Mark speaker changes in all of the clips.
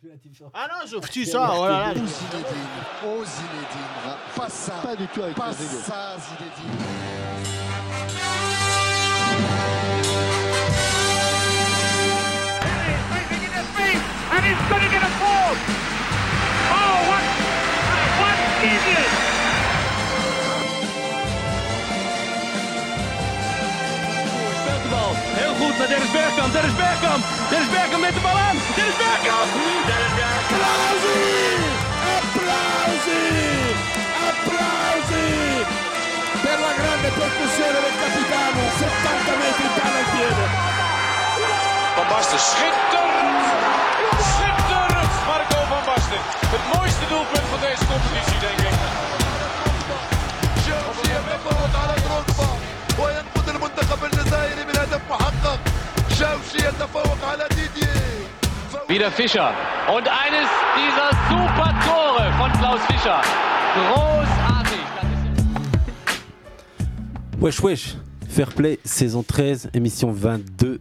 Speaker 1: plus la différence.
Speaker 2: Ah non, je tu ça, oh là là.
Speaker 3: Oh Zinedine, oh Zinedine, pas ça,
Speaker 4: Pas du tout avec
Speaker 3: pas
Speaker 4: Rodrigo.
Speaker 3: ça Zinedine.
Speaker 5: He's in his feet, and he's going to get a foul. Oh, what, what is it?
Speaker 6: Speelt de bal. Heel goed naar Dennis Bergkamp. Dennis Bergkamp. Dennis Bergkamp met de bal aan. Dennis Bergkamp. Dennis Bergkamp. Applausie. Applausie. Applausie. Per la grande percussione del capitano. 70 metri palo al piede.
Speaker 7: Van Basten, schitterend! Schitterend! Marco van Basten. Het mooiste doelpunt van deze competitie, denk ik.
Speaker 3: شيء مرمط على اوروبا وينقذ المنتخب الجزائري من هدف محقق شاوشي يتفوق على ديدييه
Speaker 6: Wieder Fischer. Und eines dieser super Tore von Klaus Fischer. Großartig.
Speaker 8: Wesh wesh, Fair Play, saison 13, émission 22.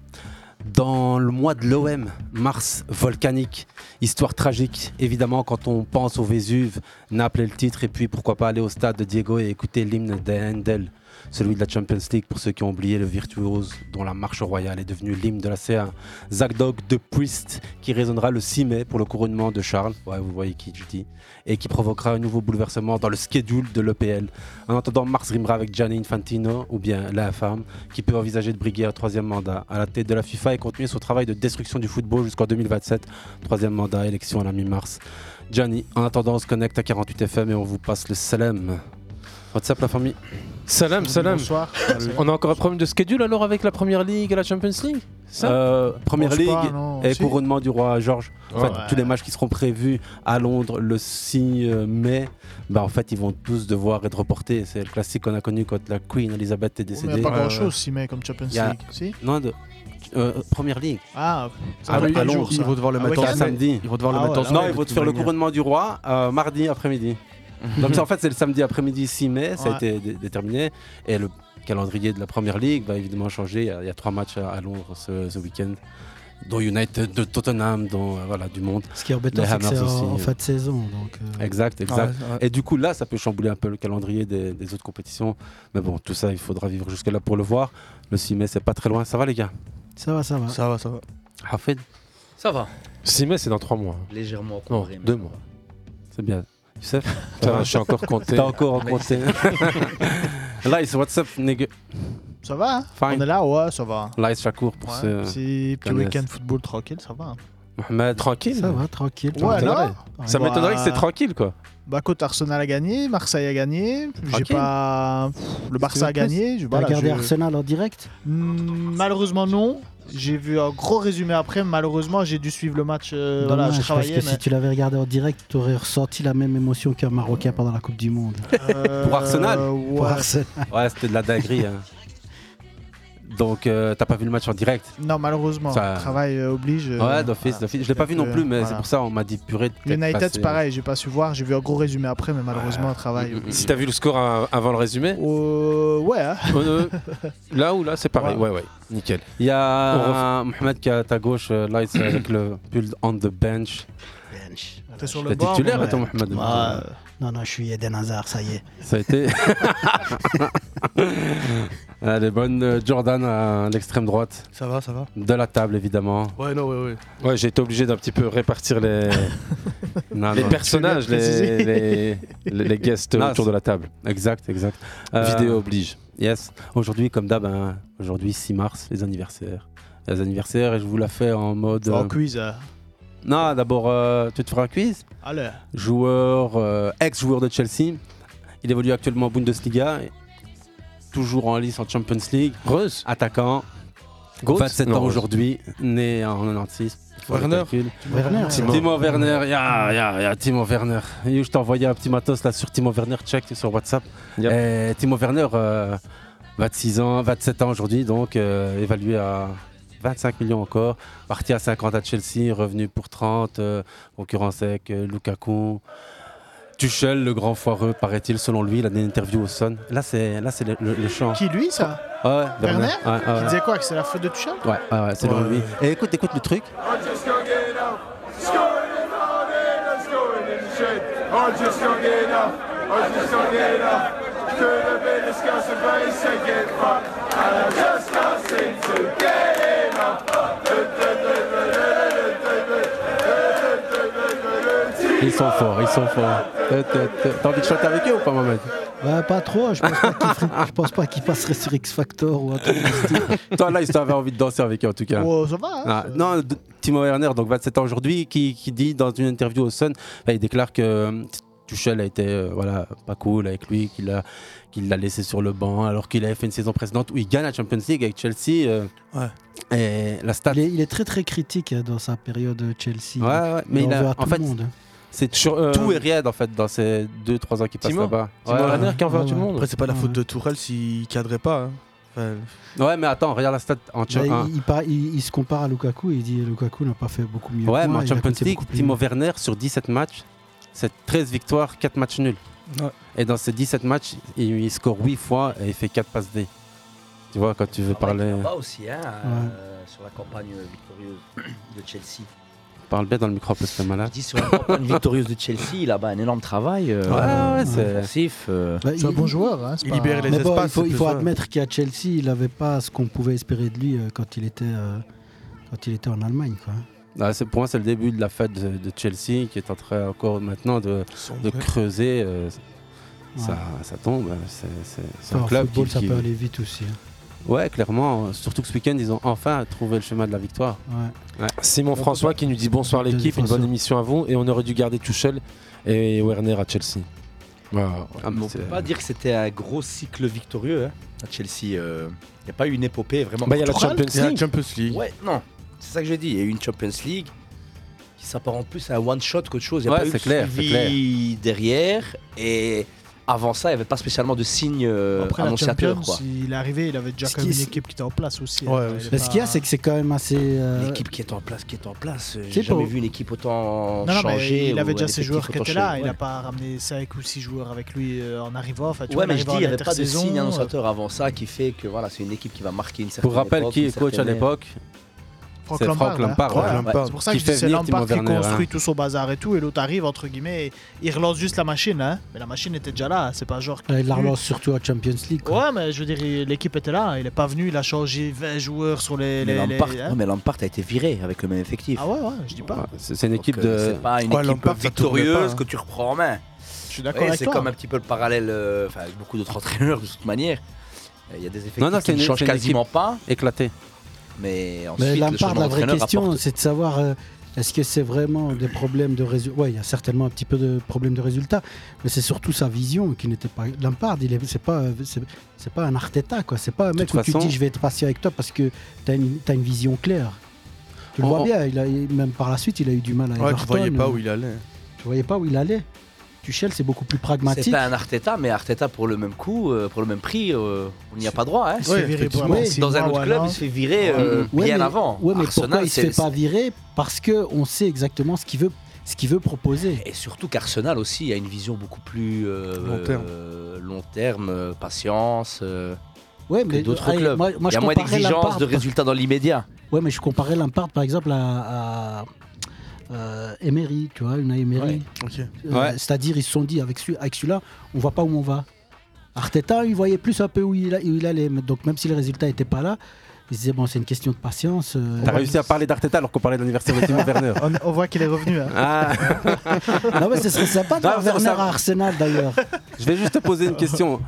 Speaker 8: Dans le mois de l'OM, Mars volcanique, histoire tragique, évidemment, quand on pense au Vésuve, Naples est le titre, et puis pourquoi pas aller au stade de Diego et écouter l'hymne de Handel, celui de la Champions League, pour ceux qui ont oublié le virtuose dont la marche royale est devenue l'hymne de la CA. Zach Dog de Priest, qui résonnera le 6 mai pour le couronnement de Charles, ouais, vous voyez qui je dis, et qui provoquera un nouveau bouleversement dans le schedule de l'EPL. En attendant, Mars rimera avec Gianni Infantino ou bien la femme qui peut envisager de briguer un troisième mandat à la tête de la FIFA et continuer son travail de destruction du football jusqu'en 2027. Troisième mandat, élection à la mi-mars. Gianni, en attendant, on se connecte à 48FM et on vous passe le salam. What's up la famille
Speaker 9: Salam, salam.
Speaker 4: Bonsoir.
Speaker 9: On a encore un problème de schedule alors avec la Première Ligue et la Champions League Ça
Speaker 8: Euh, Première
Speaker 4: Pense
Speaker 8: Ligue
Speaker 4: pas, non.
Speaker 8: et
Speaker 4: Si.
Speaker 8: couronnement du roi George. En fait,
Speaker 9: Ouais.
Speaker 8: tous les matchs qui seront prévus à Londres le 6 mai, bah, en fait, ils vont tous devoir être reportés. C'est le classique qu'on a connu quand la Queen Elizabeth est
Speaker 4: Il
Speaker 8: décédée. Euh,
Speaker 4: n'y a pas
Speaker 9: Ouais,
Speaker 4: grand
Speaker 9: ouais.
Speaker 4: chose, si mais comme Champions
Speaker 8: Y a-
Speaker 4: League. Si
Speaker 8: Non, de, euh, Première Ligue.
Speaker 4: ah,
Speaker 9: Ah oui,
Speaker 4: à
Speaker 9: ils
Speaker 4: Londres.
Speaker 9: vont- ils vont devoir le
Speaker 4: Ah
Speaker 9: mettre
Speaker 4: ouais,
Speaker 9: en
Speaker 4: carrément.
Speaker 8: samedi.
Speaker 9: Ils vont devoir
Speaker 4: Ah
Speaker 9: le
Speaker 4: ouais,
Speaker 9: mettre en
Speaker 4: là,
Speaker 8: Non,
Speaker 9: semaine,
Speaker 8: ils
Speaker 9: de
Speaker 8: vont te
Speaker 9: toute
Speaker 8: faire le
Speaker 9: manière.
Speaker 8: couronnement du roi euh, mardi après-midi. Donc ça, en fait, c'est le samedi après-midi 6 mai, ça a
Speaker 4: Ouais.
Speaker 8: été dé- déterminé. Et le calendrier de la Première Ligue va évidemment changer. Il y a- il y a trois matchs à à Londres ce, ce week-end, dont United, de Tottenham, dont euh, voilà, du monde.
Speaker 1: Ce qui est embêtant,
Speaker 8: Les
Speaker 1: c'est que
Speaker 8: Hammers
Speaker 1: c'est en,
Speaker 8: aussi,
Speaker 1: en
Speaker 8: ouais.
Speaker 1: fin de saison. Donc, euh,
Speaker 8: Exact,
Speaker 9: Ah
Speaker 8: exact.
Speaker 9: ouais, ouais.
Speaker 8: Et du coup, là, ça peut chambouler un peu le calendrier des, des autres compétitions. Mais bon, tout ça, il faudra vivre jusque-là pour le voir. Le 6 mai, c'est pas très loin. Ça va, les gars
Speaker 1: ça va, ça va.
Speaker 9: Ça va, ça va.
Speaker 8: Hafid
Speaker 2: Ça va.
Speaker 9: 6 mai, c'est dans 3 mois.
Speaker 10: Légèrement
Speaker 9: Non,
Speaker 10: encombré. mais
Speaker 9: deux
Speaker 10: ça
Speaker 9: mois.
Speaker 10: va.
Speaker 8: C'est bien. Youssef
Speaker 9: Ça va, je suis encore compté.
Speaker 8: T'as encore compté. Lice, what's up, nigga
Speaker 4: Ça va hein
Speaker 8: Fine. euh,
Speaker 4: On est là, ouais, ça va.
Speaker 8: Lice Chakour pour ce.
Speaker 4: Ouais, C'est petit
Speaker 8: Cannes.
Speaker 4: week-end football tranquille, ça va.
Speaker 8: Mohamed.
Speaker 9: Tranquille
Speaker 1: Ça va, tranquille.
Speaker 4: Ouais,
Speaker 1: tranquille.
Speaker 4: non
Speaker 9: Ça
Speaker 4: Bah,
Speaker 9: m'étonnerait que c'est tranquille, quoi.
Speaker 4: Bah, côte Arsenal a gagné, Marseille a gagné. J'ai
Speaker 8: Tranquille.
Speaker 4: pas. Pff, Le Barça a
Speaker 1: plus
Speaker 4: gagné. je-
Speaker 1: T'as
Speaker 4: voilà,
Speaker 1: regardé
Speaker 4: je-
Speaker 1: Arsenal en direct
Speaker 4: Hmm, Malheureusement, non. J'ai vu un gros résumé après. Malheureusement, j'ai dû suivre le match. euh, voilà,
Speaker 1: Dommage,
Speaker 4: je travaillais.
Speaker 1: parce que si
Speaker 4: mais-
Speaker 1: tu l'avais regardé en direct, tu aurais ressenti la même émotion qu'un Marocain pendant la Coupe du Monde.
Speaker 4: Euh,
Speaker 8: Pour Arsenal
Speaker 4: ouais.
Speaker 1: Pour Arsenal.
Speaker 8: Ouais, c'était de la dinguerie. hein. Donc, euh, t'as pas vu le match en direct
Speaker 4: Non, malheureusement.
Speaker 8: Ça-
Speaker 4: Le travail euh, oblige. euh,
Speaker 8: Ouais, d'office,
Speaker 4: voilà.
Speaker 8: d'office. Je l'ai pas
Speaker 4: Donc,
Speaker 8: vu non
Speaker 4: euh,
Speaker 8: plus, mais
Speaker 4: voilà.
Speaker 8: c'est pour ça on m'a dit purée. peut-être
Speaker 4: United,
Speaker 8: passer-
Speaker 4: c'est pareil, j'ai pas su voir. J'ai vu un gros résumé après, mais malheureusement, un travail.
Speaker 8: Mm, mm,
Speaker 9: Si t'as vu le score euh, avant le résumé,
Speaker 4: Euh, ouais, hein.
Speaker 9: euh, là ou là, c'est pareil. Ouais, ouais, nickel.
Speaker 8: Il y a Mohamed qui est à ta gauche, euh, Lice, avec le pull on the bench.
Speaker 1: Bench.
Speaker 4: t'es sur le
Speaker 8: Le
Speaker 4: banc.
Speaker 8: titulaire,
Speaker 4: mais-
Speaker 8: toi, Mohamed
Speaker 1: Ah, euh, non, non, je suis Eden Hazard, ça y est.
Speaker 8: Ça a été. Ah, Les bonnes euh, Jordan à l'extrême droite,
Speaker 11: Ça va, ça va.
Speaker 8: de la table évidemment.
Speaker 11: Ouais, non, ouais, ouais.
Speaker 9: Ouais, j'ai été obligé d'un petit peu répartir les,
Speaker 8: Non,
Speaker 9: les
Speaker 8: non.
Speaker 9: personnages,
Speaker 4: Tu l'as
Speaker 9: les,
Speaker 4: précisé.
Speaker 9: les, les- les guests
Speaker 8: Non,
Speaker 9: autour de la table.
Speaker 8: Exact, exact. Euh,
Speaker 9: Vidéo oblige.
Speaker 8: Yes. Aujourd'hui, comme d'hab, hein, aujourd'hui 6 mars, les anniversaires. Les anniversaires, et je vous la fais en mode.
Speaker 4: En
Speaker 8: euh,
Speaker 4: quiz. euh.
Speaker 8: Non, d'abord, euh, tu te feras un quiz
Speaker 4: Allez.
Speaker 8: joueur, euh, ex-joueur de Chelsea. Il évolue actuellement en Bundesliga, et toujours en lice en Champions League,
Speaker 9: Reuse
Speaker 8: attaquant.
Speaker 9: Goat
Speaker 8: 27
Speaker 9: Non,
Speaker 8: ans
Speaker 9: Reus.
Speaker 8: aujourd'hui, né en 96. Faut les
Speaker 11: Werner.
Speaker 8: calculs.
Speaker 1: Werner.
Speaker 9: Timo.
Speaker 8: Timo Werner, ya, ya, ya, Timo Werner. Et je t'ai envoyé un petit matos là sur Timo Werner, check sur WhatsApp.
Speaker 9: Yep.
Speaker 8: Et Timo Werner, euh, 26 ans, 27 ans aujourd'hui, donc euh, évalué à 25 millions encore. Parti à 50 à Chelsea, revenu pour 30, euh, concurrence avec euh, Lukaku. Tuchel, le grand foireux, paraît-il, selon lui, il a donné une interview au Sun. Là, c'est là, c'est le, le- le chant.
Speaker 4: Qui, lui, ça
Speaker 8: Ouais,
Speaker 4: Werner
Speaker 8: Ouais, ouais,
Speaker 4: Il disait quoi Que c'est la faute de Tuchel
Speaker 8: ouais, ouais, ouais, selon
Speaker 4: Ouais.
Speaker 8: lui. Et écoute, écoute le truc.
Speaker 10: I just can't get enough. I just can't get enough. Could have been discussing, but it's taking fun. And I just can't seem to get
Speaker 9: Ils sont forts, ils sont forts. Euh, t'as- t'as- T'as envie de chanter avec eux ou pas, Mohamed
Speaker 1: Ouais, pas trop, je pense pas qu'il ferait- je pense pas qu'il passerait sur X Factor ou un truc.
Speaker 8: Toi, là, ils t'avaient envie de danser avec eux, en tout cas.
Speaker 1: Ouais, ça va, hein,
Speaker 8: Ah, non, de- Timo Werner, donc 27 ans aujourd'hui, qui, qui dit dans une interview au Sun, bah, il déclare que euh, Tuchel a été euh, voilà, pas cool avec lui, qu'il l'a qu'il l'a laissé sur le banc, alors qu'il avait fait une saison précédente où il gagne la Champions League avec Chelsea. euh, Et la stat.
Speaker 1: Il est, il est très très critique hein, dans sa période Chelsea.
Speaker 8: Ouais, ouais, mais
Speaker 1: en
Speaker 8: il a-
Speaker 1: veut à
Speaker 8: en
Speaker 1: tout
Speaker 8: fait,
Speaker 1: le monde.
Speaker 8: C'est euh, tout est raide en fait dans ces 2-3 ans qui passent
Speaker 9: Timo
Speaker 8: là-bas.
Speaker 9: Timo Werner qui en veut à tout le monde.
Speaker 11: Après, c'est pas la faute de Tourelle s'il cadrait pas. hein. Enfin,
Speaker 8: Ouais, mais attends, regarde la stat en
Speaker 1: Bah,
Speaker 8: Champions League.
Speaker 1: il, il par- il- il se compare à Lukaku et il dit Lukaku n'a pas fait beaucoup mieux.
Speaker 8: Ouais,
Speaker 1: que
Speaker 8: mais en
Speaker 1: moi, il a
Speaker 8: Champions
Speaker 1: coûté
Speaker 8: League,
Speaker 1: beaucoup plus.
Speaker 8: Timo Werner sur 17 matchs, c'est 13 victoires, 4 matchs nuls.
Speaker 11: Ouais.
Speaker 8: Et dans ces 17 matchs, il, il score 8 fois et il fait 4 passes D. Tu vois, quand tu
Speaker 12: Ah
Speaker 8: veux parler.
Speaker 12: Là-bas aussi, hein, euh, sur la campagne victorieuse de Chelsea.
Speaker 8: Parle bien dans le micro, parce que t'es malade.
Speaker 12: Dis sur la campagne victorieuse de Chelsea, là-bas, un énorme travail. euh,
Speaker 8: Ouais, ouais, c'est-
Speaker 12: offensif. euh.
Speaker 1: Bah, il-
Speaker 12: pas-
Speaker 1: Mais bon, Il faut, il faut admettre qu'à Chelsea, il n'avait pas ce qu'on pouvait espérer de lui euh, quand il était, euh, quand il était en Allemagne. Quoi.
Speaker 8: Ah, c'est- pour moi, c'est le début de la fête de, de Chelsea qui est en train encore maintenant de, de creuser. euh, ça,
Speaker 1: Ouais.
Speaker 8: ça tombe. hein. C'est- C'est c'est
Speaker 1: Enfin,
Speaker 8: un
Speaker 1: en
Speaker 8: club
Speaker 1: football,
Speaker 8: qui-
Speaker 1: ça
Speaker 8: qui-
Speaker 1: peut aller vite aussi. hein.
Speaker 8: Ouais, clairement. Surtout que ce week-end, ils ont enfin trouvé le chemin de la victoire.
Speaker 1: Ouais.
Speaker 9: Simon François qui nous dit bonsoir l'équipe, une bonne émission à vous et on aurait dû garder Tuchel et Werner à Chelsea. Voilà.
Speaker 8: Ah,
Speaker 12: on peut pas dire que c'était un gros cycle victorieux hein, à Chelsea. euh. Il n'y a pas eu une épopée vraiment.
Speaker 9: Bah, il y a la
Speaker 12: pour Tuchel.
Speaker 9: Champions Il y a la League. Champions League.
Speaker 12: Ouais, non, c'est ça que j'ai dit. Il y a eu une Champions League qui s'apparente plus à un one shot qu'autre chose. Il y a
Speaker 8: Ouais,
Speaker 12: pas eu
Speaker 8: c'est
Speaker 12: de
Speaker 8: clair, c'est
Speaker 12: suivi derrière et avant ça, il n'y avait pas spécialement de signes euh,
Speaker 4: Après la
Speaker 12: annonciateurs.
Speaker 4: Champions,
Speaker 12: quoi.
Speaker 4: il est arrivé, il avait déjà
Speaker 12: Ce
Speaker 4: quand
Speaker 12: qui
Speaker 4: même une
Speaker 12: est-
Speaker 4: équipe qui était en place aussi.
Speaker 12: Ouais,
Speaker 4: Elle
Speaker 12: ouais.
Speaker 4: est
Speaker 1: Mais ce
Speaker 4: pas-
Speaker 1: qu'il y a, c'est que c'est quand même assez. euh,
Speaker 12: L'équipe qui est en place, qui est en place. euh,
Speaker 1: C'est
Speaker 12: J'ai jamais
Speaker 1: pas-
Speaker 12: vu une équipe
Speaker 4: Non, non,
Speaker 12: autant
Speaker 4: mais
Speaker 12: changée.
Speaker 4: il
Speaker 12: ou
Speaker 4: avait
Speaker 12: un
Speaker 4: déjà ses
Speaker 12: effectif
Speaker 4: joueurs qui
Speaker 12: autant
Speaker 4: étaient là,
Speaker 12: changé.
Speaker 4: il n'a pas ramené 5 ou 6 joueurs avec lui euh, en arrivant. Enfin, tu vois,
Speaker 12: ouais, mais je dis,
Speaker 4: arrivant
Speaker 12: il
Speaker 4: en
Speaker 12: n'y avait pas de
Speaker 4: intersaison,
Speaker 12: signe
Speaker 4: euh,
Speaker 12: annonciateur avant ça qui fait que voilà, c'est une équipe qui va marquer une certaine
Speaker 8: Pour rappel,
Speaker 12: époque,
Speaker 8: qui
Speaker 12: une
Speaker 8: est coach à
Speaker 12: certaine ère.
Speaker 8: l'époque
Speaker 4: Frank
Speaker 8: C'est
Speaker 4: Lampard,
Speaker 8: Frank
Speaker 4: hein.
Speaker 8: Lampard.
Speaker 4: Voilà.
Speaker 8: ouais.
Speaker 4: C'est pour ça que
Speaker 8: Qui
Speaker 4: je
Speaker 8: fait
Speaker 4: dis c'est
Speaker 8: venir Timo
Speaker 4: Lampard qui
Speaker 8: Werner, hein.
Speaker 4: construit tout son bazar et tout, et l'autre arrive entre guillemets, il relance juste la machine, hein. mais la machine était déjà là, c'est pas genre.
Speaker 1: euh, Il la relance surtout à Champions League.
Speaker 4: Ouais, mais je veux dire, il- l'équipe était là, il est pas venu, il a changé 20 joueurs sur les.
Speaker 12: Mais
Speaker 4: les- les-
Speaker 12: Lampard,
Speaker 4: hein.
Speaker 12: ouais, mais Lampard a été viré avec le même effectif.
Speaker 4: Ah ouais, ouais, je dis pas.
Speaker 8: C'est c'est une équipe
Speaker 12: Donc, euh,
Speaker 8: de.
Speaker 12: C'est pas une
Speaker 8: Ouais,
Speaker 12: équipe
Speaker 8: Lampard, ça tournait
Speaker 12: victorieuse
Speaker 8: pas, hein.
Speaker 12: que tu reprends en main.
Speaker 4: Je suis d'accord
Speaker 12: Ouais,
Speaker 4: avec
Speaker 12: C'est
Speaker 4: toi.
Speaker 12: comme un petit peu le parallèle euh, enfin, avec beaucoup d'autres entraîneurs de toute manière. Euh, Il y a des effectifs
Speaker 8: Non, non,
Speaker 12: qui
Speaker 8: c'est
Speaker 12: ne
Speaker 8: une,
Speaker 12: changent
Speaker 8: c'est une
Speaker 12: quasiment
Speaker 8: équipe
Speaker 12: pas.
Speaker 8: Éclatée.
Speaker 12: Mais ensuite,
Speaker 1: Mais
Speaker 12: le
Speaker 1: Lampard,
Speaker 12: changement
Speaker 1: la vraie
Speaker 12: d'entraîneur
Speaker 1: question,
Speaker 12: apporte-
Speaker 1: c'est de savoir euh, est-ce que c'est vraiment des problèmes de résultats Ouais, il y a certainement un petit peu de problèmes de résultats, mais c'est surtout sa vision qui n'était pas. Lampard, il est- c'est pas, euh, c'est c'est pas un Arteta, quoi. C'est pas un mec
Speaker 8: toute
Speaker 1: où tu
Speaker 8: façon-
Speaker 1: dis je vais être patient avec toi parce que t'as une, t'as une vision claire. Tu le
Speaker 11: On-
Speaker 1: vois bien, il a, même par la suite, il a eu du mal à
Speaker 11: Ouais, tu
Speaker 1: Everton,
Speaker 11: voyais pas
Speaker 1: euh,
Speaker 11: où il allait.
Speaker 1: Tu voyais pas où il allait. Tuchel, c'est beaucoup plus
Speaker 12: C'est
Speaker 1: pragmatique.
Speaker 12: pas un Arteta, mais Arteta pour le même coup, euh, pour le même prix, euh, on n'y a pas droit. hein.
Speaker 1: Ah, Il se fait Ouais, virer pour
Speaker 12: Effectivement.
Speaker 1: avoir six
Speaker 12: Dans un
Speaker 1: mois
Speaker 12: autre
Speaker 1: ou un
Speaker 12: club,
Speaker 1: an.
Speaker 12: il se fait virer euh,
Speaker 1: Ouais,
Speaker 12: bien
Speaker 1: mais-
Speaker 12: avant.
Speaker 1: Ouais, mais pourquoi
Speaker 12: Arsenal,
Speaker 1: il se
Speaker 12: c'est-
Speaker 1: fait pas virer Parce que on sait exactement ce qu'il veut, ce qu'il veut proposer.
Speaker 12: Et surtout qu'Arsenal aussi a une vision beaucoup plus euh,
Speaker 1: Long terme.
Speaker 12: euh, long terme, euh, patience. euh,
Speaker 1: Ouais,
Speaker 12: que
Speaker 1: mais-
Speaker 12: d'autres
Speaker 1: allez,
Speaker 12: clubs.
Speaker 1: moi- moi,
Speaker 12: Il y a
Speaker 1: je
Speaker 12: moins
Speaker 1: comparais
Speaker 12: d'exigence
Speaker 1: Lampard
Speaker 12: de
Speaker 1: parce-
Speaker 12: résultats dans l'immédiat.
Speaker 1: Ouais, mais je comparais Lampard par exemple à, à, euh, Emery, tu vois, une Emery. Euh,
Speaker 8: Ouais.
Speaker 1: C'est-à-dire, ils se sont dit avec, celui- avec celui-là, on voit pas où on va. Arteta, il voyait plus un peu où il, a- où il allait. Mais Donc, même si les résultats n'étaient pas là, il se disait, bon, c'est une question de patience. euh,
Speaker 8: T'as réussi à parler d'Arteta alors qu'on parlait de l'anniversaire de Timo Werner.
Speaker 4: On, on voit qu'il est revenu. hein.
Speaker 8: Ah.
Speaker 1: Non, mais ce serait sympa de
Speaker 8: Non,
Speaker 1: voir
Speaker 8: ça-
Speaker 1: Werner
Speaker 8: ça-
Speaker 1: à Arsenal d'ailleurs.
Speaker 8: Je vais juste te poser une question.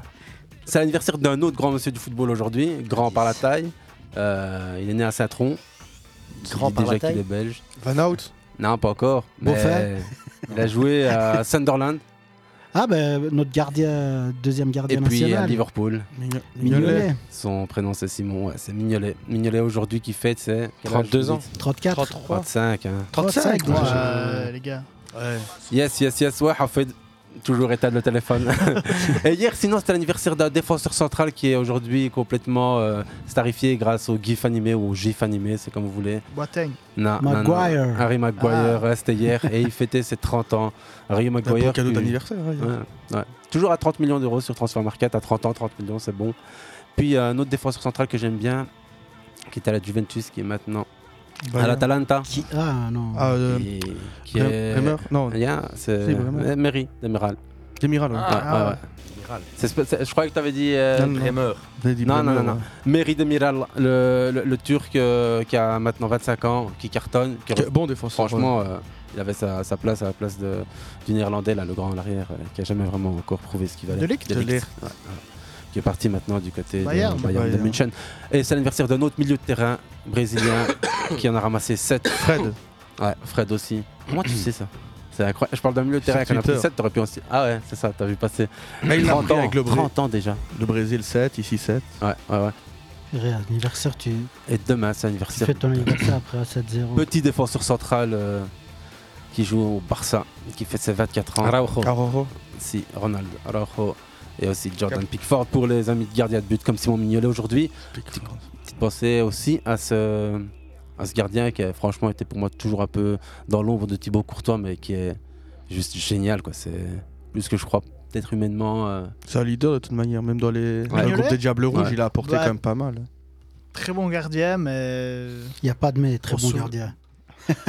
Speaker 8: C'est l'anniversaire d'un autre grand monsieur du football aujourd'hui, grand par la taille. Euh, il est né à Satron.
Speaker 11: Grand
Speaker 8: il dit
Speaker 11: par
Speaker 8: déjà
Speaker 11: la
Speaker 8: qu'il
Speaker 11: taille
Speaker 8: est belge.
Speaker 11: Van Out
Speaker 8: Non, pas encore.
Speaker 1: Bon
Speaker 8: Mais
Speaker 1: fait.
Speaker 8: il a joué à Sunderland
Speaker 1: Ah, ben, notre gardien, deuxième
Speaker 8: et
Speaker 1: gardien
Speaker 8: puis à
Speaker 1: national.
Speaker 8: Liverpool.
Speaker 1: Migno- Mignolet. Mignolet.
Speaker 8: Son prénom c'est Simon, ouais, c'est Mignolet. Mignolet aujourd'hui qui fête ses
Speaker 1: 32 ans. 34.
Speaker 8: 35. hein.
Speaker 1: 35,
Speaker 8: ouais.
Speaker 1: ouais.
Speaker 4: Euh, les gars.
Speaker 8: Yes, yes, yes, ouais, Hafid. Toujours éteindre le téléphone. et hier, sinon, c'était l'anniversaire d'un défenseur central qui est aujourd'hui complètement euh, starifié grâce au GIF animé ou au GIF animé, c'est comme vous voulez.
Speaker 4: Boateng.
Speaker 8: Non, non, non.
Speaker 4: Maguire.
Speaker 8: Harry Maguire,
Speaker 4: Ah.
Speaker 8: ouais, c'était hier et il fêtait ses 30 ans. Harry Maguire.
Speaker 11: cadeau
Speaker 8: qui-
Speaker 11: d'anniversaire, ouais, hier.
Speaker 8: Ouais, ouais. Toujours à 30 millions d'euros sur Transfer Market, à 30 ans, 30 millions, c'est bon. Puis euh, un autre défenseur central que j'aime bien, qui était à la Juventus, qui est maintenant
Speaker 11: Bah,
Speaker 8: à l'Atalanta.
Speaker 1: Qui Ah non.
Speaker 11: Ah, euh,
Speaker 8: qui, qui
Speaker 11: Brem-
Speaker 8: est.
Speaker 11: Bremer Non.
Speaker 8: Yeah, c'est.
Speaker 11: Si, Bremer.
Speaker 8: Emery, Demiral.
Speaker 11: Demiral, ouais.
Speaker 8: Ah, ouais, ouais, ouais. C'est sp- c'est- je croyais que tu avais dit euh,
Speaker 11: Non, non, non.
Speaker 8: Bremer.
Speaker 11: T'avais dit
Speaker 8: Non,
Speaker 11: Bremer,
Speaker 8: non, non, non.
Speaker 11: ouais.
Speaker 8: Meri Demiral, le, le- le Turc euh, qui a maintenant 25 ans, qui cartonne. Qui
Speaker 11: Qui est bon défenseur,
Speaker 8: Franchement,
Speaker 11: ouais.
Speaker 8: euh, il avait sa, sa place à la place de, du Néerlandais, là, le grand à l'arrière, euh, qui a jamais vraiment encore prouvé ce qu'il valait.
Speaker 4: De Ligt.
Speaker 8: De Ligt,
Speaker 4: De Ligt.
Speaker 8: ouais, ouais. Qui est parti maintenant du côté
Speaker 4: Bayern.
Speaker 8: de, Bayern de
Speaker 4: Bayern.
Speaker 8: München. Et c'est l'anniversaire d'un autre milieu de terrain brésilien qui en a ramassé 7. Fred. Ouais, Fred aussi. Comment tu sais ça c'est incroyable. Je parle d'un milieu de terrain
Speaker 11: Sur
Speaker 8: qui en a pris
Speaker 11: Twitter.
Speaker 8: 7, t'aurais pu aussi. Ah ouais, c'est ça, t'as vu passer.
Speaker 11: Mais il l'a
Speaker 8: 30
Speaker 11: pris
Speaker 8: ans,
Speaker 11: avec le Brésil.
Speaker 8: 30 ans déjà.
Speaker 11: Le Brésil 7, ici 7.
Speaker 8: Ouais, ouais, ouais.
Speaker 1: Purée, anniversaire, tu,
Speaker 8: Et demain, c'est
Speaker 1: tu
Speaker 8: anniversaire.
Speaker 1: fais ton anniversaire après à 7-0.
Speaker 8: Petit défenseur central euh, qui joue au Barça, qui fait ses 24 ans.
Speaker 9: Araujo.
Speaker 8: Si, Ronald Araujo. Et aussi Jordan Pickford pour les amis de gardien de but comme Simon Mignolet aujourd'hui. Petite, petite pensée aussi à ce, à ce gardien qui a franchement été pour moi toujours un peu dans l'ombre de Thibaut Courtois, mais qui est juste génial. quoi. C'est plus que je crois, peut-être humainement. euh,
Speaker 11: C'est un leader de toute manière, même dans les dans
Speaker 8: Mignolet
Speaker 11: le groupe des Diables Rouges,
Speaker 8: Ouais.
Speaker 11: il a apporté
Speaker 4: Ouais.
Speaker 11: quand même pas mal.
Speaker 4: Très bon gardien, mais.
Speaker 1: Il n'y a pas de mais, très
Speaker 4: On
Speaker 1: bon
Speaker 4: se-
Speaker 1: gardien.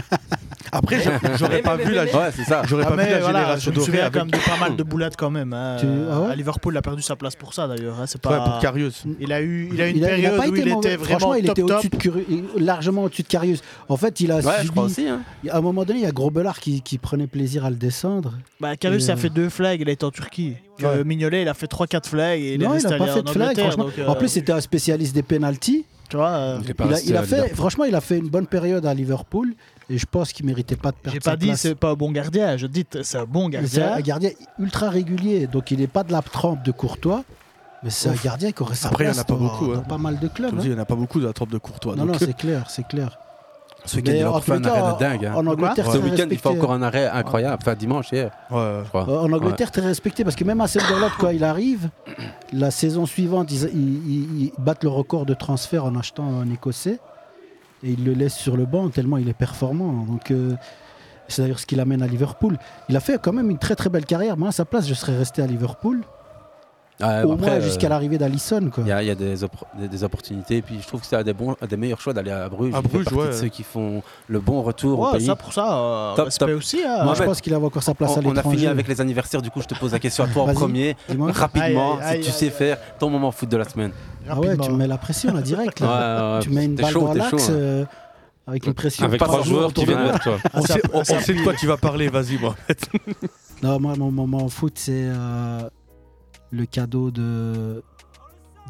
Speaker 11: Après, j'a- j'aurais pas vu la
Speaker 8: Ouais, c'est ça.
Speaker 11: J'aurais
Speaker 4: Ah,
Speaker 11: pas vu
Speaker 4: mais
Speaker 11: la
Speaker 4: voilà,
Speaker 11: génération
Speaker 4: Je me
Speaker 11: dorée
Speaker 4: souviens quand
Speaker 11: avec
Speaker 4: même de pas mal de boulades quand même. hein.
Speaker 11: Tu- ah ouais
Speaker 4: à Liverpool, il a perdu sa place pour ça d'ailleurs. hein, C'est
Speaker 11: Ouais,
Speaker 4: pas...
Speaker 11: pour Karius.
Speaker 4: Il a eu, il a eu une
Speaker 1: a- a
Speaker 4: période
Speaker 1: pas
Speaker 4: où
Speaker 1: été
Speaker 4: il
Speaker 1: mauvais.
Speaker 4: était
Speaker 1: Franchement,
Speaker 4: vraiment
Speaker 1: il
Speaker 4: top
Speaker 1: était
Speaker 4: top.
Speaker 1: au-dessus de Curi- largement au-dessus de Carius. En fait, il a
Speaker 8: Ouais, je
Speaker 1: subi-
Speaker 8: crois aussi, hein.
Speaker 1: il y a- À un moment donné, il y a Grobelard qui, qui prenait plaisir à le descendre.
Speaker 4: Bah, Karius,
Speaker 1: Et, euh,
Speaker 4: ça fait deux flags, il a été en Turquie. Que
Speaker 1: Ouais.
Speaker 4: Mignolet, il a fait 3-4 flags et il est
Speaker 1: non, il
Speaker 4: resté
Speaker 1: n'a
Speaker 4: allé
Speaker 1: pas
Speaker 4: en
Speaker 1: fait de flag,
Speaker 4: Angleterre,
Speaker 1: franchement.
Speaker 4: donc, euh,
Speaker 1: En plus, c'était un spécialiste des pénalties.
Speaker 4: tu vois, euh,
Speaker 1: Il a, il a fait, franchement, il a fait une bonne période à Liverpool et je pense qu'il méritait pas de perdre
Speaker 4: J'ai
Speaker 1: sa
Speaker 4: pas dit
Speaker 1: place.
Speaker 4: c'est pas un bon gardien, je dis t- c'est un bon
Speaker 1: Mais C'est
Speaker 4: gardien.
Speaker 1: un gardien ultra régulier, donc il n'est pas de la trempe de Courtois, mais c'est un
Speaker 11: Ouf.
Speaker 1: gardien qui aurait sa
Speaker 11: Après, il y en a
Speaker 1: place
Speaker 11: pas
Speaker 1: dans-
Speaker 11: beaucoup,
Speaker 1: dans
Speaker 11: hein.
Speaker 1: pas mal de
Speaker 11: Je
Speaker 1: clubs.
Speaker 11: vous
Speaker 1: hein.
Speaker 11: dis, il n'y en a pas beaucoup de la troupe de Courtois.
Speaker 1: Non,
Speaker 11: donc- euh,
Speaker 1: non, c'est clair, c'est clair.
Speaker 8: Ce week-end,
Speaker 1: Mais
Speaker 8: il a
Speaker 1: en
Speaker 8: refait
Speaker 1: tout
Speaker 8: un
Speaker 1: cas,
Speaker 8: arrêt
Speaker 1: en-
Speaker 8: de dingue. hein.
Speaker 1: en Angleterre,
Speaker 8: ce
Speaker 1: c'est
Speaker 8: week-end, il fait
Speaker 1: respecté.
Speaker 8: encore un arrêt incroyable. Enfin, dimanche hier. je crois.
Speaker 1: Euh, En Angleterre,
Speaker 8: Ouais.
Speaker 1: très respecté parce que même à Sunderland, quand il arrive, la saison suivante, ils, ils- ils- ils battent le record de transfert en achetant un Écossais et ils le laissent sur le banc tellement il est performant. Donc, euh, c'est d'ailleurs ce qui l'amène à Liverpool. Il a fait quand même une très très belle carrière. Moi, à sa place, je serais resté à Liverpool,
Speaker 8: Ouais,
Speaker 1: au
Speaker 8: après,
Speaker 1: moins
Speaker 8: euh,
Speaker 1: jusqu'à l'arrivée d'Alisson. quoi.
Speaker 8: Il y a, il y a des, oppor- des, des opportunités. Puis je trouve que c'est un des, bons, un des meilleurs choix d'aller à Bruges.
Speaker 11: À
Speaker 8: Il fait
Speaker 11: Bruges,
Speaker 8: partie
Speaker 11: ouais.
Speaker 8: de ceux qui font le bon retour au
Speaker 4: Ouais,
Speaker 8: pays.
Speaker 4: ça pour ça, euh,
Speaker 8: Top,
Speaker 4: respect
Speaker 8: top.
Speaker 4: aussi. hein.
Speaker 1: Moi, je pense qu'il avait encore sa place
Speaker 8: Ah, on,
Speaker 1: à
Speaker 8: on a
Speaker 1: l'étranger.
Speaker 8: fini avec les anniversaires. Du coup, je te pose la question à toi en
Speaker 1: Vas-y,
Speaker 8: premier.
Speaker 1: dis-moi.
Speaker 8: Rapidement,
Speaker 1: Aïe, aïe,
Speaker 8: si
Speaker 1: aïe,
Speaker 8: tu sais faire ton moment foot de la semaine.
Speaker 1: Ah ouais, tu mets
Speaker 8: hein.
Speaker 1: la pression là direct. là.
Speaker 8: Ouais, ouais, ouais.
Speaker 1: tu mets une
Speaker 8: T'es
Speaker 1: balle
Speaker 8: chaud,
Speaker 1: dans
Speaker 8: t'es
Speaker 1: l'axe
Speaker 8: chaud, hein.
Speaker 1: euh, avec une pression.
Speaker 8: Avec trois
Speaker 1: Pas
Speaker 8: joueurs
Speaker 1: autour
Speaker 8: qui
Speaker 1: de
Speaker 8: viennent
Speaker 1: moi.
Speaker 8: vers toi.
Speaker 11: On
Speaker 1: Ça-
Speaker 11: sait, on
Speaker 1: ça-
Speaker 11: sait de quoi tu vas parler, vas-y, moi.
Speaker 1: Non, moi, mon moment en foot, c'est euh, le cadeau de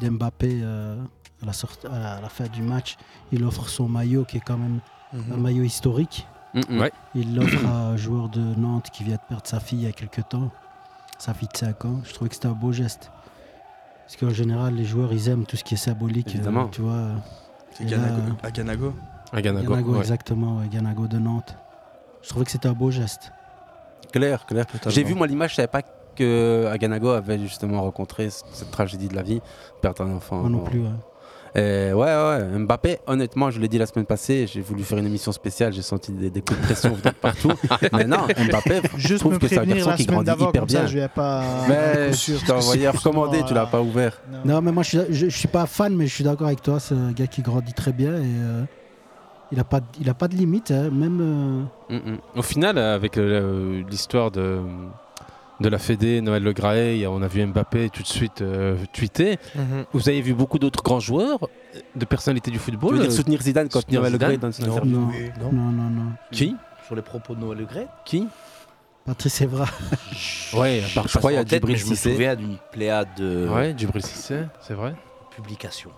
Speaker 1: d'Mbappé euh, à, la sortie- à la- à la fin du match. Il offre son maillot qui est quand même
Speaker 11: Mhm.
Speaker 1: un maillot historique.
Speaker 8: Mhm. Ouais.
Speaker 1: Il l'offre à un joueur de Nantes qui vient de perdre sa fille il y a quelques temps, sa fille de 5 ans. Je trouvais que c'était un beau geste. Parce qu'en général, les joueurs, ils aiment tout ce qui est symbolique. euh,
Speaker 11: Évidemment.
Speaker 1: tu vois.
Speaker 11: C'est
Speaker 1: Et là,
Speaker 11: Ganago.
Speaker 1: euh,
Speaker 11: À Ganago
Speaker 9: À
Speaker 1: Ganago, exactement, ouais, Ganago de Nantes. Je trouvais que c'était un beau geste.
Speaker 8: Claire, claire. J'ai vu moi l'image, je savais pas que Aganago avait justement rencontré c- cette tragédie de la vie, perdre un enfant.
Speaker 1: Moi non
Speaker 8: en-
Speaker 1: plus, ouais.
Speaker 8: Et ouais, ouais, Mbappé, honnêtement, je l'ai dit la semaine passée, j'ai voulu faire une émission spéciale, j'ai senti des, des coups de pression venant de partout. Mais non, Mbappé, je
Speaker 4: Juste
Speaker 8: trouve
Speaker 4: me
Speaker 8: que c'est un
Speaker 4: prévenir
Speaker 8: garçon
Speaker 4: la
Speaker 8: qui
Speaker 4: semaine
Speaker 8: grandit
Speaker 4: d'avant,
Speaker 8: hyper
Speaker 4: comme ça,
Speaker 8: bien.
Speaker 4: je vais pas-
Speaker 8: Mais
Speaker 4: pas sûr,
Speaker 8: je t'ai
Speaker 4: parce que
Speaker 8: envoyé
Speaker 4: c'est justement,
Speaker 8: recommander, tu l'as
Speaker 4: euh,
Speaker 8: pas ouvert.
Speaker 1: Non, mais moi je suis, je, je suis pas fan, mais je suis d'accord avec toi. C'est un gars qui grandit très bien et euh, il a pas, de- il a pas de limite, hein, même. euh,
Speaker 9: Mm, mm. Au final, euh, avec euh, l'histoire de, de la Fédé, Noël Le Graët, on a vu Mbappé tout de suite euh, tweeter.
Speaker 11: Mhm.
Speaker 9: Vous avez vu beaucoup d'autres grands joueurs euh, de personnalités du football.
Speaker 8: Tu veux dire
Speaker 9: euh,
Speaker 8: soutenir Zidane quand
Speaker 9: soutenir
Speaker 8: Noël Le
Speaker 9: Zidane
Speaker 8: Graët donne son interview
Speaker 1: non,
Speaker 8: Oui,
Speaker 1: non, non, non, non.
Speaker 9: Qui
Speaker 12: Sur les propos de Noël Le Gret
Speaker 9: Qui
Speaker 1: Patrice Evra.
Speaker 9: Ouais,
Speaker 12: Je
Speaker 9: je crois qu'il y a Djibril
Speaker 12: Je me
Speaker 9: Cissé.
Speaker 12: souviens d'une pléiade de
Speaker 9: Ouais, Djibril Cissé, c'est vrai.
Speaker 12: publications.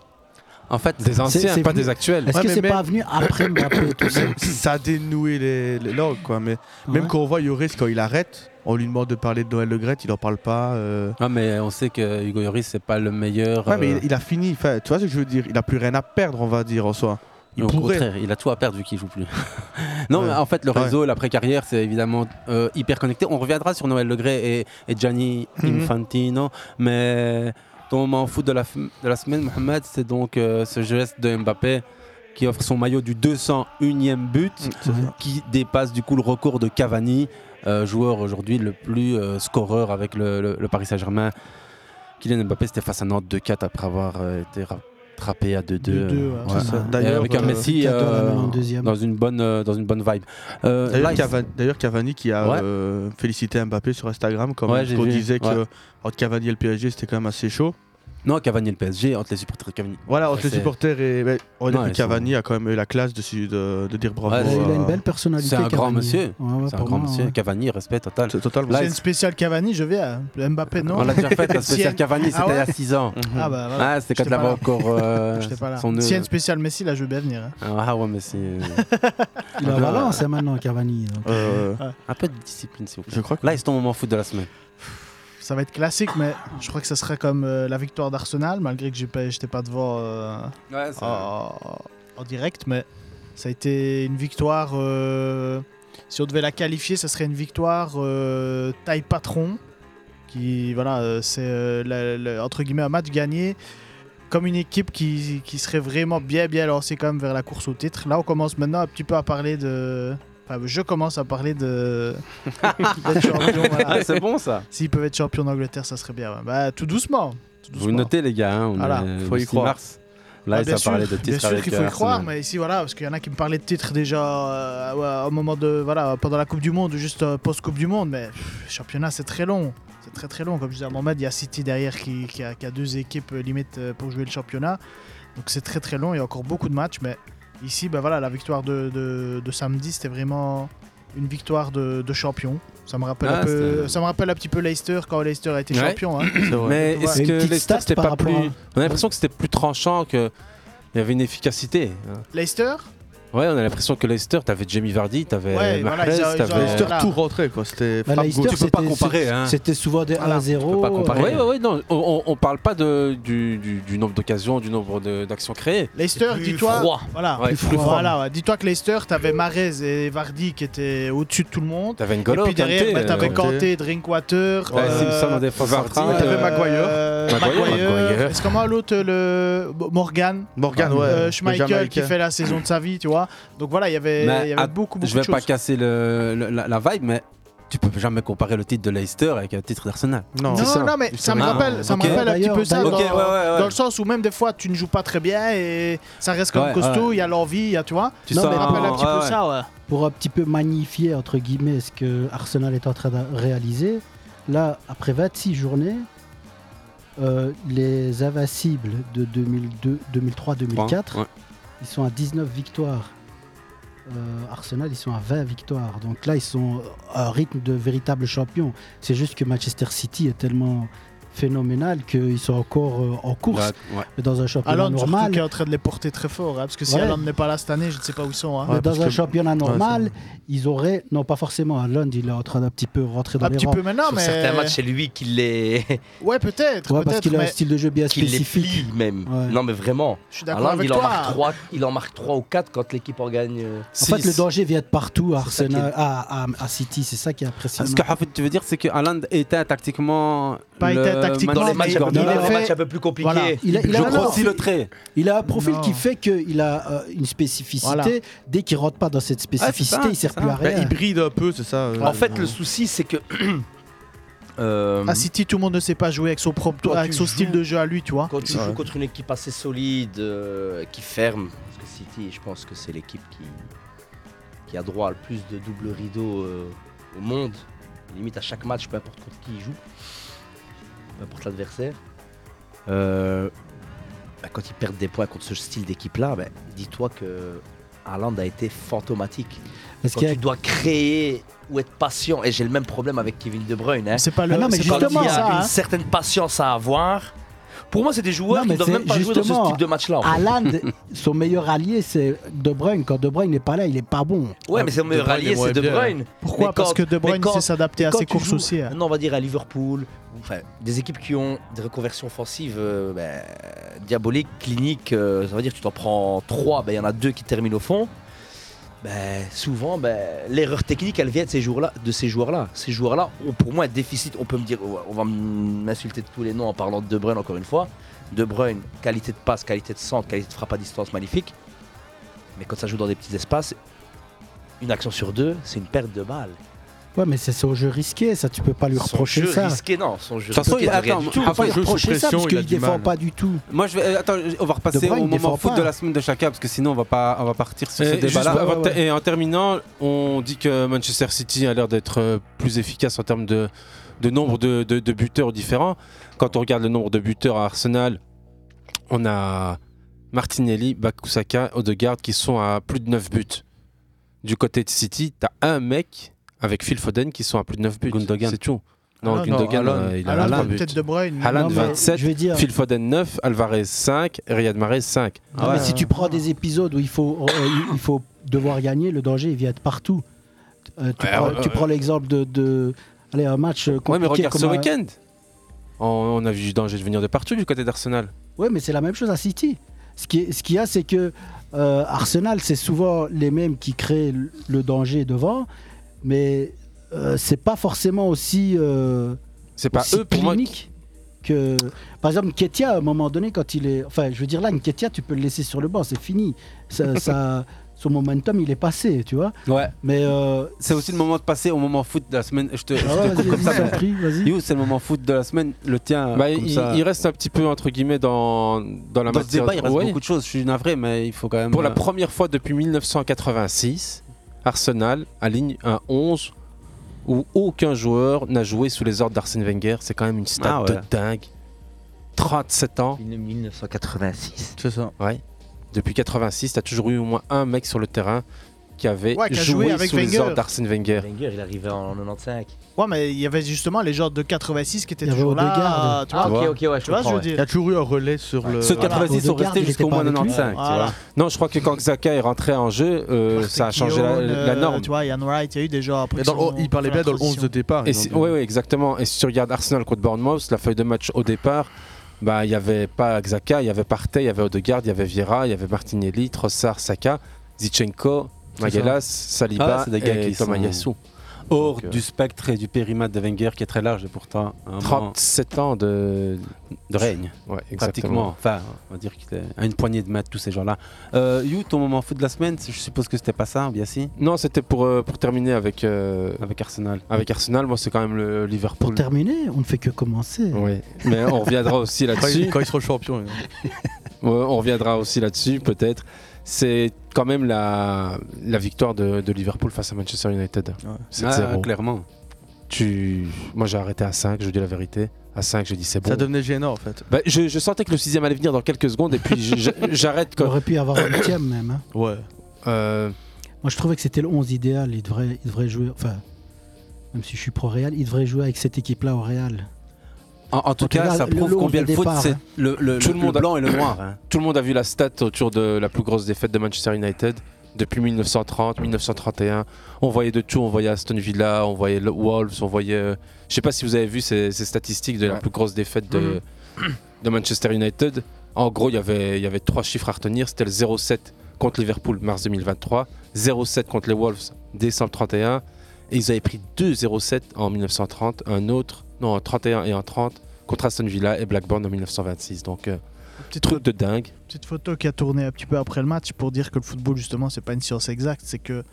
Speaker 8: En fait,
Speaker 9: des anciens,
Speaker 11: C'est- c'est
Speaker 9: pas
Speaker 11: venu-
Speaker 9: des actuels.
Speaker 11: Ouais, mais même-
Speaker 9: Même-
Speaker 11: Ça a dénoué les, les langues, quoi. Mais même
Speaker 8: Ouais.
Speaker 11: quand on voit Yoris, quand il arrête, on lui demande de parler de Noël Le Gret, il en parle pas. euh.
Speaker 8: Ah, mais on sait que Hugo Lloris, c'est pas le meilleur.
Speaker 11: Ouais, mais
Speaker 8: euh,
Speaker 11: il, il a fini. Enfin, tu vois ce que je veux dire Il a plus rien à perdre, on va dire, en soi. Il
Speaker 8: Au
Speaker 11: pourrait.
Speaker 8: contraire, il a tout à perdre vu qu'il joue plus. non,
Speaker 11: Ouais.
Speaker 8: mais en fait, le
Speaker 11: Ouais.
Speaker 8: réseau, l'après-carrière, c'est évidemment euh, hyper connecté. On reviendra sur Noël Legret et, et Gianni
Speaker 11: Mhm.
Speaker 8: Infantino, mais ton moment foot de la, f- de la semaine, Mohamed, c'est donc euh, ce geste de Mbappé qui offre son maillot du 201e but,
Speaker 11: Mm, c'est ça.
Speaker 8: qui dépasse du coup le record de Cavani, euh, joueur aujourd'hui le plus euh, scoreur avec le, le- le Paris Saint-Germain. Kylian Mbappé, c'était face à Nantes 2-4 après avoir euh, été ra- Trappé à 2-2.
Speaker 4: Deux-deux, ouais.
Speaker 8: euh,
Speaker 4: C'est ça.
Speaker 8: Et
Speaker 11: D'ailleurs,
Speaker 8: avec un
Speaker 11: euh,
Speaker 8: Messi
Speaker 11: Qatar
Speaker 8: euh,
Speaker 11: allant en deuxième.
Speaker 8: dans, une bonne, euh, dans une bonne vibe. Euh,
Speaker 11: D'ailleurs,
Speaker 8: Life.
Speaker 11: Cavani, d'ailleurs, Cavani qui a
Speaker 8: Ouais.
Speaker 11: euh, félicité Mbappé sur Instagram quand
Speaker 8: Ouais,
Speaker 11: même,
Speaker 8: j'ai
Speaker 11: on
Speaker 8: vu,
Speaker 11: disait que
Speaker 8: ouais.
Speaker 11: entre Cavani et le PSG c'était quand même assez chaud.
Speaker 8: Non, Cavani et le PSG, entre les supporters et Cavani.
Speaker 11: Voilà, entre
Speaker 8: Ça,
Speaker 11: les
Speaker 8: c'est-
Speaker 11: supporters et ben, on a
Speaker 8: Non,
Speaker 11: dit
Speaker 8: ils
Speaker 11: que Cavani a quand même eu la classe de, su- de, de dire bravo.
Speaker 8: Ouais, c'est-
Speaker 11: à-
Speaker 8: C'est un grand
Speaker 11: Cavani.
Speaker 8: monsieur.
Speaker 11: Ouais, ouais,
Speaker 8: c'est un
Speaker 11: pour
Speaker 8: grand
Speaker 11: moi,
Speaker 8: monsieur.
Speaker 11: ouais.
Speaker 8: Cavani, respect total.
Speaker 11: Totalement.
Speaker 4: C'est une spéciale Cavani, je viens. Le Mbappé, non
Speaker 8: On l'a déjà faite, la
Speaker 4: Si
Speaker 8: spéciale
Speaker 4: elle-
Speaker 8: Cavani,
Speaker 4: Ah
Speaker 8: c'était il y a
Speaker 4: ouais
Speaker 8: 6 ans.
Speaker 4: Ah bah voilà.
Speaker 8: Ah, c'était quand
Speaker 4: J'étais
Speaker 8: il avait
Speaker 4: pas là.
Speaker 8: encore euh,
Speaker 4: J'étais pas là.
Speaker 8: son nœud.
Speaker 4: Si il y a une spéciale Messi, là, je veux bien venir. hein.
Speaker 8: Ah ouais, mais c'est.
Speaker 1: Il est à Valence hein, maintenant, Cavani. donc.
Speaker 8: euh, Un peu de discipline, s'il vous plaît. Je crois Là, c'est ton moment foot de la semaine.
Speaker 4: Ça va être classique, mais je crois que ça sera comme euh, la victoire d'Arsenal, malgré que j'ai pas- j'étais pas devant euh,
Speaker 8: Ouais,
Speaker 4: en, en direct, mais ça a été une victoire. euh, si on devait la qualifier, ça serait une victoire euh, taille patron, qui voilà, euh, c'est euh, la- la- entre guillemets un match gagné. Comme une équipe qui, qui serait vraiment bien bien lancée quand même vers la course au titre. Là, on commence maintenant un petit peu à parler de. Enfin, je commence à parler de. d'être champion, voilà.
Speaker 8: Ah, c'est bon, ça.
Speaker 4: Hein. S'ils peuvent être champions d'Angleterre, ça serait bien. ouais. Bah, tout doucement. Tout
Speaker 8: Vous notez, les gars, hein, on
Speaker 4: Voilà.
Speaker 8: est
Speaker 4: Faut
Speaker 8: le
Speaker 4: y
Speaker 8: 6
Speaker 4: croire.
Speaker 8: mars. Là,
Speaker 4: Ah,
Speaker 8: ça parlait de
Speaker 4: bien
Speaker 8: titre
Speaker 4: sûr
Speaker 8: avec euh,
Speaker 4: qu'il faut y
Speaker 8: Arsenal.
Speaker 4: croire, mais ici voilà, parce qu'il y en a qui me parlaient de titre déjà euh, ouais, au moment de voilà pendant la Coupe du Monde, ou juste euh, post Coupe du Monde, mais pff, championnat c'est très long, c'est très très long. Comme je disais à Mohamed, il y a City derrière qui, qui a, qui a deux équipes euh, limite euh, pour jouer le championnat, donc c'est très très long. Il y a encore beaucoup de matchs, mais ici bah voilà la victoire de, de- de samedi c'était vraiment une victoire de, de champion. Ça me rappelle
Speaker 8: Ah,
Speaker 4: un peu,
Speaker 8: c'était-
Speaker 4: ça me rappelle un petit peu Leicester quand Leicester a été
Speaker 8: Ouais.
Speaker 4: champion. hein.
Speaker 8: Mais
Speaker 4: Donc,
Speaker 8: est-ce
Speaker 4: voilà.
Speaker 8: que les stats, c'était pas plus.
Speaker 4: à-
Speaker 8: On a l'impression que c'était plus tranchant, qu'il y avait une efficacité. hein.
Speaker 4: Leicester
Speaker 8: Ouais, on a l'impression que Leicester, t'avais Jamie Vardy, t'avais
Speaker 4: Ouais, voilà,
Speaker 8: Mahrez,
Speaker 4: ils ont- ils ont-
Speaker 8: t'avais.
Speaker 4: Leicester, voilà. tout
Speaker 11: rentré, quoi. C'était.
Speaker 1: Bah, Leicester,
Speaker 8: tu peux pas
Speaker 1: c'était-
Speaker 8: comparer, hein.
Speaker 1: C'était souvent des 1-0.
Speaker 8: On peut pas comparer.
Speaker 1: euh,
Speaker 8: Ouais, ouais, ouais, non, on, on- on parle pas de, du, du- du nombre d'occasions, du nombre de- d'actions créées.
Speaker 4: Leicester,
Speaker 8: C'est plus
Speaker 4: dis-toi.
Speaker 8: froid.
Speaker 4: Voilà,
Speaker 8: Ouais, plus froid.
Speaker 4: Voilà, ouais. dis-toi que Leicester, t'avais Marez et Vardy qui étaient au-dessus de tout le monde.
Speaker 8: T'avais N'Golo,
Speaker 4: Et puis derrière,
Speaker 8: Kanté,
Speaker 4: bah, t'avais
Speaker 8: euh,
Speaker 4: Kanté, Drinkwater.
Speaker 8: Ouais, Simpson en défense centrale. T'avais Maguire.
Speaker 4: euh,
Speaker 8: Maguire,
Speaker 4: Maguire.
Speaker 8: Maguire.
Speaker 4: Est-ce comment l'autre, le Bo- Morgan
Speaker 11: Morgan, ouais,
Speaker 4: Euh,
Speaker 11: le
Speaker 4: Schmeichel qui
Speaker 11: Jamaïcain.
Speaker 4: fait la saison de sa vie, tu vois. Donc voilà, il y avait, il y avait
Speaker 8: ah,
Speaker 4: beaucoup, beaucoup
Speaker 8: je vais
Speaker 4: de
Speaker 8: pas
Speaker 4: choses.
Speaker 8: casser le- le- la, la vibe, mais tu peux jamais comparer le titre de Leicester avec le titre d'Arsenal.
Speaker 4: Non,
Speaker 8: C'est
Speaker 4: non, mais ça me
Speaker 8: Ah,
Speaker 4: rappelle, ça me
Speaker 8: ok.
Speaker 4: rappelle un petit peu ça.
Speaker 8: Ok,
Speaker 4: dans,
Speaker 8: ouais, ouais, ouais.
Speaker 4: dans le sens où même des fois tu ne joues pas très bien et ça reste quand même
Speaker 1: Ouais,
Speaker 4: costaud,
Speaker 1: ouais.
Speaker 4: il y a l'envie, il y a, tu vois.
Speaker 1: Non,
Speaker 4: ça
Speaker 1: mais
Speaker 4: me rappelle un petit peu ça, ouais.
Speaker 1: Pour un petit peu magnifier, entre guillemets, ce que Arsenal est en train de réaliser, là, après 26 journées, euh, les invincibles de 2002, 2003, 2004,
Speaker 8: Ouais.
Speaker 1: ils sont à 19 victoires. Euh, Arsenal, ils sont à 20 victoires. Donc là, ils sont à un rythme de véritable champion. C'est juste que Manchester City est tellement phénoménal qu'ils sont encore euh, en course.
Speaker 4: Bah,
Speaker 8: Ouais, ouais.
Speaker 1: Mais dans un championnat
Speaker 4: Alonso surtout,
Speaker 1: normal.
Speaker 4: qui est en train de les porter très fort, hein, parce que si
Speaker 1: Ouais.
Speaker 4: Alonso n'est pas là cette année, je ne sais pas où ils sont. hein.
Speaker 1: Mais dans un championnat normal, ils auraient. Non, pas forcément. Lund, il est en train d'un petit peu rentrer dans
Speaker 4: Un
Speaker 1: les
Speaker 4: petit
Speaker 1: rangs.
Speaker 4: peu maintenant,
Speaker 12: Sur
Speaker 4: mais.
Speaker 12: certains matchs, c'est lui qui les.
Speaker 4: Ouais, peut-être.
Speaker 1: Ouais, parce
Speaker 4: peut-être,
Speaker 1: qu'il a un
Speaker 4: mais-
Speaker 1: style de jeu bien
Speaker 12: qui les
Speaker 1: spécifique.
Speaker 12: plie même.
Speaker 1: Ouais.
Speaker 12: Non, mais vraiment.
Speaker 4: Je suis d'accord
Speaker 12: Haaland,
Speaker 4: avec
Speaker 12: il, en
Speaker 4: toi.
Speaker 12: marque 3, il en marque 3 ou 4 quand l'équipe en gagne. euh,
Speaker 1: En
Speaker 12: six.
Speaker 1: fait, le danger vient de partout à, Arsenal, à, à- à City. C'est ça qui est impressionnant.
Speaker 8: Ce que Hafid, tu veux dire, c'est que Haaland était tactiquement.
Speaker 1: Pas
Speaker 8: le
Speaker 1: était
Speaker 8: Manchester
Speaker 1: tactiquement, Dans les matchs un peu-
Speaker 8: Gordon.
Speaker 1: dans les Dans les faits- matchs un
Speaker 12: peu plus compliqués.
Speaker 1: Voilà. Il a, il
Speaker 8: Je
Speaker 1: a- non,
Speaker 8: crois
Speaker 1: non,
Speaker 8: aussi le trait.
Speaker 1: Il a un profil
Speaker 8: Non.
Speaker 1: qui fait qu'il a euh, une spécificité.
Speaker 8: Voilà.
Speaker 1: Dès qu'il rentre pas dans cette
Speaker 11: Ah,
Speaker 1: spécificité, il sert plus à rien.
Speaker 11: Ben, il bride un peu, c'est ça. euh,
Speaker 12: En fait,
Speaker 11: euh,
Speaker 12: le souci, c'est que. euh,
Speaker 1: Ah,
Speaker 4: À Ah, City, tout le monde ne sait pas jouer avec son, propre,
Speaker 12: Quand
Speaker 4: avec
Speaker 12: tu
Speaker 4: son style
Speaker 12: joues-
Speaker 4: de jeu à lui, tu vois.
Speaker 12: Quand tu joues contre une équipe assez solide, euh, qui ferme, parce que City, je pense que c'est l'équipe qui, qui a droit à le plus de double rideau euh, au monde, limite à chaque match, peu importe contre qui il joue, peu importe l'adversaire. Euh, bah, quand ils perdent des points contre ce style d'équipe-là, bah, dis-toi que Haaland a été fantomatique.
Speaker 1: Parce
Speaker 12: quand
Speaker 1: qu'il y a-
Speaker 12: tu dois créer ou être patient, et j'ai le même problème avec Kevin De Bruyne. hein.
Speaker 4: C'est pas le- Ah non, mais
Speaker 12: Quand il y a
Speaker 4: justement, ça,
Speaker 12: une
Speaker 4: hein.
Speaker 12: certaine patience à avoir. Pour moi, c'est des
Speaker 1: Non,
Speaker 12: joueurs qui
Speaker 1: Ah,
Speaker 12: ne
Speaker 1: mais
Speaker 12: doivent
Speaker 1: c'est
Speaker 12: même pas jouer dans ce type de match-là. en fait.
Speaker 1: Haaland, son meilleur allié, c'est De Bruyne. Quand De Bruyne n'est pas là, il est pas bon.
Speaker 12: Ouais, mais c'est me rallier, c'est De Bruyne.
Speaker 4: Pourquoi
Speaker 12: Mais
Speaker 4: Parce
Speaker 12: quand-
Speaker 4: que De Bruyne
Speaker 12: mais quand-
Speaker 4: sait s'adapter à
Speaker 12: quand
Speaker 4: ses
Speaker 12: tu
Speaker 4: courses
Speaker 12: joues-
Speaker 4: aussi, hein.
Speaker 12: Non, on va dire à Liverpool, enfin, des équipes qui ont des reconversions offensives euh, ben, diaboliques, cliniques. euh, ça veut dire que tu t'en prends trois, ben, il y en a deux qui terminent au fond. Ben, souvent, ben, l'erreur technique, elle vient de ces joueurs-là. De ces joueurs-là, ces joueurs-là ont pour moi un déficit. On peut me dire, oh, on va m'insulter de tous les noms en parlant de De Bruyne encore une fois. De Bruyne, qualité de passe, qualité de centre, qualité de frappe à distance, magnifique. Mais quand ça joue dans des petits espaces, une action sur deux, c'est une perte de balle.
Speaker 1: Ouais, mais c'est son jeu risqué, ça, tu peux pas lui reprocher
Speaker 12: jeu
Speaker 1: ça.
Speaker 12: risqué, non, son jeu
Speaker 1: De toute façon,
Speaker 12: risqué,
Speaker 1: il-
Speaker 12: il a rien
Speaker 1: attends,
Speaker 12: du tout.
Speaker 1: on peut
Speaker 12: Son
Speaker 1: lui
Speaker 12: jeu sous
Speaker 1: reprocher ça
Speaker 12: pression,
Speaker 1: parce
Speaker 12: il a
Speaker 1: qu'il
Speaker 12: du
Speaker 1: défend
Speaker 12: mal.
Speaker 1: pas du tout.
Speaker 11: Moi, je vais. euh, attends, je- on va repasser
Speaker 1: Bruyne
Speaker 11: au
Speaker 1: défend
Speaker 11: moment foot
Speaker 1: pas.
Speaker 11: de la semaine de chacun, parce que sinon, on va, pas, on va partir sur ce
Speaker 8: Et, juste
Speaker 11: débat-là.
Speaker 8: avant- et en terminant, on dit que Manchester City a l'air d'être euh, plus efficace en termes de, de nombre de, de- de buteurs différents. Quand on regarde le nombre de buteurs à Arsenal, on a Martinelli, Bakusaka, Odegaard qui sont à plus de 9 buts. Du côté de City, tu as un mec avec Phil Foden qui sont à plus de 9 buts. C'est tout. Non,
Speaker 4: Haaland.
Speaker 8: Gundogan,
Speaker 4: Non, Haaland.
Speaker 8: euh, il a
Speaker 4: Haaland,
Speaker 8: vingt buts.
Speaker 4: peut-être De Bruyne, mais-
Speaker 8: Haaland,
Speaker 4: Non, mais
Speaker 8: 27,
Speaker 1: je vais dire-
Speaker 8: Phil Foden 9, Alvarez 5, Riyad Mahrez 5.
Speaker 12: Ah
Speaker 1: Non,
Speaker 11: Ah
Speaker 1: mais si tu prends des épisodes où il faut, euh, il- il faut devoir gagner, le danger il vient de partout. Euh, tu,
Speaker 8: Ouais,
Speaker 1: prends,
Speaker 8: ouais,
Speaker 1: tu
Speaker 8: ouais.
Speaker 1: prends l'exemple de, de- allez, un match euh, compliqué
Speaker 8: Ouais, mais regarde
Speaker 1: comme
Speaker 8: ce
Speaker 1: un-
Speaker 8: week-end. On, on a vu du danger de venir de partout du côté d'Arsenal.
Speaker 1: Ouais, mais c'est la même chose à City. Ce qui est- ce qu'il y a, c'est que euh, Arsenal, c'est souvent les mêmes qui créent l- le danger devant, mais euh, c'est pas forcément aussi. euh,
Speaker 8: C'est pas
Speaker 1: aussi
Speaker 8: eux pour moi qui-
Speaker 1: clinique que. Par exemple, Ketia, à un moment donné, quand il est. Enfin, je veux dire, là, Ketia, tu peux le laisser sur le banc, c'est fini. Ça, ça- son momentum, il est passé, tu vois.
Speaker 11: Ouais.
Speaker 1: Mais euh,
Speaker 11: c'est aussi le moment de passer au moment foot de la semaine. Je te, je
Speaker 1: Ah ouais,
Speaker 11: te coupe
Speaker 1: vas-y,
Speaker 11: comme ça.
Speaker 1: vas-y,
Speaker 11: mais- You, c'est le moment foot de la semaine. Le tien.
Speaker 8: Bah,
Speaker 11: comme
Speaker 8: il,
Speaker 11: ça.
Speaker 8: il reste un petit peu entre guillemets dans, dans la
Speaker 11: Dans ce
Speaker 8: matière.
Speaker 11: débat, il reste
Speaker 8: Ouais.
Speaker 11: beaucoup de choses. Je suis navré, mais il faut quand même.
Speaker 8: Pour la
Speaker 11: euh,
Speaker 8: première fois depuis 1986, Arsenal aligne un 11 où aucun joueur n'a joué sous les ordres d'Arsène Wenger. C'est quand même une stat
Speaker 11: Ah ouais.
Speaker 8: de dingue. 37 ans.
Speaker 12: 1986.
Speaker 11: C'est ça.
Speaker 8: Ouais. Depuis 86, t'as toujours eu au moins un mec sur le terrain qui avait
Speaker 4: Ouais, qui a
Speaker 8: joué,
Speaker 4: joué avec
Speaker 8: sous les
Speaker 4: Wenger.
Speaker 8: ordres d'Arsène Wenger.
Speaker 12: Wenger, il arrivait en 95.
Speaker 4: Ouais, mais il y avait justement les genres de 86 qui étaient
Speaker 12: Il y avait
Speaker 4: toujours là.
Speaker 12: Odegaard.
Speaker 4: tu vois.
Speaker 12: Ah, ok, ok, ouais, je
Speaker 4: Tu vois,
Speaker 12: comprends,
Speaker 4: je veux
Speaker 12: ouais.
Speaker 4: dire.
Speaker 13: Il y a toujours eu un relais sur le.
Speaker 8: Ceux de
Speaker 13: Voilà.
Speaker 8: 86 sont restés jusqu'au moins 95. tu vois.
Speaker 4: Voilà.
Speaker 8: Non, je crois que quand Xhaka est rentré en jeu, euh, ça a changé la,
Speaker 4: Guillaume,
Speaker 8: la
Speaker 4: euh,
Speaker 8: norme.
Speaker 4: Tu vois, Ian Wright, il y a eu des gens après.
Speaker 13: Mais dans le- il parlait bien dans le 11 de départ.
Speaker 8: Et
Speaker 13: ils ont
Speaker 8: si-
Speaker 13: dit.
Speaker 8: ouais, ouais, exactement. Et si tu regardes Arsenal contre Bournemouth, la feuille de match au départ, bah il y avait pas Xhaka, il y avait Partey, il y avait Odegaard, il y avait Vieira, il y avait Martinelli, Trossard, Saka, Zichenko,
Speaker 11: C'est
Speaker 8: Magallas,
Speaker 11: ça.
Speaker 8: Saliba
Speaker 11: Ah, c'est des gars
Speaker 8: et
Speaker 11: qui sont
Speaker 8: Tomayasu.
Speaker 11: Hors
Speaker 8: Donc, euh,
Speaker 11: du spectre et du périmètre de Wenger qui est très large et pourtant. à un moment-
Speaker 8: 37 ans de, de règne. Ouais,
Speaker 11: Pratiquement.
Speaker 8: exactement.
Speaker 11: Enfin, on va dire qu'il est à une poignée de mètres, tous ces gens-là. Euh, you, ton moment foot de la semaine, je suppose que c'était pas ça, ou bien si
Speaker 8: Non, c'était pour, euh, pour terminer avec, euh,
Speaker 11: avec Arsenal.
Speaker 8: Avec Arsenal, moi, c'est quand même le Liverpool.
Speaker 1: Terminé, on ne fait que commencer.
Speaker 8: Oui, mais on reviendra aussi là-dessus.
Speaker 13: Quand ils seront champions.
Speaker 8: Ouais, on reviendra aussi là-dessus, peut-être. C'est quand même la, la victoire de, de Liverpool face à Manchester United. 7-0.
Speaker 11: Ah, clairement.
Speaker 8: Tu... Moi, j'ai arrêté à 5, je dis la vérité. À 5, j'ai dit c'est bon.
Speaker 13: Ça devenait gênant en fait.
Speaker 8: Bah, je, je sentais que le 6 allait venir dans quelques secondes et puis j- j- j'arrête.
Speaker 1: On
Speaker 8: Quand...
Speaker 1: aurait pu avoir un huitième même. hein.
Speaker 13: Ouais.
Speaker 8: Euh,
Speaker 1: Moi, je trouvais que c'était le 11 idéal. Il devrait, il devrait jouer. Enfin, même si je suis pro-Real, il devrait jouer avec cette équipe-là au Real.
Speaker 11: En, en tout
Speaker 1: En tout
Speaker 11: cas,
Speaker 1: cas,
Speaker 11: ça
Speaker 1: le
Speaker 11: prouve
Speaker 1: lourd
Speaker 11: combien
Speaker 1: de
Speaker 11: le foot,
Speaker 1: départ,
Speaker 11: c'est
Speaker 1: hein.
Speaker 11: le, le- le- le blanc et le noir. hein.
Speaker 8: Tout le monde a vu la stat autour de la plus grosse défaite de Manchester United depuis 1930, 1931. On voyait de tout, on voyait Aston Villa, on voyait le Wolves, on voyait. euh, Je sais pas si vous avez vu ces, ces statistiques de la plus grosse défaite de,
Speaker 11: Mm-hmm.
Speaker 8: de Manchester United. En gros, il y avait- il y avait trois chiffres à retenir. C'était le 0,7 contre Liverpool, mars 2023, 0,7 contre les Wolves, décembre 31. Et ils avaient pris 2,07 en 1930, un autre, non, en 31 et en 30 contre Aston Villa et Blackburn en 1926. Donc, euh, truc de dingue.
Speaker 4: petite photo qui a tourné un petit peu après le match pour dire que le football justement c'est pas une science exacte, c'est que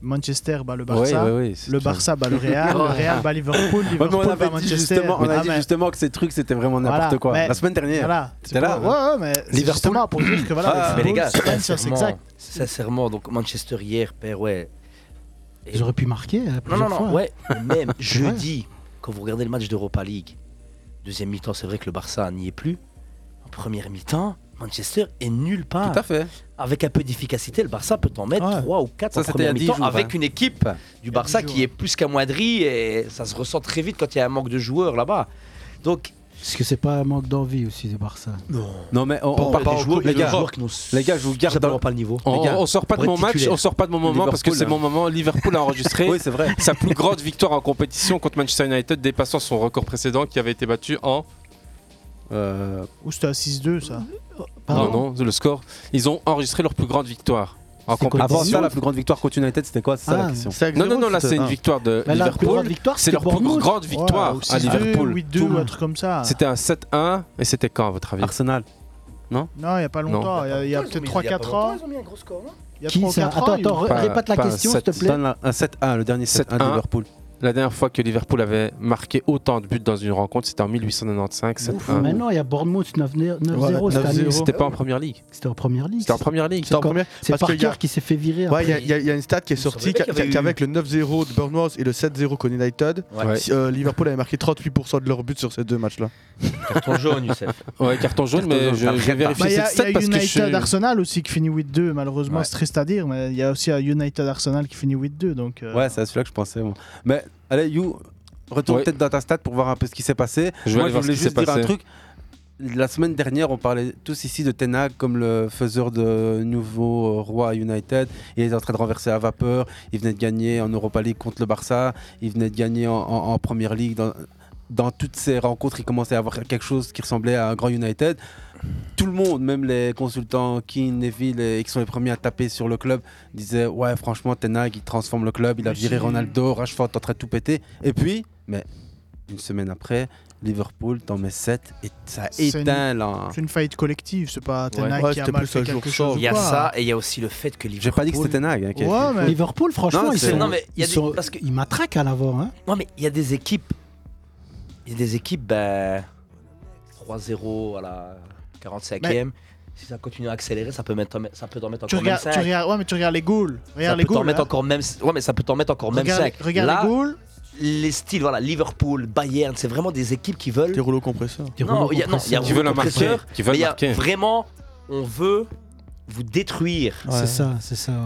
Speaker 4: Manchester bat le Barça,
Speaker 11: Ouais, ouais, ouais, c'est
Speaker 4: le
Speaker 11: clair.
Speaker 4: Barça bat le Real, le Real bat Liverpool,
Speaker 11: Ouais, mais
Speaker 4: Liverpool
Speaker 11: on avait
Speaker 4: bat
Speaker 11: dit
Speaker 4: Manchester.
Speaker 11: Justement, on a
Speaker 4: Ah,
Speaker 11: dit
Speaker 4: mais-
Speaker 11: justement que ces trucs c'était vraiment n'importe
Speaker 4: Voilà,
Speaker 11: quoi.
Speaker 4: mais-
Speaker 11: La semaine dernière.
Speaker 4: Voilà,
Speaker 11: T'étais
Speaker 4: c'est
Speaker 11: là.
Speaker 4: pour-
Speaker 11: hein.
Speaker 4: ouais, ouais, mais c'est justement pour dire que voilà, le
Speaker 12: Ah, mais les
Speaker 4: football,
Speaker 12: gars,
Speaker 4: c'est pas une science
Speaker 12: sincèrement,
Speaker 4: exacte.
Speaker 12: sincèrement, donc Manchester hier perd, ouais.
Speaker 1: Ils auraient pu marquer. hein,
Speaker 12: Non, non,
Speaker 1: plusieurs
Speaker 12: non,
Speaker 1: fois.
Speaker 12: ouais.
Speaker 1: hein.
Speaker 12: mais Même jeudi, quand vous regardez le match d'Europa League, deuxième mi-temps, c'est vrai que le Barça n'y est plus. En première mi-temps, Manchester est nulle part.
Speaker 11: Tout à fait.
Speaker 12: Avec un peu d'efficacité, le Barça peut en mettre 3 ou 4
Speaker 11: Ça,
Speaker 12: en
Speaker 11: c'était il y
Speaker 12: première
Speaker 11: a dix
Speaker 12: mi-temps
Speaker 11: jours,
Speaker 12: avec
Speaker 11: hein.
Speaker 12: une équipe du Barça qui est plus qu'amoindrie et ça se ressent très vite quand il y a un manque de joueurs là-bas. Donc,
Speaker 1: Est-ce que c'est pas un manque d'envie aussi du Barça
Speaker 11: Non mais on,
Speaker 12: Pas
Speaker 11: on
Speaker 12: en
Speaker 11: parle
Speaker 12: Coupe,
Speaker 11: les
Speaker 12: les
Speaker 11: gars.
Speaker 12: joueurs qui n'ont
Speaker 11: les gars, je vous garde
Speaker 12: simplement pas le niveau.
Speaker 8: On,
Speaker 11: Les gars,
Speaker 8: on sort pas de
Speaker 11: pour
Speaker 8: mon
Speaker 11: être
Speaker 8: match,
Speaker 11: titulaire.
Speaker 8: on sort pas de mon moment parce que c'est
Speaker 11: Liverpool,
Speaker 8: mon
Speaker 11: hein.
Speaker 8: moment. Liverpool a enregistré
Speaker 11: Oui, c'est vrai.
Speaker 8: sa plus grande victoire en compétition contre Manchester United, dépassant son record précédent qui avait été battu en. euh,
Speaker 4: Ou c'était à 6-2 ça.
Speaker 8: Non, non, le score. Ils ont enregistré leur plus grande victoire. En
Speaker 11: Avant
Speaker 8: compétition.
Speaker 11: ça, la plus grande victoire contre United, c'était quoi Ah, C'est
Speaker 4: Ah,
Speaker 11: ça la question.
Speaker 8: Non, non, non, là c'est une victoire de
Speaker 11: Mais Bah, la plus
Speaker 8: Liverpool.
Speaker 11: grande victoire,
Speaker 8: C'est leur
Speaker 11: c'était
Speaker 8: plus
Speaker 11: Bournemouth.
Speaker 8: grande victoire
Speaker 4: Ouais, ou
Speaker 8: à
Speaker 4: 6-2,
Speaker 8: Liverpool.
Speaker 4: 8-2 ou un truc comme ça.
Speaker 8: C'était un 7-1 et c'était quand à votre avis
Speaker 11: Arsenal. Non
Speaker 4: Non, il y a pas longtemps, il y a- il y a, peut-être 3-4 ans.
Speaker 12: Ils ont mis un gros score, hein. non
Speaker 4: Il y a
Speaker 11: Qui
Speaker 4: 3 ou
Speaker 11: ça
Speaker 4: 4
Speaker 11: Attends,
Speaker 4: ans.
Speaker 11: attends,
Speaker 4: ils-
Speaker 11: re- Pas- répète la pas question, un s'il te 7-1. plaît. Donne la- un 7-1, le dernier 7-1 de Liverpool.
Speaker 9: La dernière fois que Liverpool avait marqué autant de buts dans une rencontre, c'était en 1895.
Speaker 1: Ouf,
Speaker 9: 7-1.
Speaker 1: Maintenant, il y a Bournemouth 9-0.
Speaker 9: Ouais,
Speaker 1: cette année.
Speaker 9: C'était pas en première ligue.
Speaker 1: C'était en première ligue.
Speaker 9: C'était en première ligue.
Speaker 1: C'est
Speaker 11: en première-
Speaker 1: C'est
Speaker 11: parce que y
Speaker 1: Parker
Speaker 11: a-
Speaker 1: qui s'est fait virer.
Speaker 11: Ouais,
Speaker 1: après.
Speaker 11: il y a- il y, a- il y a une stat qui est sortie
Speaker 1: qu'il y
Speaker 11: qu'a-
Speaker 1: avait eu-
Speaker 11: qu'avec le 9-0 de Bournemouth et le 7-0 contre United,
Speaker 9: Ouais.
Speaker 11: si, euh, Liverpool avait marqué 38% de leurs buts sur ces deux matchs-là.
Speaker 12: Carton jaune, Youssef.
Speaker 9: Ouais, carton jaune, mais je- je vais vérifier
Speaker 4: Bah, Il y a,
Speaker 9: cette stat
Speaker 4: il y a
Speaker 9: parce que je
Speaker 4: United
Speaker 9: suis-
Speaker 4: Arsenal aussi qui finit 8-2. Malheureusement,
Speaker 9: Ouais.
Speaker 4: c'est triste à dire, mais il y a aussi un United Arsenal qui finit 8-2. Donc, euh,
Speaker 8: Ouais, c'est à celui-là que je pensais. moi. Mais allez, You, retourne
Speaker 9: Ouais.
Speaker 8: peut-être dans ta stat pour voir un peu ce qui s'est passé.
Speaker 9: Je vais
Speaker 8: Moi,
Speaker 9: aller voir
Speaker 8: je voulais
Speaker 9: ce qui s'est
Speaker 8: juste dire un
Speaker 9: passé.
Speaker 8: truc. La semaine dernière, on parlait tous ici de Tenag comme le faiseur de nouveau euh, roi à United. Il est en train de renverser à vapeur. Il venait de gagner en Europa League contre le Barça. Il venait de gagner en, en- en Première League. Dans, dans toutes ces rencontres, il commençait à avoir quelque chose qui ressemblait à un grand United tout le monde, même les consultants Keane, Neville, et- qui sont les premiers à taper sur le club, disaient Ouais, franchement, Tenag, il transforme le club, il a
Speaker 11: Mais
Speaker 8: viré
Speaker 11: si.
Speaker 8: Ronaldo, Rashford est en train de tout péter. Et puis, mais une semaine après, Liverpool t'en met 7 et ça
Speaker 4: c'est une-
Speaker 8: éteint là.
Speaker 4: C'est une faillite collective, c'est pas Tenag qui a mal fait quelque chose.
Speaker 12: Il y a ça et il y a aussi le fait que Liverpool.
Speaker 8: J'ai pas dit que c'était Tenag. hein, qui a fait le coup.
Speaker 1: Liverpool, franchement,
Speaker 8: Non,
Speaker 1: ils
Speaker 8: c'est-
Speaker 1: sont.
Speaker 12: Non, mais il y a
Speaker 1: ils
Speaker 12: des-
Speaker 1: sont-
Speaker 12: parce que-
Speaker 1: ils matraquent à l'avant. hein.
Speaker 12: Non, mais il y a des équipes. Il y a des équipes, ben, 3-0 à la 45e. Si ça continue à accélérer, ça peut, mettre, ça peut t'en mettre
Speaker 4: Tu
Speaker 12: encore même
Speaker 4: regardes, tu
Speaker 12: 5.
Speaker 4: regardes- ouais, mais tu regardes les goals.
Speaker 12: ça
Speaker 4: Regarde les
Speaker 12: peut t'en
Speaker 4: goals.
Speaker 12: mettre
Speaker 4: hein.
Speaker 12: encore même. Ouais, mais ça peut t'en mettre encore
Speaker 4: Regarde-
Speaker 12: même 5.
Speaker 4: regarde
Speaker 12: Là,
Speaker 4: les goals.
Speaker 12: Les styles, voilà, Liverpool, Bayern, c'est vraiment des équipes qui veulent. Des
Speaker 11: rouleaux compresseurs.
Speaker 12: Non, il y a, non, il y a
Speaker 9: Qui veulent
Speaker 12: rouleaux
Speaker 9: marquer,
Speaker 12: compresseurs,
Speaker 9: qui veulent
Speaker 12: mais il y a
Speaker 9: marquer.
Speaker 12: Vraiment, on veut vous détruire.
Speaker 1: C'est ça, c'est ça. ouais.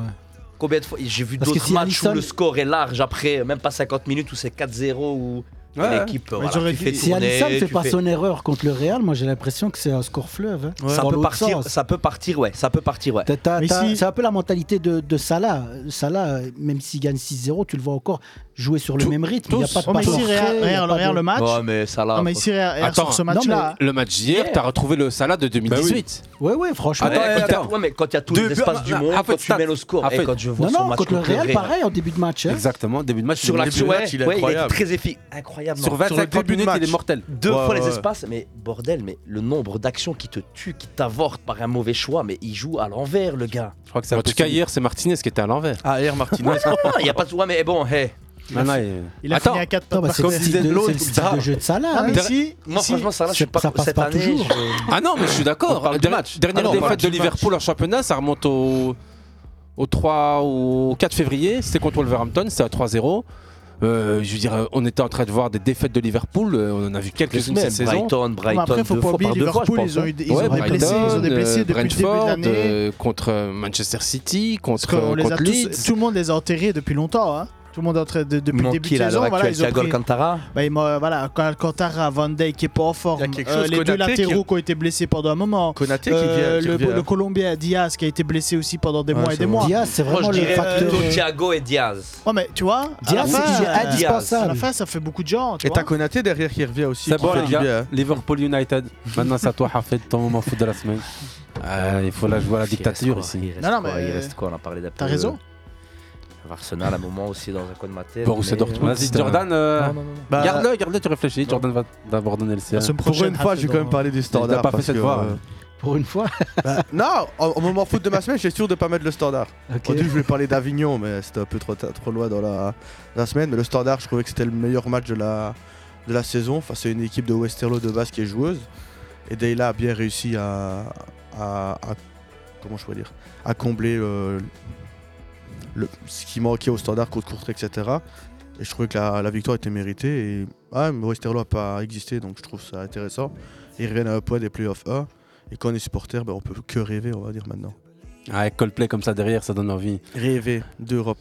Speaker 12: Combien de fois J'ai vu
Speaker 1: Parce que
Speaker 12: d'autres
Speaker 1: si
Speaker 12: matchs
Speaker 1: Alisson-
Speaker 12: où le score est large après, même pas 50 minutes, où c'est 4-0 ou
Speaker 1: Ouais,
Speaker 12: l'équipe.
Speaker 1: ouais.
Speaker 12: voilà, tu fais
Speaker 1: Si
Speaker 12: tourner,
Speaker 1: Alisson ne fait
Speaker 12: tu
Speaker 1: pas
Speaker 12: fais-
Speaker 1: son erreur contre le Real, moi j'ai l'impression que c'est un score fleuve. hein.
Speaker 12: ça,
Speaker 1: Dans
Speaker 12: peut
Speaker 1: l'autre
Speaker 12: partir,
Speaker 1: sens.
Speaker 12: ça peut partir, ouais. Ça peut partir, ouais.
Speaker 1: T'as- t'as- t'as- C'est un peu la mentalité de, de Salah. Salah, même s'il gagne 6-0, tu le vois encore jouer sur le même rythme. Il n'y a pas de
Speaker 4: Oh, mais
Speaker 1: passe
Speaker 4: si,
Speaker 1: en retrait,
Speaker 4: Real-
Speaker 1: il y a
Speaker 4: Real-
Speaker 1: pas de-
Speaker 4: Real le match.
Speaker 12: Ouais, Ah, mais ça là.
Speaker 4: Non, mais ici, Real- Real sur ce match-là.
Speaker 9: le match d'hier,
Speaker 12: Hier.
Speaker 9: t'as retrouvé le
Speaker 12: Bah
Speaker 9: Salah de 2018.
Speaker 1: Ouais, ouais, franchement.
Speaker 9: Attends,
Speaker 12: Ouais, quand
Speaker 9: attends.
Speaker 12: t'as- ouais, mais quand il y a tout
Speaker 9: Deux buts,
Speaker 12: l'espace du
Speaker 9: ah,
Speaker 12: monde,
Speaker 9: ah,
Speaker 12: quand
Speaker 9: fait,
Speaker 12: tu
Speaker 9: stat.
Speaker 12: mets le score,
Speaker 9: Ah,
Speaker 12: et
Speaker 9: fait.
Speaker 12: quand je vois
Speaker 1: Non,
Speaker 12: son
Speaker 1: non,
Speaker 12: match
Speaker 1: contre le Real,
Speaker 12: Real,
Speaker 1: pareil, en début de match. hein.
Speaker 8: Exactement, début de match. il
Speaker 12: sur
Speaker 8: est début
Speaker 12: l'action,
Speaker 8: de
Speaker 12: ouais,
Speaker 8: match,
Speaker 12: ouais, il est très efficace. Incroyable.
Speaker 8: Sur 25 minutes, il est mortel.
Speaker 12: Deux
Speaker 8: Ouais,
Speaker 12: fois
Speaker 8: ouais,
Speaker 12: les
Speaker 8: ouais.
Speaker 12: espaces, mais bordel, mais le nombre d'actions qui te tuent, qui t'avortent par un mauvais choix, mais il joue à l'envers, le gars.
Speaker 8: Je crois que c'est
Speaker 9: En
Speaker 8: un peu
Speaker 9: tout cas,
Speaker 8: fini.
Speaker 9: hier, c'est Martinez qui était à l'envers.
Speaker 11: Ah, hier, Martinez.
Speaker 12: Il n'y a pas de. Ouais, mais bon, hé.
Speaker 9: Non, non,
Speaker 4: Il a
Speaker 9: Attends.
Speaker 4: fini à 4
Speaker 1: Attends, bah, c'est le style de- c'est le style de jeu de Salah.
Speaker 4: Ah, mais
Speaker 1: hein.
Speaker 4: si,
Speaker 12: Moi,
Speaker 4: si.
Speaker 12: franchement, ça là, je suis
Speaker 1: C'est-
Speaker 12: pas.
Speaker 1: ça passe
Speaker 12: cette
Speaker 1: pas
Speaker 12: année,
Speaker 1: toujours.
Speaker 12: je-
Speaker 9: Ah non, mais je suis d'accord. Der- Dernière
Speaker 11: Ah non, on parle
Speaker 9: défaite de
Speaker 11: du
Speaker 9: Liverpool en championnat, ça remonte au, au 3 ou au 4 février. C'était contre Wolverhampton, c'était à 3-0. Euh, je veux dire, euh, on était en train de voir des défaites de Liverpool. euh, On en a vu quelques-unes
Speaker 12: Même
Speaker 9: cette saison.
Speaker 12: Brighton,
Speaker 4: Non, mais
Speaker 12: Brighton.
Speaker 4: après, faut
Speaker 12: deux
Speaker 4: pas
Speaker 12: fois
Speaker 4: oublier
Speaker 12: par deux fois, je
Speaker 4: Liverpool,
Speaker 12: pense,
Speaker 4: ils ont
Speaker 12: hein.
Speaker 4: eu des- ils ont des blessés, ils ont des blessés depuis le début de
Speaker 9: euh, Brentford,
Speaker 4: l'année.
Speaker 9: euh, contre euh, Manchester City, contre,
Speaker 4: Parce qu'on les a
Speaker 9: contre
Speaker 4: tous-
Speaker 9: Leeds.
Speaker 4: tout le monde les a enterrés depuis longtemps. hein. Tout le monde est enterré de- depuis le
Speaker 12: Manqué,
Speaker 4: début de
Speaker 12: là, à l'heure
Speaker 4: saison. Voilà,
Speaker 12: actuelle,
Speaker 4: ils ont
Speaker 12: Thiago
Speaker 4: pris-
Speaker 12: Alcantara.
Speaker 4: Bah, il m'a- voilà, quand Alcantara, Van Dijk qui est pas en
Speaker 11: Il
Speaker 4: forme,
Speaker 11: y a quelque
Speaker 4: euh,
Speaker 11: chose,
Speaker 4: les deux
Speaker 11: Konaté qui-
Speaker 4: latéraux qui ont été blessés pendant un moment,
Speaker 11: Konaté qui
Speaker 4: Euh,
Speaker 11: vient- qui
Speaker 4: le,
Speaker 11: revient.
Speaker 4: le Colombien Diaz qui a été blessé aussi pendant des
Speaker 11: Ouais,
Speaker 4: mois et
Speaker 11: c'est
Speaker 4: des
Speaker 11: vrai.
Speaker 4: mois.
Speaker 1: Diaz, c'est
Speaker 12: Moi,
Speaker 1: vraiment le
Speaker 12: je
Speaker 4: euh,
Speaker 12: dirais
Speaker 1: facteur.
Speaker 12: plutôt Thiago et Diaz.
Speaker 4: Ouais, mais tu vois, à la,
Speaker 1: Diaz,
Speaker 4: fin,
Speaker 1: il est
Speaker 4: euh,
Speaker 1: indispensable.
Speaker 4: à la fin, ça fait beaucoup de gens. Ah, Tu
Speaker 11: Et
Speaker 4: vois.
Speaker 11: t'as Konaté derrière qui revient aussi.
Speaker 8: C'est
Speaker 11: qui
Speaker 8: bon,
Speaker 11: fait
Speaker 8: les
Speaker 11: du bien,
Speaker 8: gars.
Speaker 11: hein.
Speaker 8: Liverpool United. Maintenant, c'est à toi, Hafid, ton moment foot de la semaine. Ah, il faut la jouer à la
Speaker 12: Il reste
Speaker 8: dictature
Speaker 12: quoi,
Speaker 8: ici.
Speaker 12: il reste
Speaker 4: Non, non,
Speaker 12: quoi,
Speaker 4: mais-
Speaker 12: Il reste quoi On a parlé d'un peu.
Speaker 4: T'as raison.
Speaker 12: Arsenal à un moment aussi dans un coin de ma tête.
Speaker 8: Borussia
Speaker 12: mais-
Speaker 8: Dortmund. Vas-y, Jordan. euh,
Speaker 11: Bah,
Speaker 8: Garde-le, garde-le, tu réfléchis. Jordan va d'abord donner le sien.
Speaker 4: La semaine
Speaker 11: Pour
Speaker 4: prochaine,
Speaker 11: une fois,
Speaker 4: Hafid,
Speaker 11: je vais quand
Speaker 4: on-
Speaker 11: même parler du
Speaker 8: Il l'a
Speaker 11: standard.
Speaker 8: pas fait
Speaker 11: parce
Speaker 8: cette
Speaker 11: que,
Speaker 8: fois,
Speaker 11: euh,
Speaker 8: hein.
Speaker 1: Pour une fois.
Speaker 11: Bah, non, au, au moment foot de ma semaine, j'ai sûr de pas mettre le standard.
Speaker 1: Ok.
Speaker 11: Au début, je voulais parler d'Avignon, mais c'était un peu trop, ta- trop loin dans la, la semaine. Mais le standard, je trouvais que c'était le meilleur match de la, de la saison face à une équipe de Westerlo de base qui est joueuse. Et Deyla a bien réussi à, à- à- comment je pourrais dire, à combler euh, le, ce qui manquait au standard contre courte, etc. Et je trouvais que la, la victoire était méritée. Et ah, mais Westerlo n'a pas existé, donc je trouve ça intéressant. Ils reviennent à un point des playoffs 1. Et quand on est supporter, ben, on peut que rêver, on va dire maintenant.
Speaker 4: hein.
Speaker 8: Ah, avec Coldplay comme ça derrière, ça donne envie.
Speaker 11: Rêver d'Europe.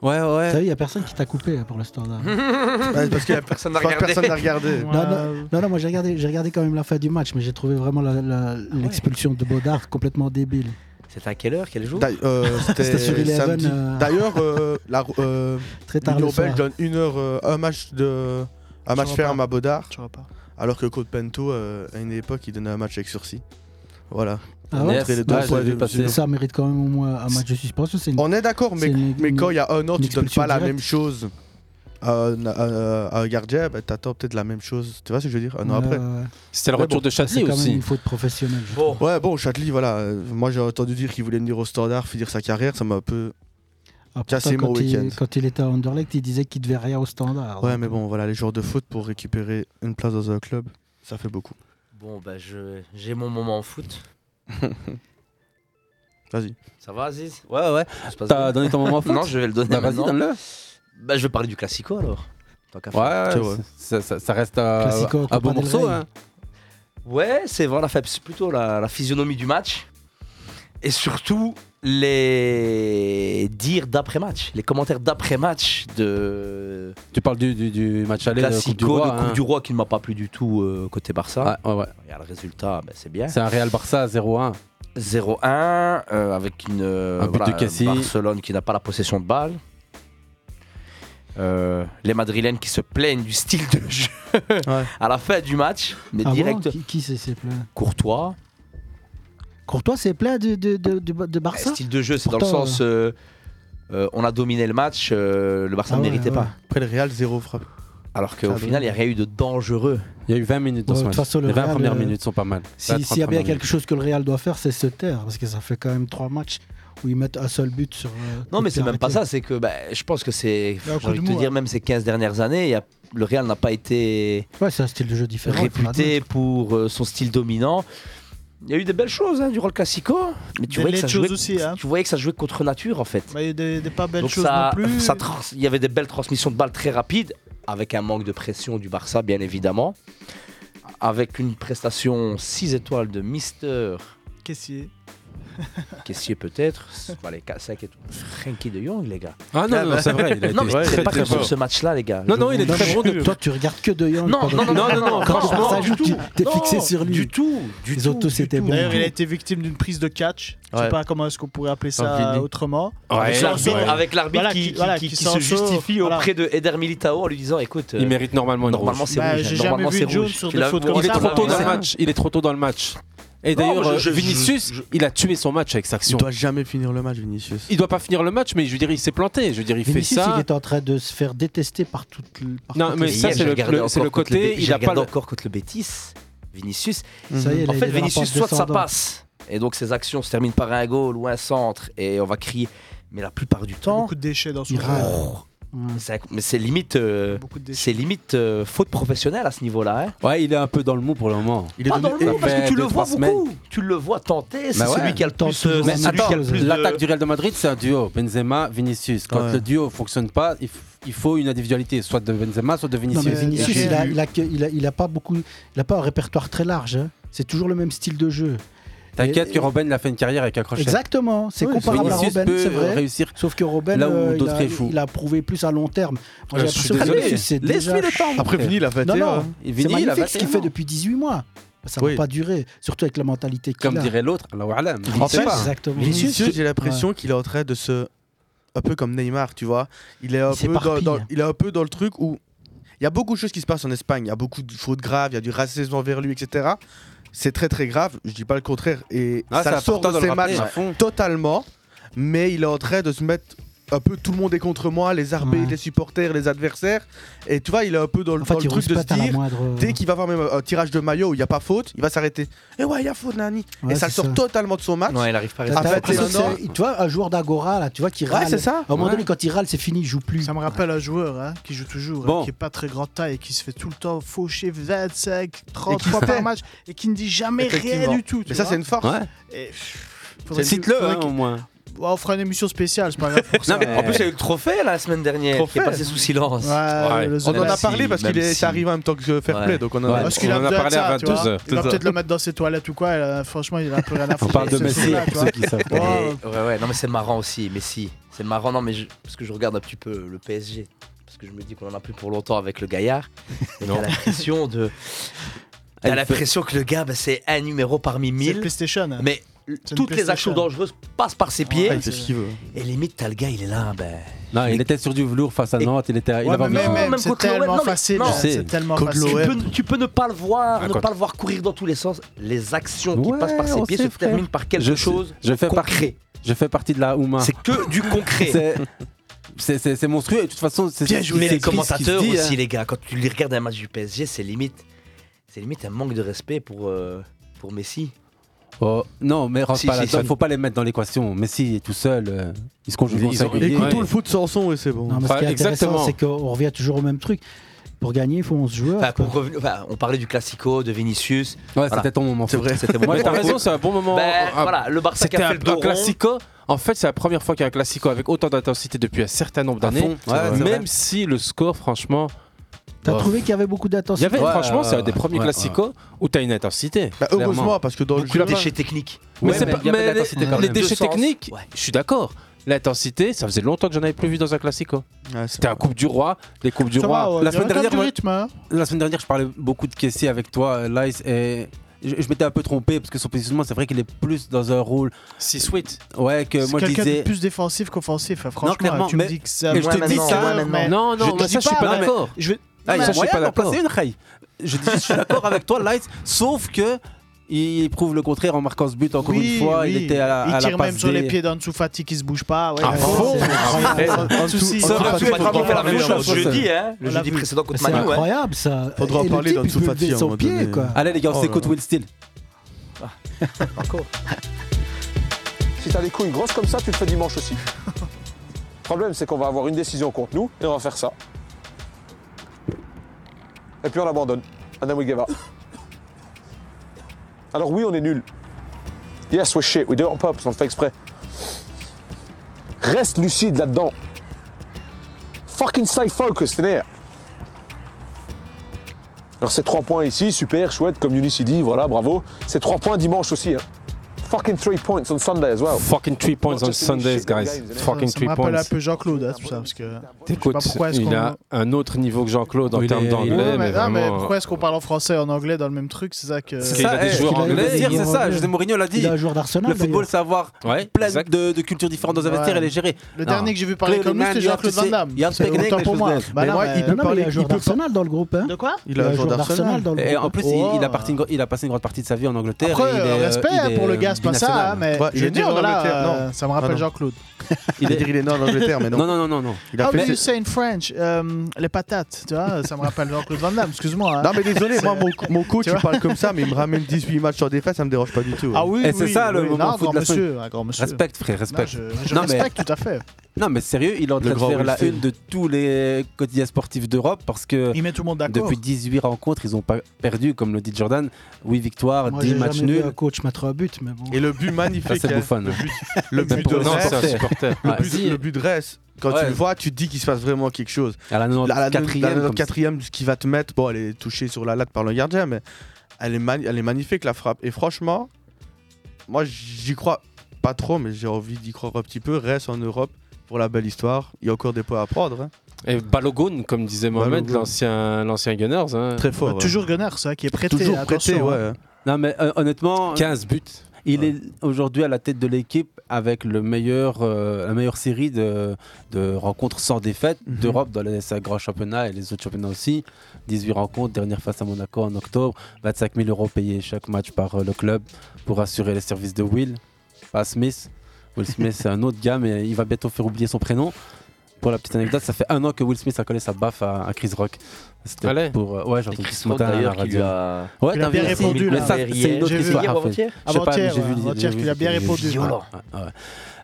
Speaker 8: Ouais, ouais.
Speaker 1: T'as vu, il n'y a personne qui t'a coupé là, pour le standard.
Speaker 11: Ouais, parce que
Speaker 12: Personne n'a
Speaker 11: parce que
Speaker 12: regardé.
Speaker 11: personne n'a regardé.
Speaker 4: Ouais.
Speaker 1: Non, non, non, non, moi j'ai regardé, j'ai regardé quand même la fin du match, mais j'ai trouvé vraiment la- la-
Speaker 4: Ah
Speaker 1: l'expulsion de Baudard complètement débile.
Speaker 12: C'était à quelle heure Quel jour
Speaker 11: D'a- euh,
Speaker 1: C'était sur Eleven,
Speaker 11: samedi.
Speaker 1: euh.
Speaker 11: D'ailleurs, euh, la euh,
Speaker 1: Très tard
Speaker 11: l'Union
Speaker 1: le soir.
Speaker 11: belge donne une heure, euh, un match de, un match
Speaker 4: vois
Speaker 11: ferme
Speaker 4: pas.
Speaker 11: à Baudard,
Speaker 4: Tu vois pas.
Speaker 11: alors que Code Pento, euh, à une époque, il donnait un match avec sursis. Voilà.
Speaker 1: Ah
Speaker 8: ouais
Speaker 11: Montrer les
Speaker 8: Ouais,
Speaker 11: deux
Speaker 8: j'ai
Speaker 11: points
Speaker 8: vu
Speaker 11: de-
Speaker 8: passer.
Speaker 11: du-
Speaker 1: Ça mérite quand même au moins un match de suspension. c'est une-
Speaker 11: On est d'accord, mais,
Speaker 1: C'est une-
Speaker 11: mais
Speaker 1: une-
Speaker 11: quand il y a un an,
Speaker 1: une
Speaker 11: tu donnes
Speaker 1: expulsion
Speaker 11: pas la
Speaker 1: directe.
Speaker 11: même chose à un, à un- à un gardien, bah, t'attends peut-être la même chose. Tu vois ce que je veux dire Un an
Speaker 1: Ouais,
Speaker 11: après.
Speaker 1: ouais.
Speaker 9: C'était le
Speaker 11: Mais
Speaker 9: retour
Speaker 11: bon,
Speaker 9: de
Speaker 1: C'est
Speaker 9: Chadli
Speaker 1: quand même
Speaker 9: aussi.
Speaker 1: une faute professionnelle. je
Speaker 12: Bon,
Speaker 11: Ouais, bon, Châtely, voilà. euh, moi, j'ai entendu dire qu'il voulait venir au standard, finir sa carrière. Ça m'a un peu.
Speaker 1: Ah, pourtant,
Speaker 11: Casser mon
Speaker 1: quand,
Speaker 11: week-end.
Speaker 1: il, quand il était à Anderlecht, il disait qu'il devait rien au standard.
Speaker 11: Ouais,
Speaker 1: Donc,
Speaker 11: mais bon, voilà, les joueurs de foot pour récupérer une place dans un club, ça fait beaucoup.
Speaker 12: Bon, bah, je- j'ai mon moment en foot.
Speaker 11: Vas-y.
Speaker 12: Ça va, Aziz Ouais, ouais.
Speaker 8: T'as donné ton moment en foot
Speaker 12: Non, je vais le donner.
Speaker 8: Bah, vas-y,
Speaker 12: maintenant.
Speaker 8: donne-le.
Speaker 12: Bah, je vais parler du Classico alors. Tant qu'à faire.
Speaker 8: Ouais, ça, ça- ça reste euh,
Speaker 12: Classico,
Speaker 8: un
Speaker 12: Copa
Speaker 8: bon
Speaker 12: del
Speaker 8: morceau.
Speaker 12: Rey.
Speaker 8: hein.
Speaker 12: Ouais, c'est voilà, fait- c'est plutôt la, la physionomie du match. Et surtout, les dires d'après-match, les commentaires d'après-match de.
Speaker 8: Tu parles du, du- du match aller de
Speaker 12: Classico,
Speaker 8: Coupe du Roi.
Speaker 12: de Coupe
Speaker 8: hein.
Speaker 12: du Roi qui ne m'a pas plu du tout euh, côté Barça. Il y a le résultat, ben, c'est bien.
Speaker 8: C'est un Real Barça 0-1.
Speaker 12: 0-1 euh, avec une euh,
Speaker 8: Un but
Speaker 12: voilà,
Speaker 8: de Cassie.
Speaker 12: Barcelone qui n'a pas la possession de balle. Euh, les Madrilènes qui se plaignent du style de jeu à la fin du match, mais
Speaker 1: ah bon
Speaker 12: direct
Speaker 1: qui, qui s'est- s'est plaint
Speaker 12: Courtois.
Speaker 1: Courtois s'est plaint de, de, de, de- de Barça
Speaker 12: Ah, style de jeu, c'est dans le
Speaker 1: Pourtant,
Speaker 12: sens euh, euh, on a dominé le match, euh, le Barça
Speaker 1: Ah
Speaker 12: ne
Speaker 1: ouais,
Speaker 12: méritait
Speaker 1: ouais.
Speaker 12: pas.
Speaker 11: Après le Real, zéro frappe.
Speaker 12: Alors
Speaker 11: Ah
Speaker 12: qu'au
Speaker 11: bon.
Speaker 12: final, il n'y a rien eu de dangereux.
Speaker 8: Il y a eu 20 minutes
Speaker 1: dans Ouais, ce de match. toute façon, le Les 20 Real, premières euh, minutes
Speaker 8: sont pas mal.
Speaker 1: Si- S'il y a bien quelque chose que le Real doit faire, c'est se taire, parce que ça fait quand même trois matchs où ils mettent un seul but sur. euh,
Speaker 12: Non,
Speaker 1: côté
Speaker 12: mais c'est même pas
Speaker 1: arrêté.
Speaker 12: ça. C'est que bah, je pense que c'est.
Speaker 1: y a un
Speaker 12: J'ai
Speaker 1: coup
Speaker 12: envie
Speaker 1: de
Speaker 12: de te
Speaker 1: mou,
Speaker 12: dire,
Speaker 1: hein.
Speaker 12: même ces 15 dernières années, il y a- le Real n'a pas été
Speaker 1: Ouais, c'est un style de jeu différent. il faut
Speaker 12: réputé pour euh, son style dominant. Il y a eu des belles choses hein, durant le Classico, mais tu
Speaker 4: Des
Speaker 12: voyais,
Speaker 4: belles
Speaker 12: que ça
Speaker 4: choses
Speaker 12: jouait,
Speaker 4: aussi, hein.
Speaker 12: tu voyais que ça jouait contre nature en fait.
Speaker 4: Bah, il y a eu des, des pas belles
Speaker 12: Donc
Speaker 4: choses
Speaker 12: ça,
Speaker 4: non plus.
Speaker 12: ça trans- il y avait des belles transmissions de balles très rapides, avec un manque de pression du Barça bien évidemment, avec une prestation 6 étoiles de Mister
Speaker 4: Caissier.
Speaker 12: Caissier peut-être, Bah, les 5 étoiles, Frankie de Jong les gars.
Speaker 8: Ah non, non, non, c'est vrai, il a
Speaker 12: bah,
Speaker 8: été
Speaker 12: non, mais
Speaker 8: très,
Speaker 12: c'est pas
Speaker 8: très
Speaker 12: que sur
Speaker 8: fort.
Speaker 12: ce match-là les gars.
Speaker 8: Non, non, il est
Speaker 12: Je-
Speaker 8: très bon de-
Speaker 1: Toi, tu regardes que De Jong.
Speaker 12: Non,
Speaker 1: pendant-
Speaker 12: non, non, non, non,
Speaker 1: Quand
Speaker 12: non,
Speaker 1: le Barça
Speaker 12: non,
Speaker 1: joue,
Speaker 12: du
Speaker 1: tu-
Speaker 12: tout.
Speaker 1: t'es
Speaker 12: Non,
Speaker 1: fixé sur lui.
Speaker 12: du tout,
Speaker 1: Les autos, c'était bon.
Speaker 4: D'ailleurs, il a été victime d'une prise de catch. Je sais
Speaker 1: Ouais.
Speaker 4: pas comment est-ce qu'on pourrait appeler ça
Speaker 1: Vini.
Speaker 4: autrement.
Speaker 12: avec l'arbitre
Speaker 4: Voilà,
Speaker 12: avec l'arbitre qui, qui-
Speaker 4: voilà,
Speaker 12: qui- qui
Speaker 4: s'en
Speaker 12: se
Speaker 4: sort,
Speaker 12: justifie
Speaker 4: voilà.
Speaker 12: auprès de Eder Militao en lui disant écoute
Speaker 8: Il mérite normalement une
Speaker 12: normalement
Speaker 8: rouge.
Speaker 12: c'est
Speaker 4: Bah,
Speaker 12: rouge
Speaker 4: j'ai
Speaker 12: hein,
Speaker 4: jamais
Speaker 12: normalement
Speaker 4: vu
Speaker 12: c'est
Speaker 4: Jones
Speaker 12: rouge
Speaker 4: sur
Speaker 12: Tu
Speaker 4: des
Speaker 12: l'as-
Speaker 4: fautes comme
Speaker 8: Il est
Speaker 4: ça,
Speaker 8: trop tôt dans
Speaker 4: mais-
Speaker 8: le match. Il est trop tôt dans le match. Et
Speaker 12: Non,
Speaker 8: d'ailleurs,
Speaker 12: moi,
Speaker 8: euh,
Speaker 12: je- je-
Speaker 8: Vinicius, il a tué son match avec sa action.
Speaker 11: Il doit jamais finir le match, Vinicius.
Speaker 8: Il doit pas finir le match, mais je veux dire, il s'est planté. Je veux dire, il
Speaker 1: Vinicius,
Speaker 8: fait ça.
Speaker 1: il est en train de se faire détester par toute. le- par
Speaker 8: Non,
Speaker 1: toutes
Speaker 8: mais
Speaker 1: les-
Speaker 8: ça,
Speaker 12: Hier,
Speaker 8: c'est
Speaker 12: j'ai
Speaker 8: le-
Speaker 12: regardé
Speaker 8: le- c'est
Speaker 12: encore
Speaker 8: le
Speaker 12: contre
Speaker 8: côté,
Speaker 12: Bé-
Speaker 8: il
Speaker 12: j'ai
Speaker 8: a pas
Speaker 12: regardé
Speaker 8: le-
Speaker 12: encore contre le Bétis Vinicius
Speaker 1: Ça y est, là,
Speaker 12: en
Speaker 1: il
Speaker 12: fait
Speaker 1: est dans la
Speaker 12: Vinicius
Speaker 1: pente
Speaker 12: soit ça
Speaker 1: descendante.
Speaker 12: passe et donc ses actions se terminent par un goal ou un centre et on va crier mais la plupart du temps
Speaker 4: Beaucoup de déchets dans son
Speaker 12: Il râle. c'est- mais c'est limite euh, c'est limite euh, faute professionnelle à ce niveau là
Speaker 8: Ouais, il est un peu dans le mou pour le moment.
Speaker 12: Il est pas dans le mou parce que tu le vois beaucoup tu le vois tenter c'est
Speaker 8: Bah ouais.
Speaker 12: celui qui a le plus euh,
Speaker 8: Mais
Speaker 12: c'est celui
Speaker 8: attends,
Speaker 12: qui a le plus de-
Speaker 8: l'attaque du Real de Madrid, c'est un duo Benzema, Vinicius. Quand
Speaker 12: Ouais.
Speaker 8: le duo fonctionne pas, il, f- il faut une individualité, soit de Benzema, soit de
Speaker 1: Non,
Speaker 8: Vinicius.
Speaker 1: mais Vinicius, il a, il, a, que- il, a, il a pas beaucoup, il a pas un répertoire très large. hein. C'est toujours le même style de jeu.
Speaker 8: T'inquiète
Speaker 1: Et-
Speaker 8: que Robben l'a fait une carrière avec un crochet.
Speaker 1: Exactement, c'est
Speaker 8: Oui,
Speaker 1: comparable à
Speaker 8: Vinicius
Speaker 1: Robben,
Speaker 8: peut
Speaker 1: c'est vrai.
Speaker 8: réussir
Speaker 1: Sauf que Robben,
Speaker 8: là où
Speaker 1: euh, il,
Speaker 8: d'autres
Speaker 1: a,
Speaker 8: échouent.
Speaker 1: il a prouvé plus à long terme. Moi,
Speaker 8: Euh,
Speaker 1: j'ai
Speaker 8: je suis
Speaker 1: l'impression que
Speaker 8: désolé,
Speaker 1: Vinicius, c'est
Speaker 8: laisse-lui
Speaker 1: déjà-
Speaker 8: le temps, mon Après, frère. Vini, il a 21,
Speaker 1: Non,
Speaker 8: hein.
Speaker 1: non,
Speaker 8: Et
Speaker 1: c'est
Speaker 8: Vini, il a
Speaker 1: magnifique ce
Speaker 8: 21,
Speaker 1: qu'il fait
Speaker 8: hein.
Speaker 1: depuis 18 mois. Ça
Speaker 8: Oui.
Speaker 1: va pas durer, surtout avec la mentalité qu'il
Speaker 8: Comme
Speaker 1: a.
Speaker 8: dirait l'autre, Allahu Alam.
Speaker 1: Il
Speaker 11: En
Speaker 1: sait
Speaker 11: fait,
Speaker 1: pas. Exactement.
Speaker 11: Vinicius,
Speaker 1: Vinicius,
Speaker 11: j'ai l'impression
Speaker 1: ouais.
Speaker 11: qu'il est en train de se. Un peu comme Neymar, tu vois. Il est un, peu dans,
Speaker 1: s'éparpille.
Speaker 11: dans- il est un peu dans le truc où. Il y a beaucoup de choses qui se passent en Espagne. Il y a beaucoup de fautes graves, il y a du racisme envers lui, etc. C'est très très grave, je dis pas le contraire. Et
Speaker 8: Ah,
Speaker 11: ça
Speaker 8: c'est
Speaker 11: le sort
Speaker 8: important
Speaker 11: de
Speaker 8: de le
Speaker 11: ses
Speaker 8: rappeler,
Speaker 11: matchs
Speaker 8: à fond.
Speaker 11: totalement. Mais il est en train de se mettre un peu tout le monde est contre moi, les arbitres, les supporters, les adversaires. Et tu vois, il est un peu dans, le-
Speaker 1: fait,
Speaker 11: dans
Speaker 1: il
Speaker 11: le truc de se
Speaker 1: respecte à la
Speaker 11: dire
Speaker 4: euh,
Speaker 1: moindre-
Speaker 11: dès qu'il va avoir même un tirage de maillot où il n'y a pas faute, il va s'arrêter. Et ouais, il y a faute, Nani.
Speaker 1: Ouais,
Speaker 11: et ça
Speaker 1: c'est
Speaker 11: le sort
Speaker 1: ça.
Speaker 11: totalement de son match.
Speaker 12: Ouais, il arrive pas à
Speaker 11: À
Speaker 1: T'as
Speaker 11: 21
Speaker 1: l'impression
Speaker 11: ans,
Speaker 1: que c'est- tu vois, un joueur d'Agora, là, tu vois, qui
Speaker 4: Ouais,
Speaker 1: râle.
Speaker 4: c'est ça.
Speaker 1: À un moment
Speaker 4: Ouais.
Speaker 1: donné, quand il râle, c'est fini, il joue plus.
Speaker 4: Ça me rappelle un joueur hein, qui joue toujours, hein,
Speaker 1: Bon.
Speaker 4: qui est pas très grande taille, qui se fait tout le temps faucher 25, 30
Speaker 11: Et qui
Speaker 4: fois
Speaker 11: se
Speaker 4: par
Speaker 11: tait.
Speaker 4: match et qui ne dit jamais rien
Speaker 11: Effectivement.
Speaker 4: du tout. tu
Speaker 11: Mais ça,
Speaker 4: vois.
Speaker 11: c'est une force. Ouais.
Speaker 4: Et, pff, faudrait
Speaker 11: C'est-
Speaker 4: que-
Speaker 11: cite-le,
Speaker 4: faudrait
Speaker 11: hein,
Speaker 4: que-
Speaker 11: au moins.
Speaker 4: Ouais, on fera une émission spéciale, c'est pas grave. Pour ça.
Speaker 12: Non, mais en plus, il y a eu le trophée la semaine dernière qui
Speaker 4: Trophée.
Speaker 12: est passé sous silence.
Speaker 4: Ouais, Ouais. le
Speaker 11: On en a
Speaker 4: Même
Speaker 11: parlé
Speaker 4: si-
Speaker 11: parce qu'il
Speaker 4: même
Speaker 11: est
Speaker 4: si-
Speaker 11: arrivé en même temps que le fair play.
Speaker 4: Ouais.
Speaker 11: Donc on en a,
Speaker 4: Parce qu'il a
Speaker 11: on en a
Speaker 4: besoin de
Speaker 11: parlé
Speaker 4: ça,
Speaker 11: à
Speaker 4: tu vois.
Speaker 11: 22h.
Speaker 4: Il va peut-être le mettre dans ses toilettes ou quoi. euh, franchement, il a plus rien à foutre. de ce truc-là, tu vois.
Speaker 12: Ouais,
Speaker 4: Ouais.
Speaker 12: ouais, ouais, non, mais c'est marrant aussi. Mais si, c'est marrant, non, mais je- parce que je regarde un petit peu le PSG. Parce que je me dis qu'on en a plus pour longtemps avec le gaillard. Et
Speaker 8: Non.
Speaker 12: t'as l'impression de. T'as
Speaker 8: Elle
Speaker 12: l'impression que le gars, bah, c'est un numéro parmi mille.
Speaker 4: PlayStation.
Speaker 12: Mais l-
Speaker 4: C'est une
Speaker 12: toutes les
Speaker 4: PlayStation.
Speaker 12: actions dangereuses passent par ses pieds.
Speaker 8: Ouais, il fait ce qu'il veut.
Speaker 12: Et limite, t'as le gars, il est là, ben.
Speaker 8: Non, il était sur du velours face à Nantes, il était Ah, il
Speaker 12: Ouais,
Speaker 8: avait
Speaker 12: mais
Speaker 8: envie de-
Speaker 12: même- même contre l'OM, non, mais- non.
Speaker 8: Je sais.
Speaker 12: Contre l'OM. Tu peux, tu peux ne pas le voir,
Speaker 8: Ah,
Speaker 12: ne
Speaker 8: contre-
Speaker 12: pas le voir courir dans tous les sens. Les actions qui
Speaker 8: Ouais,
Speaker 12: passent par ses
Speaker 8: on
Speaker 12: pieds
Speaker 8: sait,
Speaker 12: se
Speaker 8: frère.
Speaker 12: terminent par quelque
Speaker 8: Je sais.
Speaker 12: chose.
Speaker 8: je fais
Speaker 12: concret.
Speaker 8: partie je fais partie de la Houma
Speaker 12: c'est que du concret
Speaker 8: c'est c'est- c'est monstrueux et de toute façon c'est
Speaker 12: Bien joué
Speaker 8: c'est
Speaker 12: les
Speaker 8: ce qui- ce qui se
Speaker 12: commentateurs
Speaker 8: dit,
Speaker 12: aussi
Speaker 8: hein.
Speaker 12: les gars. Quand tu les regardes un match du PSG, c'est limite, c'est limite un manque de respect pour euh, pour Messi.
Speaker 8: Oh, non, mais rentre
Speaker 9: Si,
Speaker 8: pas
Speaker 9: si,
Speaker 8: là-dedans,
Speaker 9: si.
Speaker 8: il faut pas les mettre dans l'équation. Messi est tout seul, euh, il se conjugue en singulier.
Speaker 11: Écoutons le foot sans son et c'est bon.
Speaker 8: Non, mais ce
Speaker 11: Enfin,
Speaker 8: qui est intéressant,
Speaker 11: exactement.
Speaker 1: C'est qu'on revient toujours au même truc. Pour gagner, il faut 11 joueurs.
Speaker 8: Bah,
Speaker 12: Enfin, pour revenir- enfin, on parlait du Classico, de Vinicius.
Speaker 8: Ouais, c'était ton moment.
Speaker 12: C'est
Speaker 8: foot.
Speaker 12: vrai, c'était
Speaker 8: Ouais,
Speaker 12: mon moment
Speaker 8: t'as
Speaker 12: foot.
Speaker 8: raison, c'est un bon moment.
Speaker 12: Ben,
Speaker 9: Ah,
Speaker 12: voilà, le Barça qui
Speaker 9: C'était
Speaker 12: a
Speaker 9: un,
Speaker 12: fait le dos
Speaker 9: un
Speaker 12: rond.
Speaker 9: classico. En fait, c'est la première fois qu'un classico avec autant d'intensité depuis un certain nombre
Speaker 8: À
Speaker 9: d'années.
Speaker 8: fond, c'est vrai.
Speaker 9: même si le score, franchement. oh,
Speaker 1: T'as
Speaker 9: bof.
Speaker 1: trouvé qu'il y avait beaucoup
Speaker 9: Il y
Speaker 1: d'attention
Speaker 9: avait, franchement, c'est un des premiers
Speaker 1: classiques.
Speaker 9: classicos où t'as une intensité.
Speaker 4: Bah,
Speaker 11: heureusement,
Speaker 9: clairement.
Speaker 11: parce que dans le Beaucoup jeu- de déchets
Speaker 12: techniques.
Speaker 9: Mais,
Speaker 11: Ouais,
Speaker 9: c'est
Speaker 11: mais
Speaker 9: pas-
Speaker 11: il y avait
Speaker 9: mais
Speaker 11: de
Speaker 9: les,
Speaker 11: l'intensité quand
Speaker 9: les
Speaker 11: même.
Speaker 9: déchets
Speaker 11: Deux sens.
Speaker 9: techniques, je suis d'accord. L'intensité, ça faisait longtemps que j'en avais plus vu dans un classico. C'était un Coupe du Roi, les Coupes du
Speaker 4: Ça
Speaker 9: Roi.
Speaker 4: va, ouais,
Speaker 9: la
Speaker 4: il
Speaker 9: semaine
Speaker 4: y avait quand même
Speaker 9: dernière,
Speaker 4: du
Speaker 9: moi-
Speaker 4: rythme, hein.
Speaker 8: La semaine dernière, je parlais beaucoup de Kessie avec toi, euh, Lice, et je, je m'étais un peu trompé parce que son positionnement, c'est vrai qu'il est plus dans un rôle.
Speaker 9: Si sweet.
Speaker 8: Ouais, que
Speaker 4: C'est
Speaker 8: moi je
Speaker 4: quelqu'un
Speaker 8: disais.
Speaker 4: de plus défensif qu'offensif. hein,
Speaker 8: Non,
Speaker 4: Franchement,
Speaker 8: clairement,
Speaker 4: tu
Speaker 8: mais
Speaker 4: me dis que ça.
Speaker 8: et je te dis ça.
Speaker 4: mais-
Speaker 8: Non, non,
Speaker 4: te
Speaker 8: mais
Speaker 4: dis
Speaker 8: ça, je suis pas
Speaker 4: mais-
Speaker 8: d'accord.
Speaker 4: Je vais-
Speaker 8: Ah,
Speaker 4: Non,
Speaker 8: ça,
Speaker 4: mais
Speaker 8: je suis pas
Speaker 4: moyen d'en
Speaker 8: d'accord.
Speaker 4: placer
Speaker 8: une raille. Je dis, je suis d'accord avec toi, Light, sauf que il prouve le contraire en marquant ce but encore
Speaker 4: Oui,
Speaker 8: une fois. Il
Speaker 4: oui.
Speaker 8: était à la,
Speaker 4: Il
Speaker 8: à la
Speaker 4: tire
Speaker 8: passe
Speaker 4: même sur
Speaker 8: D.
Speaker 4: les pieds d'Ansu Fati qui se bouge pas. Ouais,
Speaker 8: Ah,
Speaker 4: ouais,
Speaker 8: faux.
Speaker 4: c'est-
Speaker 8: Ah,
Speaker 4: Pas de
Speaker 8: faux.
Speaker 4: souci.
Speaker 8: Ça,
Speaker 4: Ansu
Speaker 8: Ansu
Speaker 4: Fati
Speaker 8: Fati
Speaker 4: fait la même chose.
Speaker 12: chose jeudi, hein,
Speaker 4: On
Speaker 12: le
Speaker 4: l'a
Speaker 12: jeudi
Speaker 4: vu.
Speaker 12: précédent contre
Speaker 1: C'est
Speaker 12: Manu. hein.
Speaker 1: incroyable ça.
Speaker 11: Faudra
Speaker 1: Et le
Speaker 11: parler
Speaker 1: type,
Speaker 11: d'Ansu
Speaker 1: il peut
Speaker 11: Fati,
Speaker 1: lever
Speaker 11: à un
Speaker 1: son
Speaker 11: moment
Speaker 1: pied,
Speaker 11: donné.
Speaker 1: quoi.
Speaker 8: Allez les gars,
Speaker 11: Oh
Speaker 8: c'est
Speaker 11: là
Speaker 8: Coach
Speaker 11: là.
Speaker 8: Will Steele.
Speaker 14: Si t'as des couilles grosses comme ça, tu le fais dimanche aussi. Le problème, c'est qu'on va avoir une décision contre nous et on va faire ça. Et puis on abandonne. Adam Wigeva. Alors oui, on est nul. Yes, we're shit. We do it on purpose. On le fait exprès. Reste lucide là-dedans. Fucking stay focused in here. Alors ces trois points ici, super, chouette, comme Yunis il dit, voilà, bravo. Ces trois points dimanche aussi. hein. Fucking three points on Sunday as well.
Speaker 9: Fucking three points on Sundays, guys. Fucking
Speaker 4: Ça
Speaker 9: three
Speaker 4: me rappelle
Speaker 9: points.
Speaker 4: un peu Jean-Claude, hein, tout ça, parce que. je sais pas
Speaker 9: Écoute,
Speaker 4: pourquoi est-ce
Speaker 9: il
Speaker 4: qu'on-
Speaker 9: a un autre niveau que Jean-Claude en
Speaker 8: Il
Speaker 9: termes
Speaker 8: est-
Speaker 9: d'anglais,
Speaker 4: Ouais,
Speaker 9: mais
Speaker 4: mais, ah, mais
Speaker 8: euh,
Speaker 9: vraiment.
Speaker 4: pourquoi est-ce qu'on parle en français et en anglais dans le même truc C'est ça eh, que.
Speaker 9: Parce qu'il a
Speaker 8: eh,
Speaker 9: des joueurs anglais.
Speaker 8: C'est c'est ça, José Mourinho l'a dit.
Speaker 4: Il a un joueur d'Arsenal,
Speaker 8: Le football,
Speaker 4: d'ailleurs.
Speaker 8: c'est avoir
Speaker 9: Ouais,
Speaker 8: plein de, de cultures différentes dans un
Speaker 4: Ouais.
Speaker 8: vestiaire et les gérer.
Speaker 4: Le
Speaker 8: Non.
Speaker 4: dernier que j'ai vu parler
Speaker 8: Clearly,
Speaker 4: comme nous,
Speaker 8: man,
Speaker 4: c'était
Speaker 8: you have
Speaker 4: Jean-Claude
Speaker 8: to say-
Speaker 4: Van Damme.
Speaker 8: you have to
Speaker 4: C'est
Speaker 8: take an
Speaker 4: autant pour
Speaker 8: English
Speaker 4: moi.
Speaker 8: business.
Speaker 4: Bah
Speaker 8: Mais
Speaker 4: non,
Speaker 8: moi,
Speaker 4: mais-
Speaker 8: il peut
Speaker 4: non, mais
Speaker 8: parler-
Speaker 4: a un
Speaker 8: il
Speaker 4: joueur
Speaker 8: peut-
Speaker 4: d'Arsenal dans le groupe. hein.
Speaker 1: De quoi
Speaker 8: Il a un joueur d'Arsenal.
Speaker 1: dans le
Speaker 8: Et
Speaker 1: groupe.
Speaker 8: en plus, il-
Speaker 1: Oh.
Speaker 8: il, a parti une, gro- il a passé une grande partie de sa vie en Angleterre.
Speaker 4: Après,
Speaker 8: et il est,
Speaker 4: respect hein,
Speaker 8: euh, il
Speaker 4: pour le
Speaker 8: est
Speaker 4: gars, c'est pas ça, hein,
Speaker 8: binational.
Speaker 4: mais je veux dire, voilà, euh,
Speaker 11: Ah,
Speaker 4: ça me rappelle Jean-Claude. Ah,
Speaker 11: Il est dire il est né en Angleterre, mais non.
Speaker 8: Non, non, non, non, non.
Speaker 11: Il a
Speaker 4: How do
Speaker 11: fait
Speaker 4: you say in French Euh, Les patates, tu vois, ça me rappelle Jean-Claude Van Damme, excuse-moi. hein.
Speaker 11: Non mais désolé,
Speaker 4: C'est-
Speaker 11: moi mon, mon coach
Speaker 4: Tu
Speaker 11: il
Speaker 4: vois
Speaker 11: parle comme ça, mais il me ramène 18 matchs sur des faits, ça me dérange pas du tout. hein.
Speaker 4: Ah oui,
Speaker 8: Et c'est
Speaker 4: oui,
Speaker 8: ça le
Speaker 4: oui.
Speaker 8: moment
Speaker 4: Non,
Speaker 8: foot de
Speaker 4: grand
Speaker 8: la semaine.
Speaker 4: monsieur, un Ah, grand monsieur.
Speaker 8: Respect, frère, respect.
Speaker 4: Non, je je
Speaker 8: Non, mais-
Speaker 4: respecte tout à fait.
Speaker 8: Non, mais sérieux, il est en
Speaker 11: Le
Speaker 8: train de
Speaker 11: grand
Speaker 8: faire la
Speaker 11: Wilfried.
Speaker 8: une de tous les quotidiens sportifs d'Europe parce que
Speaker 4: Il met tout le monde d'accord.
Speaker 8: depuis 18 rencontres, ils n'ont pas perdu, comme le dit Jordan. 8 victoires,
Speaker 1: Moi,
Speaker 8: 10
Speaker 1: j'ai
Speaker 8: matchs
Speaker 1: jamais vu
Speaker 8: nuls.
Speaker 1: un coach mettre un but, mais bon.
Speaker 11: Et le but magnifique.
Speaker 8: Ça, c'est
Speaker 11: hein.
Speaker 8: Buffon.
Speaker 11: Le but, Bah, le
Speaker 8: C'est
Speaker 11: but
Speaker 8: pour
Speaker 11: de
Speaker 8: le
Speaker 11: Reims.
Speaker 8: supporter. supporter.
Speaker 11: Le
Speaker 8: Ouais.
Speaker 11: but,
Speaker 8: Si.
Speaker 11: le but de Reims, Quand
Speaker 8: Ouais.
Speaker 11: tu le vois, tu te dis qu'il se passe vraiment quelque chose.
Speaker 8: À la 94e,
Speaker 11: La- la- la- la-
Speaker 8: comme
Speaker 11: 94e, ce qui va te mettre, bon, elle est touchée sur la latte par le gardien, mais elle est, mani- elle est magnifique la frappe. Et franchement, moi j'y crois pas trop, mais j'ai envie d'y croire un petit peu. Reste en Europe pour la belle histoire. Il y a encore des points à prendre. hein.
Speaker 9: Et Balogun, comme disait Mohamed,
Speaker 11: Balogun.
Speaker 9: l'ancien l'ancien Gunners. hein.
Speaker 11: Très fort. ouais.
Speaker 4: Bah, Toujours Gunnar, ça, qui est prêté.
Speaker 11: Toujours prêté,
Speaker 4: attention,
Speaker 11: ouais.
Speaker 4: hein.
Speaker 8: Non, mais euh, honnêtement.
Speaker 9: 15 buts.
Speaker 8: Il est aujourd'hui à la tête de l'équipe avec le meilleur, euh, la meilleure série de, de rencontres sans défaite
Speaker 11: Mhm.
Speaker 8: d'Europe dans les, sa grand championnat et les autres championnats aussi. 18 rencontres, dernière face à Monaco en octobre. 25 000 euros payés chaque match par euh, le club pour assurer les services de Will, pas Smith. Will Smith, c'est un autre gars, mais il va bientôt faire oublier son prénom. Pour la petite anecdote, ça fait un an que Will Smith a collé sa baffe à, à Chris Rock. C'était
Speaker 9: Allez.
Speaker 8: pour, euh, ouais, j'ai entendu
Speaker 12: Chris
Speaker 8: ce matin
Speaker 12: Rock,
Speaker 8: à la
Speaker 12: d'ailleurs, qui
Speaker 8: radio.
Speaker 12: lui a-
Speaker 8: Ouais,
Speaker 4: Il a
Speaker 8: t'as
Speaker 4: bien
Speaker 8: vu, c'est-
Speaker 4: répondu,
Speaker 8: mais
Speaker 4: là.
Speaker 8: ça, c'est une autre
Speaker 4: J'ai vu
Speaker 8: histoire.
Speaker 4: hier ou
Speaker 8: Raphaël.
Speaker 4: avant-hier
Speaker 8: Je sais pas, mais
Speaker 4: Avant-hier,
Speaker 8: j'ai vu
Speaker 4: ouais,
Speaker 8: l'idée,
Speaker 4: avant-hier
Speaker 8: j'ai
Speaker 4: qu'il a
Speaker 8: vu,
Speaker 4: bien
Speaker 8: j'ai vu.
Speaker 4: répondu. Violent.
Speaker 8: Ouais, ouais.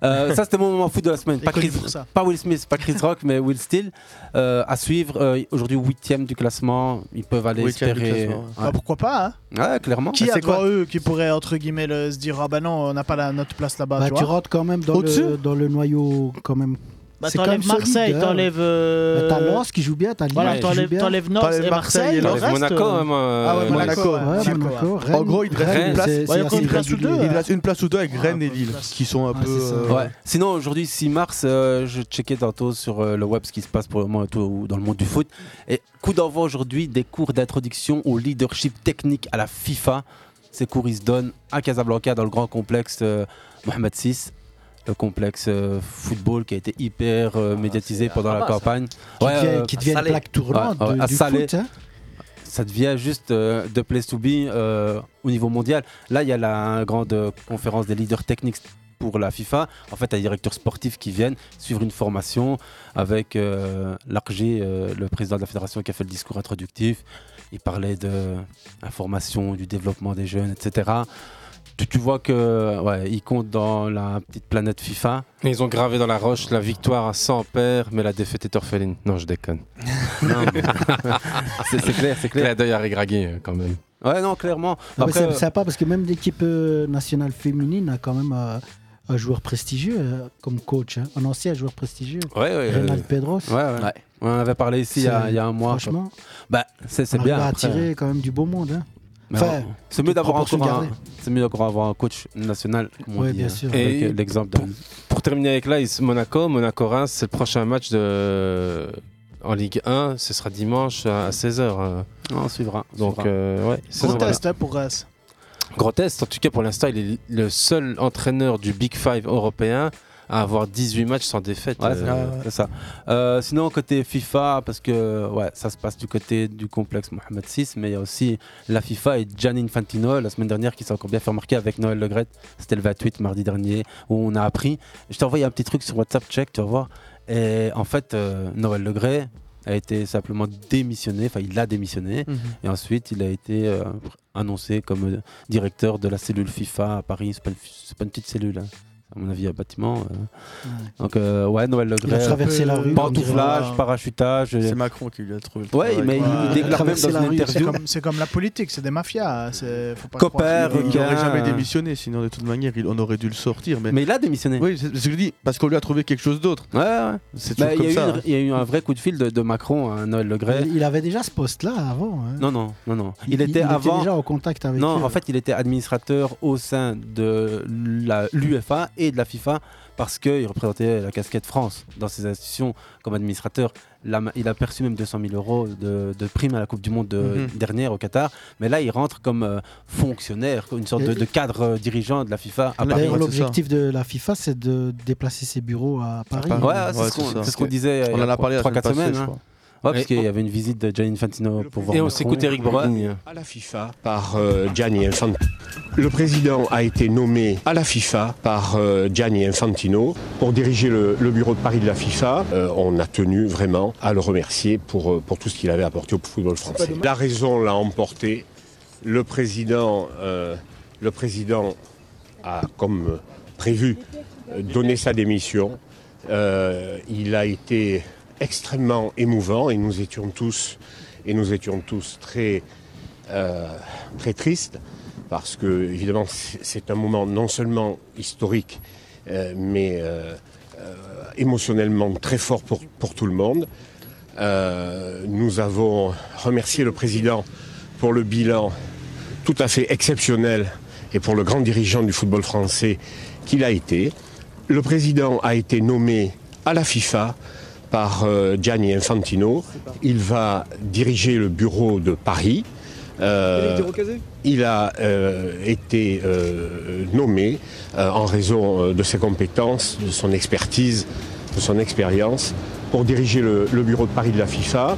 Speaker 8: Euh, ça, c'était mon moment foot de la semaine. Pas,
Speaker 4: connu
Speaker 8: Chris-
Speaker 4: pour ça.
Speaker 8: pas Will Smith, pas Chris Rock, mais Will Steele. Euh, à suivre, euh, aujourd'hui 8 du classement. Ils peuvent aller
Speaker 11: Huitième du
Speaker 8: espérer.
Speaker 11: classement,
Speaker 4: Bah, pourquoi pas hein
Speaker 8: Ouais. Ouais, clairement.
Speaker 4: Qui
Speaker 8: Bah,
Speaker 4: a
Speaker 8: c'est
Speaker 4: devant eux qui pourrait entre guillemets le- se dire ah bah non on n'a pas la, notre place là-bas
Speaker 1: Bah,
Speaker 4: tu,
Speaker 1: tu
Speaker 4: vois
Speaker 1: rentres quand même dans,
Speaker 4: Au-dessus
Speaker 1: le, dans le noyau quand même.
Speaker 15: Bah,
Speaker 1: C'est quand même
Speaker 15: t'enlèves Marseille,
Speaker 1: solide, hein.
Speaker 15: t'enlèves. euh,
Speaker 1: Bah, T'as Lens qui joue bien, t'as Lille
Speaker 15: Voilà,
Speaker 1: qui joue
Speaker 15: t'enlèves-
Speaker 1: bien.
Speaker 15: t'enlèves Nantes T'enlèves et Marseille, Marseille, et le
Speaker 9: T'enlèves reste, Monaco, euh, hein, moi,
Speaker 1: Ah ouais,
Speaker 9: euh,
Speaker 1: Monaco,
Speaker 11: Monaco,
Speaker 1: ouais,
Speaker 11: ouais.
Speaker 1: Monaco,
Speaker 11: en
Speaker 1: Rennes,
Speaker 11: gros, il te reste
Speaker 1: Rennes,
Speaker 11: une place.
Speaker 1: c'est-
Speaker 11: Ouais,
Speaker 1: c'est
Speaker 11: il reste une
Speaker 1: assez
Speaker 11: place ou deux,
Speaker 1: irrégulier.
Speaker 11: Il te reste une place ou deux
Speaker 1: Ah,
Speaker 11: avec Rennes et Lille, qui sont un peu. euh,
Speaker 8: Ouais. Sinon, aujourd'hui, 6 mars, euh, je checkais tantôt sur euh, le web ce qui se passe pour le moment et tout, dans le monde du foot. Et coup d'envoi aujourd'hui des cours d'introduction au leadership technique à la FIFA. Ces cours, ils se donnent à Casablanca dans le grand complexe euh, Mohamed VI. Le complexe euh, football qui a été hyper euh, médiatisé
Speaker 1: à
Speaker 8: pendant la
Speaker 1: Rabat, ça.
Speaker 8: campagne.
Speaker 1: Qui devient- qui devient une
Speaker 8: Salé.
Speaker 1: plaque tournante
Speaker 8: Ouais, ouais,
Speaker 1: du-
Speaker 8: à
Speaker 1: du
Speaker 8: Salé.
Speaker 1: foot, hein.
Speaker 8: Ça devient juste euh, de place to be euh, au niveau mondial. Là, il y a la grande euh, conférence des leaders techniques pour la FIFA. En fait, il y a des directeurs sportifs qui viennent suivre une formation avec euh, Largué, euh, le président de la fédération, qui a fait le discours introductif. Il parlait de la formation, du développement des jeunes, etc. tu, tu vois que ouais, ils comptent dans la petite planète FIFA.
Speaker 9: Et ils ont gravé dans la roche la victoire à 100 paires, mais la défaite est orpheline. Non, je déconne.
Speaker 8: Non, mais- c'est c'est clair, c'est clair.
Speaker 9: Ah. Clin d'œil à Regragui, euh, quand même.
Speaker 8: Ouais, non, clairement.
Speaker 1: Non, Ah, mais
Speaker 8: Après,
Speaker 1: c'est
Speaker 8: euh,
Speaker 1: sympa parce que même l'équipe euh, nationale féminine a quand même euh, un joueur prestigieux euh, comme coach, hein. un ancien joueur prestigieux.
Speaker 8: Ouais, ouais,
Speaker 1: Reynald
Speaker 8: euh,
Speaker 1: Pedros.
Speaker 8: Ouais, ouais. On en avait parlé ici il y a,
Speaker 1: C'est-
Speaker 8: il y a un mois. quoi.
Speaker 1: franchement,
Speaker 8: bah, c'est c'est
Speaker 1: On
Speaker 8: bien.
Speaker 1: arrive à
Speaker 8: après.
Speaker 1: attirer quand même du beau monde. hein.
Speaker 8: Mais
Speaker 1: Enfin,
Speaker 8: bon, c'est mieux d'avoir
Speaker 1: proportion
Speaker 8: encore un, hein.
Speaker 1: gardée.
Speaker 8: c'est mieux encore avoir un coach national, comme on
Speaker 1: Ouais,
Speaker 8: dit,
Speaker 1: bien
Speaker 8: hein,
Speaker 1: sûr.
Speaker 8: avec
Speaker 9: Et-
Speaker 8: euh, l'exemple d'un.
Speaker 9: Pour terminer avec l'Ice, Monaco, Monaco-Reims, c'est le prochain match de... en Ligue 1. Ce sera dimanche à 16h.
Speaker 8: On suivra.
Speaker 9: Donc,
Speaker 8: suivra.
Speaker 9: euh, ouais. 16
Speaker 4: Gros
Speaker 9: heures, voilà.
Speaker 4: test hein, pour Reims.
Speaker 9: Gros test, en tout cas pour l'instant, il est le seul entraîneur du Big Five européen à avoir 18 matchs sans défaite.
Speaker 8: Ouais, c'est
Speaker 9: Euh,
Speaker 8: c'est ça. Euh, sinon, côté FIFA, parce que ouais, ça se passe du côté du complexe Mohamed VI, mais il y a aussi la FIFA et Gianni Infantino la semaine dernière qui s'est encore bien fait remarquer avec Noël Le Gret. C'était le 28 mardi dernier où on a appris. Je t'ai envoyé un petit truc sur WhatsApp, check, tu vas voir. Et en fait, euh, Noël Le Gret a été simplement démissionné, enfin il a démissionné,
Speaker 4: Mhm.
Speaker 8: et ensuite il a été euh, annoncé comme euh, directeur de la cellule FIFA à Paris. C'est pas, une- c'est pas une petite cellule, hein. à mon avis, un bâtiment. euh.
Speaker 1: Ouais.
Speaker 8: Donc euh, ouais, Noël Le
Speaker 1: Il a
Speaker 8: Gret,
Speaker 1: traversé la rue,
Speaker 8: Pantouflage,
Speaker 1: on dirait.
Speaker 8: parachutage.
Speaker 11: C'est Macron qui lui a trouvé le
Speaker 8: Ouais,
Speaker 11: travail.
Speaker 8: mais
Speaker 11: Ouais.
Speaker 8: il déclare même
Speaker 11: Traverser
Speaker 8: dans
Speaker 11: la
Speaker 8: une
Speaker 11: rue,
Speaker 4: C'est
Speaker 8: interview.
Speaker 4: comme, c'est comme la politique, c'est des mafias. hein, c'est- faut pas
Speaker 8: Copère,
Speaker 4: croire.
Speaker 11: Il n'aurait jamais
Speaker 8: euh,
Speaker 11: démissionné, sinon de toute manière, il- on aurait dû le sortir. Mais,
Speaker 8: mais il a démissionné.
Speaker 11: Oui, c'est c'est ce que je dis, parce qu'on lui a trouvé quelque chose d'autre.
Speaker 8: Ouais, ouais.
Speaker 11: C'est
Speaker 8: Bah,
Speaker 11: toujours
Speaker 8: il y a
Speaker 11: comme
Speaker 8: eu
Speaker 11: ça.
Speaker 8: une- Il y a eu un vrai coup de fil de, de Macron à Noël Le Gret.
Speaker 1: Il, il avait déjà ce poste-là avant. hein.
Speaker 8: Non, non, non, non. Il,
Speaker 1: Il- il
Speaker 8: était
Speaker 1: était
Speaker 8: avant.
Speaker 1: déjà en contact avec euh
Speaker 8: Non,
Speaker 1: eux. hein.
Speaker 8: en fait, il était administrateur au sein de la- l'UFA et de la FIFA parce qu'il représentait la casquette France dans ces institutions comme administrateur. La ma- il a perçu même 200 000 euros de, de primes à la Coupe du Monde de-
Speaker 11: Mhm.
Speaker 8: dernière au Qatar. Mais là, il rentre comme euh, fonctionnaire, une sorte de, de cadre euh, dirigeant de la FIFA à Paris.
Speaker 1: D'ailleurs, l'objectif de la FIFA, c'est de déplacer ses bureaux à Paris.
Speaker 8: Ouais, c'est ce qu'on c'est ce qu'on disait.
Speaker 11: On en a parlé la
Speaker 8: 3-4
Speaker 11: semaine passée,
Speaker 8: semaines.
Speaker 11: je
Speaker 8: hein.
Speaker 11: crois.
Speaker 8: Ouais, parce
Speaker 11: Et-
Speaker 8: qu'il y avait une visite de Gianni Infantino pour voir.
Speaker 9: Et on
Speaker 8: Macron.
Speaker 9: s'écoute Eric Borgny.
Speaker 15: à la FIFA par euh, Gianni Infantino. Le président a été nommé à la FIFA par euh, Gianni Infantino pour diriger le, le bureau de Paris de la FIFA. Euh, on a tenu vraiment à le remercier pour, euh, pour tout ce qu'il avait apporté au football français. La raison l'a emporté. Le président, euh, le président a, comme euh, prévu, euh, donné sa démission. Euh, il a été extrêmement émouvant et nous étions tous, et nous étions tous très, euh, très tristes parce que évidemment c'est c'est un moment non seulement historique euh, mais euh, euh, émotionnellement très fort pour, pour tout le monde. Euh, nous avons remercié le président pour le bilan tout à fait exceptionnel et pour le grand dirigeant du football français qu'il a été. Le président a été nommé à la FIFA par euh, Gianni Infantino. Il va diriger le bureau de Paris. Euh,
Speaker 16: Il a été recasé
Speaker 15: il a euh, été euh, nommé euh, en raison euh, de ses compétences, de son expertise, de son expérience pour diriger le, le bureau de Paris de la FIFA.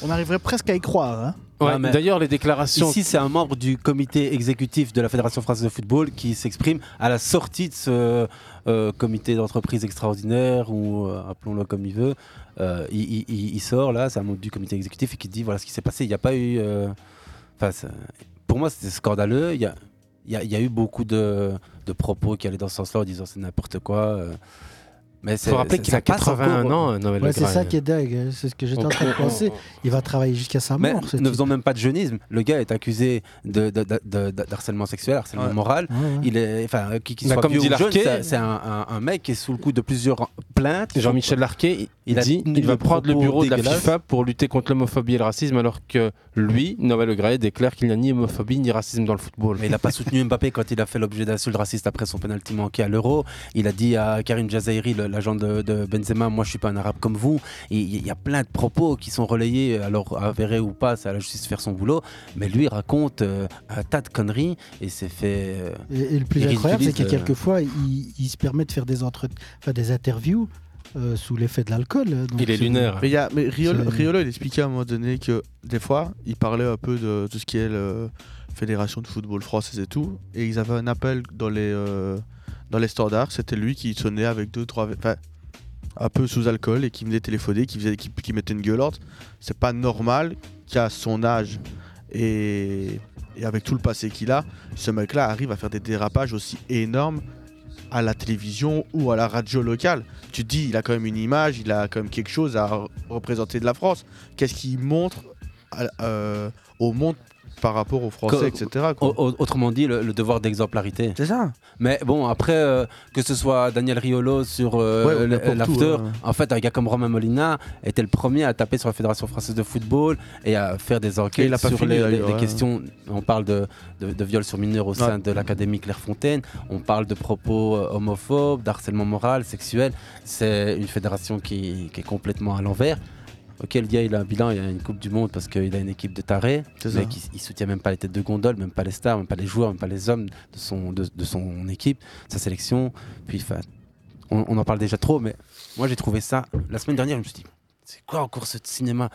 Speaker 4: On arriverait presque à y croire. hein.
Speaker 8: Ouais, mais
Speaker 9: D'ailleurs, les déclarations.
Speaker 8: Ici, c'est un membre du comité exécutif de la Fédération française de football qui s'exprime à la sortie de ce euh, comité d'entreprise extraordinaire, ou euh, appelons-le comme il veut. Euh, il, il- il- il sort là, c'est un membre du comité exécutif et qui dit voilà ce qui s'est passé. Il n'y a pas eu. euh, enfin, ça- pour moi, c'était scandaleux. Il y a, il y a- il y a eu beaucoup de, de propos qui allaient dans ce sens-là en disant c'est n'importe quoi. euh. mais c'est-
Speaker 9: Faut rappeler
Speaker 8: ça-
Speaker 9: qu'il
Speaker 8: ça
Speaker 9: a
Speaker 8: passe
Speaker 9: 81
Speaker 8: encore.
Speaker 9: ans, euh, Noël
Speaker 1: Ouais, c'est ça qui est dingue, hein. c'est ce que j'étais en train de penser. Il va travailler jusqu'à sa
Speaker 8: Mais
Speaker 1: mort. ce
Speaker 8: ne
Speaker 1: type.
Speaker 8: faisons même pas de jeunisme. Le gars est accusé de, de- de- de- de- d'harcèlement sexuel, harcèlement
Speaker 1: Ouais.
Speaker 8: moral.
Speaker 1: Ouais, ouais.
Speaker 8: Il est, enfin, euh, qu'il qu'il
Speaker 9: Bah,
Speaker 8: soit
Speaker 9: comme
Speaker 8: vieux
Speaker 9: dit
Speaker 8: ou jeune,
Speaker 9: Larquet-
Speaker 8: c'est, c'est un, un- un mec qui est sous le coup de plusieurs plaintes.
Speaker 9: Jean-Michel Larquet, il, dit il va prendre le bureau de la FIFA pour lutter contre l'homophobie et le racisme, alors que lui, Noël Le Gret, déclare qu'il n'y a ni homophobie ni racisme dans le football.
Speaker 8: Mais il n'a pas soutenu Mbappé quand il a fait l'objet d'insultes racistes après son penalty manqué à l'Euro. Il a dit à Karim Jazairi, le- l'agent de, de Benzema, moi je suis pas un arabe comme vous. Et Il il y a plein de propos qui sont relayés, alors avérés ou pas, c'est à la justice de faire son boulot. Mais lui raconte euh, un tas de conneries et s'est fait. euh,
Speaker 1: Et, et le plus
Speaker 8: il
Speaker 1: incroyable, c'est
Speaker 8: ridiculise,
Speaker 1: que
Speaker 8: euh,
Speaker 1: quelquefois, il, il se permet de faire des, entre... enfin, des interviews euh, sous l'effet de l'alcool. hein. Donc, c'est-
Speaker 11: Mais, il y a- mais Riolo,
Speaker 1: c'est-
Speaker 11: Riolo, il expliquait à un moment donné que des fois, il parlait un peu de tout ce qui est la fédération de football française et tout. Et ils avaient un appel dans les, euh, dans les standards. C'était lui qui sonnait avec deux, trois. Enfin, un peu sous alcool et qui venait téléphoner, qui, faisait, qui, qui mettait une gueulante. C'est pas normal qu'à son âge Et, et avec tout le passé qu'il a, ce mec-là arrive à faire des dérapages aussi énormes à la télévision ou à la radio locale. Tu te dis, il a quand même une image, il a quand même quelque chose à re- représenter de la France. Qu'est-ce qu'il montre à- euh, au monde par rapport aux Français,
Speaker 8: Co-
Speaker 11: etc.
Speaker 8: au- au- Autrement dit, le, le devoir d'exemplarité.
Speaker 11: C'est ça.
Speaker 8: Mais bon, après, euh, que ce soit Daniel Riolo sur euh,
Speaker 11: Ouais, ou
Speaker 8: l-
Speaker 11: n'importe
Speaker 8: l'After,
Speaker 11: où, hein.
Speaker 8: en fait, un gars comme Romain Molina était le premier à taper sur la Fédération française de football et à faire des
Speaker 11: Et
Speaker 8: enquêtes
Speaker 11: il a pas
Speaker 8: sur
Speaker 11: fini,
Speaker 8: les,
Speaker 11: d'ailleurs,
Speaker 8: les- les
Speaker 11: ouais.
Speaker 8: questions. On parle de, de, de viol sur mineurs au sein de l'Académie Clairefontaine, on parle de propos euh, homophobes, d'harcèlement moral, sexuel. C'est une fédération qui, qui est complètement à l'envers. Ok, le gars il a un bilan, il a une Coupe du Monde parce qu'il a une équipe de tarés,
Speaker 11: C'est ça.
Speaker 8: mais qui il soutient même pas les têtes de gondole, même pas les stars, même pas les joueurs, même pas les hommes de son, de, de son équipe, sa sélection. Puis, 'fin, on, on en parle déjà trop, mais moi j'ai trouvé ça. La semaine dernière, je me suis dit, c'est quoi encore ce cinéma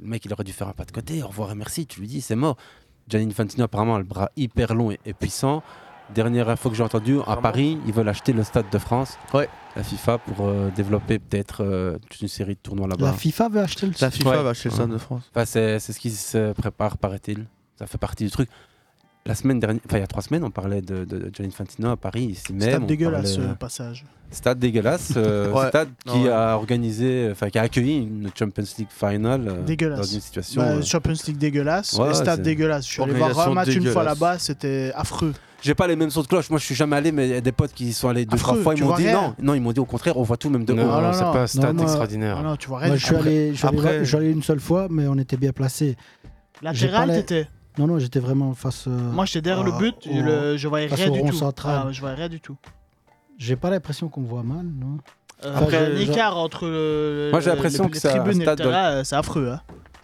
Speaker 8: Le mec, il aurait dû faire un pas de côté, au revoir et merci, tu lui dis, c'est mort. Gianni Infantino, apparemment, a le bras hyper long et, et puissant. Dernière info que j'ai entendue, à Paris, ils veulent acheter le Stade de France, la FIFA, pour euh, développer peut-être euh, toute une série de tournois là-bas.
Speaker 1: La FIFA veut acheter le
Speaker 11: La FIFA
Speaker 8: Ouais.
Speaker 11: va chez le Stade de France.
Speaker 8: Enfin, c'est, c'est ce qui se prépare, paraît-il. Ça fait partie du truc. La semaine dernière, enfin il y a trois semaines, on parlait de, de, de Gianni Infantino à Paris, ici même.
Speaker 4: Stade
Speaker 8: on
Speaker 4: dégueulasse,
Speaker 8: parlait-
Speaker 4: euh, passage.
Speaker 8: Stade dégueulasse, euh,
Speaker 4: Ouais.
Speaker 8: stade qui
Speaker 4: Ouais.
Speaker 8: a organisé, enfin qui a accueilli une Champions League finale euh,
Speaker 4: Dégueulasse.
Speaker 8: dans une situation.
Speaker 4: Bah,
Speaker 8: euh,
Speaker 4: Champions League dégueulasse,
Speaker 8: Ouais,
Speaker 4: et stade
Speaker 8: c'est-
Speaker 4: dégueulasse. Je suis allé voir un
Speaker 8: Organisation
Speaker 4: match une fois
Speaker 8: dégueulasse.
Speaker 4: là-bas, c'était affreux.
Speaker 8: J'ai pas les mêmes sons de cloche. Moi, je suis jamais allé, mais il y a des potes qui y sont allés deux,
Speaker 4: Affreux,
Speaker 8: trois fois.
Speaker 4: tu
Speaker 8: Ils m'ont
Speaker 4: vois
Speaker 8: dit
Speaker 4: rien.
Speaker 8: non, non, ils m'ont dit au contraire, on voit tout même de
Speaker 9: Non,
Speaker 8: haut.
Speaker 9: non,
Speaker 8: c'est
Speaker 9: non.
Speaker 8: pas un
Speaker 9: Non,
Speaker 8: stade
Speaker 9: moi-
Speaker 8: extraordinaire.
Speaker 4: Ah non, tu vois rien.
Speaker 1: Moi, je suis
Speaker 4: Après-
Speaker 1: allé, je suis allé
Speaker 4: après-
Speaker 1: voir- je suis allé une seule fois, mais on était bien placé.
Speaker 4: Latéral, t'étais
Speaker 1: Non, non, j'étais vraiment face. euh,
Speaker 4: Moi, j'étais derrière
Speaker 8: Ah,
Speaker 4: le
Speaker 1: à-
Speaker 4: but,
Speaker 1: au-
Speaker 4: le- je voyais
Speaker 1: face
Speaker 4: rien
Speaker 1: au
Speaker 4: du
Speaker 1: rond
Speaker 4: tout.
Speaker 1: central.
Speaker 4: Ah, je voyais rien du tout.
Speaker 1: J'ai pas l'impression qu'on voit mal, non
Speaker 4: Euh,
Speaker 1: Enfin,
Speaker 4: après, un
Speaker 1: je- je-
Speaker 4: écart entre le,
Speaker 8: Moi, j'ai
Speaker 4: le-
Speaker 8: l'impression
Speaker 4: les-
Speaker 8: que
Speaker 4: les
Speaker 8: c'est un
Speaker 4: tribunes et le
Speaker 8: stade de-
Speaker 4: terrain, euh, c'est affreux. hein.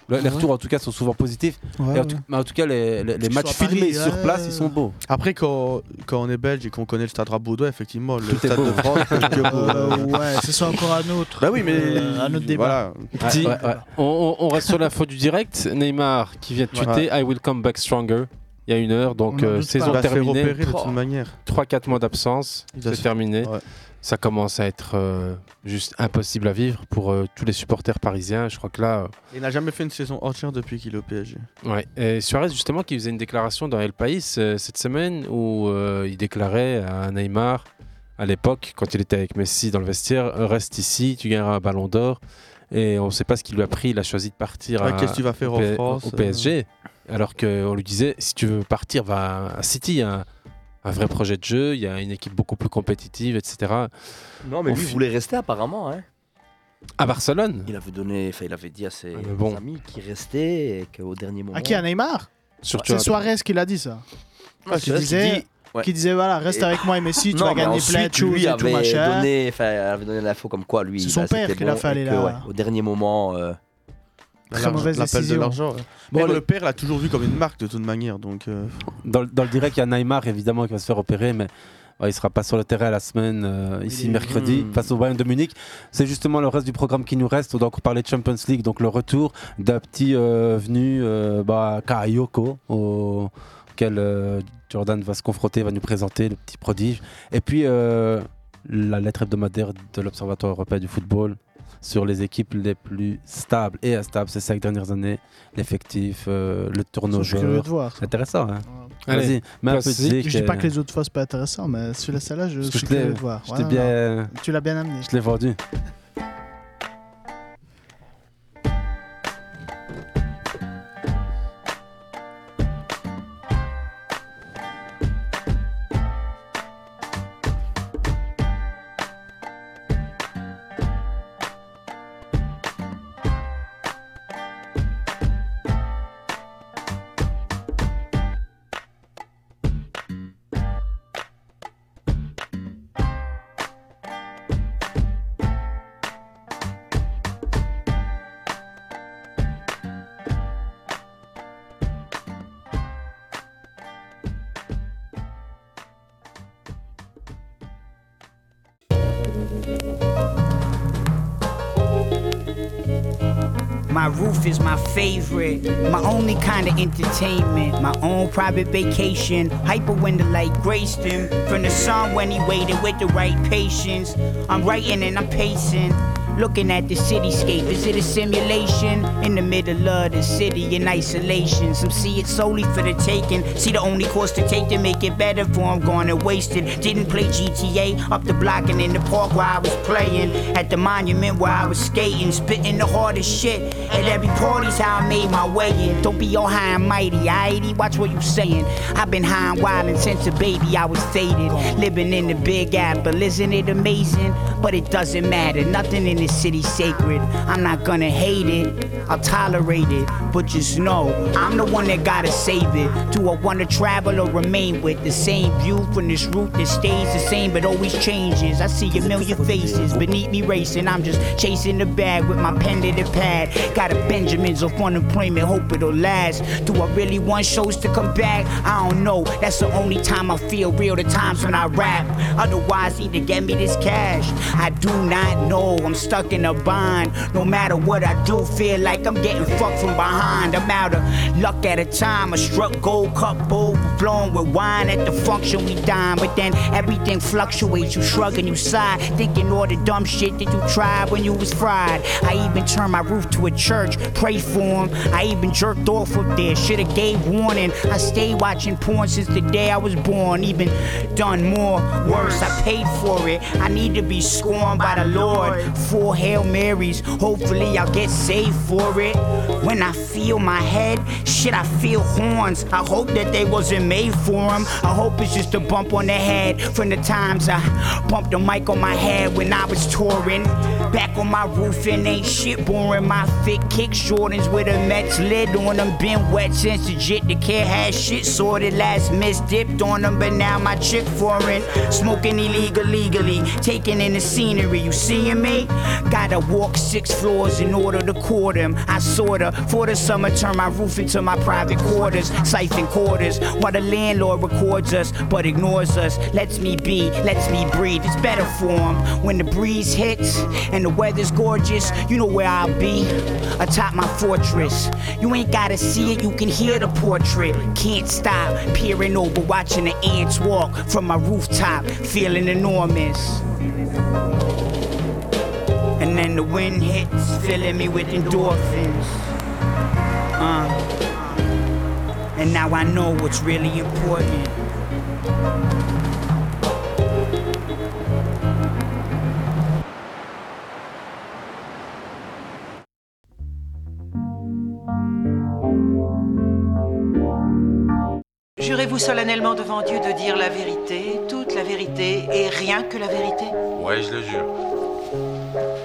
Speaker 8: Le- les retours, en tout cas, sont souvent positifs.
Speaker 11: Ouais,
Speaker 8: Et en, tout,
Speaker 11: ouais.
Speaker 8: mais en tout cas, les, les- les
Speaker 11: qu'ils
Speaker 8: matchs
Speaker 11: sont à Paris,
Speaker 8: filmés sur
Speaker 11: ouais.
Speaker 8: place, ils sont beaux.
Speaker 11: Après, quand, quand on est belge et qu'on connaît le stade Raboudois, effectivement, le
Speaker 8: Tout est
Speaker 11: stade
Speaker 8: beau.
Speaker 11: de France, c'est que beau.
Speaker 4: Euh, ouais, ce soit encore un autre.
Speaker 11: Bah oui, mais.
Speaker 4: euh, un autre
Speaker 11: Voilà.
Speaker 4: débat.
Speaker 9: Petit-
Speaker 11: Ouais, ouais.
Speaker 9: On, on- on reste sur l'info du direct. Neymar qui vient de tweeter I will come back stronger. Il y a une heure, donc
Speaker 11: On en
Speaker 9: euh,
Speaker 11: doute
Speaker 9: saison
Speaker 11: pas. Il va se faire
Speaker 9: terminée.
Speaker 11: repérer de toute manière.
Speaker 9: 3-4 mois d'absence,
Speaker 11: Il va
Speaker 9: c'est
Speaker 11: se-
Speaker 9: terminé. Ça commence à être euh, juste impossible à vivre pour euh, tous les supporters parisiens. Je crois que là, euh,
Speaker 11: Il n'a jamais fait une saison entière depuis qu'il est au PSG.
Speaker 9: Ouais. Et Suarez, justement, qui faisait une déclaration dans El País euh, cette semaine où euh, il déclarait à Neymar, à l'époque, quand il était avec Messi dans le vestiaire, euh, reste ici, tu gagneras un ballon d'or. Et on ne sait pas ce qu'il lui a pris, il a choisi de partir
Speaker 11: Ouais,
Speaker 9: à-
Speaker 11: qu'est-ce que tu vas faire
Speaker 9: au,
Speaker 11: en
Speaker 9: P-
Speaker 11: France,
Speaker 9: au
Speaker 11: euh.
Speaker 9: PSG. Alors qu'on lui disait, si tu veux partir, va à City, un, un vrai projet de jeu, il y a une équipe beaucoup plus compétitive, etc.
Speaker 12: Non, mais
Speaker 9: On
Speaker 12: lui, il
Speaker 9: fi-
Speaker 12: voulait rester apparemment. Hein.
Speaker 9: À Barcelone
Speaker 12: Il avait donné, enfin, il avait dit à ses
Speaker 9: mais bon.
Speaker 12: amis qu'il restait et qu'au dernier
Speaker 1: Ah,
Speaker 12: moment.
Speaker 4: À qui À Neymar
Speaker 9: Surtout
Speaker 4: C'est
Speaker 9: à-
Speaker 4: Suarez qui l'a dit ça.
Speaker 12: Ah,
Speaker 4: qui,
Speaker 12: Suarez qui
Speaker 4: disait,
Speaker 12: dit- ouais.
Speaker 4: qui disait voilà, reste
Speaker 12: Et-
Speaker 4: avec moi et Messi, tu
Speaker 12: Non,
Speaker 4: vas
Speaker 12: mais
Speaker 4: gagner plein de
Speaker 12: ensuite,
Speaker 4: choses
Speaker 12: lui
Speaker 4: et tout
Speaker 12: avait
Speaker 4: machin.
Speaker 12: Donné, enfin, elle avait donné l'info comme quoi lui.
Speaker 4: C'est son
Speaker 12: bah, c'était
Speaker 4: père qui l'a
Speaker 12: bon
Speaker 4: fait
Speaker 12: et
Speaker 4: aller
Speaker 12: que,
Speaker 4: là.
Speaker 12: ouais, au dernier moment. euh,
Speaker 4: Très mauvaise
Speaker 11: L'appel de
Speaker 4: décision.
Speaker 11: l'argent. ouais.
Speaker 8: Mais
Speaker 11: Bon,
Speaker 8: le-
Speaker 11: le père l'a toujours vu comme une marque de toute manière, donc. euh,
Speaker 8: Dans, le- dans le direct, il y a Neymar évidemment qui va se faire opérer, mais il il sera pas sur le terrain la semaine euh, ici mercredi
Speaker 11: Hmm.
Speaker 8: face au Bayern de Munich. C'est justement le reste du programme qui nous reste. Donc on parlait de Champions League, donc le retour d'un petit euh, venu euh, bah, Kayoko au- auquel euh, Jordan va se confronter, va nous présenter le petit prodige. Et puis euh, la lettre hebdomadaire de l'Observatoire européen du football sur les équipes les plus stables et instables ces cinq dernières années, l'effectif, euh, le tournoi.
Speaker 4: je suis curieux de voir, ça.
Speaker 8: C'est intéressant. hein.
Speaker 9: Allez,
Speaker 8: Vas-y, mets un peu de
Speaker 9: classique.
Speaker 8: zik,
Speaker 4: Je dis pas
Speaker 8: euh,
Speaker 4: que les autres fois c'est pas intéressant, mais celui-là, celle-là, je
Speaker 8: parce que
Speaker 4: suis
Speaker 8: je l'ai-
Speaker 4: curieux de voir.
Speaker 8: je
Speaker 4: Ouais,
Speaker 8: l'ai
Speaker 4: non,
Speaker 8: bien-
Speaker 4: non. Tu l'as bien amené.
Speaker 8: Je l'ai vendu.
Speaker 16: My roof is my favorite, my only kind of entertainment. My own private vacation, hyper when the light graced him. From the sun when he waited with the right patience. I'm writing and I'm pacing. looking at the cityscape. Is it a simulation in the middle of the city in isolation? Some see it solely for the taking. See the only course to take to make it better for I'm gone and wasted. Didn't play GTA up the block and in the park where I was playing. At the monument where I was skating, spitting the hardest shit. At every party's how I made my way in. Don't be all high and mighty, aighty? Watch what you saying. I've been high and wild and since a baby I was faded. Living in the big apple, isn't it amazing? But it doesn't matter, nothing in this city's sacred. I'm not gonna hate it, I'll tolerate it. But just know, I'm the one that gotta save it. Do I wanna travel or remain with the same view from this route that stays the same but always changes? I see a million faces beneath me racing. I'm just chasing the bag with my pen to the pad. Got a Benjamin's off unemployment, hope it'll last. Do I really want shows to come back? I don't know. That's the only time I feel real, the times when I rap. Otherwise, either get me this cash. I do not know. I'm stuck in a bind. No matter what I do, feel like I'm getting fucked from behind. I'm out of luck at a time. I struck gold cup overflowing with wine at the function we dine. But then everything fluctuates. You shrug and you sigh, thinking all the dumb shit that you tried when you was fried. I even turned my roof to a church, pray for 'em. I even jerked off up there. Shoulda gave warning. I stayed watching porn since the day I was born. Even done more worse. I paid for it. I need to be scorned by the Lord. Four Hail Marys. Hopefully I'll get saved for it. When I feel my head, shit, I feel horns. I hope that they wasn't made for 'em. I hope it's just a bump on the head from the times I bumped the mic on my head when I was touring. Back on my roof and ain't shit boring. My fit kick Jordans with a Mets lid on them. Been wet since the jit. The kid had shit sorted last miss dipped on them, but now my chick foreign. Smoking illegal, legally, taking in the scenery. You seeing me? Gotta walk six floors in order to court him. I sorta for the summer turn my roof into my private quarters, siphon quarters while the landlord records us but ignores us. Lets me be, lets me breathe. It's better for him when the breeze hits and the weather's gorgeous. You know where I'll be atop my fortress. You ain't gotta see it, you can hear the portrait. Can't stop peering over, watching the ants walk from my rooftop, feeling enormous. And then the wind hits, filling me with endorphins. Uh, and now I know what's really important.
Speaker 17: Jurez-vous solennellement devant Dieu de dire la vérité, toute la vérité et rien que la vérité
Speaker 18: Ouais, je le jure.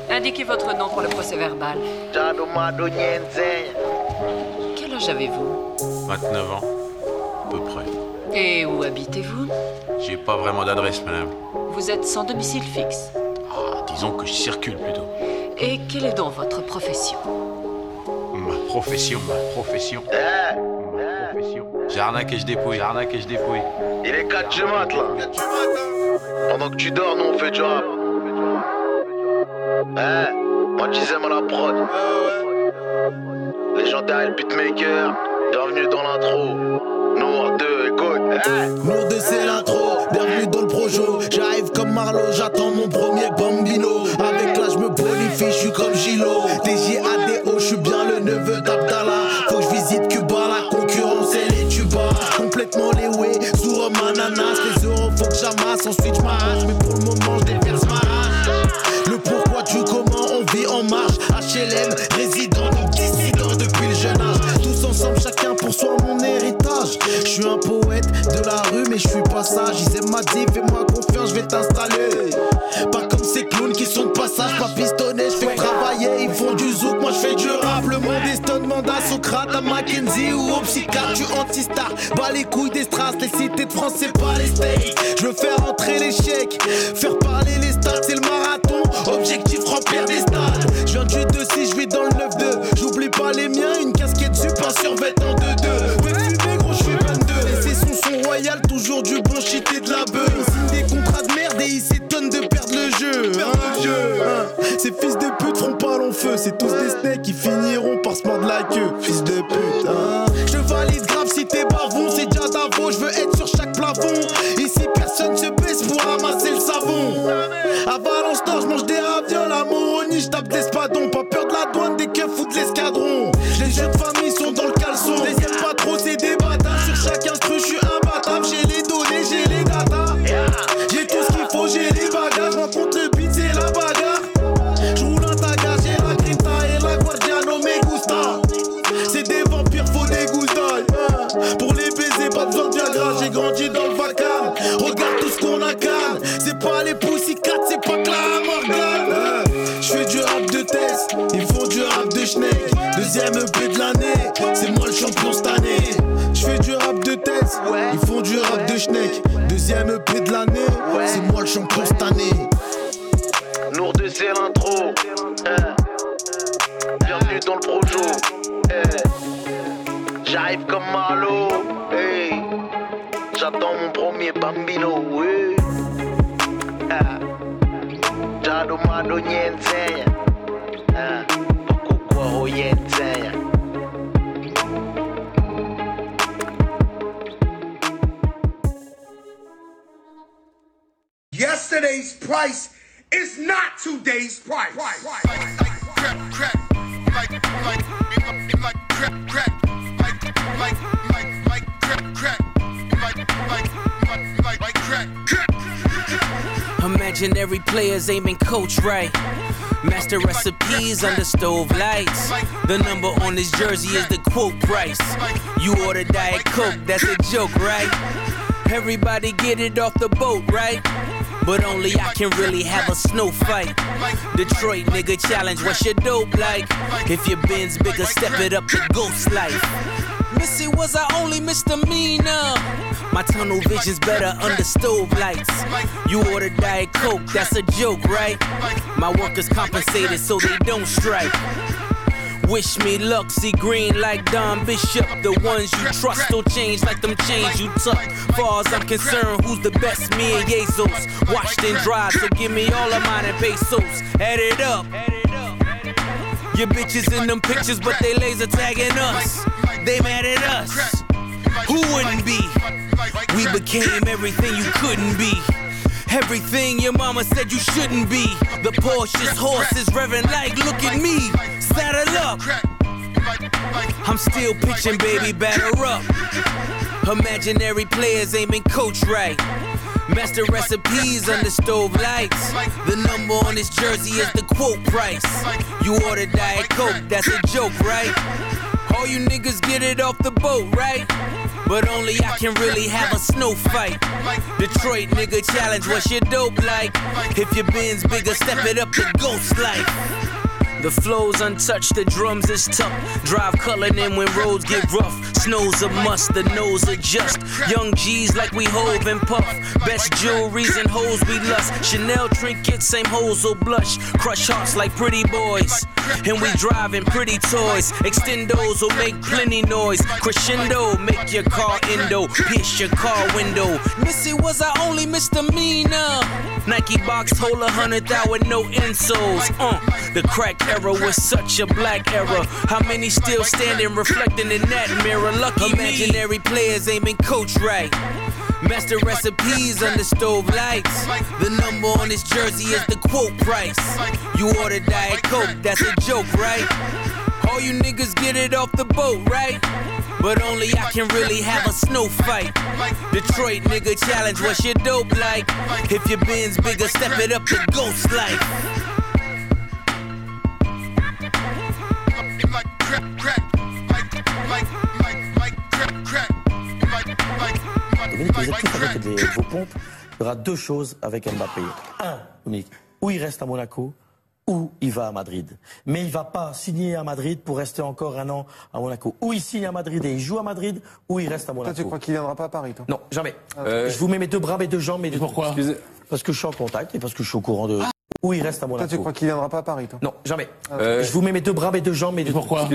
Speaker 19: Indiquez votre nom pour le procès verbal. Quel âge avez-vous
Speaker 18: 29 ans, à peu près.
Speaker 19: Et où habitez-vous
Speaker 18: J'ai pas vraiment d'adresse, madame.
Speaker 19: Vous êtes sans domicile fixe.
Speaker 18: Ah, disons que je circule plutôt.
Speaker 19: Et quelle est donc votre profession
Speaker 18: Ma profession, ma profession. Ma profession. J'arnaque et je dépouille, j'arnaque et je dépouille.
Speaker 3: Il est 4 du mat là. Pendant que tu dors, nous on fait du rap. Hein moi disais à la prod. Légendaire et le beatmaker, bienvenue dans l'intro. Noir 2, écoute. hein.
Speaker 20: Lourdé c'est l'intro, bienvenue dans le projo J'arrive comme Marlo, j'attends mon premier bambino Avec là je me bonifie, je suis comme Gilo TJADO, je suis bien le neveu d'Abdallah Faut que je visite Cuba, la concurrence elle est tuba Complètement les way, sous un ananas Les euros faut que j'amasse, ensuite je m'arrache Mais pour le moment je déverse ma rage Le pourquoi du comment, on vit en marche HLM, résident ou dissident depuis le jeune âge Tous ensemble, chacun pour soi mon héritage Je suis un poète de la rue mais je suis pas sage Ils aiment ma dit, fais-moi confiance, je vais t'installer Pas comme ces clowns qui sont de passage, pas pistonné, je fais travailler Ils font du zouk, moi je fais du rap Le monde est stone, demande à Socrate, à Mackenzie ou au psychiatre Tu anti-star, bats les couilles des strass Les cités de France c'est pas les steaks Je veux faire entrer l'échec, faire parler les stats C'est le marathon, objectif remplir des stades Je viens du 2-6, je vis dans le 9-2 J'oublie pas les miens, une casquette sup, un survêt en 2-2 Ouais, fumer, gros, je suis 22 Et c'est son son royal, toujours du bon shit et de la beuh Ils signent des contrats de merde et ils s'étonnent de perdre le jeu hein, hein. Ces fils de pute feront pas long feu C'est tous des snakes qui finiront par se mordre la queue Fils de pute, hein. Je valide grave si t'es bavon C'est déjà d'avant, je veux être sur chaque plafond Ici personne se baisse pour ramasser le savon À Valence Nord, je mange des ravioles à Moroni, je tape des spadons. Pas peur de la douane, des keufs ou de l'escadron. Les jeunes familles sont dans le caleçon. Je Les aime pas trop, c'est des bâtards. Sur chaque instru, je suis imbattable. J'ai les données, j'ai les datas. J'ai tout ce qu'il faut, j'ai les bagages. Rencontre le beat, c'est la bagarre. Je roule un taga, j'ai la cripta et la guardiano me gusta. C'est des vampires, faut des gousses d'ail. Pour les baisers, pas besoin de Viagra, j'ai grandi dans le vacarme. Regarde tout ce qu'on a calme. C'est pas les poussicates, c'est pas que la Morgane. Euh, Je fais du rap de test, ils font du rap de schneck. Deuxième EP de l'année, c'est moi le champion cette année. Je fais du rap de test, ils font du rap de schneck. Deuxième EP de l'année, c'est moi le champion cette année.
Speaker 21: Lourde c'est l'intro. Eh. Bienvenue dans le projo. Eh. J'arrive comme Marlo. Hey. J'attends mon premier bambino. Oui. Eh. Jado mado niente. Eh. Pokokoro niente.
Speaker 22: Yesterday's price is not today's price.
Speaker 23: Imaginary players aiming coach right. Master recipes under stove lights. The number on his jersey is the quote price. You order Diet Coke, that's a joke, right? Everybody get it off the boat, right? But only I can really have a snow fight. Detroit nigga challenge, what's your dope like? If your bin's bigger, step it up to ghost life. Missy was our only misdemeanor. My tunnel vision's better under stove lights. You order Diet Coke, that's a joke, right? My workers compensated so they don't strike. Wish me luck, see green like Don Bishop. The ones you trust don't change like them chains you tuck. Far as I'm concerned, who's the best? Me and Yezos. Washed and dried, so give me all of mine and pesos. Add it up. Your bitches in them pictures, but they laser tagging us. They mad at us. Who wouldn't be? We became everything you couldn't be. Everything your mama said you shouldn't be. The Porsche's horse is revving like, look at me. Saddle up. I'm still pitching, baby, batter up. Imaginary players aiming coach right. Master recipes under stove lights. The number on his jersey is the quote price. You order Diet Coke, that's a joke, right? All you niggas get it off the boat, right? But only I can really have a snow fight. Detroit nigga challenge, what's your dope like? If your bin's bigger, step it up to ghost life. The flow's untouched, the drums is tough. Drive culling in when roads get rough. Snow's a must, the nose adjust. Young G's like we hove and puff. Best jewelries and hoes we lust. Chanel trinkets, same hoes will blush. Crush hearts like pretty boys. And we driving pretty toys. Extendos will make plenty noise. Crescendo, make your car endo. Pierce your car window. Missy was our only misdemeanor. Nike box hold a hundred thou with no insoles. Uh, the crack era was such a black era. How many still standing reflecting in that mirror? Lucky imaginary players aiming coach right. Master recipes under stove lights. The number on his jersey is the quote price. You order Diet Coke, that's a joke, right? All you niggas get it off the boat, right? But only I can really have a snow fight. Detroit nigga challenge, what's your dope like? If your bin's bigger, step it up to ghost life.
Speaker 24: Dominique, vous êtes tous avec des- vos pompes. Il y aura deux choses avec Mbappé. Un, Dominique, ou il reste à Monaco, ou il va à Madrid. Mais il ne va pas signer à Madrid pour rester encore un an à Monaco. Ou il signe à Madrid et il joue à Madrid, ou il reste à Monaco.
Speaker 25: tu crois qu'il viendra pas à Paris, toi
Speaker 24: Non, jamais.
Speaker 25: Euh,
Speaker 24: Je vous mets mes deux bras, mes deux jambes, mes deux Pourquoi Parce que je suis en contact et parce que je suis au courant de. Où il reste à Monaco.
Speaker 25: Ah. Toi, tu crois qu'il viendra pas à Paris, toi Ah,
Speaker 24: Non, jamais. Euh, Je vous mets mes deux bras, mes deux jambes, mes deux Pourquoi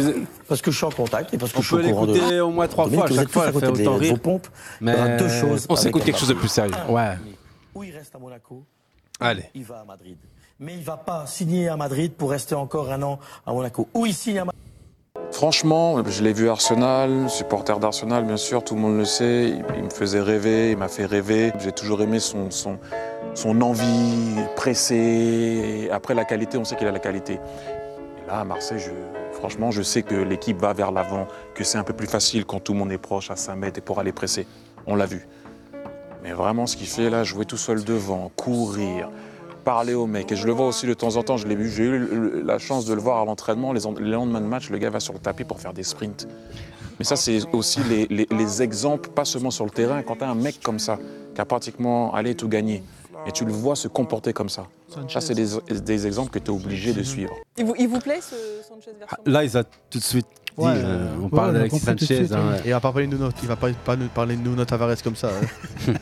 Speaker 24: Parce que je suis en contact et parce que je suis
Speaker 8: peut
Speaker 24: au courant de.
Speaker 8: l'écouter au moins trois fois,
Speaker 24: Dominique,
Speaker 8: à
Speaker 24: vous
Speaker 8: chaque
Speaker 24: êtes
Speaker 8: fois,
Speaker 24: tous à
Speaker 8: elle
Speaker 24: côté
Speaker 8: fait
Speaker 24: des-
Speaker 8: autant
Speaker 24: de
Speaker 8: rire.
Speaker 24: vos pompes.
Speaker 8: Mais
Speaker 24: Il y aura deux choses.
Speaker 8: on s'écoute
Speaker 24: avec
Speaker 8: quelque chose de
Speaker 24: Mbappé.
Speaker 8: plus sérieux. Ouais.
Speaker 24: Où il reste à Monaco
Speaker 8: Allez.
Speaker 24: Il va à Madrid. Mais il va pas signer à Madrid pour rester encore un an à Monaco. Ou il signe à Madrid.
Speaker 26: Franchement, je l'ai vu à Arsenal, supporter d'Arsenal bien sûr, tout le monde le sait, il, il me faisait rêver, il m'a fait rêver, j'ai toujours aimé son, son, son envie, pressé. Et après la qualité, on sait qu'il a la qualité. Et là, à Marseille, je, franchement, je sais que l'équipe va vers l'avant, que c'est un peu plus facile quand tout le monde est proche à 5 mètres et pour aller presser. On l'a vu. Mais vraiment, ce qu'il fait là, jouer tout seul devant, courir, parler au mec. Et je le vois aussi de temps en temps, je l'ai vu, j'ai eu le- la chance de le voir à l'entraînement. Les, en- les lendemains de match, le gars va sur le tapis pour faire des sprints. Mais ça, c'est aussi les, les- les exemples, pas seulement sur le terrain. Quand t'as un mec comme ça, qui a pratiquement allé tout gagner, et tu le vois se comporter comme ça, ça, c'est des, des exemples que tu es obligé de suivre.
Speaker 2: Il vous, il vous plaît ce Sanchez version
Speaker 8: Là, ils ont tout de suite dit,
Speaker 11: Ouais,
Speaker 8: euh,
Speaker 11: ouais,
Speaker 8: on parle
Speaker 11: on a
Speaker 8: d'Alexis
Speaker 11: compris tout de
Speaker 8: Sanchez.
Speaker 11: suite,
Speaker 8: hein,
Speaker 11: hein.
Speaker 8: ouais.
Speaker 11: Et il va pas parler de Nuno, il va pas, pas nous parler de Nuno Tavares comme ça. hein.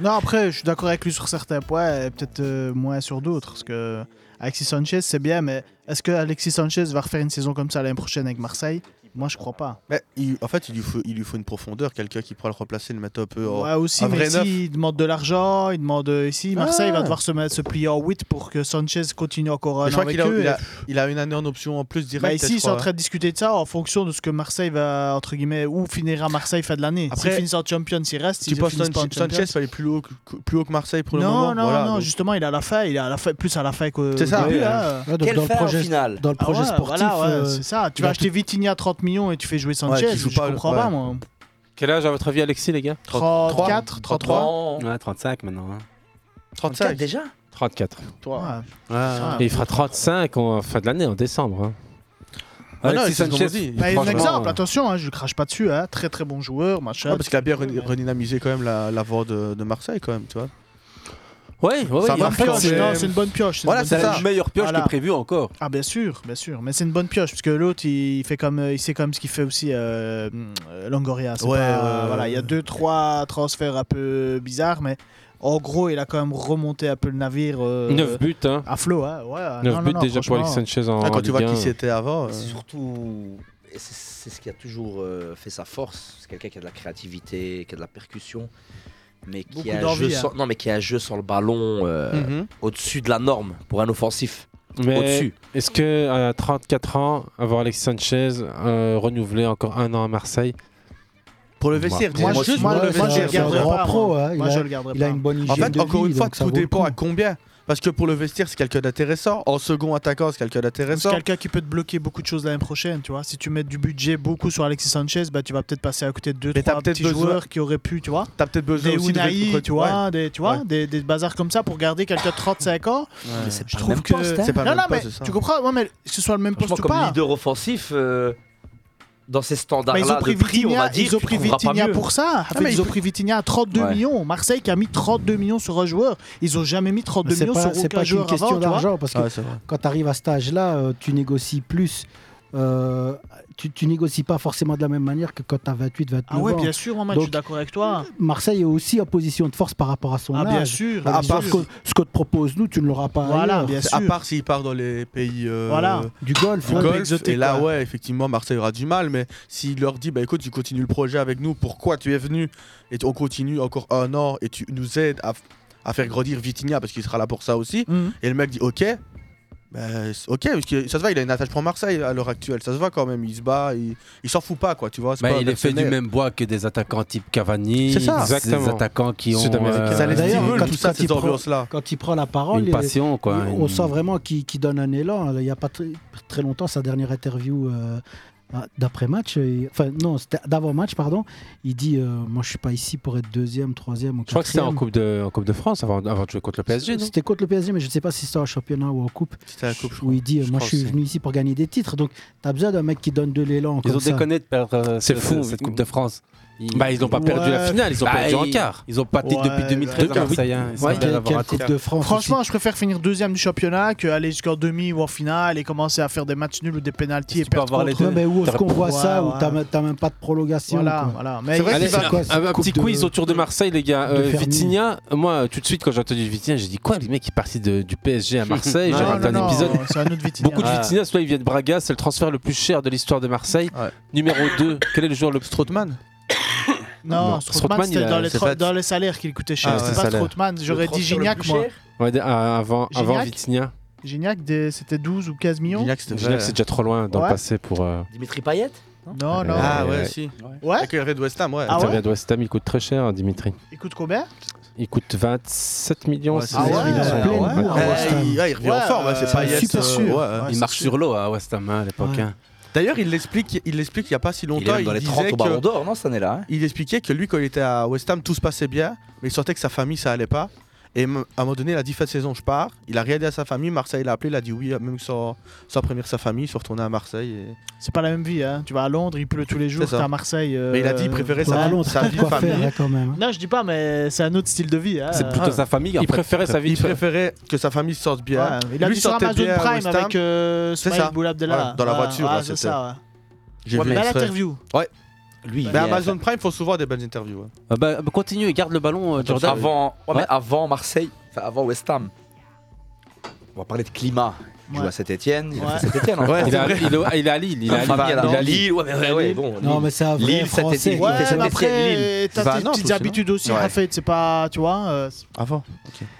Speaker 4: Non, après, je suis d'accord avec lui sur certains points, et peut-être euh, moins sur d'autres. Parce que Alexis Sanchez, c'est bien, mais est-ce que Alexis Sanchez va refaire une saison comme ça l'année prochaine avec Marseille Moi, je crois pas.
Speaker 11: Mais il- en fait, il lui, faut, il lui faut une profondeur, quelqu'un qui pourra le replacer, le mettre un peu en.
Speaker 4: Ouais, aussi,
Speaker 11: un vrai
Speaker 4: mais
Speaker 11: neuf.
Speaker 4: si, il demande de l'argent, il demande euh, ici. Marseille
Speaker 11: Ah.
Speaker 4: va devoir se, mettre, se plier en 8 pour que Sanchez continue encore
Speaker 11: Mais
Speaker 4: un an
Speaker 11: je crois
Speaker 4: avec
Speaker 11: qu'il a,
Speaker 4: eux.
Speaker 11: il a-
Speaker 4: Et-
Speaker 11: il a une année en option en plus
Speaker 4: Bah,
Speaker 11: directe.
Speaker 4: ici, ils sont en train de discuter de ça en fonction de ce que Marseille va, entre guillemets, où finira Marseille fin de l'année. S'ils
Speaker 11: euh, Après,
Speaker 4: finissent en Champions, ils restent.
Speaker 11: Tu
Speaker 4: S'ils
Speaker 11: penses
Speaker 4: finissent pas en
Speaker 11: Sanchez, Sanchez
Speaker 4: Champions-
Speaker 11: va aller plus haut, que- plus haut que Marseille pour le
Speaker 4: non,
Speaker 11: moment
Speaker 4: non,
Speaker 11: voilà,
Speaker 4: non,
Speaker 11: donc-
Speaker 4: justement, il est à la fin, il est à la fin, plus à la fin que.
Speaker 11: C'est ça.
Speaker 4: au début,
Speaker 11: Ouais.
Speaker 4: là.
Speaker 11: Ouais, donc Quel dans le faire, au projet- final dans le
Speaker 4: Ah
Speaker 11: projet
Speaker 4: ouais,
Speaker 11: sportif,
Speaker 4: voilà, ouais,
Speaker 11: euh,
Speaker 4: c'est ça. Tu
Speaker 11: il
Speaker 4: vas
Speaker 11: a
Speaker 4: acheter Vitinha à 30 millions et tu fais jouer Sanchez.
Speaker 11: qui joue
Speaker 4: je
Speaker 11: pas,
Speaker 4: comprends
Speaker 11: ouais.
Speaker 4: pas, moi.
Speaker 9: Quel âge à votre avis, Alexis, les gars
Speaker 4: 34,
Speaker 9: 33
Speaker 8: Ouais, 35 maintenant. hein.
Speaker 11: 35 déjà Ah,
Speaker 9: 34.
Speaker 11: Toi.
Speaker 9: Et il fera 35 en fin de l'année, en décembre. hein.
Speaker 11: Ah non,
Speaker 9: Alexis
Speaker 11: c'est ce qu'on
Speaker 9: Sanchez,
Speaker 11: dit.
Speaker 4: Bah, il est un
Speaker 9: franchement,
Speaker 4: exemple,
Speaker 9: euh,
Speaker 4: attention, hein, je crache pas dessus, hein, très très bon joueur, machin.
Speaker 11: Ouais, parce qu'il a bien re- redynamisé quand même la, la voie de, de Marseille quand même, tu vois.
Speaker 9: Ouais, ouais,
Speaker 11: Ça
Speaker 4: C'est une bonne
Speaker 11: marche quand
Speaker 4: pioche,
Speaker 11: même.
Speaker 4: non, c'est une bonne pioche.
Speaker 11: Voilà,
Speaker 4: une
Speaker 11: c'est
Speaker 4: bonne
Speaker 11: ça. Meilleure pioche que
Speaker 8: prévu encore.
Speaker 4: Ah bien sûr, bien sûr, mais c'est une bonne pioche parce que l'autre il fait comme il sait comme ce qu'il fait aussi euh, euh, Longoria. c'est
Speaker 11: Ouais,
Speaker 4: pas-
Speaker 11: ouais, ouais.
Speaker 4: voilà, il y a deux trois transferts un peu bizarres, mais en gros il a quand même remonté un peu le navire. euh,
Speaker 9: Neuf buts, hein.
Speaker 4: À flot, hein, ouais.
Speaker 12: Ah,
Speaker 9: Neuf
Speaker 4: non, non,
Speaker 9: buts
Speaker 4: non,
Speaker 9: déjà pour
Speaker 4: franchement. euh,
Speaker 9: Alexis Sanchez en.
Speaker 11: Ah, quand
Speaker 9: en
Speaker 11: tu vois
Speaker 9: Ligue
Speaker 11: qui
Speaker 9: 1.
Speaker 11: c'était avant, euh.
Speaker 12: C'est surtout. et C'est c'est ce qui a toujours euh, fait sa force. C'est quelqu'un qui a de la créativité, qui a de la percussion, mais qui,
Speaker 9: Beaucoup
Speaker 12: a un,
Speaker 9: d'envie,
Speaker 12: jeu
Speaker 9: hein.
Speaker 12: sans, non, mais qui a un jeu sans le ballon euh,
Speaker 9: Mhm.
Speaker 12: au-dessus de la norme pour un offensif.
Speaker 9: Mais
Speaker 12: Au-dessus.
Speaker 9: est-ce que à 34 ans, avoir Alexis Sanchez euh, renouvelé encore un an à Marseille
Speaker 11: Pour le
Speaker 1: vestiaire, moi, je- moi, le vestiaire, c'est un grand pro, hein. Il a- il a une bonne
Speaker 11: En
Speaker 1: hygiène
Speaker 11: fait,
Speaker 1: de
Speaker 11: encore
Speaker 1: vie,
Speaker 11: une fois,
Speaker 1: donc ça
Speaker 11: tout
Speaker 1: vaut le
Speaker 11: dépend à combien. Parce que pour le vestiaire, c'est quelqu'un d'intéressant. En second attaquant, c'est quelqu'un
Speaker 4: C'est
Speaker 11: d'intéressant.
Speaker 4: quelqu'un qui peut te bloquer beaucoup de choses l'année prochaine, tu vois. Si tu mets du budget beaucoup sur Alexis Sanchez, bah tu vas peut-être passer à côté de deux
Speaker 11: Mais t'as
Speaker 4: trois
Speaker 11: peut-être
Speaker 4: petits
Speaker 11: besoin-
Speaker 4: joueurs qui auraient pu, tu vois.
Speaker 11: T'as peut-être besoin
Speaker 4: des
Speaker 11: aussi de
Speaker 4: Unai,
Speaker 11: recruter-
Speaker 4: tu vois,
Speaker 11: Ouais.
Speaker 4: des, tu vois
Speaker 11: Ouais.
Speaker 4: des, des bazars comme ça pour garder quelqu'un de 35 ans.
Speaker 12: Mais c'est pas
Speaker 4: Je
Speaker 12: le
Speaker 4: trouve
Speaker 12: même
Speaker 4: que
Speaker 12: poste, hein. C'est pas
Speaker 4: non,
Speaker 12: le même
Speaker 4: non,
Speaker 12: poste,
Speaker 4: mais
Speaker 12: c'est ça.
Speaker 4: tu comprends, ouais, mais que ce soit le même
Speaker 12: Franchement,
Speaker 4: poste ou
Speaker 12: comme
Speaker 4: pas.
Speaker 12: leader offensif, euh, dans
Speaker 4: Mais
Speaker 12: ces
Speaker 4: ils ont
Speaker 12: standards-là
Speaker 4: pris
Speaker 12: de prix, on
Speaker 4: Vitinha,
Speaker 12: va dire,
Speaker 4: ils ont
Speaker 12: tu
Speaker 4: pris
Speaker 12: trouveras pas
Speaker 4: Vitinha
Speaker 12: mieux.
Speaker 4: pour ça. En
Speaker 12: Ah,
Speaker 4: fait,
Speaker 12: mais
Speaker 4: ils ont pris Vitinha à 32
Speaker 12: Ouais.
Speaker 4: millions. Marseille qui a mis 32 millions sur un joueur. Ils ont jamais mis 32
Speaker 1: C'est
Speaker 4: millions
Speaker 1: pas,
Speaker 4: sur
Speaker 1: c'est
Speaker 4: aucun
Speaker 1: pas qu'une
Speaker 4: joueur
Speaker 1: question
Speaker 4: avant, tu vois.
Speaker 1: d'argent parce que
Speaker 11: Ouais, c'est vrai.
Speaker 1: quand tu arrives à cet âge-là, euh, tu négocies plus. euh, tu, tu négocies pas forcément de la même manière que quand tu as 28, 29
Speaker 4: Ah ouais,
Speaker 1: ans.
Speaker 4: bien sûr, Maman, je
Speaker 1: Donc,
Speaker 4: suis d'accord avec toi.
Speaker 1: Marseille est aussi en position de force par rapport à son
Speaker 4: Ah,
Speaker 1: âge.
Speaker 4: bien sûr,
Speaker 1: À
Speaker 4: bien
Speaker 1: part ce
Speaker 4: sûr.
Speaker 1: que, ce que te propose nous, tu ne l'auras pas. ailleurs.
Speaker 11: À part s'il part dans les pays euh,
Speaker 1: Voilà. Du golf,
Speaker 11: du
Speaker 1: ouais.
Speaker 11: golf,
Speaker 1: Exotique,
Speaker 11: et là,
Speaker 1: quoi.
Speaker 11: ouais, effectivement, Marseille aura du mal. Mais s'il leur dit, bah écoute, tu continues le projet avec nous, pourquoi tu es venu Et on continue encore un an et tu nous aides à, à faire grandir Vitinha parce qu'il sera là pour ça aussi.
Speaker 1: Mhm.
Speaker 11: Et le mec dit, ok. bah, c'est- ok, parce que ça se voit, il a une attache pour Marseille à l'heure actuelle, ça se voit quand même, il se bat, il, il s'en fout pas quoi, tu vois. c'est
Speaker 8: Bah,
Speaker 11: pas un
Speaker 8: il est fait du
Speaker 11: mercenaire.
Speaker 8: même bois que des attaquants type Cavani,
Speaker 11: C'est ça.
Speaker 8: des
Speaker 11: Exactement.
Speaker 8: attaquants qui ont
Speaker 11: Sud-américains.
Speaker 8: euh,
Speaker 11: Ça les
Speaker 1: D'ailleurs,
Speaker 11: stimule,
Speaker 1: quand,
Speaker 11: tout
Speaker 1: quand
Speaker 11: ça,
Speaker 1: il
Speaker 11: ces
Speaker 1: prend-
Speaker 11: ambiance-là.
Speaker 1: quand il prend la parole,
Speaker 8: Une
Speaker 1: il-
Speaker 8: passion, quoi,
Speaker 1: il- on
Speaker 8: une-
Speaker 1: sent vraiment qu'il qu'il donne un élan. Il n'y a pas tr- très longtemps, sa dernière interview euh, ah, d'après-match, il- enfin non, c'était d'avant-match, pardon, il dit euh, Moi, je suis pas ici pour être deuxième, troisième ou
Speaker 9: Je crois que c'était en
Speaker 1: quatrième.
Speaker 9: coupe de en Coupe de France avant, avant de jouer contre le PSG. non
Speaker 1: C'était contre le PSG, mais je ne sais pas si c'était en championnat ou en coupe. où il dit euh, Moi, je
Speaker 9: crois
Speaker 1: suis
Speaker 9: aussi.
Speaker 1: venu ici pour gagner des titres. Donc, tu as besoin d'un mec qui donne de l'élan.
Speaker 8: Ils
Speaker 1: comme
Speaker 8: ont
Speaker 1: ça.
Speaker 8: déconné de perdre euh,
Speaker 9: C'est
Speaker 8: ce-
Speaker 9: fou.
Speaker 8: cette Coupe de France.
Speaker 9: Bah, ils n'ont pas perdu la finale, ils ont
Speaker 8: Bah,
Speaker 9: perdu en
Speaker 8: ils-
Speaker 9: quart.
Speaker 8: Ils ont pas de titre depuis
Speaker 4: Ouais,
Speaker 8: 2013 à
Speaker 4: bah,
Speaker 8: Marseille. hein. Ils sont bien avoir un titre.
Speaker 4: Franchement, je préfère finir deuxième du championnat que aller jusqu'en demi ou en finale et commencer à faire des matchs nuls ou des pénalties et perdre
Speaker 8: avoir les
Speaker 4: contre-
Speaker 1: Ouais, mais où est-ce qu'on voit ça
Speaker 4: Ouais,
Speaker 1: Où t'as t'as même pas de prolongation
Speaker 4: Voilà,
Speaker 1: quoi.
Speaker 4: voilà.
Speaker 1: C'est vrai
Speaker 9: Allez,
Speaker 1: que c'est
Speaker 9: un,
Speaker 1: quoi,
Speaker 9: un-
Speaker 1: cette
Speaker 9: un
Speaker 1: coupe
Speaker 9: petit
Speaker 1: de-
Speaker 9: quiz autour de Marseille, les gars.
Speaker 1: de
Speaker 9: Euh,
Speaker 1: Fermi.
Speaker 9: Vitinha, moi, tout de suite, quand j'ai entendu Vitinha, j'ai dit quoi Les mecs, qui est parti de- du PSG à Marseille.
Speaker 4: Non,
Speaker 9: J'ai raté
Speaker 4: non,
Speaker 9: un
Speaker 4: non,
Speaker 9: épisode.
Speaker 4: c'est un autre Vitinha. Ah.
Speaker 9: Beaucoup de
Speaker 4: Ouais.
Speaker 9: Vitinha, soit il vient de Braga, c'est le transfert le plus cher de l'histoire de Marseille. Numéro 2, quel est le joueur le plus.
Speaker 11: Strootman
Speaker 4: Non,
Speaker 9: Non,
Speaker 4: Strootman,
Speaker 9: Strootman, il
Speaker 4: c'était
Speaker 9: a-
Speaker 4: dans, les
Speaker 9: c'est
Speaker 4: tro-
Speaker 9: pas-
Speaker 4: dans les salaires qu'il coûtait
Speaker 9: Ah,
Speaker 4: cher.
Speaker 9: ouais.
Speaker 4: C'était pas
Speaker 9: Salaire.
Speaker 4: Strootman, j'aurais
Speaker 9: Le
Speaker 4: dit
Speaker 9: transfert le
Speaker 4: Gignac,
Speaker 9: plus
Speaker 4: moi.
Speaker 9: cher Ouais, d- à- avant, avant
Speaker 4: Gignac
Speaker 9: Vitinha.
Speaker 4: Gignac, des- c'était 12 ou 15 millions
Speaker 9: Gignac, c'est déjà trop loin dans
Speaker 4: Ouais.
Speaker 9: le passé pour. euh,
Speaker 12: Dimitri Payet
Speaker 1: Oh
Speaker 4: Non, non.
Speaker 9: Ah,
Speaker 11: Ouais,
Speaker 9: Ouais.
Speaker 11: si.
Speaker 4: Ah Ouais.
Speaker 11: Avec le Red West Ham, ouais.
Speaker 9: Ça vient de West Ham, il coûte très cher, hein, Dimitri.
Speaker 4: Il coûte combien
Speaker 9: Il coûte 27 millions.
Speaker 11: Ouais, c'est Ah ça, ouais, il est en ouais, pleine ouais. bourre à West Ham. Eh, il- il revient en forme, hein, c'est
Speaker 9: euh,
Speaker 11: pas Yes, euh, ouais, ouais,
Speaker 9: il
Speaker 11: c'est
Speaker 9: marche sur l'eau à West Ham hein, à l'époque.
Speaker 11: Ouais.
Speaker 9: hein.
Speaker 11: D'ailleurs, il l'explique, il l'explique il n'y a pas si longtemps.
Speaker 12: même dans les 30
Speaker 11: disait
Speaker 12: au Ballon
Speaker 11: que-
Speaker 12: d'Or, non, cette année-là, hein
Speaker 11: Il expliquait que lui, quand il était à West Ham, tout se passait bien, mais il sentait que sa famille, ça allait pas. Et m- à un moment donné, il a dit fin de saison, je pars. Il a regardé à sa famille, Marseille l'a appelé, il a dit oui, même sans, sans prévenir sa famille, il se retourné à Marseille. et-
Speaker 4: C'est pas la même vie, hein. Tu vas à Londres, il pleut tous les jours,
Speaker 11: C'est ça.
Speaker 4: t'es à Marseille. euh,
Speaker 11: Mais il a dit, il préférait sa- Ouais, à Londres, sa t'as de vie quoi de faire, famille. hein, quand même, hein.
Speaker 4: Non, je dis pas, mais c'est un autre style de vie. hein.
Speaker 11: Ah.
Speaker 4: Il préférait sa vie
Speaker 11: Il préférait que sa famille se sorte bien.
Speaker 4: Ouais, il a
Speaker 11: Lui
Speaker 4: vu sur
Speaker 11: sortait
Speaker 4: Amazon
Speaker 11: bien à
Speaker 4: Prime
Speaker 11: West Ham.
Speaker 4: avec euh,
Speaker 11: C'est
Speaker 4: Smaïl
Speaker 11: ça.
Speaker 4: Boulabdella.
Speaker 11: Ouais, dans la
Speaker 4: Ouais,
Speaker 11: voiture,
Speaker 4: ouais,
Speaker 11: là,
Speaker 4: c'est
Speaker 11: c'était-
Speaker 4: ça,
Speaker 11: J'ai
Speaker 4: Ouais,
Speaker 11: vu
Speaker 4: mais à
Speaker 11: l'extrait.
Speaker 4: l'interview.
Speaker 11: Ouais.
Speaker 12: Lui, il
Speaker 11: mais
Speaker 12: est-
Speaker 11: Amazon Prime font souvent des belles interviews. hein. ouais.
Speaker 8: Ah bah, bah, continue, garde le ballon, euh, Jordan.
Speaker 12: Avant, ouais,
Speaker 8: Ouais.
Speaker 12: mais avant Marseille, enfin, avant West Ham. On va parler de climat. Il joue à Saint-Etienne. Il a
Speaker 9: Ouais.
Speaker 12: fait Saint-Etienne. hein.
Speaker 9: Ouais, Il est à- c'est vrai. il est- il est à Lille, il est à Lille. Il est à Lille.
Speaker 12: ouais, mais ouais, ouais, bon.
Speaker 1: Non, mais c'est un vrai
Speaker 12: Lille,
Speaker 1: Français.
Speaker 12: Saint-Étienne, il
Speaker 1: Ouais, mais
Speaker 12: fait Saint-Étienne,
Speaker 4: Après,
Speaker 12: Lille.
Speaker 4: t'as
Speaker 12: Bah,
Speaker 4: tes
Speaker 12: non,
Speaker 4: petites
Speaker 12: tout, c'est
Speaker 4: habitudes
Speaker 12: bon.
Speaker 4: aussi,
Speaker 12: Ouais.
Speaker 4: Raphaël. C'est pas, tu vois. euh, c'est-
Speaker 11: Avant
Speaker 4: Ouais,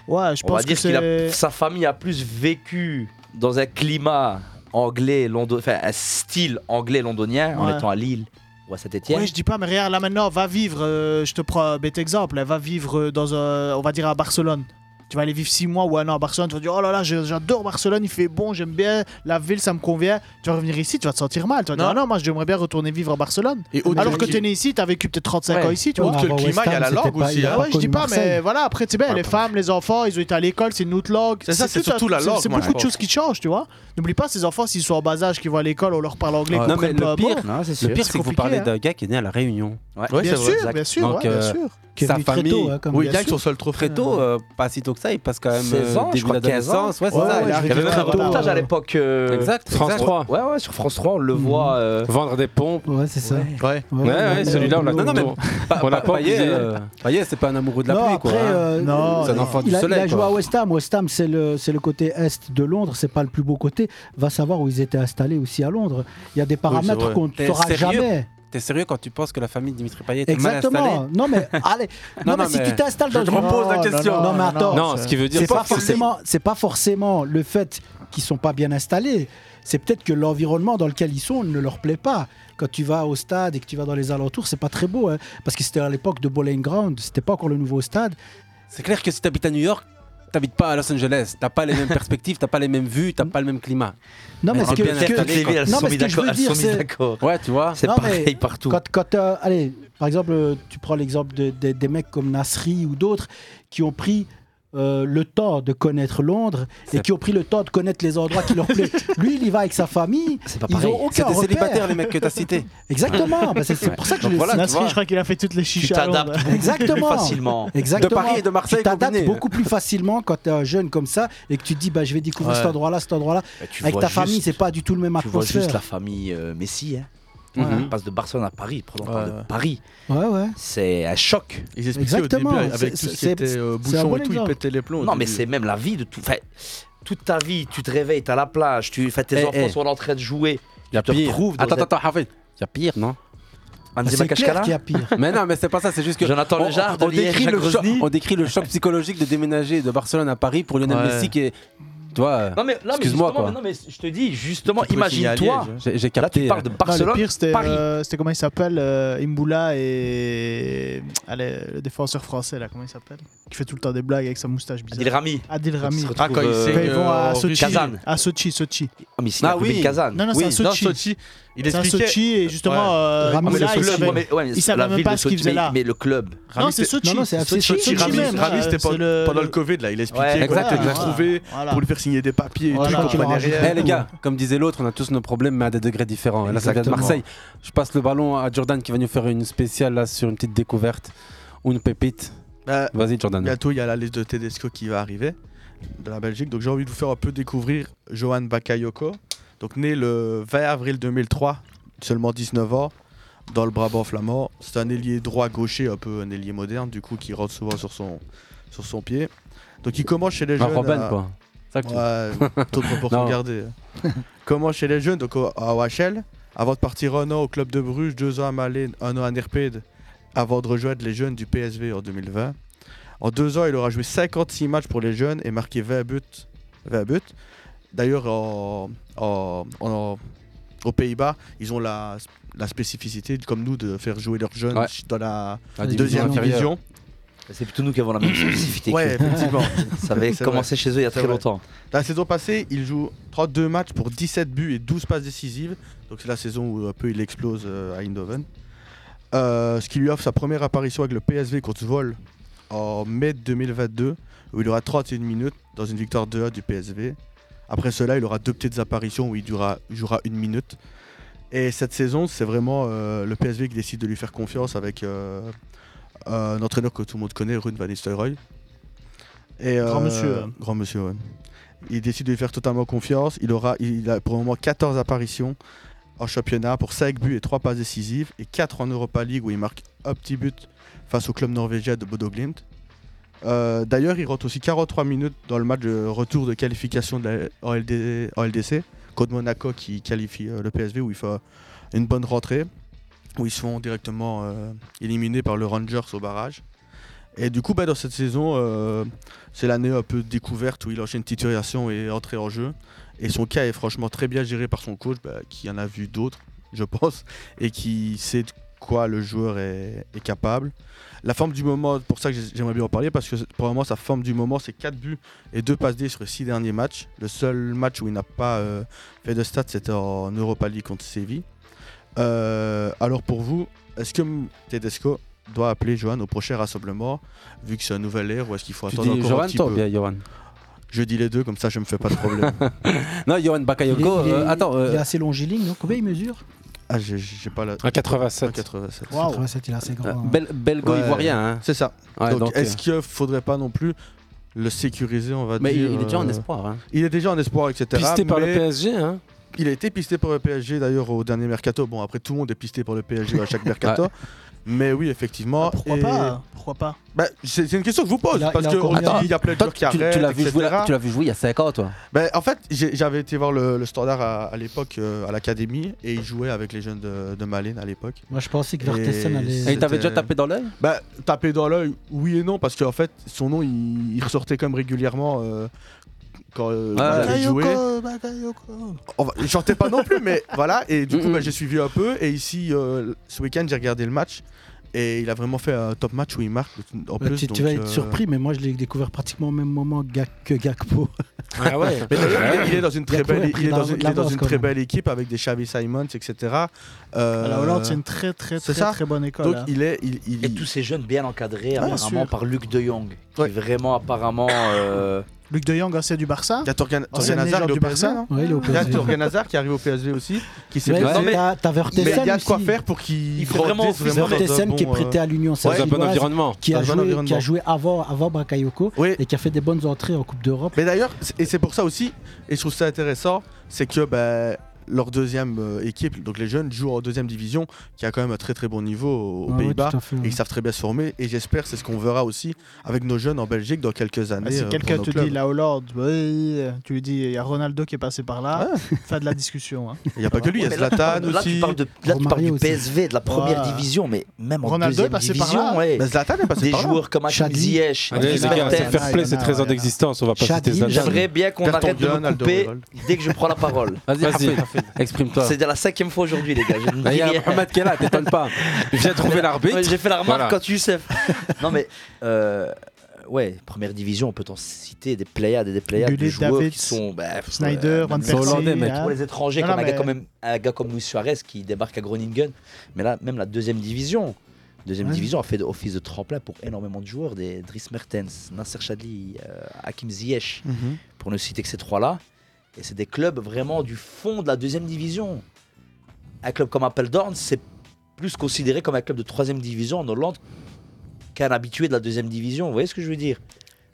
Speaker 4: je
Speaker 12: On va
Speaker 4: pense que
Speaker 12: dire qu'il a,
Speaker 4: c'est.
Speaker 12: sa famille a plus vécu dans un climat anglais, londonien, enfin un style anglais londonien en
Speaker 4: Ouais.
Speaker 12: étant à Lille ou à Saint-Etienne.
Speaker 4: Ouais, je dis pas, mais regarde, là maintenant, va vivre, euh, je te prends un bête exemple, elle va vivre euh, dans un, on va dire à Barcelone. Tu vas aller vivre six mois ou un an à Barcelone, tu vas dire, oh là là, je- j'adore Barcelone, il fait bon, j'aime bien, la ville, ça me convient. Tu vas revenir ici, tu vas te sentir mal. Tu vas dire, ah non, moi, j'aimerais bien retourner vivre à Barcelone.
Speaker 11: Et au-
Speaker 4: Alors que
Speaker 11: qui-
Speaker 4: t'es né ici, t'as vécu peut-être 35
Speaker 11: Ah, bah Ouais.
Speaker 4: ans ici, tu
Speaker 11: Ou
Speaker 4: vois.
Speaker 11: que le Avant climat, il y a West la Ham, langue c'était aussi, hein. pas- il y a
Speaker 4: Ah
Speaker 11: pas
Speaker 4: ouais, je dis
Speaker 11: connu
Speaker 4: pas,
Speaker 11: Marseille.
Speaker 4: mais voilà, après, tu sais bien, les femmes, les enfants, ils ont été à l'école, c'est une autre langue.
Speaker 11: C'est ça, c'est
Speaker 4: tout un-
Speaker 11: surtout la
Speaker 4: c'est-
Speaker 11: langue,
Speaker 4: C'est
Speaker 11: moi, je
Speaker 4: beaucoup
Speaker 11: pense.
Speaker 4: de choses qui changent, tu vois. N'oublie pas, ces enfants, s'ils sont en bas âge, qui vont à l'école, on leur parle anglais.
Speaker 8: Ouais.
Speaker 4: ils
Speaker 8: Non, mais
Speaker 4: comprennent
Speaker 8: le
Speaker 4: pas un
Speaker 8: pire,
Speaker 4: mot.
Speaker 8: le pire, c'est que vous parlez
Speaker 4: compliqué, hein.
Speaker 8: d'un gars qui est né à La Réunion. euh,
Speaker 4: Ouais, Bien c'est vrai, sûr, exact. bien sûr, ouais, bien sûr. Qui est
Speaker 8: Sa
Speaker 4: venu très
Speaker 8: famille,
Speaker 4: tôt, hein, comme
Speaker 8: oui,
Speaker 4: bien
Speaker 8: gagne
Speaker 4: sûr.
Speaker 8: son seul trophée. Très tôt, euh, pas si tôt que ça, il passe quand même
Speaker 12: 16 ans,
Speaker 8: euh,
Speaker 12: je
Speaker 8: début
Speaker 12: crois 15 ans.
Speaker 8: d'adolescence. Ouais, c'est ça.
Speaker 12: il avait même un
Speaker 8: très tôt,
Speaker 12: reportage à
Speaker 8: euh,
Speaker 12: l'époque. euh,
Speaker 8: Exact,
Speaker 9: France
Speaker 12: exact.
Speaker 9: 3.
Speaker 12: Ouais, ouais, sur France 3, on le voit. euh,
Speaker 9: Vendre des pompes.
Speaker 1: Ouais, c'est ça.
Speaker 11: Ouais,
Speaker 9: ouais, celui-là, on l'a
Speaker 8: Non, non, mais
Speaker 9: on l'a pas
Speaker 8: Payet,
Speaker 9: oublié.
Speaker 8: euh, Payet, c'est pas un amoureux de la
Speaker 1: Non,
Speaker 8: pluie, quoi.
Speaker 1: après,
Speaker 8: hein.
Speaker 1: euh,
Speaker 8: c'est un enfant du
Speaker 1: il a,
Speaker 8: soleil.
Speaker 1: il a joué
Speaker 8: quoi.
Speaker 1: à West Ham. West Ham, c'est le, c'est le côté est de Londres, c'est pas le plus beau côté. Va savoir où ils étaient installés aussi à Londres. Il y a des paramètres qu'on ne
Speaker 8: T'es
Speaker 1: saura
Speaker 8: sérieux
Speaker 1: jamais.
Speaker 8: T'es sérieux quand tu penses que la famille de Dimitri Payet est mal installée
Speaker 1: Exactement. Non mais allez, non,
Speaker 8: Non,
Speaker 1: mais,
Speaker 8: non,
Speaker 1: si
Speaker 8: mais
Speaker 1: tu t'installes dans
Speaker 8: je repose la
Speaker 1: Non,
Speaker 8: question.
Speaker 1: Non, non, mais attends.
Speaker 8: Non, ce qui veut dire,
Speaker 1: c'est
Speaker 8: c'est
Speaker 1: pas
Speaker 8: que c'est-
Speaker 1: forcément, c'est pas forcément le fait qu'ils sont pas bien installés. C'est peut-être que l'environnement dans lequel ils sont ne leur plaît pas. Quand tu vas au stade et que tu vas dans les alentours, c'est pas très beau, hein, parce que c'était à l'époque de Bowling Ground, c'était pas encore le nouveau stade.
Speaker 8: C'est clair que si t'habites à New York, t'habites pas à Los Angeles. T'as pas les mêmes perspectives, t'as pas les mêmes vues, t'as pas le même climat.
Speaker 1: Non, mais
Speaker 8: T'es
Speaker 1: ce que-
Speaker 8: bien
Speaker 1: ce que-
Speaker 8: installé,
Speaker 1: toutes les
Speaker 8: quoi.
Speaker 1: villes, elles Non, sont mais ce mises que je d'accord- veux elles dire, sont mises c'est- d'accord.
Speaker 8: Ouais, tu vois.
Speaker 1: Non, mais Quand, quand, euh, allez, par exemple, euh, tu prends l'exemple de- de- des mecs comme Nasri ou d'autres qui ont pris euh, le temps de connaître Londres et qui ont pris le temps de connaître les endroits qui leur plaisent. Lui, il y va avec sa famille.
Speaker 8: pas
Speaker 1: ils
Speaker 8: pareil.
Speaker 1: ont
Speaker 8: C'est
Speaker 1: aucun
Speaker 8: des
Speaker 1: repère.
Speaker 8: célibataires, les mecs que t'as cités.
Speaker 1: Exactement. Bah, c'est c'est pour ça que je
Speaker 8: Donc
Speaker 1: les
Speaker 8: voilà,
Speaker 1: cite.
Speaker 8: tu vois.
Speaker 4: Je crois qu'il a fait toutes les chichas. à Londres.
Speaker 1: Exactement. Exactement.
Speaker 8: De Paris et de Marseille hein.
Speaker 1: Tu t'adaptes
Speaker 8: combiné.
Speaker 1: beaucoup plus facilement quand tu es un jeune comme ça et que tu te dis bah, je vais découvrir
Speaker 12: Ouais.
Speaker 1: cet endroit-là, cet endroit-là.
Speaker 12: Bah, tu
Speaker 1: Avec
Speaker 12: vois
Speaker 1: ta famille,
Speaker 12: juste-
Speaker 1: c'est pas du tout le même
Speaker 12: tu vois
Speaker 1: atmosphère.
Speaker 12: juste la famille euh, Messi. Hein.
Speaker 1: Ouais.
Speaker 12: On passe de Barcelone à Paris, prenons pas de Paris.
Speaker 1: Ouais, ouais.
Speaker 12: C'est un choc.
Speaker 11: Ils expliquaient au début, avec tout ce qui était, euh, bouchon et tout, ils pétaient les plombs au
Speaker 12: Non, mais
Speaker 11: début.
Speaker 12: c'est même la vie de tout. Enfin, toute ta vie, tu te réveilles, t'es à la plage, tu, enfin, tes
Speaker 8: Eh,
Speaker 12: enfants
Speaker 8: eh.
Speaker 12: sont en train de jouer.
Speaker 8: Il y a
Speaker 12: tu te
Speaker 8: pire.
Speaker 12: retrouves dans
Speaker 8: attends,
Speaker 12: un-
Speaker 8: attends, attends, Hafid. Il y a pire, non
Speaker 12: Ah, c'est clair Kashkala qu'il y a
Speaker 1: pire.
Speaker 8: Mais non, mais c'est pas ça, c'est juste que.
Speaker 12: Jonathan
Speaker 8: on-
Speaker 12: Lejard,
Speaker 8: on,
Speaker 12: de Liège,
Speaker 8: décrit
Speaker 12: Jacques
Speaker 8: le choc,
Speaker 12: Grosny.
Speaker 8: on décrit le choc psychologique de déménager de Barcelone à Paris pour Lionel
Speaker 12: Ouais.
Speaker 8: Messi qui est. Tu vois,
Speaker 12: Non, mais, non, mais
Speaker 8: excuse-moi
Speaker 12: justement,
Speaker 8: quoi.
Speaker 12: mais non, mais je te dis, justement,
Speaker 8: Tu pouvais signer à
Speaker 12: imagine-toi.
Speaker 8: Liège, hein. J'ai- j'ai
Speaker 12: Là, tu
Speaker 8: capté,
Speaker 12: parles de
Speaker 8: euh.
Speaker 12: Barcelone,
Speaker 4: Non, le pire, c'était,
Speaker 12: Paris.
Speaker 4: euh, c'était comment il s'appelle euh, Imboula et. Allez, le défenseur français, là, comment il s'appelle Qui fait tout le temps des blagues avec sa moustache bizarre.
Speaker 12: Adil Rami.
Speaker 4: Adil Rami.
Speaker 12: Qui se retrouve, Ah, quand il euh,
Speaker 4: ils vont à
Speaker 12: euh,
Speaker 4: Sochi.
Speaker 12: Kazan.
Speaker 4: À Sochi, Sochi.
Speaker 12: Ah, mais il signe à Rubin Kazan.
Speaker 4: Non, non,
Speaker 12: Oui.
Speaker 4: c'est
Speaker 12: Non,
Speaker 4: à Sochi.
Speaker 12: Sochi. Il
Speaker 4: c'est à
Speaker 12: expliquait-
Speaker 4: Sochi et
Speaker 12: Ouais.
Speaker 4: justement, euh,
Speaker 12: Rami,
Speaker 4: Imboula,
Speaker 12: c'est
Speaker 4: il
Speaker 12: le club,
Speaker 4: savait,
Speaker 12: Ah, mais- ouais, mais
Speaker 4: il savait
Speaker 12: la
Speaker 4: même
Speaker 12: ville
Speaker 4: pas
Speaker 12: de
Speaker 4: ce qu'il faisait
Speaker 12: Sochi, mais-
Speaker 4: là.
Speaker 12: mais le club.
Speaker 4: Non,
Speaker 11: Rami,
Speaker 4: c'est
Speaker 11: c'était-
Speaker 4: Sochi.
Speaker 11: Non, non, c'est FC
Speaker 4: Sochi,
Speaker 11: Sochi.
Speaker 4: Sochi
Speaker 11: Rami,
Speaker 4: même,
Speaker 11: Rami,
Speaker 4: là,
Speaker 11: c'était
Speaker 4: c'est
Speaker 11: pen-
Speaker 4: le-
Speaker 11: pendant le Covid, là, il expliquait
Speaker 4: Ouais,
Speaker 11: qu'on était
Speaker 4: voilà.
Speaker 11: retrouvé
Speaker 4: Voilà.
Speaker 11: pour lui faire signer des papiers et
Speaker 4: Voilà.
Speaker 11: tout.
Speaker 4: Quand il
Speaker 11: compagnie
Speaker 4: en rajoute
Speaker 11: aérienne.
Speaker 8: Eh, les gars, comme disait l'autre, on a tous nos problèmes mais à des degrés différents. Et Là, ça vient de
Speaker 11: Exactement.
Speaker 8: Marseille. Je passe le ballon à Jordan qui va nous faire une spéciale là sur une petite découverte ou une pépite.
Speaker 11: Bah,
Speaker 8: Vas-y Jordan.
Speaker 11: Bientôt, il y a la liste de Tedesco qui va arriver de la Belgique. Donc, j'ai envie de vous faire un peu découvrir Johan Bakayoko. Donc, né le 20 avril 2003, seulement 19 ans, dans le Brabant flamand. C'est un ailier droit-gaucher, un peu un ailier moderne, du coup, qui rentre souvent sur son, sur son pied. Donc, il commence chez les
Speaker 8: Un
Speaker 11: jeunes.
Speaker 8: Robben,
Speaker 11: à-
Speaker 8: quoi. C'est ça que tu-
Speaker 11: Ouais, taux de proportion
Speaker 8: Non.
Speaker 11: gardée. Comment chez les jeunes, donc au- à OHL, avant de partir un an au club de Bruges, deux ans à Malines, un an à Nerpede, avant de rejoindre les jeunes du PSV en 2020. En deux ans, il aura joué 56 matchs pour les jeunes et marqué 20 buts. 20 buts. D'ailleurs, en- en- en- aux Pays-Bas, ils ont la, la spécificité, comme nous, de faire jouer leurs jeunes
Speaker 8: Ouais.
Speaker 11: dans la,
Speaker 8: La division
Speaker 11: deuxième
Speaker 8: inférieure.
Speaker 11: division.
Speaker 12: C'est plutôt nous qui avons la même spécificité.
Speaker 11: Ouais,
Speaker 12: que-
Speaker 11: effectivement.
Speaker 12: Ça avait
Speaker 11: C'est
Speaker 12: commencé
Speaker 11: vrai.
Speaker 12: chez eux il y a très
Speaker 11: C'est vrai.
Speaker 12: longtemps.
Speaker 11: La saison passée, il joue 32 matchs pour 17 buts et 12 passes décisives. Donc c'est la saison où un peu il explose euh, à Eindhoven. Euh, ce qui lui offre sa première apparition avec le PSV contre Vol en mai 2022, où il aura 31 minutes dans une victoire 2-1 du PSV. Après cela, il aura deux petites apparitions où il durera- il jouera une minute. Et cette saison, c'est vraiment euh, le PSV qui décide de lui faire confiance avec euh, un entraîneur que tout le monde connaît, Rune Van Nistelrooy. Et, euh,
Speaker 4: Grand monsieur, hein.
Speaker 11: Grand monsieur, ouais. Il décide de lui faire totalement confiance. Il aura il a pour le moment 14 apparitions en championnat pour 5 buts et 3 passes décisives et 4 en Europa League où il marque un petit but face au club norvégien de Bodo Glimt. Euh, D'ailleurs, il rentre aussi 43 minutes dans le match de retour de qualification de la en, LD en LDC contre Monaco qui qualifie euh, le PSV où il fait euh, une bonne rentrée où ils sont directement euh, éliminés par le Rangers au barrage. Et du coup, bah, dans cette saison, euh, c'est l'année un peu découverte où il enchaîne titularisation et entrée en jeu. Et son cas est franchement très bien géré par son coach, bah, qui en a vu d'autres, je pense, et qui sait de quoi le joueur est, est capable. La forme du moment, pour ça que j'ai- j'aimerais bien en parler, parce que c'est- pour moi, sa forme du moment, c'est 4 buts et 2 passes D sur les 6 derniers matchs. Le seul match où il n'a pas euh, fait de stats, c'était en Europa League contre Séville. Euh, alors pour vous, est-ce que M- Tedesco doit appeler Johan au prochain rassemblement, vu que c'est un nouvel ère, ou est-ce qu'il faut
Speaker 8: Tu
Speaker 11: attendre
Speaker 8: dis
Speaker 11: encore
Speaker 8: Johan,
Speaker 11: un petit
Speaker 8: toi, ou
Speaker 11: peu
Speaker 8: bien Johan
Speaker 11: Je dis les deux, comme ça je me fais pas de problème.
Speaker 8: non, Johan
Speaker 1: Il est-
Speaker 8: Bakayoko.
Speaker 1: il est-
Speaker 8: euh, attends, euh,
Speaker 1: Il est assez longiligne, non Combien il mesure
Speaker 11: ah, j'ai- j'ai pas la...
Speaker 8: 1,87.
Speaker 11: 1,87.
Speaker 1: Waouh. 1,87, il est assez grand, hein.
Speaker 8: Bel- Belgo-Ivoirien, Ben, hein.
Speaker 11: C'est ça.
Speaker 8: Ouais,
Speaker 11: donc,
Speaker 8: donc, euh,
Speaker 11: est-ce qu'il faudrait pas non plus le sécuriser, on va
Speaker 8: Mais
Speaker 11: dire
Speaker 8: il- il est déjà en
Speaker 11: euh,
Speaker 8: espoir, hein.
Speaker 11: Il est déjà en espoir, etc.
Speaker 8: Pisté par le
Speaker 11: mais
Speaker 8: PSG, hein.
Speaker 11: Il a été pisté par le PSG d'ailleurs au dernier mercato. Bon, après tout le monde est pisté par le PSG à chaque mercato.
Speaker 4: Ouais.
Speaker 11: Mais oui, effectivement.
Speaker 1: Ah,
Speaker 4: Pourquoi
Speaker 11: et-
Speaker 4: pas Pourquoi pas
Speaker 11: Bah, c'est c'est une question que je vous pose
Speaker 4: Il a-
Speaker 11: parce
Speaker 4: il a
Speaker 11: que
Speaker 4: encore
Speaker 11: on
Speaker 4: mis un-
Speaker 11: dit, il y a plein de
Speaker 4: Toi,
Speaker 11: joueurs qui
Speaker 4: tu- tu
Speaker 11: arrêtent,
Speaker 4: l'as vu jouer là-
Speaker 11: etc..
Speaker 4: tu l'as vu
Speaker 8: jouer il y a 5 ans, toi.
Speaker 11: Ben, en fait, j'ai- j'avais été voir le, le standard à, à l'époque euh, à l'académie et il jouait avec les jeunes de, de Malines à l'époque.
Speaker 1: Moi, je pensais que Vertessen
Speaker 11: Et
Speaker 1: allait- Et il
Speaker 11: c'était-
Speaker 8: t'avait déjà tapé dans l'œil
Speaker 11: Ben, tapé dans l'œil, oui et non, parce qu'en fait, son nom il, il ressortait comme régulièrement euh, quand euh,
Speaker 8: Ah,
Speaker 11: quand il jouait.
Speaker 4: Bakayoko.
Speaker 11: On va- Il chantait pas non plus, mais voilà. Et du coup, ben, j'ai suivi un peu. Et ici, euh, ce week-end, j'ai regardé le match et il a vraiment fait un top match où il marque. En
Speaker 1: Bah,
Speaker 11: plus,
Speaker 1: tu,
Speaker 11: donc,
Speaker 1: tu vas être
Speaker 11: euh,
Speaker 1: surpris, mais moi je l'ai découvert pratiquement au même moment que Gak- que Gakpo.
Speaker 11: Ah ouais. Mais d'ailleurs, il est dans une très
Speaker 1: Gakpo a
Speaker 11: belle,
Speaker 1: pris
Speaker 11: il est dans
Speaker 1: la-
Speaker 11: une, il est
Speaker 1: l'avance
Speaker 11: dans une
Speaker 1: quand
Speaker 11: très
Speaker 1: même. Ah,
Speaker 11: belle équipe avec des Xavi Simons, etc. Euh,
Speaker 4: À la Hollande, c'est une très, très,
Speaker 11: c'est
Speaker 4: très, très bonne école,
Speaker 11: Donc
Speaker 4: hein.
Speaker 11: il est, il, il-
Speaker 12: Et tous ces jeunes bien encadrés,
Speaker 4: Ah, bien
Speaker 12: apparemment,
Speaker 4: sûr.
Speaker 12: par Luc De Jong. Qui vraiment, apparemment. euh,
Speaker 4: Luc De Jong, ancien du Barça.
Speaker 11: Il y a Torgan,
Speaker 4: Ancien
Speaker 11: Torgan Hazard
Speaker 4: légende
Speaker 11: qui est au
Speaker 4: du
Speaker 11: PSV,
Speaker 4: Barça,
Speaker 11: non
Speaker 1: Ouais, il est au
Speaker 11: Il y a
Speaker 1: PSV.
Speaker 11: Torgan Hazard qui arrive au PSV aussi, qui s'est
Speaker 1: Ouais,
Speaker 11: blessé.
Speaker 1: non, mais t'as- t'as Vertessem
Speaker 11: Mais il y a de quoi
Speaker 1: aussi.
Speaker 11: faire pour qu'il
Speaker 1: Il fait
Speaker 11: grandisse
Speaker 1: vraiment office de
Speaker 11: dans un
Speaker 1: Vertessem qui est
Speaker 11: bon,
Speaker 1: prêté
Speaker 11: euh,
Speaker 1: à l'Union
Speaker 11: ouais, dans un bon
Speaker 1: Saint-Gilloise,
Speaker 11: environnement.
Speaker 1: Qui a,
Speaker 11: Dans un
Speaker 1: joué, qui
Speaker 11: environnement.
Speaker 1: a joué avant, avant Bakayoko et qui a fait des bonnes entrées en Coupe d'Europe.
Speaker 11: Mais d'ailleurs, c'est- et c'est pour ça aussi, et je trouve ça intéressant, c'est que bah, leur deuxième euh, équipe, donc les jeunes, jouent en deuxième division, qui a quand même un très très bon niveau aux
Speaker 1: Ah Ouais, ouais,
Speaker 11: Pays-Bas,
Speaker 1: tout à fait,
Speaker 11: et
Speaker 1: ouais.
Speaker 11: ils savent très bien se former, et j'espère c'est ce qu'on verra aussi avec nos jeunes en Belgique dans quelques années.
Speaker 4: Ah, si
Speaker 11: euh,
Speaker 4: quelqu'un
Speaker 11: pour nos
Speaker 4: te
Speaker 11: clubs.
Speaker 4: dit la Hollande, bah, oui, euh, tu lui dis il y a Ronaldo qui est passé par là, fin de la discussion. hein. Il
Speaker 11: n'y a
Speaker 12: Ah bah
Speaker 11: pas que lui, Ah. il y a
Speaker 4: Ouais, mais là,
Speaker 11: Zlatan
Speaker 4: tu parles- là, tu
Speaker 11: aussi.
Speaker 4: parles de- là, tu parles du Romario aussi.
Speaker 12: PSV, de la première division, mais même en
Speaker 4: Ronaldo est
Speaker 12: deuxième
Speaker 4: passé par
Speaker 12: division,
Speaker 4: là.
Speaker 12: ouais.
Speaker 11: Bah, Zlatan est passé
Speaker 12: Des
Speaker 11: par là.
Speaker 12: joueurs comme Hakim
Speaker 11: Chadi.
Speaker 12: Ziyech,
Speaker 9: Allez, les
Speaker 12: Hakim
Speaker 9: gars, c'est
Speaker 12: Ziyech.
Speaker 9: fair play, c'est très en existence, on va pas citer Zlatan.
Speaker 12: J'aimerais bien qu'on
Speaker 9: Carton
Speaker 12: arrête de
Speaker 9: jaune,
Speaker 12: me
Speaker 9: Aldo
Speaker 12: couper
Speaker 9: Royal.
Speaker 12: dès que je prends la parole.
Speaker 8: Vas-y, Hafid, Hafid, exprime-toi.
Speaker 12: C'est de la cinquième fois aujourd'hui, les gars. je ne
Speaker 8: Ah, il y a
Speaker 12: dis rien.
Speaker 8: Mohamed qui est là, t'étonnes pas. Il vient trouver l'arbitre.
Speaker 12: Ouais, J'ai fait la remarque
Speaker 8: Voilà.
Speaker 12: quand tu sais. Non, mais. euh, Ouais, première division, on peut en citer des playades et des playades de
Speaker 4: Gullit,
Speaker 12: joueurs
Speaker 4: Davids,
Speaker 12: qui sont bah, pff,
Speaker 4: Snyder, Van
Speaker 12: même
Speaker 4: Persie,
Speaker 12: hollandais, mec.
Speaker 4: hein.
Speaker 12: Pour les étrangers,
Speaker 4: Non,
Speaker 12: comme
Speaker 4: non,
Speaker 12: un, gars
Speaker 4: mais-
Speaker 12: comme même- un gars comme Luis Suarez qui débarque à Groningen, mais là, même la deuxième division, deuxième
Speaker 4: Ouais.
Speaker 12: division a fait office de tremplin pour énormément de joueurs, des Dries Mertens, Nasser Chadli, euh, Hakim Ziyech,
Speaker 11: Mhm.
Speaker 12: pour ne citer que ces trois-là. Et c'est des clubs vraiment du fond de la deuxième division. Un club comme Apeldoorn, c'est plus considéré comme un club de troisième division en Hollande qu'un habitué de la deuxième division. Vous voyez ce que je veux dire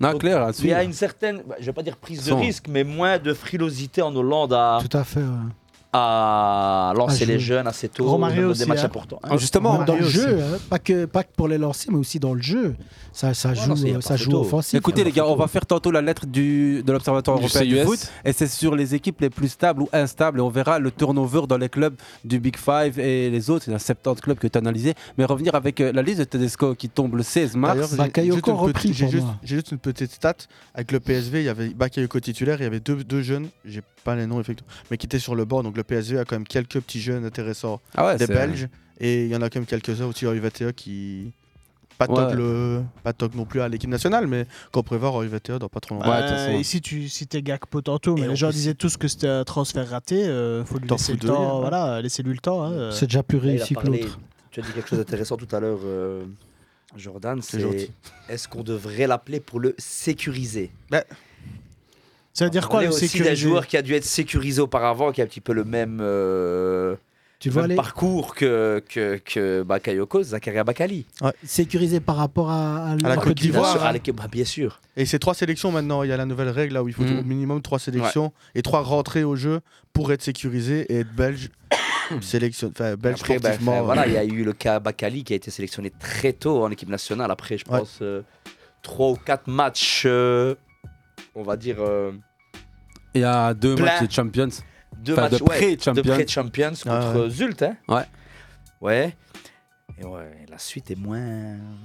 Speaker 8: Non, clair, là-dessus.
Speaker 12: Il y a une certaine, bah, je vais pas dire prise de
Speaker 8: Sans.
Speaker 12: risque, mais moins de frilosité en Hollande à,
Speaker 1: Tout à fait. ouais.
Speaker 12: à lancer
Speaker 1: À
Speaker 12: les
Speaker 1: jouer.
Speaker 12: jeunes assez tôt
Speaker 1: Romario
Speaker 12: dans des
Speaker 1: aussi,
Speaker 12: matchs
Speaker 1: hein.
Speaker 12: importants.
Speaker 1: Ah, Même dans le
Speaker 12: Romario
Speaker 1: jeu,
Speaker 12: aussi.
Speaker 1: hein, pas, que, pas que pour les lancer, mais aussi dans le jeu. Ça, ça joue,
Speaker 8: non, c'est- y a
Speaker 1: euh,
Speaker 8: pas
Speaker 1: ça joue
Speaker 8: photo.
Speaker 1: offensif.
Speaker 11: Ah,
Speaker 8: Écoutez les gars, on va faire tantôt la lettre du, de l'Observatoire
Speaker 9: Du
Speaker 8: européen du
Speaker 9: CUS.
Speaker 8: foot et c'est sur les équipes les plus stables ou instables et on verra le turnover dans les clubs du Big Five et les autres, il y en a 70 clubs que tu as analysé, mais revenir avec euh, la liste de Tedesco qui tombe le 16
Speaker 11: D'ailleurs,
Speaker 8: mars. bah,
Speaker 11: j'ai- juste une petite- j'ai juste- J'ai juste une petite stat. Avec le PSV, il y avait Bakayoko titulaire, il y avait deux, deux jeunes, j'ai pas les noms effectivement, mais qui étaient sur le banc. Donc le PSV a quand même quelques petits jeunes intéressants
Speaker 8: Ah ouais,
Speaker 11: des
Speaker 8: c'est-
Speaker 11: Belges. Et il y en a quand même quelques-uns aussi en U21 qui, Pas top, le... pas top non plus à l'équipe nationale, mais qu'on prévoit Roy Vetter dans pas trop longtemps.
Speaker 4: Euh, ici, tu citais Gakpo tantôt, mais les gens disaient tous que c'était un transfert raté. euh, faut lui
Speaker 11: T'en
Speaker 4: laisser le
Speaker 11: fous de lui,
Speaker 4: temps.
Speaker 11: hein.
Speaker 4: Voilà, laissez-lui le temps. hein.
Speaker 1: C'est déjà plus
Speaker 12: Et euh, il a
Speaker 1: réussi que
Speaker 12: parlé-
Speaker 1: l'autre.
Speaker 12: Tu as dit quelque chose d'intéressant tout à l'heure, euh, Jordan.
Speaker 11: C'est
Speaker 12: C'est
Speaker 11: gentil.
Speaker 12: est-ce qu'on devrait l'appeler pour le sécuriser
Speaker 4: Bah. Ça veut dire
Speaker 12: On
Speaker 4: quoi
Speaker 12: est
Speaker 4: le
Speaker 12: aussi
Speaker 4: sécuriser
Speaker 12: d'un joueur qui a dû être sécurisé auparavant, qui a un petit peu le même, euh,
Speaker 1: Tu
Speaker 12: le
Speaker 1: vois
Speaker 12: même
Speaker 1: les-
Speaker 12: parcours que, que, que Bakayoko, Zakaria Bakali.
Speaker 1: Sécurisé par rapport à,
Speaker 11: À la Côte d'Ivoire,
Speaker 12: Bien sûr, à
Speaker 11: hein.
Speaker 12: l'équipe- bah, Bien sûr.
Speaker 11: Et c'est trois sélections maintenant. Il y a la nouvelle règle là où il faut
Speaker 12: Mhm.
Speaker 11: au minimum trois sélections et trois rentrées au jeu pour être sécurisé et être belge. sélection... enfin, belge
Speaker 12: Après, ben,
Speaker 11: sportivement.
Speaker 12: enfin, voilà,
Speaker 11: euh,
Speaker 12: il y a eu le cas Bakali qui a été sélectionné très tôt en équipe nationale. Après, je
Speaker 11: Ouais.
Speaker 12: pense, euh, trois ou quatre matchs, euh, on va dire. euh,
Speaker 8: Il y a deux
Speaker 12: Plein.
Speaker 8: matchs de Champions.
Speaker 12: deux
Speaker 8: Enfin,
Speaker 12: matchs
Speaker 8: de
Speaker 12: ouais,
Speaker 8: pré-Champions.
Speaker 12: de pré-champions
Speaker 11: Ah
Speaker 12: contre
Speaker 8: Ouais, ouais.
Speaker 12: euh, Zult. Hein
Speaker 8: Ouais.
Speaker 12: Ouais. Et ouais, la suite est moins,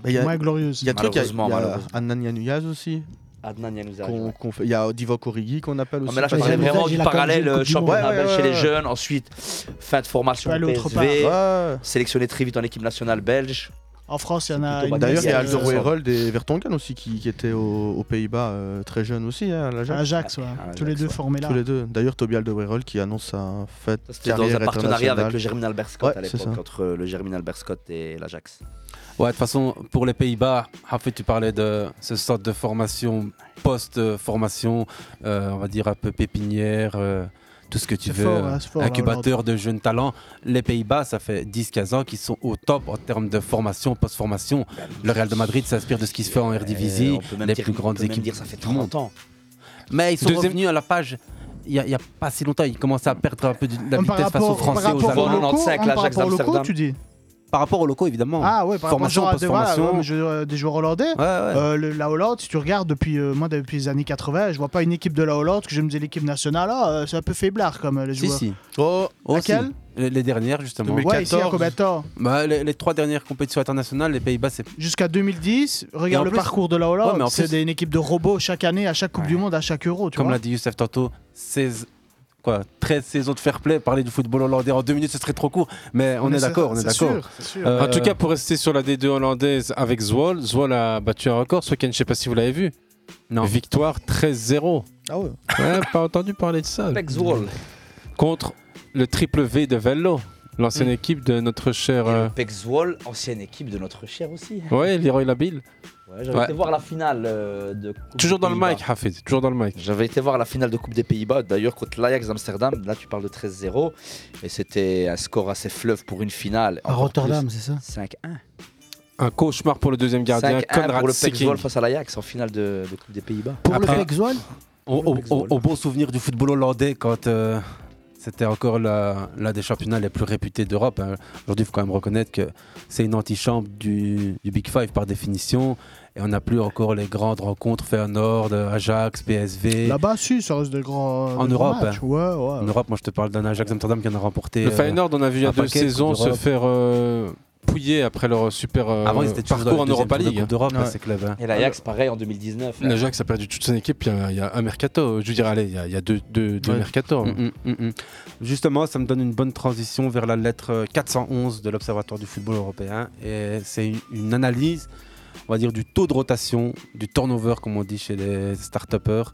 Speaker 11: Bah, il y a- Il y a truc, il y a- il y
Speaker 12: malheureusement,
Speaker 11: a
Speaker 12: malheureusement.
Speaker 11: Adnan Yanuyaz aussi.
Speaker 12: Adnan Yanuzaj,
Speaker 11: qu'on-
Speaker 12: ouais.
Speaker 11: qu'on fait- Il y a Divock Origi qu'on appelle
Speaker 12: Ah,
Speaker 11: aussi.
Speaker 12: mais là, je
Speaker 11: Parce
Speaker 12: parlais
Speaker 11: que-
Speaker 12: vraiment du
Speaker 11: Il a quand même
Speaker 12: parallèle
Speaker 11: joué une
Speaker 12: euh,
Speaker 11: Coupe du Monde. Ouais,
Speaker 12: championnat
Speaker 11: ouais,
Speaker 12: belge chez
Speaker 11: ouais,
Speaker 12: les
Speaker 11: ouais.
Speaker 12: jeunes, ensuite fin de formation
Speaker 4: Pas aller
Speaker 12: au
Speaker 4: autre
Speaker 12: PSV,
Speaker 11: part.
Speaker 12: sélectionné très vite en équipe nationale belge.
Speaker 4: En France, il y en a.
Speaker 12: plutôt
Speaker 4: une
Speaker 11: D'ailleurs, il y a
Speaker 4: liste, euh,
Speaker 11: Alderweireld et Vertonghen aussi qui, qui étaient aux, aux Pays-Bas euh, très jeunes aussi, hein, à l'Ajax.
Speaker 4: à Ajax, ouais. tous les deux formés là.
Speaker 11: Tous les deux. D'ailleurs, Toby Alderweireld qui annonce sa fête
Speaker 12: C'était dans un
Speaker 11: carrière
Speaker 12: partenariat avec
Speaker 11: internationale.
Speaker 12: le Germinal Albert Scott
Speaker 11: Ouais,
Speaker 12: à
Speaker 11: c'est
Speaker 12: l'époque,
Speaker 11: ça.
Speaker 12: entre euh, le Germinal Albert Scott et l'Ajax.
Speaker 8: Ouais, de toute façon, pour les Pays-Bas, Hafid, tu parlais de ce sorte de formation, post-formation, euh, on va dire un peu pépinière, euh, tout ce que tu
Speaker 4: C'est
Speaker 8: veux,
Speaker 4: fort,
Speaker 8: euh,
Speaker 4: hein, c'est fort, là,
Speaker 8: incubateur de jeunes talents. Les Pays-Bas, ça fait 10-15 ans qu'ils sont au top en termes de formation, post-formation. Le Real de Madrid s'inspire de ce qui se fait en
Speaker 12: Euh,
Speaker 8: Eredivisie,
Speaker 12: on peut même
Speaker 8: les
Speaker 12: dire-
Speaker 8: plus
Speaker 12: on
Speaker 8: grandes
Speaker 12: peut même
Speaker 8: équipes
Speaker 12: dire ça fait
Speaker 8: du monde.
Speaker 12: 30 ans.
Speaker 8: Mais ils sont
Speaker 12: Deuxième-
Speaker 8: revenus à la page il n'y a, il y a pas si longtemps. Ils commençaient à perdre un peu de la
Speaker 4: Par
Speaker 8: vitesse face aux
Speaker 4: rapport- par
Speaker 8: Français, aux
Speaker 4: rapport aux
Speaker 8: Allemands.
Speaker 4: locaux, hein, par rapport aux locaux, tu dis
Speaker 8: Par rapport aux locaux, évidemment.
Speaker 4: Ah ouais, par
Speaker 8: formation,
Speaker 4: rapport à des, voilà,
Speaker 8: post-formation.
Speaker 4: ouais, mais je- euh, des joueurs hollandais. Euh, le- la Hollande, si tu regardes depuis euh, moi depuis les années 80, je vois pas une équipe de la Hollande que je me dis l'équipe nationale, ah, euh, c'est un peu faiblard comme euh, les
Speaker 8: Si,
Speaker 4: joueurs.
Speaker 8: si.
Speaker 11: Oh,
Speaker 4: laquelle
Speaker 8: les, les dernières, justement.
Speaker 4: Ouais, ici, il y a combien de temps
Speaker 8: Bah, les, les trois dernières compétitions internationales, les Pays-Bas, c'est.
Speaker 4: Jusqu'à 2010,
Speaker 8: Et en
Speaker 4: regarde le
Speaker 8: plus-
Speaker 4: parcours de la
Speaker 8: Ouais,
Speaker 4: Hollande,
Speaker 8: mais en
Speaker 4: c'est
Speaker 8: plus-
Speaker 4: des- une équipe de robots chaque année, à chaque Coupe du Monde, à chaque Euro. Tu
Speaker 8: Comme
Speaker 4: vois
Speaker 8: l'a dit Youssef tantôt, 16. Quoi, 13 saisons de fair play, parler du football hollandais en deux minutes ce serait trop court, mais on
Speaker 4: Mais
Speaker 8: est
Speaker 4: c'est-
Speaker 8: d'accord, on est
Speaker 4: c'est
Speaker 8: d'accord.
Speaker 4: sûr, c'est sûr.
Speaker 8: Euh,
Speaker 9: En tout cas, pour rester sur la D2 hollandaise avec Zwolle, Zwolle a battu un record ce week-end, je sais pas si vous l'avez vu.
Speaker 8: Non.
Speaker 9: Victoire 13-0.
Speaker 11: Ah ouais
Speaker 9: Ouais, pas entendu parler de ça.
Speaker 12: Avec Zwolle.
Speaker 9: Contre le triple V de Vello, l'ancienne
Speaker 12: Mm.
Speaker 8: Hmm.
Speaker 9: équipe de notre cher. euh,
Speaker 12: Peck Zwolle, ancienne équipe de notre cher aussi.
Speaker 9: Ouais, Leroy Labille.
Speaker 12: Ouais, J'avais
Speaker 9: Ouais.
Speaker 12: été voir la finale euh, de. Coupe
Speaker 9: Toujours
Speaker 12: des
Speaker 9: dans le
Speaker 12: Pays-Bas.
Speaker 9: mic, Hafid, toujours dans le mic.
Speaker 12: J'avais été voir la finale de Coupe des Pays-Bas, d'ailleurs contre l'Ajax Amsterdam. Là, tu parles de 13-0. Et c'était un score assez fleuve pour une finale.
Speaker 1: À
Speaker 12: Encore
Speaker 1: Rotterdam,
Speaker 12: plus,
Speaker 1: c'est ça
Speaker 12: 5-1.
Speaker 9: Un cauchemar pour le deuxième gardien,
Speaker 12: 5-1 pour
Speaker 9: Konrad
Speaker 12: le Peck
Speaker 9: Siking.
Speaker 12: Zwolle face à l'Ajax en finale de, de Coupe des Pays-Bas.
Speaker 8: Après,
Speaker 1: Zwolle
Speaker 8: au, au- au- au bon souvenir du football hollandais quand euh, c'était encore la- l'un des championnats les plus réputés d'Europe. hein. Aujourd'hui, il faut quand même reconnaître que c'est une antichambre du, du Big Five par définition. Et on n'a plus encore les grandes rencontres Feyenoord, euh, Ajax, PSV.
Speaker 4: Là-bas, si, ça reste de grands.
Speaker 8: En
Speaker 4: de grands
Speaker 8: Europe,
Speaker 4: matchs.
Speaker 8: hein.
Speaker 4: Ouais, ouais.
Speaker 8: En Europe, moi je te parle d'un Ajax Amsterdam qui en a remporté.
Speaker 9: Le
Speaker 8: euh,
Speaker 9: Feyenoord, on a vu il y a
Speaker 8: un
Speaker 9: deux
Speaker 8: paquet de
Speaker 9: saisons
Speaker 8: Coupes
Speaker 9: se
Speaker 8: d'Europe.
Speaker 9: faire euh, pouiller après leur super euh,
Speaker 8: Avant, ils étaient toujours
Speaker 9: parcours
Speaker 8: dans
Speaker 9: en
Speaker 8: le
Speaker 9: Europa
Speaker 8: deuxième tour de
Speaker 9: League.
Speaker 8: Coupe d'Europe, hein, ces clubs, hein.
Speaker 12: Et l'Ajax, pareil, en 2019. là.
Speaker 9: L'Ajax a perdu toute son équipe, il y a- il y, a un mercato. Je veux dire, allez, il y a, il y a deux, deux, deux
Speaker 8: Ouais.
Speaker 9: mercato.
Speaker 8: Mm, mm, mm, mm. Justement, ça me donne une bonne transition vers la lettre euh, 411 de l'Observatoire du football européen. Et c'est une, une analyse, on va dire, du taux de rotation, du turnover, comme on dit chez les start-uppers,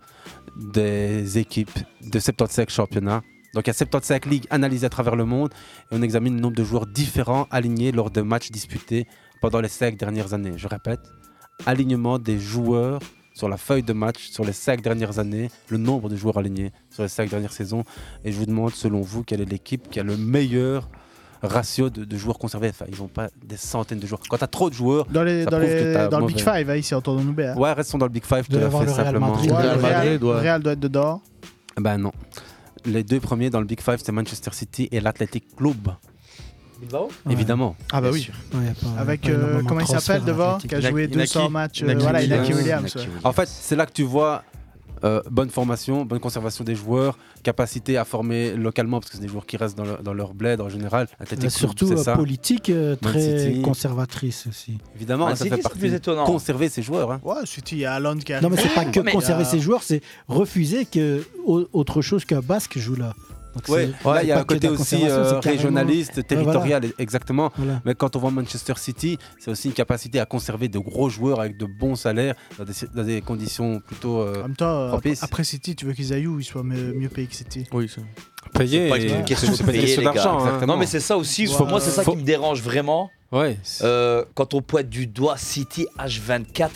Speaker 8: des équipes de 75 championnats. Donc il y a 75 ligues analysées à travers le monde et on examine le nombre de joueurs différents alignés lors de matchs disputés pendant les 5 dernières années. Je répète, alignement des joueurs sur la feuille de match sur les 5 dernières années, le nombre de joueurs alignés sur les 5 dernières saisons. Et je vous demande, selon vous, quelle est l'équipe qui a le meilleur ratio de, de joueurs conservés Enfin, ils n'ont pas des centaines de joueurs. Quand tu as trop de joueurs,
Speaker 4: Dans, les,
Speaker 8: ça
Speaker 4: dans,
Speaker 8: prouve
Speaker 4: les-
Speaker 8: que t'as
Speaker 4: dans le Big
Speaker 8: mauvais-
Speaker 4: Five, hein, ici, entendons-nous bien.
Speaker 8: Ouais, restons dans le Big Five, je te
Speaker 4: Devait
Speaker 8: la
Speaker 4: avoir
Speaker 8: fais
Speaker 4: le Real
Speaker 8: simplement.
Speaker 4: Madrid. Ouais, le Real Madrid, ouais. Le Real doit être dedans.
Speaker 8: Ben non. Les deux premiers dans le Big Five, c'est Manchester City et l'Athletic Club.
Speaker 12: Bilbao
Speaker 8: Évidemment.
Speaker 4: Ah bah oui. Avec, euh, comment il s'appelle devant Qui a joué 200 matchs. euh, voilà, Inaki Williams. ouais.
Speaker 8: En fait, c'est là que tu vois euh, bonne formation, bonne conservation des joueurs, capacité à former localement, parce que c'est des joueurs qui restent dans, leur- dans leur bled en général. Athletic
Speaker 1: Mais
Speaker 8: Club,
Speaker 1: surtout
Speaker 8: c'est
Speaker 1: euh,
Speaker 8: ça.
Speaker 1: politique euh,
Speaker 8: Man
Speaker 1: très
Speaker 8: City.
Speaker 1: conservatrice aussi.
Speaker 8: Évidemment,
Speaker 1: Man
Speaker 8: ça
Speaker 1: City,
Speaker 8: fait
Speaker 1: c'est
Speaker 8: partie
Speaker 1: plus
Speaker 8: de
Speaker 1: étonnant.
Speaker 8: conserver ses joueurs. hein.
Speaker 4: Ouais, suite, il y a Haaland qui a.
Speaker 1: Non mais euh, c'est pas que
Speaker 4: Mais- euh,
Speaker 1: conserver ses joueurs, c'est refuser que au- autre chose qu'un basque joue là. Donc
Speaker 8: Ouais,
Speaker 1: c'est-
Speaker 8: là, il y a un
Speaker 1: paquet de
Speaker 8: côté
Speaker 1: la
Speaker 8: aussi
Speaker 1: conservation,
Speaker 8: euh,
Speaker 1: c'est carrément-
Speaker 8: régionaliste,
Speaker 1: Ouais,
Speaker 8: territorial,
Speaker 1: voilà.
Speaker 8: exactement.
Speaker 1: Voilà.
Speaker 8: Mais quand on voit Manchester City, c'est aussi une capacité à conserver de gros joueurs avec de bons salaires dans des, dans des conditions plutôt euh,
Speaker 4: En même temps, euh,
Speaker 8: propices.
Speaker 4: après City, tu veux qu'ils aillent où Ils soient mieux, mieux payés que City.
Speaker 8: Oui, ça.
Speaker 9: Payer,
Speaker 12: C'est pas une question de payer, les gars. Non, mais c'est ça aussi.
Speaker 9: Faut-
Speaker 12: Moi, c'est ça
Speaker 9: faut-
Speaker 12: qui me dérange vraiment.
Speaker 9: Ouais.
Speaker 12: Euh, quand on pointe du doigt City H24,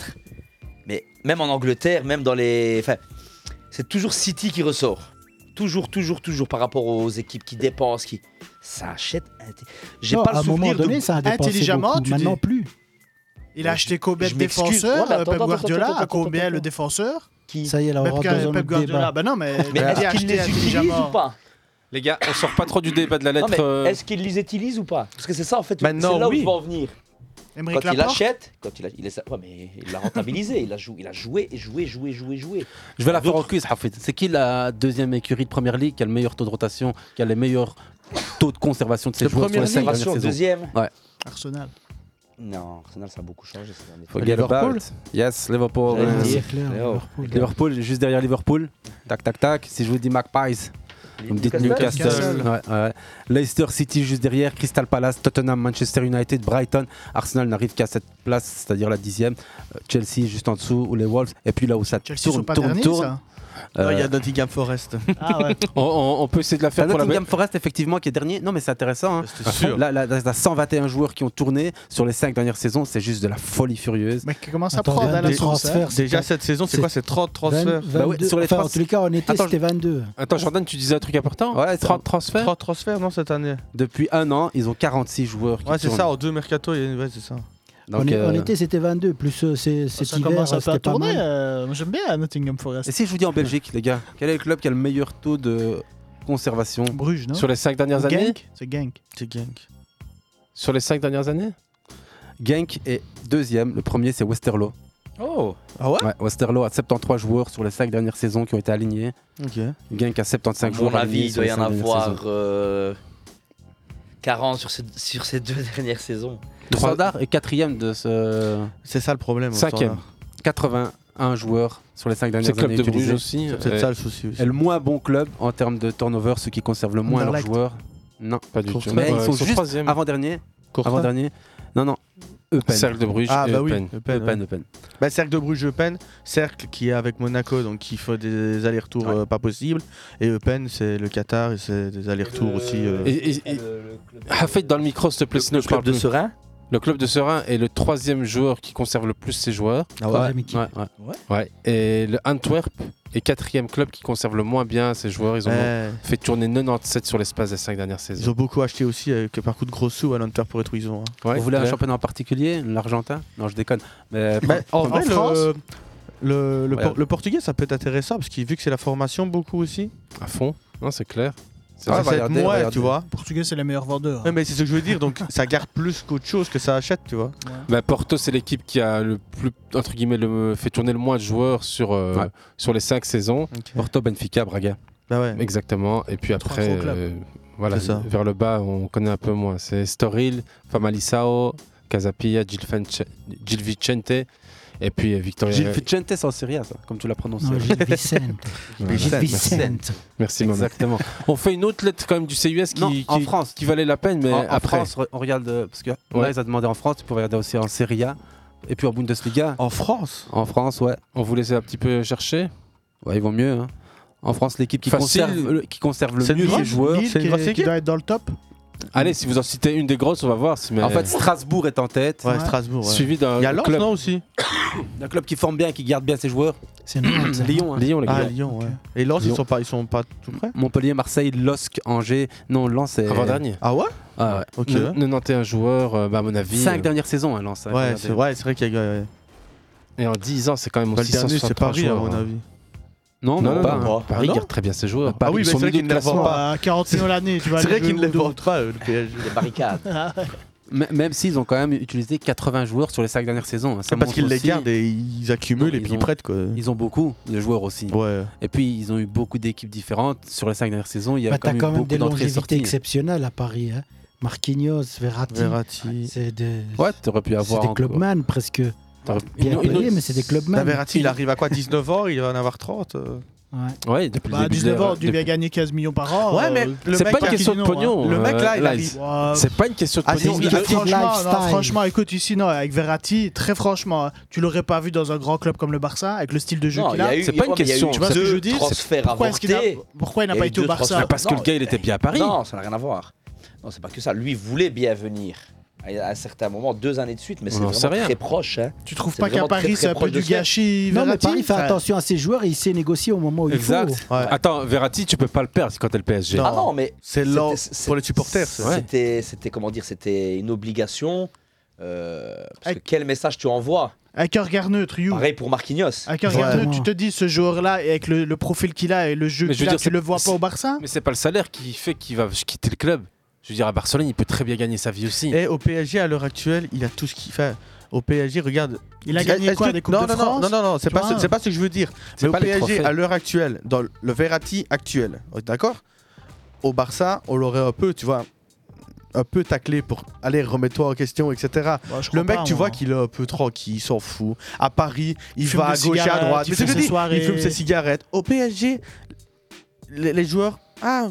Speaker 12: mais même en Angleterre, même dans les. Enfin, c'est toujours City qui ressort. Toujours, toujours, toujours par rapport aux équipes qui dépensent, qui. Ça achète. inté- J'ai
Speaker 1: Non,
Speaker 12: pas
Speaker 1: à
Speaker 12: le
Speaker 1: un moment
Speaker 12: souvenir de-
Speaker 1: donné, ça a dépensé
Speaker 4: Intelligemment,
Speaker 1: beaucoup.
Speaker 4: tu
Speaker 1: Maintenant
Speaker 4: dis.
Speaker 1: plus.
Speaker 4: Il a acheté combien de
Speaker 1: Je m'excuse.
Speaker 4: défenseurs
Speaker 1: Ouais, mais attends,
Speaker 4: Pep
Speaker 1: attends,
Speaker 4: Guardiola
Speaker 1: attends,
Speaker 4: a
Speaker 1: attends,
Speaker 4: combien
Speaker 1: attends.
Speaker 4: le défenseur
Speaker 12: Qui
Speaker 1: Ça y est, là, on
Speaker 4: Pep,
Speaker 1: rentre dans un
Speaker 4: Pep
Speaker 1: autre
Speaker 4: Guardiola.
Speaker 1: débat.
Speaker 4: Bah non, mais,
Speaker 12: Mais
Speaker 4: il a
Speaker 12: est-ce
Speaker 4: acheté
Speaker 12: qu'il les utilise
Speaker 4: intelligemment.
Speaker 12: ou pas
Speaker 9: Les gars, on sort pas trop du débat de la
Speaker 12: Non,
Speaker 9: lettre.
Speaker 12: mais
Speaker 9: euh,
Speaker 12: est-ce qu'il les utilise ou pas Parce que c'est ça, en fait, c'est
Speaker 9: Maintenant,
Speaker 12: là où
Speaker 9: oui.
Speaker 12: je veux en venir.
Speaker 4: Aymeric
Speaker 12: Quand il
Speaker 4: Laporte
Speaker 12: achète, quand il a, il est- ouais, mais il l'a rentabilisé, il a joué, il a joué, et joué, joué, joué, joué.
Speaker 8: Je vais la faire au quiz, Hafid. C'est qui la deuxième écurie de première ligue qui a le meilleur taux de rotation, qui a les meilleurs taux de conservation de ses
Speaker 12: De
Speaker 8: joueurs sur
Speaker 12: première
Speaker 8: les cinq
Speaker 12: ligue
Speaker 8: dernières
Speaker 12: Conservation,
Speaker 8: saisons
Speaker 12: deuxième.
Speaker 8: Ouais.
Speaker 4: Arsenal.
Speaker 12: Non, Arsenal, ça a beaucoup changé ces derniers temps.
Speaker 8: Forget about. Yes, Liverpool.
Speaker 12: J'allais le
Speaker 8: Ouais.
Speaker 12: dire. C'est clair,
Speaker 8: Léo.
Speaker 12: Liverpool.
Speaker 8: Liverpool, juste derrière Liverpool. Tac, tac, tac. Si je vous dis Magpies, vous me dites
Speaker 12: Newcastle.
Speaker 8: Newcastle. Ouais, ouais. Leicester City juste derrière, Crystal Palace, Tottenham, Manchester United, Brighton. Arsenal n'arrive qu'à cette place, c'est-à-dire la dixième. Euh, Chelsea juste en dessous, ou les Wolves. Et puis là où ça
Speaker 4: Chelsea
Speaker 8: tourne,
Speaker 4: sont pas
Speaker 8: tourne,
Speaker 4: derniers,
Speaker 8: tourne.
Speaker 4: ça
Speaker 11: Non, il y a
Speaker 8: Euh,
Speaker 11: Nottingham Forest.
Speaker 4: Ah
Speaker 9: on, on- on peut essayer de la faire
Speaker 8: T'as
Speaker 9: pour la
Speaker 8: Nottingham Forest, effectivement, qui est dernier. Non, mais c'est intéressant. hein.
Speaker 9: C'était sûr.
Speaker 8: Là, là, là, t'as 121 joueurs qui ont tourné sur les 5 dernières saisons. C'est juste de la folie furieuse.
Speaker 4: Mais commence à hein,
Speaker 1: Attends, prendre,
Speaker 8: prendre
Speaker 1: regarde, Alan les Sorensen. transferts, c'est pas- c'est-
Speaker 8: Bah ouais, sur les
Speaker 1: enfin, en
Speaker 8: trans-
Speaker 1: tous les cas, en été,
Speaker 8: Attends,
Speaker 1: c'était 22.
Speaker 9: Attends, Jordan, tu disais un truc important
Speaker 8: Ouais,
Speaker 9: 30 transferts
Speaker 11: 30 transferts, non, cette année.
Speaker 8: Depuis un an, ils ont 46 joueurs qui
Speaker 11: Ouais, c'est
Speaker 8: tournent.
Speaker 11: ça, en deux mercato, il y a- ouais, c'est ça.
Speaker 8: Donc,
Speaker 1: en, é-
Speaker 8: euh,
Speaker 1: en été, c'était 22, plus euh, c'est- cet
Speaker 4: Ça
Speaker 1: hiver,
Speaker 4: commence à
Speaker 1: c'était
Speaker 4: faire
Speaker 1: pas
Speaker 4: tourner.
Speaker 1: mal.
Speaker 4: euh, moi, J'aime bien euh, Nottingham Forest.
Speaker 8: Et si je vous dis en Belgique, les gars, quel est le club qui a le meilleur taux de conservation
Speaker 4: Bruges, non
Speaker 9: Sur les 5 dernières
Speaker 4: Genk
Speaker 9: années
Speaker 4: C'est Genk.
Speaker 11: C'est Genk.
Speaker 9: Sur les 5 dernières années
Speaker 8: Genk est deuxième. Le premier, c'est Westerlo.
Speaker 9: Oh
Speaker 11: Ah ouais,
Speaker 8: Westerlo a 73 joueurs sur les 5 dernières saisons qui ont été alignés.
Speaker 11: Ok.
Speaker 8: Genk a 75
Speaker 12: À
Speaker 8: joueurs
Speaker 12: mon
Speaker 8: alignés
Speaker 12: avis, il
Speaker 8: sur
Speaker 12: doit
Speaker 8: les
Speaker 12: y en
Speaker 8: cinq dernières saisons.
Speaker 12: avoir euh, 40 sur ces, sur ces deux dernières saisons.
Speaker 8: Le Standard est quatrième de ce.
Speaker 11: C'est ça le problème. au
Speaker 8: Cinquième.
Speaker 11: Standard.
Speaker 8: 81 joueurs sur les 5 dernières
Speaker 9: C'est
Speaker 8: années.
Speaker 9: le club de
Speaker 8: utilisées.
Speaker 9: Bruges aussi, C'est peut-être
Speaker 8: Et-
Speaker 9: ça le souci aussi.
Speaker 8: Et le moins bon club en termes de turnover, ceux qui conservent le moins leurs
Speaker 9: Anderlecht.
Speaker 8: joueurs. Non,
Speaker 9: Pas du tout. Ouais,
Speaker 8: Mais ils sont
Speaker 9: ils sont
Speaker 8: juste
Speaker 9: troisième.
Speaker 8: avant dernier.
Speaker 11: Courtin.
Speaker 8: Avant dernier. Non, non. Eupen.
Speaker 9: Cercle de Bruges
Speaker 11: Ah
Speaker 9: et
Speaker 11: bah oui,
Speaker 9: Eupen.
Speaker 11: Eupen,
Speaker 8: Eupen,
Speaker 11: ouais.
Speaker 8: Eupen.
Speaker 11: Bah, cercle de Bruges, Eupen, cercle qui est avec Monaco, donc qui fait des allers-retours euh, pas possibles. Et Eupen, c'est le Qatar et c'est des allers-retours aussi. euh.
Speaker 9: Et, et- et- Hafid, dans le micro, s'il te plaît, sinon je
Speaker 11: club
Speaker 9: parle
Speaker 11: de
Speaker 9: plus.
Speaker 11: Serein
Speaker 9: Le club de Serein est le troisième joueur qui conserve le plus ses joueurs.
Speaker 11: Ah ouais Troisième équipe.
Speaker 9: Ouais, ouais. Ouais. Et le Antwerp est quatrième club qui conserve le moins bien ses joueurs. Ils ont
Speaker 11: Ouais.
Speaker 9: fait tourner 97 sur l'espace des cinq dernières saisons.
Speaker 11: Ils ont beaucoup acheté aussi euh, que par coup de gros sous à l'Antwerp pour être où ils ont. hein.
Speaker 8: Vous voulez un championnat en particulier L'Argentin Non, je déconne. Mais euh,
Speaker 11: Bah, en vrai, le-
Speaker 8: France
Speaker 11: le, le,
Speaker 8: Ouais.
Speaker 11: por- le portugais, ça peut être intéressant parce qu'il vu que c'est la formation beaucoup aussi. Ah,
Speaker 9: À fond, non, c'est clair.
Speaker 11: Ça va être moins, tu vois.
Speaker 4: Portugais, c'est les meilleurs vendeurs.
Speaker 11: Ouais, mais c'est ce que je veux dire, donc ça garde plus qu'autre chose que ça achète, tu vois.
Speaker 9: Bah, Porto, c'est l'équipe qui a le plus, entre guillemets, le, fait tourner le moins de joueurs sur, euh,
Speaker 8: Ouais.
Speaker 9: sur les 5 saisons.
Speaker 8: Porto, Benfica, Braga.
Speaker 11: Bah ouais.
Speaker 9: Exactement. Et puis après,
Speaker 8: gros clubs.
Speaker 9: euh, voilà,
Speaker 8: C'est ça.
Speaker 9: vers le bas, on connaît un peu moins. C'est Storil, Famalisao, Casapia, Gil, Fence- Gil Vicente. Et puis euh, Victoria.
Speaker 8: Gilles Vicente, c'est en Serie A, ça, comme tu l'as prononcé.
Speaker 9: Non, Gil Vicente.
Speaker 8: Voilà.
Speaker 9: Gil Vicente. Merci, Maman.
Speaker 8: Exactement.
Speaker 9: On fait une autre lettre quand même du CUS qui,
Speaker 8: Non, en
Speaker 9: qui-
Speaker 8: France.
Speaker 9: qui valait la peine, mais
Speaker 8: en, en
Speaker 9: après.
Speaker 8: France, re- on regarde. euh, Parce que
Speaker 9: Ouais.
Speaker 8: là, ils ont demandé en France, tu peux regarder aussi en Serie A et puis en Bundesliga.
Speaker 11: En France
Speaker 8: En France, ouais.
Speaker 9: On vous laissait un petit peu chercher
Speaker 8: Ouais, ils vont mieux. hein. En France, l'équipe qui
Speaker 9: Facile.
Speaker 8: conserve, le- qui conserve
Speaker 9: C'est
Speaker 8: le
Speaker 9: une
Speaker 8: mieux ses
Speaker 9: grosse-
Speaker 8: joueurs.
Speaker 9: Lille C'est une qui- grosse qui équipe doit
Speaker 4: être dans le top
Speaker 9: Allez, si vous en citez une des grosses, on va voir. si- mais-
Speaker 8: En fait, Strasbourg est en tête.
Speaker 9: Ouais, Strasbourg, ouais. Suivi d'un
Speaker 8: Il y a
Speaker 9: club-
Speaker 11: non, aussi
Speaker 8: Un club qui forme bien, qui garde bien ses joueurs.
Speaker 1: C'est
Speaker 8: Lyon. hein.
Speaker 11: Ah, Lyon, ouais. Et Lens, ils
Speaker 8: Lyon.
Speaker 11: sont pas, Ah, ils sont pas tout près
Speaker 8: Montpellier, Marseille, LOSC, Angers. Non, Lens est.
Speaker 9: Avant-dernier.
Speaker 11: Ah ouais
Speaker 8: Ah ouais.
Speaker 11: Ok.
Speaker 9: Ne- 91 joueurs, euh, bah, à mon avis.
Speaker 8: 5
Speaker 9: euh,
Speaker 8: dernières saisons, hein, Lens. hein,
Speaker 11: Ouais,
Speaker 8: regardez.
Speaker 11: c'est ouais, c'est vrai qu'il y a. ouais.
Speaker 9: Et en 10 ans, c'est quand même
Speaker 11: Bah,
Speaker 9: aussi
Speaker 11: le dernier, c'est
Speaker 9: 163
Speaker 11: Paris, à
Speaker 9: joueurs,
Speaker 11: mon
Speaker 9: hein.
Speaker 11: avis.
Speaker 8: Non,
Speaker 9: non,
Speaker 8: non,
Speaker 9: non,
Speaker 8: pas,
Speaker 9: non.
Speaker 8: hein.
Speaker 11: Bah,
Speaker 9: Paris
Speaker 8: Ah non
Speaker 9: garde très bien ses joueurs.
Speaker 8: Ah oui,
Speaker 9: Paris,
Speaker 8: mais
Speaker 9: ils
Speaker 8: c'est
Speaker 9: sont
Speaker 8: vrai
Speaker 9: milieu
Speaker 8: qu'ils
Speaker 9: de
Speaker 8: ne les vendent
Speaker 9: classement.
Speaker 8: pas.
Speaker 4: À 41 Ah, l'année, tu vas
Speaker 11: C'est vrai
Speaker 4: aller
Speaker 11: qu'ils ne
Speaker 4: jouer
Speaker 11: les
Speaker 4: au Ah.
Speaker 11: vendent pas, eux, le PSG.
Speaker 12: Les barricades.
Speaker 8: M- Même s'ils ont quand même utilisé 80 joueurs sur les 5 dernières saisons. hein, ça
Speaker 11: C'est parce
Speaker 8: montre
Speaker 11: qu'ils les
Speaker 8: aussi-
Speaker 11: gardent et ils accumulent et puis ils prêtent, quoi.
Speaker 8: Ils ont beaucoup de joueurs aussi. Et puis ils ont eu beaucoup d'équipes différentes sur les 5 dernières saisons. Il y a
Speaker 1: Bah,
Speaker 8: quand
Speaker 1: T'as
Speaker 8: même eu
Speaker 1: quand même
Speaker 8: beaucoup
Speaker 1: des
Speaker 8: d'entrées et
Speaker 1: longévités
Speaker 8: sorties.
Speaker 1: exceptionnelles à Paris. hein. Marquinhos, Verratti. ah,
Speaker 11: Verratti.
Speaker 1: C'est des,
Speaker 8: Ouais, t'aurais pu avoir
Speaker 1: c'est des
Speaker 8: encore-
Speaker 1: clubman presque.
Speaker 8: T'aurais- Une-
Speaker 1: Bien
Speaker 8: une
Speaker 1: payés,
Speaker 8: autre-
Speaker 1: mais c'est des clubman.
Speaker 11: Verratti, il arrive à quoi 19 ans, il va en avoir 30. euh.
Speaker 8: Ouais, depuis le
Speaker 4: Bah,
Speaker 8: début de
Speaker 4: 19 ans,
Speaker 8: l'ère,
Speaker 4: tu viens
Speaker 8: depuis-
Speaker 4: gagner 15 millions par an.
Speaker 11: Ouais, mais
Speaker 4: euh,
Speaker 11: le
Speaker 8: C'est
Speaker 11: mec
Speaker 8: pas
Speaker 11: qui
Speaker 8: une
Speaker 11: a
Speaker 8: question
Speaker 11: dit
Speaker 8: de
Speaker 11: non, hein.
Speaker 8: pognon.
Speaker 11: Le mec, là, il a dit-
Speaker 8: a C'est pas une question de
Speaker 11: Ah, c'est
Speaker 8: pognon.
Speaker 11: une question
Speaker 4: franchement, non,
Speaker 11: lifestyle.
Speaker 4: franchement, écoute, ici, non, avec Verratti, très franchement, tu l'aurais pas vu dans un grand club comme le Barça, avec le style de jeu
Speaker 8: Non,
Speaker 4: qu'il
Speaker 8: il y
Speaker 4: a.
Speaker 8: a eu- C'est pas une il y a eu question,
Speaker 4: Tu vois ce que
Speaker 8: deux
Speaker 4: je veux dire
Speaker 8: transferts
Speaker 4: Pourquoi est-ce qu'il a-
Speaker 12: avortés.
Speaker 4: Pourquoi il n'a
Speaker 12: y a
Speaker 4: pas
Speaker 12: eu
Speaker 4: été au
Speaker 12: deux
Speaker 4: Barça
Speaker 12: transferts.
Speaker 8: Parce que
Speaker 12: Non,
Speaker 8: le gars, il était bien à Paris.
Speaker 12: Non, ça n'a rien à voir. Non, c'est pas que ça. Lui voulait bien venir. À à un certain moment, deux années de suite, mais
Speaker 8: On
Speaker 12: c'est
Speaker 8: en
Speaker 12: vraiment
Speaker 8: sait rien.
Speaker 12: très proche. Hein.
Speaker 4: Tu trouves
Speaker 12: C'est
Speaker 4: pas qu'à
Speaker 12: vraiment très,
Speaker 4: Paris,
Speaker 12: très
Speaker 4: c'est un peu
Speaker 12: proche de
Speaker 4: du
Speaker 12: ça.
Speaker 4: gâchis
Speaker 1: Non, mais
Speaker 4: Verratti
Speaker 1: Paris fait
Speaker 4: Enfin,
Speaker 1: attention à ses joueurs et il sait négocier au moment où il faut.
Speaker 8: Exact. Attends, Verratti, tu peux pas le perdre quand t'es le PSG.
Speaker 12: Ah non, mais
Speaker 11: c'est
Speaker 12: lent
Speaker 11: pour les supporters. ça.
Speaker 12: C'était, c'était comment dire, c'était une obligation. euh, parce que quel message tu envoies
Speaker 4: Avec un regard neutre, you.
Speaker 12: Pareil pour Marquinhos.
Speaker 4: Avec un regard neutre, tu te dis, ce joueur-là, et avec le, le profil qu'il a et le jeu
Speaker 8: Mais je
Speaker 4: qu'il
Speaker 8: veux
Speaker 4: a,
Speaker 8: dire,
Speaker 4: tu
Speaker 8: c'est-
Speaker 4: le vois pas
Speaker 8: c'est-
Speaker 4: au Barça
Speaker 8: Mais c'est pas le salaire qui fait qu'il va quitter le club. Je veux dire, à Barcelone, il peut très bien gagner sa vie aussi.
Speaker 11: Et au PSG, à l'heure actuelle, il a tout ce qu'il fait. Au PSG, regarde.
Speaker 4: Il a
Speaker 11: Est-ce
Speaker 4: gagné
Speaker 11: que-
Speaker 4: quoi, des Coupes
Speaker 11: non,
Speaker 4: de
Speaker 11: non,
Speaker 4: France
Speaker 11: Non, non, non, c'est
Speaker 4: Tu
Speaker 11: pas,
Speaker 4: vois
Speaker 11: ce- c'est pas ce que je veux dire.
Speaker 8: C'est
Speaker 11: Mais au
Speaker 8: pas les
Speaker 11: PSG,
Speaker 8: trophées.
Speaker 11: à l'heure actuelle, dans le le Verratti actuel, on est d'accord Au Barça, on l'aurait un peu, tu vois, un peu taclé pour aller remets-toi en question, etc.
Speaker 4: je crois
Speaker 11: le mec,
Speaker 4: pas,
Speaker 11: tu
Speaker 4: moi.
Speaker 11: vois qu'il est un peu tranquille, il s'en fout. À Paris, il,
Speaker 4: fume
Speaker 11: va à
Speaker 4: des
Speaker 11: gauche et à
Speaker 4: cigarettes,
Speaker 11: droite.
Speaker 4: il
Speaker 11: Mais c'est
Speaker 4: fume
Speaker 11: ce que je
Speaker 4: ses
Speaker 11: dis, il fume
Speaker 4: soirées.
Speaker 11: ses cigarettes. Au PSG, les, les joueurs, ah,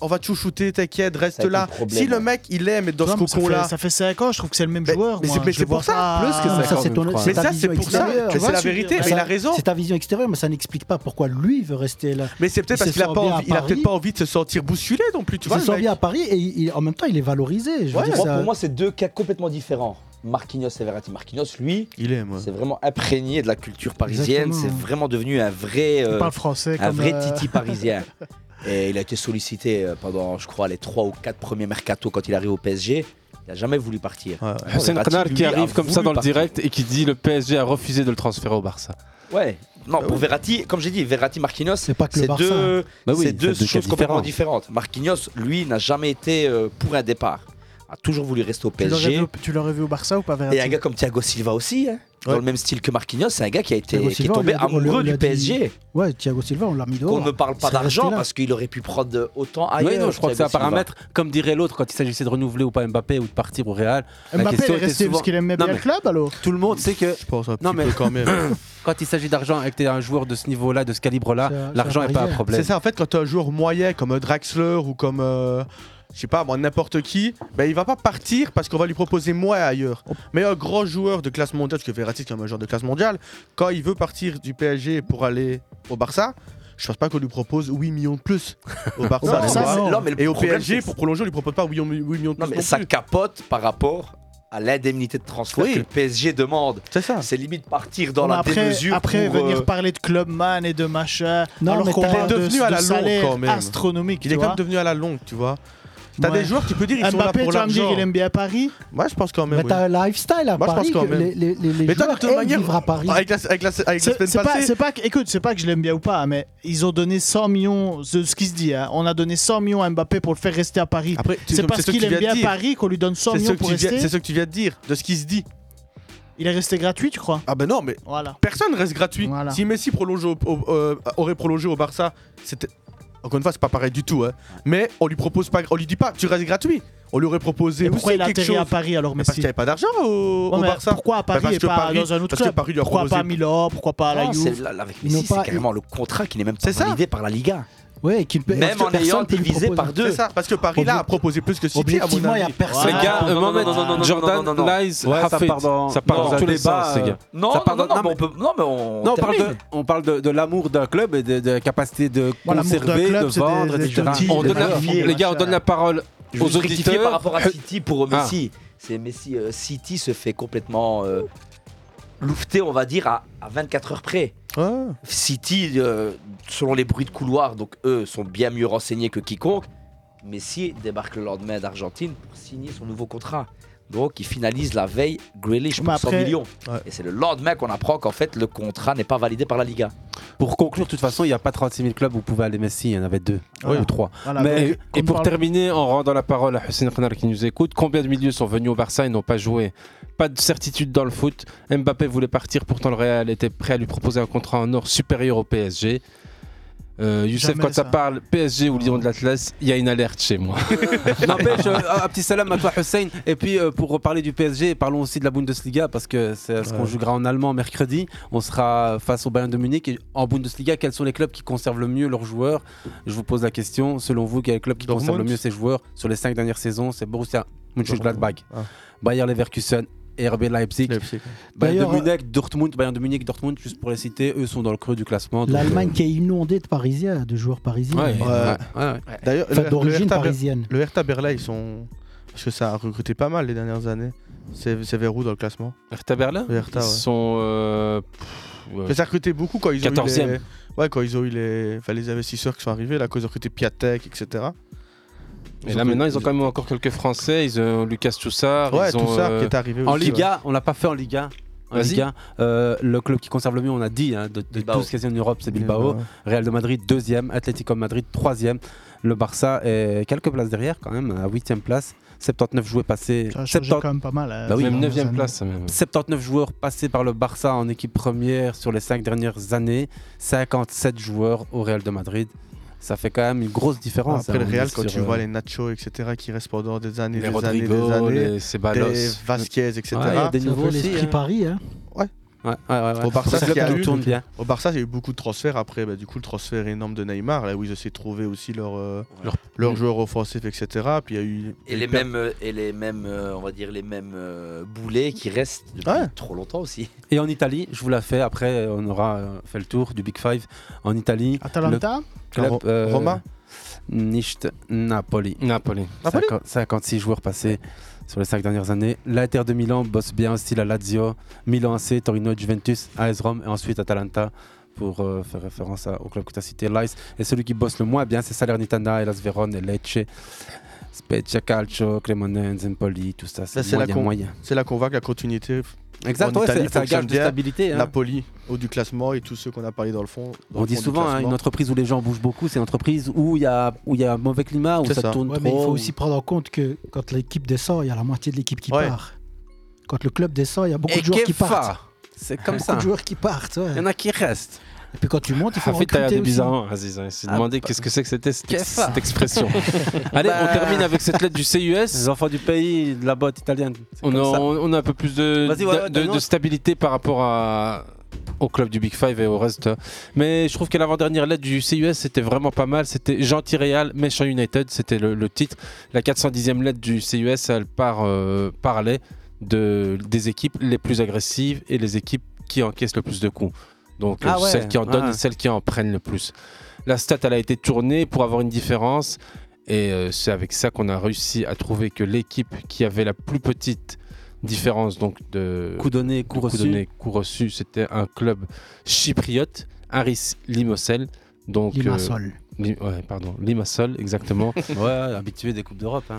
Speaker 11: on va tout shooter, t'inquiète, reste
Speaker 4: Ça a été
Speaker 11: là.
Speaker 4: le problème,
Speaker 11: Si le
Speaker 4: ouais.
Speaker 11: mec, il aime être dans
Speaker 4: Non, mais
Speaker 11: ce
Speaker 4: ça, fait,
Speaker 11: cocon-là.
Speaker 4: ça fait 5 ans, je trouve que c'est le même joueur.
Speaker 11: Mais c'est-
Speaker 4: moi,
Speaker 11: mais
Speaker 4: je
Speaker 11: c'est
Speaker 4: vois
Speaker 11: pour ça,
Speaker 4: pas-
Speaker 11: plus que
Speaker 1: Non,
Speaker 11: cinq
Speaker 1: Ah, ça,
Speaker 11: ans,
Speaker 1: c'est
Speaker 11: je
Speaker 1: ton-
Speaker 11: crois.
Speaker 1: c'est
Speaker 11: Mais
Speaker 1: ta
Speaker 11: ça,
Speaker 1: vision
Speaker 11: c'est pour ça.
Speaker 1: extérieure.
Speaker 11: Mais
Speaker 1: Tu
Speaker 11: c'est
Speaker 1: vois,
Speaker 11: la
Speaker 1: je veux
Speaker 11: vérité,
Speaker 1: dire,
Speaker 11: mais il a
Speaker 1: ça-
Speaker 11: raison.
Speaker 1: C'est ta vision extérieure, mais ça n'explique pas pourquoi lui veut rester là.
Speaker 11: Mais c'est peut-être
Speaker 1: Il
Speaker 11: parce
Speaker 1: se
Speaker 11: qu'il a
Speaker 1: sent
Speaker 11: pas
Speaker 1: bien à
Speaker 11: envie- il a
Speaker 1: Paris.
Speaker 11: peut-être pas envie de se sentir bousculé non plus, tu
Speaker 1: il
Speaker 11: vois.
Speaker 1: se
Speaker 11: le
Speaker 1: sent
Speaker 11: mec.
Speaker 1: bien à Paris et il- il- en même temps, il est valorisé. Je veux
Speaker 12: Ouais,
Speaker 1: dire,
Speaker 12: moi,
Speaker 1: ça-
Speaker 12: Pour moi, c'est deux cas complètement différents. Marquinhos et Verratti. Marquinhos, lui,
Speaker 11: il est,
Speaker 12: vraiment imprégné de la culture parisienne.
Speaker 4: Exactement.
Speaker 12: C'est vraiment devenu un vrai, euh,
Speaker 4: parle français
Speaker 12: un
Speaker 4: comme,
Speaker 12: vrai
Speaker 4: euh,
Speaker 12: titi parisien. Et il a été sollicité euh, pendant, je crois, les trois ou quatre premiers mercato quand il arrive au PSG. Il n'a jamais voulu partir.
Speaker 8: Hussein
Speaker 12: Verratti,
Speaker 8: Renard
Speaker 12: lui,
Speaker 8: qui
Speaker 12: a
Speaker 8: arrive comme ça
Speaker 12: voulu
Speaker 8: dans le
Speaker 12: partir.
Speaker 8: direct et qui dit le PSG a refusé de le transférer au Barça.
Speaker 12: Ouais. Non, pour Verratti, comme j'ai dit, Verratti, Marquinhos, c'est
Speaker 1: pas
Speaker 8: que le Barça, hein.
Speaker 12: deux,
Speaker 8: Bah oui,
Speaker 12: c'est
Speaker 8: il
Speaker 12: deux
Speaker 8: fait deux cas
Speaker 12: choses complètement
Speaker 8: différents.
Speaker 12: différentes. Marquinhos, lui, n'a jamais été euh, pour un départ. A toujours voulu rester au
Speaker 4: Tu l'aurais vu
Speaker 12: PSG.
Speaker 4: au- Tu l'aurais vu au Barça ou pas, Verratti
Speaker 12: Et un gars comme Thiago Silva aussi, hein, dans
Speaker 4: Ouais.
Speaker 12: le même style que Marquinhos, c'est un gars qui a été
Speaker 1: Thiago
Speaker 12: qui est
Speaker 1: Silva, on
Speaker 12: tombé
Speaker 1: lui a- on lui- on
Speaker 12: amoureux
Speaker 1: lui a
Speaker 12: du
Speaker 1: dit-
Speaker 12: PSG.
Speaker 1: Ouais, Thiago Silva, on l'a mis dehors.
Speaker 12: On ne parle pas
Speaker 1: Il s'est resté
Speaker 12: d'argent
Speaker 1: là.
Speaker 12: parce qu'il aurait pu prendre autant ailleurs.
Speaker 8: Oui, non, je crois que c'est un
Speaker 12: Thiago Silva.
Speaker 8: paramètre. Comme dirait l'autre, quand il s'agissait de renouveler ou pas Mbappé ou de partir au Real, la
Speaker 4: Mbappé, il
Speaker 8: question
Speaker 4: est
Speaker 8: était
Speaker 4: resté
Speaker 8: souvent-
Speaker 4: parce qu'il aimait
Speaker 8: Non,
Speaker 4: bien le
Speaker 8: mais
Speaker 4: club, alors
Speaker 8: Tout le monde sait que. non, mais
Speaker 11: peu quand même.
Speaker 8: quand il s'agit d'argent et que tu es un joueur de ce niveau-là, de ce
Speaker 11: C'est un-
Speaker 8: calibre-là, l'argent n'est pas un problème.
Speaker 11: C'est ça, en fait, quand tu un joueur moyen comme euh, Draxler ou comme. euh, je sais pas, moi, n'importe qui, ben, il va pas partir parce qu'on va lui proposer moins ailleurs. Mais un grand joueur de classe mondiale, parce que Verratti, c'est quand même un joueur de classe mondiale, quand il veut partir du PSG pour aller au Barça, je pense pas qu'on lui propose 8 millions de plus au Barça.
Speaker 12: Non,
Speaker 11: tu
Speaker 12: ça,
Speaker 11: vois.
Speaker 12: c'est- non, mais le
Speaker 11: Et au
Speaker 12: problème,
Speaker 11: PSG,
Speaker 12: c'est-
Speaker 11: pour prolonger, on lui propose pas 8 millions, 8 millions de plus.
Speaker 12: Non, mais
Speaker 11: non
Speaker 12: ça
Speaker 11: plus.
Speaker 12: capote par rapport à l'indemnité de transfert
Speaker 11: Oui.
Speaker 12: que le PSG demande.
Speaker 11: C'est ça.
Speaker 12: C'est limite partir dans
Speaker 4: Mais
Speaker 12: la
Speaker 4: après,
Speaker 12: démesure.
Speaker 4: après
Speaker 12: pour,
Speaker 4: venir
Speaker 12: euh,
Speaker 4: parler de clubman et de machin,
Speaker 11: Non,
Speaker 4: alors
Speaker 11: mais
Speaker 4: qu'on
Speaker 11: t'as-
Speaker 4: parle
Speaker 11: il est devenu
Speaker 4: de,
Speaker 11: à la
Speaker 4: de
Speaker 11: longue,
Speaker 4: salaire
Speaker 11: quand même.
Speaker 4: astronomique.
Speaker 11: Il est
Speaker 4: tu
Speaker 11: quand même
Speaker 4: vois.
Speaker 11: devenu à la longue, tu vois. T'as
Speaker 4: Ouais.
Speaker 11: des joueurs, tu peux dire, ils sont là
Speaker 4: Mbappé,
Speaker 11: pour
Speaker 4: tu vas me
Speaker 11: l'argent.
Speaker 4: dire, il aime bien Paris
Speaker 11: Moi, je pense quand même.
Speaker 1: Mais
Speaker 11: oui.
Speaker 1: t'as un lifestyle à
Speaker 11: Moi, je
Speaker 1: Paris.
Speaker 11: pense quand
Speaker 1: que
Speaker 11: même.
Speaker 1: Les, les, les, les
Speaker 11: Mais toi, de
Speaker 1: joueurs
Speaker 11: toute
Speaker 1: aiment
Speaker 11: manière,
Speaker 1: vivre à Paris.
Speaker 11: Avec la, avec la, avec la
Speaker 4: C'est
Speaker 11: semaine
Speaker 4: c'est pas,
Speaker 11: passée.
Speaker 4: c'est pas que- écoute, c'est pas que je l'aime bien ou pas, mais ils ont donné 100 millions, c'est ce qui se dit. hein. On a donné 100 millions à Mbappé pour le faire rester à Paris.
Speaker 11: Après, tu-
Speaker 4: c'est
Speaker 11: c'est
Speaker 4: parce
Speaker 11: ce que
Speaker 4: qu'il
Speaker 11: tu
Speaker 4: aime
Speaker 11: viens
Speaker 4: bien
Speaker 11: de dire.
Speaker 4: Paris qu'on lui donne 100
Speaker 11: C'est ce
Speaker 4: millions
Speaker 11: que
Speaker 4: pour
Speaker 11: tu viens-
Speaker 4: rester.
Speaker 11: C'est ce que tu viens de dire, de ce qui se dit.
Speaker 4: Il est resté gratuit, tu crois
Speaker 11: Ah ben non, mais
Speaker 4: Voilà.
Speaker 11: personne reste gratuit. Si Messi prolonge au- au- euh, aurait prolongé au Barça, c'était encore une fois, c'est pas pareil du tout. hein. Mais on lui propose pas, on lui dit pas, tu restes gratuit. On lui aurait proposé
Speaker 4: Et pourquoi
Speaker 11: aussi
Speaker 4: il a
Speaker 11: quelque chose.
Speaker 4: atterri à Paris alors,
Speaker 11: Mais parce
Speaker 4: Messi
Speaker 11: qu'il n'y avait pas d'argent au,
Speaker 4: Ouais,
Speaker 11: au
Speaker 4: mais
Speaker 11: Barça.
Speaker 4: Pourquoi à
Speaker 11: Bah,
Speaker 4: Paris
Speaker 11: parce
Speaker 4: et
Speaker 11: que
Speaker 4: pas
Speaker 11: Paris-
Speaker 4: dans un autre
Speaker 11: parce que
Speaker 4: club
Speaker 11: Paris lui a
Speaker 4: Pourquoi pas à
Speaker 11: proposé-
Speaker 4: Milan Pourquoi pas à la
Speaker 12: non,
Speaker 4: Juve
Speaker 12: c'est- là, là, avec
Speaker 1: Ils n'ont
Speaker 12: Messi, c'est
Speaker 1: pas-
Speaker 12: carrément le contrat qui n'est même pas
Speaker 11: ça.
Speaker 12: validé par la Liga.
Speaker 1: Ouais, qu'il peut-
Speaker 12: Même
Speaker 1: parce que
Speaker 12: en
Speaker 1: personne
Speaker 12: ayant
Speaker 1: peut lui
Speaker 12: divisé
Speaker 1: proposer.
Speaker 12: par deux.
Speaker 11: C'est ça, parce que Paris là a proposé plus que City à mon
Speaker 1: Objectivement,
Speaker 11: avis.
Speaker 1: il y a personne.
Speaker 8: Les gars, euh, Mohamed, Jordan, Lies, Hafid, ça part dans tous les sens, les gars.
Speaker 12: euh, Non,
Speaker 8: Ça
Speaker 12: non,
Speaker 8: part
Speaker 12: non,
Speaker 8: dans-
Speaker 12: non, mais on peut. Non, mais on.
Speaker 8: Non, on parle,
Speaker 12: termine.
Speaker 8: de, on parle de, de l'amour d'un club et de, de la capacité de
Speaker 4: Bon, l'amour d'un
Speaker 8: conserver,
Speaker 4: club,
Speaker 8: de
Speaker 4: c'est des-
Speaker 8: vendre,
Speaker 4: des
Speaker 8: etc.
Speaker 4: outils,
Speaker 8: On
Speaker 4: des
Speaker 8: donne la-
Speaker 4: marques.
Speaker 8: les gars, on donne la parole
Speaker 12: Je veux
Speaker 8: aux
Speaker 12: juste rectifier
Speaker 8: auditeurs.
Speaker 12: par rapport à City pour euh,
Speaker 8: Ah.
Speaker 12: Messi. C'est Messi. euh, City se fait complètement euh, louveter, on va dire, à, à 24 heures près.
Speaker 8: Ah.
Speaker 12: City, euh, selon les bruits de couloir, donc eux sont bien mieux renseignés que quiconque. Messi débarque le lendemain d'Argentine pour signer son nouveau contrat. Donc il finalise la veille Grealish pour
Speaker 4: Mais
Speaker 12: 100
Speaker 4: après-
Speaker 12: millions. Et c'est le lendemain qu'on apprend qu'en fait le contrat n'est pas validé par la Liga.
Speaker 8: Pour conclure, de toute façon, il n'y a pas 36 000 clubs où pouvait aller Messi, il y en avait deux
Speaker 4: Voilà.
Speaker 8: ou trois.
Speaker 4: Voilà,
Speaker 8: Mais-
Speaker 4: donc,
Speaker 8: et
Speaker 4: qu'on
Speaker 8: pour
Speaker 4: parle-
Speaker 8: terminer, en rendant la parole à Hussein Renard qui nous écoute, combien de milieux sont venus au Barça et n'ont pas joué Pas de certitude dans le foot. Mbappé voulait partir, pourtant le Real était prêt à lui proposer un contrat en or supérieur au PSG.
Speaker 9: Euh, Youssef,
Speaker 8: Jamais
Speaker 9: quand ça
Speaker 8: ça.
Speaker 9: parle PSG ou Lyon de l'Atlas, il y a une alerte chez moi.
Speaker 8: N'empêche, euh, un petit salam à toi, Hussein. Et puis, euh, pour reparler du PSG, parlons aussi de la Bundesliga, parce que c'est ce qu'on
Speaker 9: Ouais.
Speaker 8: jouera en allemand mercredi. On sera face au Bayern de Munich. Et en Bundesliga, quels sont les clubs qui conservent le mieux leurs joueurs Je vous pose la question. Selon vous, quel est le club qui
Speaker 11: Dortmund
Speaker 8: conserve le mieux ses joueurs sur les cinq dernières saisons C'est Borussia Mönchengladbach,
Speaker 11: Ah.
Speaker 8: Bayer Leverkusen. RB Leipzig, Bayern de
Speaker 1: D'ailleurs, euh,
Speaker 8: Munich, Dortmund, Bayern de Munich, Dortmund, juste pour les citer, eux sont dans le creux du classement. donc,
Speaker 1: L'Allemagne
Speaker 8: euh,
Speaker 1: qui est inondée de Parisiens, de joueurs parisiens. Euh,
Speaker 11: D'ailleurs,
Speaker 1: Enfin,
Speaker 11: le-
Speaker 1: d'origine
Speaker 11: le Hertha Ber-
Speaker 1: parisienne.
Speaker 11: Le Hertha Berlin, ils sont. Parce que ça a recruté pas mal les dernières années. C'est c'est vers où dans le classement
Speaker 9: Hertha Berlin
Speaker 11: Le Hertha,
Speaker 9: Ils
Speaker 11: ouais.
Speaker 9: sont. euh, pff, ouais.
Speaker 11: Mais ça recrutait beaucoup quand ils ont eu
Speaker 9: 14e.
Speaker 11: les... Ouais, quand ils ont eu les... Enfin, les investisseurs qui sont arrivés, là, quand ils ont recruté Piatek, etc.
Speaker 9: Et là maintenant, ils ont quand même encore quelques Français. Ils ont Lucas Toussard.
Speaker 11: Ouais,
Speaker 9: ils ont,
Speaker 11: Toussard qui
Speaker 9: euh,
Speaker 11: est arrivé
Speaker 8: En Liga, on l'a pas fait en Liga. En
Speaker 9: Vas-y.
Speaker 8: Liga, euh, le club qui conserve le mieux, on a dit, hein, de, de 12 quasi en Europe, c'est Bilbao.
Speaker 11: Bilbao.
Speaker 8: Real de Madrid, deuxième. Atlético de Madrid, troisième. Le Barça est quelques places derrière, quand même, à huitième place. 79 joueurs passés.
Speaker 4: Ça a changé
Speaker 8: 70
Speaker 4: quand même pas mal, euh,
Speaker 8: Bah oui.
Speaker 4: ces Même dernières 9e années. place, ça, même.
Speaker 8: 79 joueurs passés par le Barça en équipe première sur les 5 dernières années. 57 joueurs au Real de Madrid. Ça fait quand même une grosse différence.
Speaker 11: Après
Speaker 8: hein,
Speaker 11: le Real,
Speaker 8: sur,
Speaker 11: quand tu
Speaker 8: euh,
Speaker 11: vois les Nacho, etc., qui restent pendant des années,
Speaker 9: Les
Speaker 11: des
Speaker 9: Rodrigo,
Speaker 11: années, des
Speaker 9: les
Speaker 11: années,
Speaker 9: Ceballos.
Speaker 11: des Vasquez, etc.
Speaker 8: Ouais, il y a des C'est un nouveaux peu aussi, l'esprit hein.
Speaker 1: Paris, hein.
Speaker 11: Ouais.
Speaker 8: Ouais, ouais, ouais, ouais.
Speaker 11: Au Barça,
Speaker 8: Le
Speaker 11: ce qu'il y a
Speaker 8: club
Speaker 11: eu,
Speaker 8: tourne bien.
Speaker 11: au Barça, il y a eu beaucoup de transferts. Après, bah, du coup, le transfert énorme de Neymar, là où ils essaient de trouver aussi leur, euh,
Speaker 9: leur, mm.
Speaker 11: joueur offensif, etc. Puis il y a eu
Speaker 12: Et les mêmes, euh, et les mêmes euh, on va dire, les mêmes euh, boulets qui restent depuis trop longtemps aussi.
Speaker 8: Et en Italie, je vous la fais, après on aura euh, fait le tour du Big Five. En Italie,
Speaker 4: Atalanta
Speaker 8: le club,
Speaker 4: Ro-
Speaker 8: euh,
Speaker 4: Roma
Speaker 8: Nicht Napoli.
Speaker 9: Napoli.
Speaker 8: 50 56 joueurs passés sur les 5 dernières années. L'Inter de Milan bosse bien aussi la Lazio, Milan AC, Torino, Juventus, AS Rome et ensuite Atalanta pour euh, faire référence à- au club que tu as cité, Lice. Et celui qui bosse le moins bien, c'est Salernitana, Elas Verone, et Lecce, Spezia Calcio, Cremonense, Empoli, tout ça. C'est
Speaker 11: Ça, c'est la,
Speaker 8: moyen,
Speaker 11: con-
Speaker 8: moyen.
Speaker 11: c'est la convainc, la continuité.
Speaker 8: Exact,
Speaker 11: En
Speaker 8: ouais,
Speaker 11: Italie,
Speaker 8: c'est- c'est un
Speaker 11: fonctionne
Speaker 8: gage de
Speaker 11: bien.
Speaker 8: stabilité, hein.
Speaker 11: Napoli, haut du classement et tous ceux qu'on a parlé dans le fond. dans
Speaker 8: On
Speaker 11: le
Speaker 8: dit
Speaker 11: fond du
Speaker 8: souvent, hein,
Speaker 11: classement.
Speaker 8: une entreprise où les gens bougent beaucoup, c'est une entreprise où il y a, où il y a un mauvais climat, où ça, tourne
Speaker 1: Ouais,
Speaker 8: trop.
Speaker 1: mais il faut
Speaker 8: où-
Speaker 1: aussi prendre en compte que quand l'équipe descend, il y a la moitié de l'équipe qui
Speaker 8: Ouais.
Speaker 1: part. Quand le club descend, il y a beaucoup
Speaker 8: Et
Speaker 1: de joueurs qui
Speaker 8: Kefa,
Speaker 1: partent.
Speaker 8: c'est comme
Speaker 1: beaucoup
Speaker 8: ça.
Speaker 1: de joueurs qui partent. ouais.
Speaker 8: Il y en a qui restent.
Speaker 1: Et puis quand tu montes, il faut
Speaker 9: En fait, t'as
Speaker 1: recruter
Speaker 9: l'air
Speaker 1: aussi.
Speaker 9: bizarre, Aziz. hein. Il s'est
Speaker 1: Ah,
Speaker 9: demandé
Speaker 1: bah.
Speaker 9: qu'est-ce que c'est que c'était cette,
Speaker 1: Qu'est-ce que
Speaker 9: cette
Speaker 1: ça
Speaker 9: expression. Allez, on
Speaker 8: Bah.
Speaker 9: termine avec cette lettre du CUS.
Speaker 8: Les enfants du pays, de la botte italienne. c'est
Speaker 9: On a,
Speaker 8: comme ça.
Speaker 9: on a un peu plus de, de-
Speaker 8: Vas-y, ouais, ouais,
Speaker 9: de-
Speaker 8: Daniel.
Speaker 9: de stabilité par rapport à, au club du Big Five et au reste. Mais je trouve que l'avant-dernière lettre du CUS, c'était vraiment pas mal. C'était gentil Real, méchant United, c'était le, le titre. La 410e lettre du CUS, elle part, euh, parlait de, des équipes les plus agressives et les équipes qui encaissent le plus de coups. Donc
Speaker 8: Ah
Speaker 9: euh,
Speaker 8: ouais,
Speaker 9: celles qui en
Speaker 8: ouais.
Speaker 9: donnent et celles qui en prennent le plus. La stat, elle a été tournée pour avoir une différence. Et euh, c'est avec ça qu'on a réussi à trouver que l'équipe qui avait la plus petite différence donc de
Speaker 8: Coup donné, coup
Speaker 9: de
Speaker 8: reçu.
Speaker 9: donné, coup reçu, c'était un club chypriote, Aris Limassol. Donc euh,
Speaker 8: Limassol.
Speaker 9: Li- ouais, pardon, Limassol exactement.
Speaker 8: Ouais, habitué des Coupes d'Europe. hein.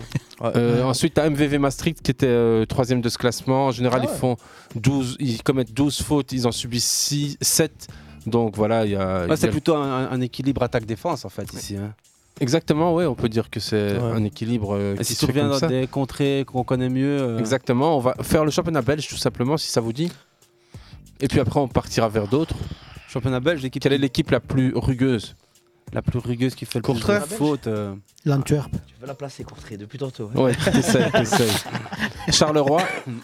Speaker 9: Euh, ensuite, à MVV Maastricht qui était euh, troisième de ce classement. En général,
Speaker 8: Ah ouais.
Speaker 9: ils font 12, ils commettent 12 fautes, ils en subissent 6, 7. Donc voilà, il y a. il y
Speaker 8: Ouais,
Speaker 9: a
Speaker 8: Ah, c'est plutôt un, un- un équilibre attaque-défense en fait ici. hein.
Speaker 9: Exactement, ouais, on peut dire que c'est
Speaker 8: Ouais.
Speaker 9: un équilibre euh,
Speaker 8: Et
Speaker 9: qui
Speaker 8: si
Speaker 9: se
Speaker 8: tu
Speaker 9: fait
Speaker 8: reviens
Speaker 9: comme
Speaker 8: dans
Speaker 9: ça.
Speaker 8: des contrées qu'on connaît mieux. euh,
Speaker 9: Exactement, on va faire le championnat belge tout simplement si ça vous dit. Et puis après on partira vers d'autres.
Speaker 8: Championnat belge, l'équipe.
Speaker 9: Quelle est l'équipe la plus rugueuse
Speaker 8: La plus rugueuse qui fait le
Speaker 9: Courtrai
Speaker 8: plus de fautes. euh.
Speaker 1: L'Antwerp.
Speaker 12: Ah, Tu veux la placer, Courtrai, depuis tantôt. hein.
Speaker 9: Ouais, t'essayes, t'essayes. Charleroi,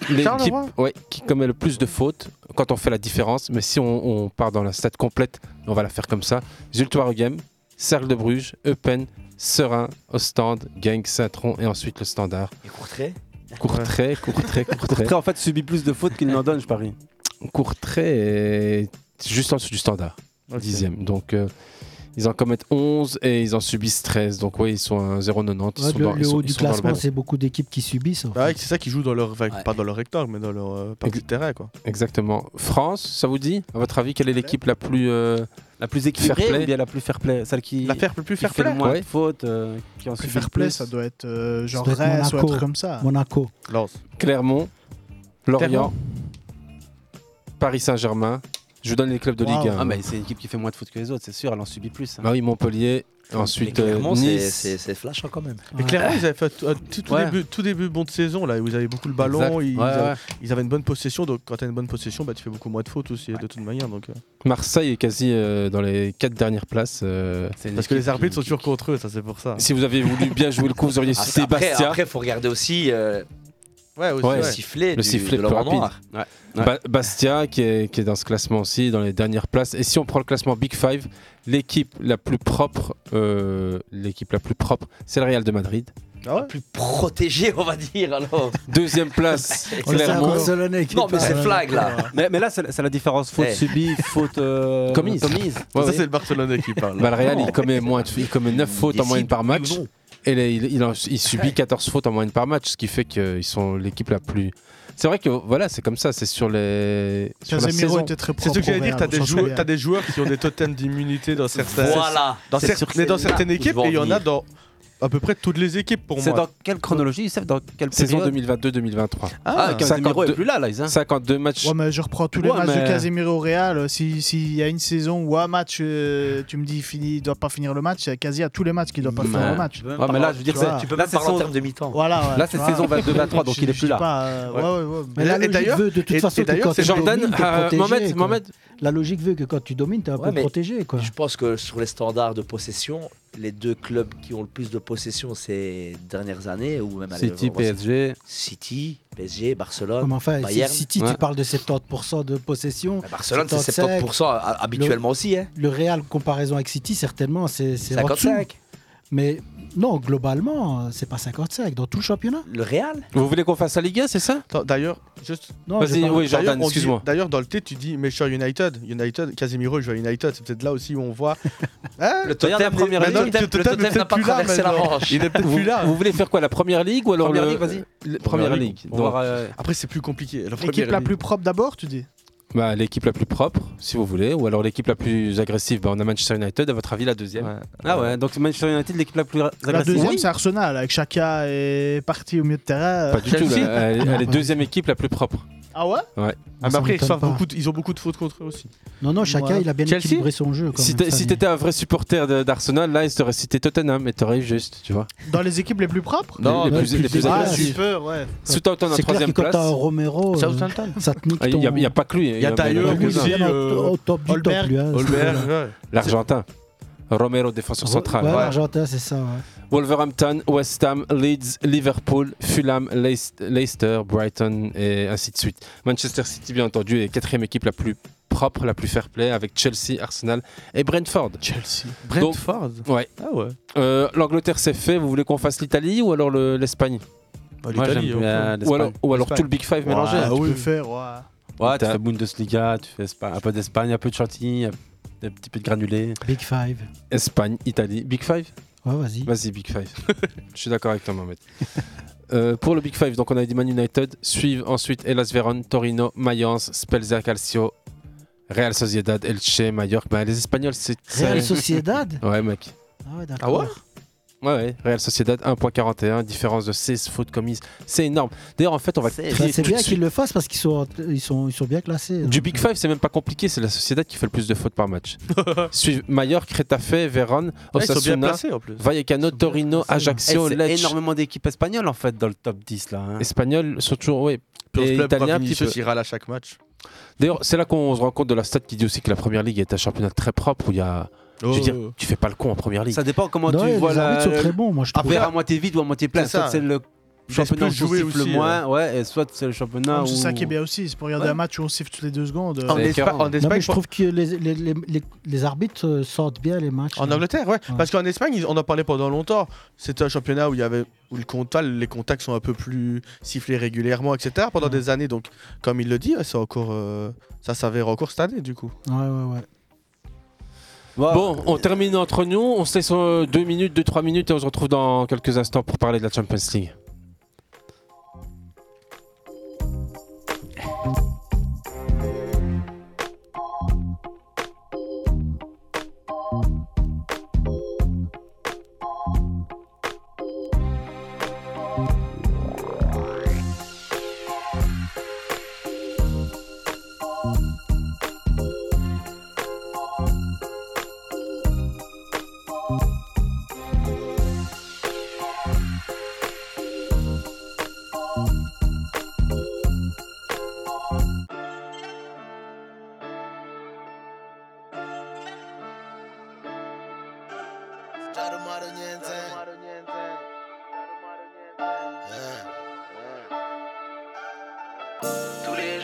Speaker 9: l'équipe
Speaker 12: Charleroi
Speaker 9: ouais, qui commet le plus de fautes quand on fait la différence, mais si on, on part dans la stat complète, on va la faire comme ça. Zultuarugem, Cercle de Bruges, Eupen, Serein, Ostende, Genk, Saint-Tron et ensuite le Standard.
Speaker 12: Et Courtrai
Speaker 9: Courtrai, Courtrai, Courtrai.
Speaker 8: Courtrai en fait subit plus de fautes qu'il n'en donne, je parie.
Speaker 9: Courtrai est juste en dessous du standard, dixième. Donc euh, ils en commettent 11 et ils en subissent 13. Donc oui, ils sont à 0,90. Ils
Speaker 1: Ouais,
Speaker 9: sont
Speaker 1: le
Speaker 9: dans- ils
Speaker 1: le
Speaker 9: sont-
Speaker 1: haut
Speaker 9: ils
Speaker 1: du
Speaker 9: sont dans le
Speaker 1: classement,
Speaker 9: même.
Speaker 1: c'est beaucoup d'équipes qui subissent. en
Speaker 11: Bah ouais,
Speaker 1: fait.
Speaker 11: c'est ça qu'ils jouent dans leur. enfin, Pas dans leur rectangle, mais dans leur euh, partie de terrain, quoi.
Speaker 9: Exactement. France, ça vous dit À votre avis, quelle est l'équipe la plus
Speaker 8: euh, la plus équilibrée ou bien la plus fair play Celle qui
Speaker 9: la
Speaker 11: fair-
Speaker 8: qui
Speaker 11: plus fair
Speaker 8: fait le
Speaker 11: play
Speaker 8: moins
Speaker 9: Ouais.
Speaker 8: de fautes, euh, qui en
Speaker 4: Plus
Speaker 8: subit
Speaker 4: fair
Speaker 8: le
Speaker 4: play,
Speaker 8: plus.
Speaker 4: ça doit être euh, genre
Speaker 1: doit être
Speaker 4: Reims ou un
Speaker 1: Monaco.
Speaker 4: truc comme ça.
Speaker 1: Monaco.
Speaker 9: Clermont, Lorient,
Speaker 8: Clermont.
Speaker 9: Paris Saint-Germain. Je vous donne les clubs de Ligue 1.
Speaker 8: Ah, mais c'est une équipe qui fait moins de fautes que les autres, c'est sûr, elle en subit plus. hein.
Speaker 9: Bah oui, Montpellier,
Speaker 8: Ensuite,
Speaker 12: Mais
Speaker 8: euh,
Speaker 12: clairement, c'est-
Speaker 8: Nice.
Speaker 12: c'est c'est flashant quand même.
Speaker 11: Mais clairement, ils avaient fait tout, tout- tout
Speaker 12: Ouais.
Speaker 11: début, tout début bon de saison, là, où ils avaient beaucoup le ballon,
Speaker 8: Exact.
Speaker 11: ils,
Speaker 8: Ouais,
Speaker 11: avaient,
Speaker 8: ouais.
Speaker 11: ils avaient une bonne possession, donc quand t'as une bonne possession, bah, tu fais beaucoup moins de fautes aussi, de toute manière. Donc, euh.
Speaker 8: Marseille est quasi euh, dans les quatre dernières places. euh,
Speaker 11: Parce que les arbitres sont toujours contre eux, ça c'est pour ça.
Speaker 8: Si vous avez voulu bien jouer le coup, vous auriez
Speaker 12: Après- Après,
Speaker 8: Sébastien.
Speaker 12: après, faut regarder aussi euh,
Speaker 11: ouais,
Speaker 8: Ouais.
Speaker 12: le sifflet,
Speaker 8: le
Speaker 12: du-
Speaker 8: sifflet plus
Speaker 12: de l'homme en
Speaker 8: rapide.
Speaker 12: noir.
Speaker 8: Ba- Bastia qui est, qui est dans ce classement aussi, dans les dernières places. Et si on prend le classement Big Five, l'équipe la plus propre, euh, l'équipe la plus propre, c'est le Real de Madrid.
Speaker 12: La plus protégée, on va dire alors.
Speaker 8: Deuxième place,
Speaker 12: On le sait
Speaker 3: Clermont.
Speaker 12: encore. Oh, Barcelonais qui Non, mais parle. c'est flag, là.
Speaker 3: Mais, mais là, c'est c'est la différence. Faute
Speaker 8: Eh.
Speaker 3: subie, faute euh,
Speaker 8: Commise. Ouais, ouais.
Speaker 11: Barcelonais qui parle.
Speaker 8: Bah, le Real,
Speaker 3: Non.
Speaker 8: il commet, moins de, il commet 9 fautes en moyenne par match. Et là, il, il en- il subit 14 fautes en moyenne par match, ce qui fait qu'ils sont l'équipe la plus. C'est vrai que voilà, c'est comme ça, c'est sur les. Sur la
Speaker 4: Casemiro
Speaker 8: saison.
Speaker 4: était très
Speaker 11: C'est ce que j'allais dire, t'as
Speaker 3: hein,
Speaker 11: des, joueurs, t'as des joueurs qui ont des totems d'immunité dans certaines,
Speaker 3: Voilà.
Speaker 11: dans,
Speaker 3: C'est
Speaker 11: cer-
Speaker 3: sur-
Speaker 11: mais dans
Speaker 3: c'est là
Speaker 11: certaines
Speaker 3: où je
Speaker 11: équipes,
Speaker 3: veux en
Speaker 11: et il y en a
Speaker 3: venir.
Speaker 11: dans à peu près toutes les équipes pour moi.
Speaker 3: C'est dans quelle chronologie, Youssef Dans quelle
Speaker 8: Saison
Speaker 3: période
Speaker 8: 2022-2023.
Speaker 3: Ah, Casemiro est plus là, là,
Speaker 8: 52 matchs.
Speaker 4: Ouais, mais je reprends tous les
Speaker 8: Ouais,
Speaker 4: matchs
Speaker 8: mais-
Speaker 4: de Casemiro au Real. euh, si- S'il y a une saison ou un match, euh, tu me dis fini, il doit pas finir le match. Il y a quasi à tous les matchs qu'il doit pas finir le match.
Speaker 3: Ouais, mais là, je veux dire,
Speaker 4: Tu
Speaker 3: c'est-
Speaker 4: vois.
Speaker 3: tu peux même Là, parler en c'est termes de mi-temps.
Speaker 4: Voilà, ouais,
Speaker 3: Là,
Speaker 4: tu
Speaker 3: c'est
Speaker 4: vois.
Speaker 3: saison 22-23, donc
Speaker 4: Je-
Speaker 3: il est
Speaker 4: je
Speaker 3: plus
Speaker 4: dis
Speaker 3: là.
Speaker 4: pas, euh,
Speaker 3: Ouais.
Speaker 4: ouais, ouais, ouais.
Speaker 1: Mais la logique veut de toute façon que quand tu domines, t'es protégé, quoi. La logique veut que quand tu domines, t'es un
Speaker 12: Ouais,
Speaker 1: peu
Speaker 12: mais
Speaker 1: protégé. Quoi.
Speaker 12: Je pense que sur les standards de possession, les deux clubs qui ont le plus de possession ces dernières années, ou même
Speaker 3: City,
Speaker 12: allez, on va-
Speaker 3: PSG.
Speaker 12: City, PSG, Barcelone,
Speaker 1: Ouais, mais enfin,
Speaker 12: Bayern.
Speaker 1: si- City, tu parles de 70% de possession.
Speaker 12: Barcelone, c'est 70% a- habituellement
Speaker 1: Le-
Speaker 12: aussi. Hein.
Speaker 1: Le Real, comparaison avec City, certainement, c'est c'est en
Speaker 12: 55.
Speaker 1: dessous. Mais non, globalement, euh, c'est pas 55 dans tout le championnat.
Speaker 12: Le Real
Speaker 8: Vous voulez qu'on fasse la Ligue 1, c'est ça
Speaker 11: D'ailleurs, juste.
Speaker 1: Non, Vas-y, je parle- oui, Jordan,
Speaker 11: D'ailleurs, on dit-
Speaker 8: excuse-moi.
Speaker 11: D'ailleurs, dans le T, tu dis Méchant United. United, Casemiro, il joue à United. C'est peut-être là aussi où on voit. Hein
Speaker 12: Le totem,
Speaker 11: Regarde la première
Speaker 12: le
Speaker 11: ligue.
Speaker 12: totem,
Speaker 11: Le
Speaker 12: le totem
Speaker 11: totem est
Speaker 12: n'a
Speaker 11: peut-être
Speaker 12: pas
Speaker 11: plus là,
Speaker 12: traversé la
Speaker 11: maintenant.
Speaker 12: Manche.
Speaker 11: Il est peut-être
Speaker 8: vous,
Speaker 11: plus là.
Speaker 8: vous voulez faire quoi La première ligue ou alors
Speaker 11: Première
Speaker 8: le-
Speaker 11: ligue, vas-y.
Speaker 8: le- Première ligue.
Speaker 11: On
Speaker 8: donc.
Speaker 11: va voir, euh, Après, c'est plus compliqué. La
Speaker 4: L'équipe
Speaker 11: première
Speaker 4: la
Speaker 11: ligue.
Speaker 4: plus propre d'abord, tu dis
Speaker 8: Bah, l'équipe la plus propre, si vous voulez, ou alors l'équipe la plus agressive. Bah, on a Manchester United. À votre avis, la deuxième
Speaker 3: Ah ouais, donc Manchester United, l'équipe la plus
Speaker 4: La
Speaker 3: agressive.
Speaker 4: deuxième, c'est Arsenal, avec Chaka est parti au milieu de terrain.
Speaker 8: Pas du tout. là. Elle, elle est deuxième équipe la plus propre.
Speaker 4: Ah ouais
Speaker 8: Ouais.
Speaker 11: Ah, mais après, ils,
Speaker 8: savent
Speaker 11: reçoivent beaucoup de- ils ont beaucoup de fautes contre eux aussi.
Speaker 1: Non, non, chacun,
Speaker 11: Ouais.
Speaker 1: il a bien
Speaker 11: Chelsea
Speaker 1: équilibré son jeu. quand
Speaker 8: Si
Speaker 1: même,
Speaker 8: t'es-
Speaker 1: ça,
Speaker 8: si
Speaker 1: mais-
Speaker 8: t'étais un vrai supporter de- d'Arsenal, là, ils t'auraient cité Tottenham, mais t'aurais eu juste, tu vois.
Speaker 4: Dans les équipes les plus propres
Speaker 8: Non, Les- les plus- les plus
Speaker 4: Ah,
Speaker 8: agressives.
Speaker 4: j'ai peur, ouais.
Speaker 8: Southampton en
Speaker 1: C'est clair
Speaker 8: troisième
Speaker 1: que quand
Speaker 8: place.
Speaker 1: t'as un Romero, euh,
Speaker 8: Southampton.
Speaker 1: ça te nique
Speaker 8: Ah, Il n'y a,
Speaker 1: ton-
Speaker 8: il y a pas que lui.
Speaker 1: Il y a Tailleux,
Speaker 8: quelques-uns.
Speaker 1: Wilson, Il y en a au- au top du top, lui, hein,
Speaker 8: Holberg,
Speaker 1: c'est-
Speaker 8: ouais. L'Argentin. Romero, défenseur central.
Speaker 1: Ouais, l'Argentin, c'est ça. ouais.
Speaker 8: Wolverhampton, West Ham, Leeds, Liverpool, Fulham, Leic- Leicester, Brighton et ainsi de suite. Manchester City, bien entendu, est quatrième équipe la plus propre, la plus fair-play avec Chelsea, Arsenal et Brentford.
Speaker 4: Chelsea.
Speaker 11: Brentford
Speaker 8: Ouais.
Speaker 11: Ah ouais.
Speaker 8: Euh, L'Angleterre, c'est fait. Vous voulez qu'on fasse l'Italie ou alors le- l'Espagne
Speaker 11: Bah, l'Italie, Moi, j'aime on bien peut. ah
Speaker 8: ou alors, ou alors
Speaker 11: l'Espagne.
Speaker 8: tout le Big Five
Speaker 3: Ouais,
Speaker 8: mélangé.
Speaker 3: tu
Speaker 4: Tu
Speaker 3: oui.
Speaker 4: peux faire, ouais.
Speaker 3: Ouais, tu fais Bundesliga, tu fais Espa- un peu d'Espagne, un peu de Chantilly, un un petit peu de granulé.
Speaker 1: Big Five.
Speaker 8: Espagne, Italie, Big Five
Speaker 1: Ouais, vas-y.
Speaker 8: Vas-y, Big Five. Je suis d'accord avec toi, Mohamed. Euh, pour le Big Five, donc on a dit Man United, suivent ensuite Hellas Vérone, Torino, Mayence, Spezia Calcio, Real Sociedad, Elche, Mallorca. Bah, les Espagnols, c'est.
Speaker 1: Real
Speaker 8: c'est-
Speaker 1: Sociedad
Speaker 8: Ouais, mec.
Speaker 1: Ah ouais, d'accord.
Speaker 8: Ouais, ouais, Real Sociedad 1.41, différence de 16 fautes commises. C'est énorme. D'ailleurs, en fait, on va
Speaker 1: Bah,
Speaker 8: trier
Speaker 1: c'est
Speaker 8: tout de
Speaker 1: bien
Speaker 8: suite.
Speaker 1: qu'ils le fassent parce qu'ils sont, ils sont, ils sont bien classés.
Speaker 8: Du Big Five, c'est même pas compliqué, c'est la Sociedad qui fait le plus de fautes par match. Suivent Mallorca, Retafe, Vérone,
Speaker 3: Ouais, ils sont bien
Speaker 8: Osasuna,
Speaker 3: placés, en plus.
Speaker 8: Vallecano, Torino, Ajaccio,
Speaker 3: Eh, c'est
Speaker 8: Lecce.
Speaker 3: énormément d'équipes espagnoles en fait dans le top 10 là. hein.
Speaker 8: Espagnols sont toujours, oui.
Speaker 3: Puis on se
Speaker 8: Et
Speaker 3: plaint pas
Speaker 8: italiens, un petit
Speaker 3: Vinicius,
Speaker 8: peu.
Speaker 11: Il râle à chaque match.
Speaker 8: D'ailleurs, c'est là qu'on se rend compte de la stat qui dit aussi que la première ligue est un championnat très propre où il y a. je veux
Speaker 3: Oh.
Speaker 8: dire, tu fais pas le con en première ligue.
Speaker 3: Ça dépend comment
Speaker 1: Non,
Speaker 3: tu
Speaker 1: les
Speaker 3: vois la.
Speaker 1: arbitres sont très bons, moi, je
Speaker 3: Après,
Speaker 1: trouve.
Speaker 3: à moitié vide ou à moitié plein.
Speaker 1: C'est
Speaker 3: Soit
Speaker 1: ça.
Speaker 3: c'est le
Speaker 1: Laisse
Speaker 3: championnat où
Speaker 1: plus jouer
Speaker 3: on siffle
Speaker 1: aussi,
Speaker 3: moins, ouais, et soit c'est le
Speaker 11: Ah,
Speaker 1: Ah,
Speaker 3: championnat où.
Speaker 4: C'est ça qui est bien aussi, c'est pour regarder un match où on siffle toutes les deux secondes. euh.
Speaker 1: Non, mais je trouve que les, les, les, les- les arbitres euh, sortent bien les matchs.
Speaker 11: En
Speaker 1: hein.
Speaker 11: Angleterre, ouais. Parce qu'en Espagne, ils- on en parlait pendant longtemps. C'était un championnat où il y avait où le contact, les contacts sont un peu plus sifflés régulièrement, etc. Pendant des années. Donc, comme il le dit, ouais, c'est encore, euh, ça s'avère encore cette année, du coup.
Speaker 1: Ouais, ouais, ouais.
Speaker 8: Bon, on termine entre nous. On se laisse 2 minutes, 2-3 minutes et on se retrouve dans quelques instants pour parler de la Champions League.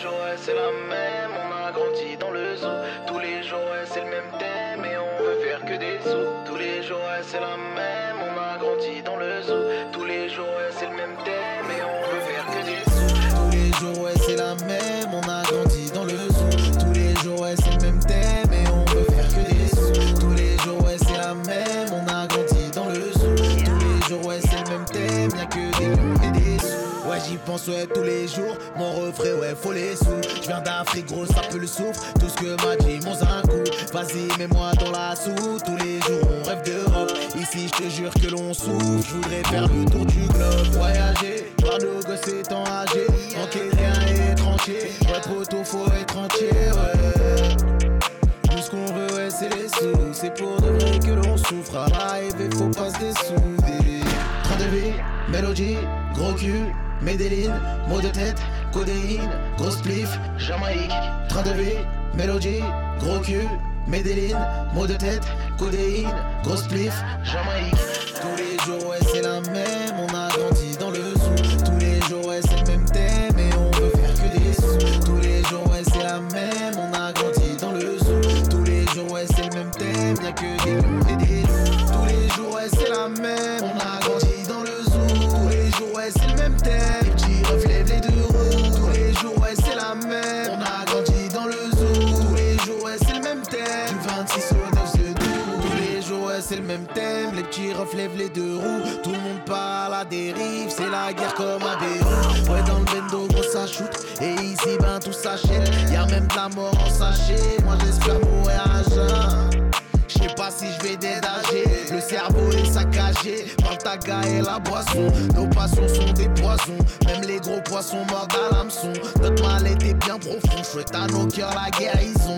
Speaker 27: jours, ouais, c'est la même. On a grandi dans le zoo. Tous les jours, ouais, c'est le même thème. Et on veut faire que des sous. Tous les jours, ouais, c'est la même. On a grandi dans le zoo. Tous les jours, ouais, c'est le même thème. Et on veut faire que des sous.
Speaker 20: Tous les jours, ouais, c'est la même. On a grandi dans le zoo. Tous les jours, ouais, c'est le même thème. Et on veut faire que des sous. Tous les jours, ouais, c'est la même. On a grandi dans le zoo. Tous les jours, ouais, c'est le même thème. Y'a que des loups et des sous. Ouais, j'y pense, ouais, tous les jours. Mon refrain, ouais, faut les sous. Je viens d'Afrique, gros, ça peut le souffle. Tout ce que m'a dit mon zinco. Vas-y, mets-moi dans la soupe. Tous les jours, on rêve d'Europe. Ici, je te jure que l'on souffre. Je voudrais faire le tour du globe. Voyager, voir nos gosses enragés. Enquêter à étranger. Ouais, poteau, faut être entier, ouais. Tout ce qu'on veut, ouais, c'est les sous. C'est pour de vrai que l'on souffre. À la rêver, faut pas se dessouder. Train de vie, mélodie, gros cul, Medellin, mot de tête, codéine, gros spliff, Jamaïque. Train de vie, mélodie, gros cul, Medellin, mot de tête, codéine, gros spliff, Jamaïque. Tous les jours, ouais, c'est la même. On a grandi dans le zoo. Tous les jours, ouais, c'est le même thème. Et on veut faire que des sous. Tous les jours, ouais, c'est la même. On a grandi dans le zoo. Tous les jours, ouais, c'est le même thème. Y'a que des loups et des loups. Tous les jours, ouais, c'est la même. On a grandi dans le zoo. Tous les jours, ouais, c'est le même thème. Les petits reflèvent les deux roues. Tous les jours, ouais, c'est la même. On a grandi dans le zoo. Tous les jours, ouais, c'est le même thème. Du 26 au 9 de Tous les jours, ouais, c'est le même thème. Les petits reflèvent les deux roues. Tout le monde part à la dérive. C'est la guerre comme à Beyrouth. Ouais, dans le bendo, gros, ça shoot. Et ici, ben, tout s'achète. Y'a même de la mort en sachet. Moi, j'espère mourir à jeun. Je sais pas si je vais dédager, le cerveau est saccagé par ta et la boisson. Nos passions sont des poisons, même les gros poissons morts d'un l'hameçon. Notre mal était bien profond, souhaite à nos cœurs la guérison.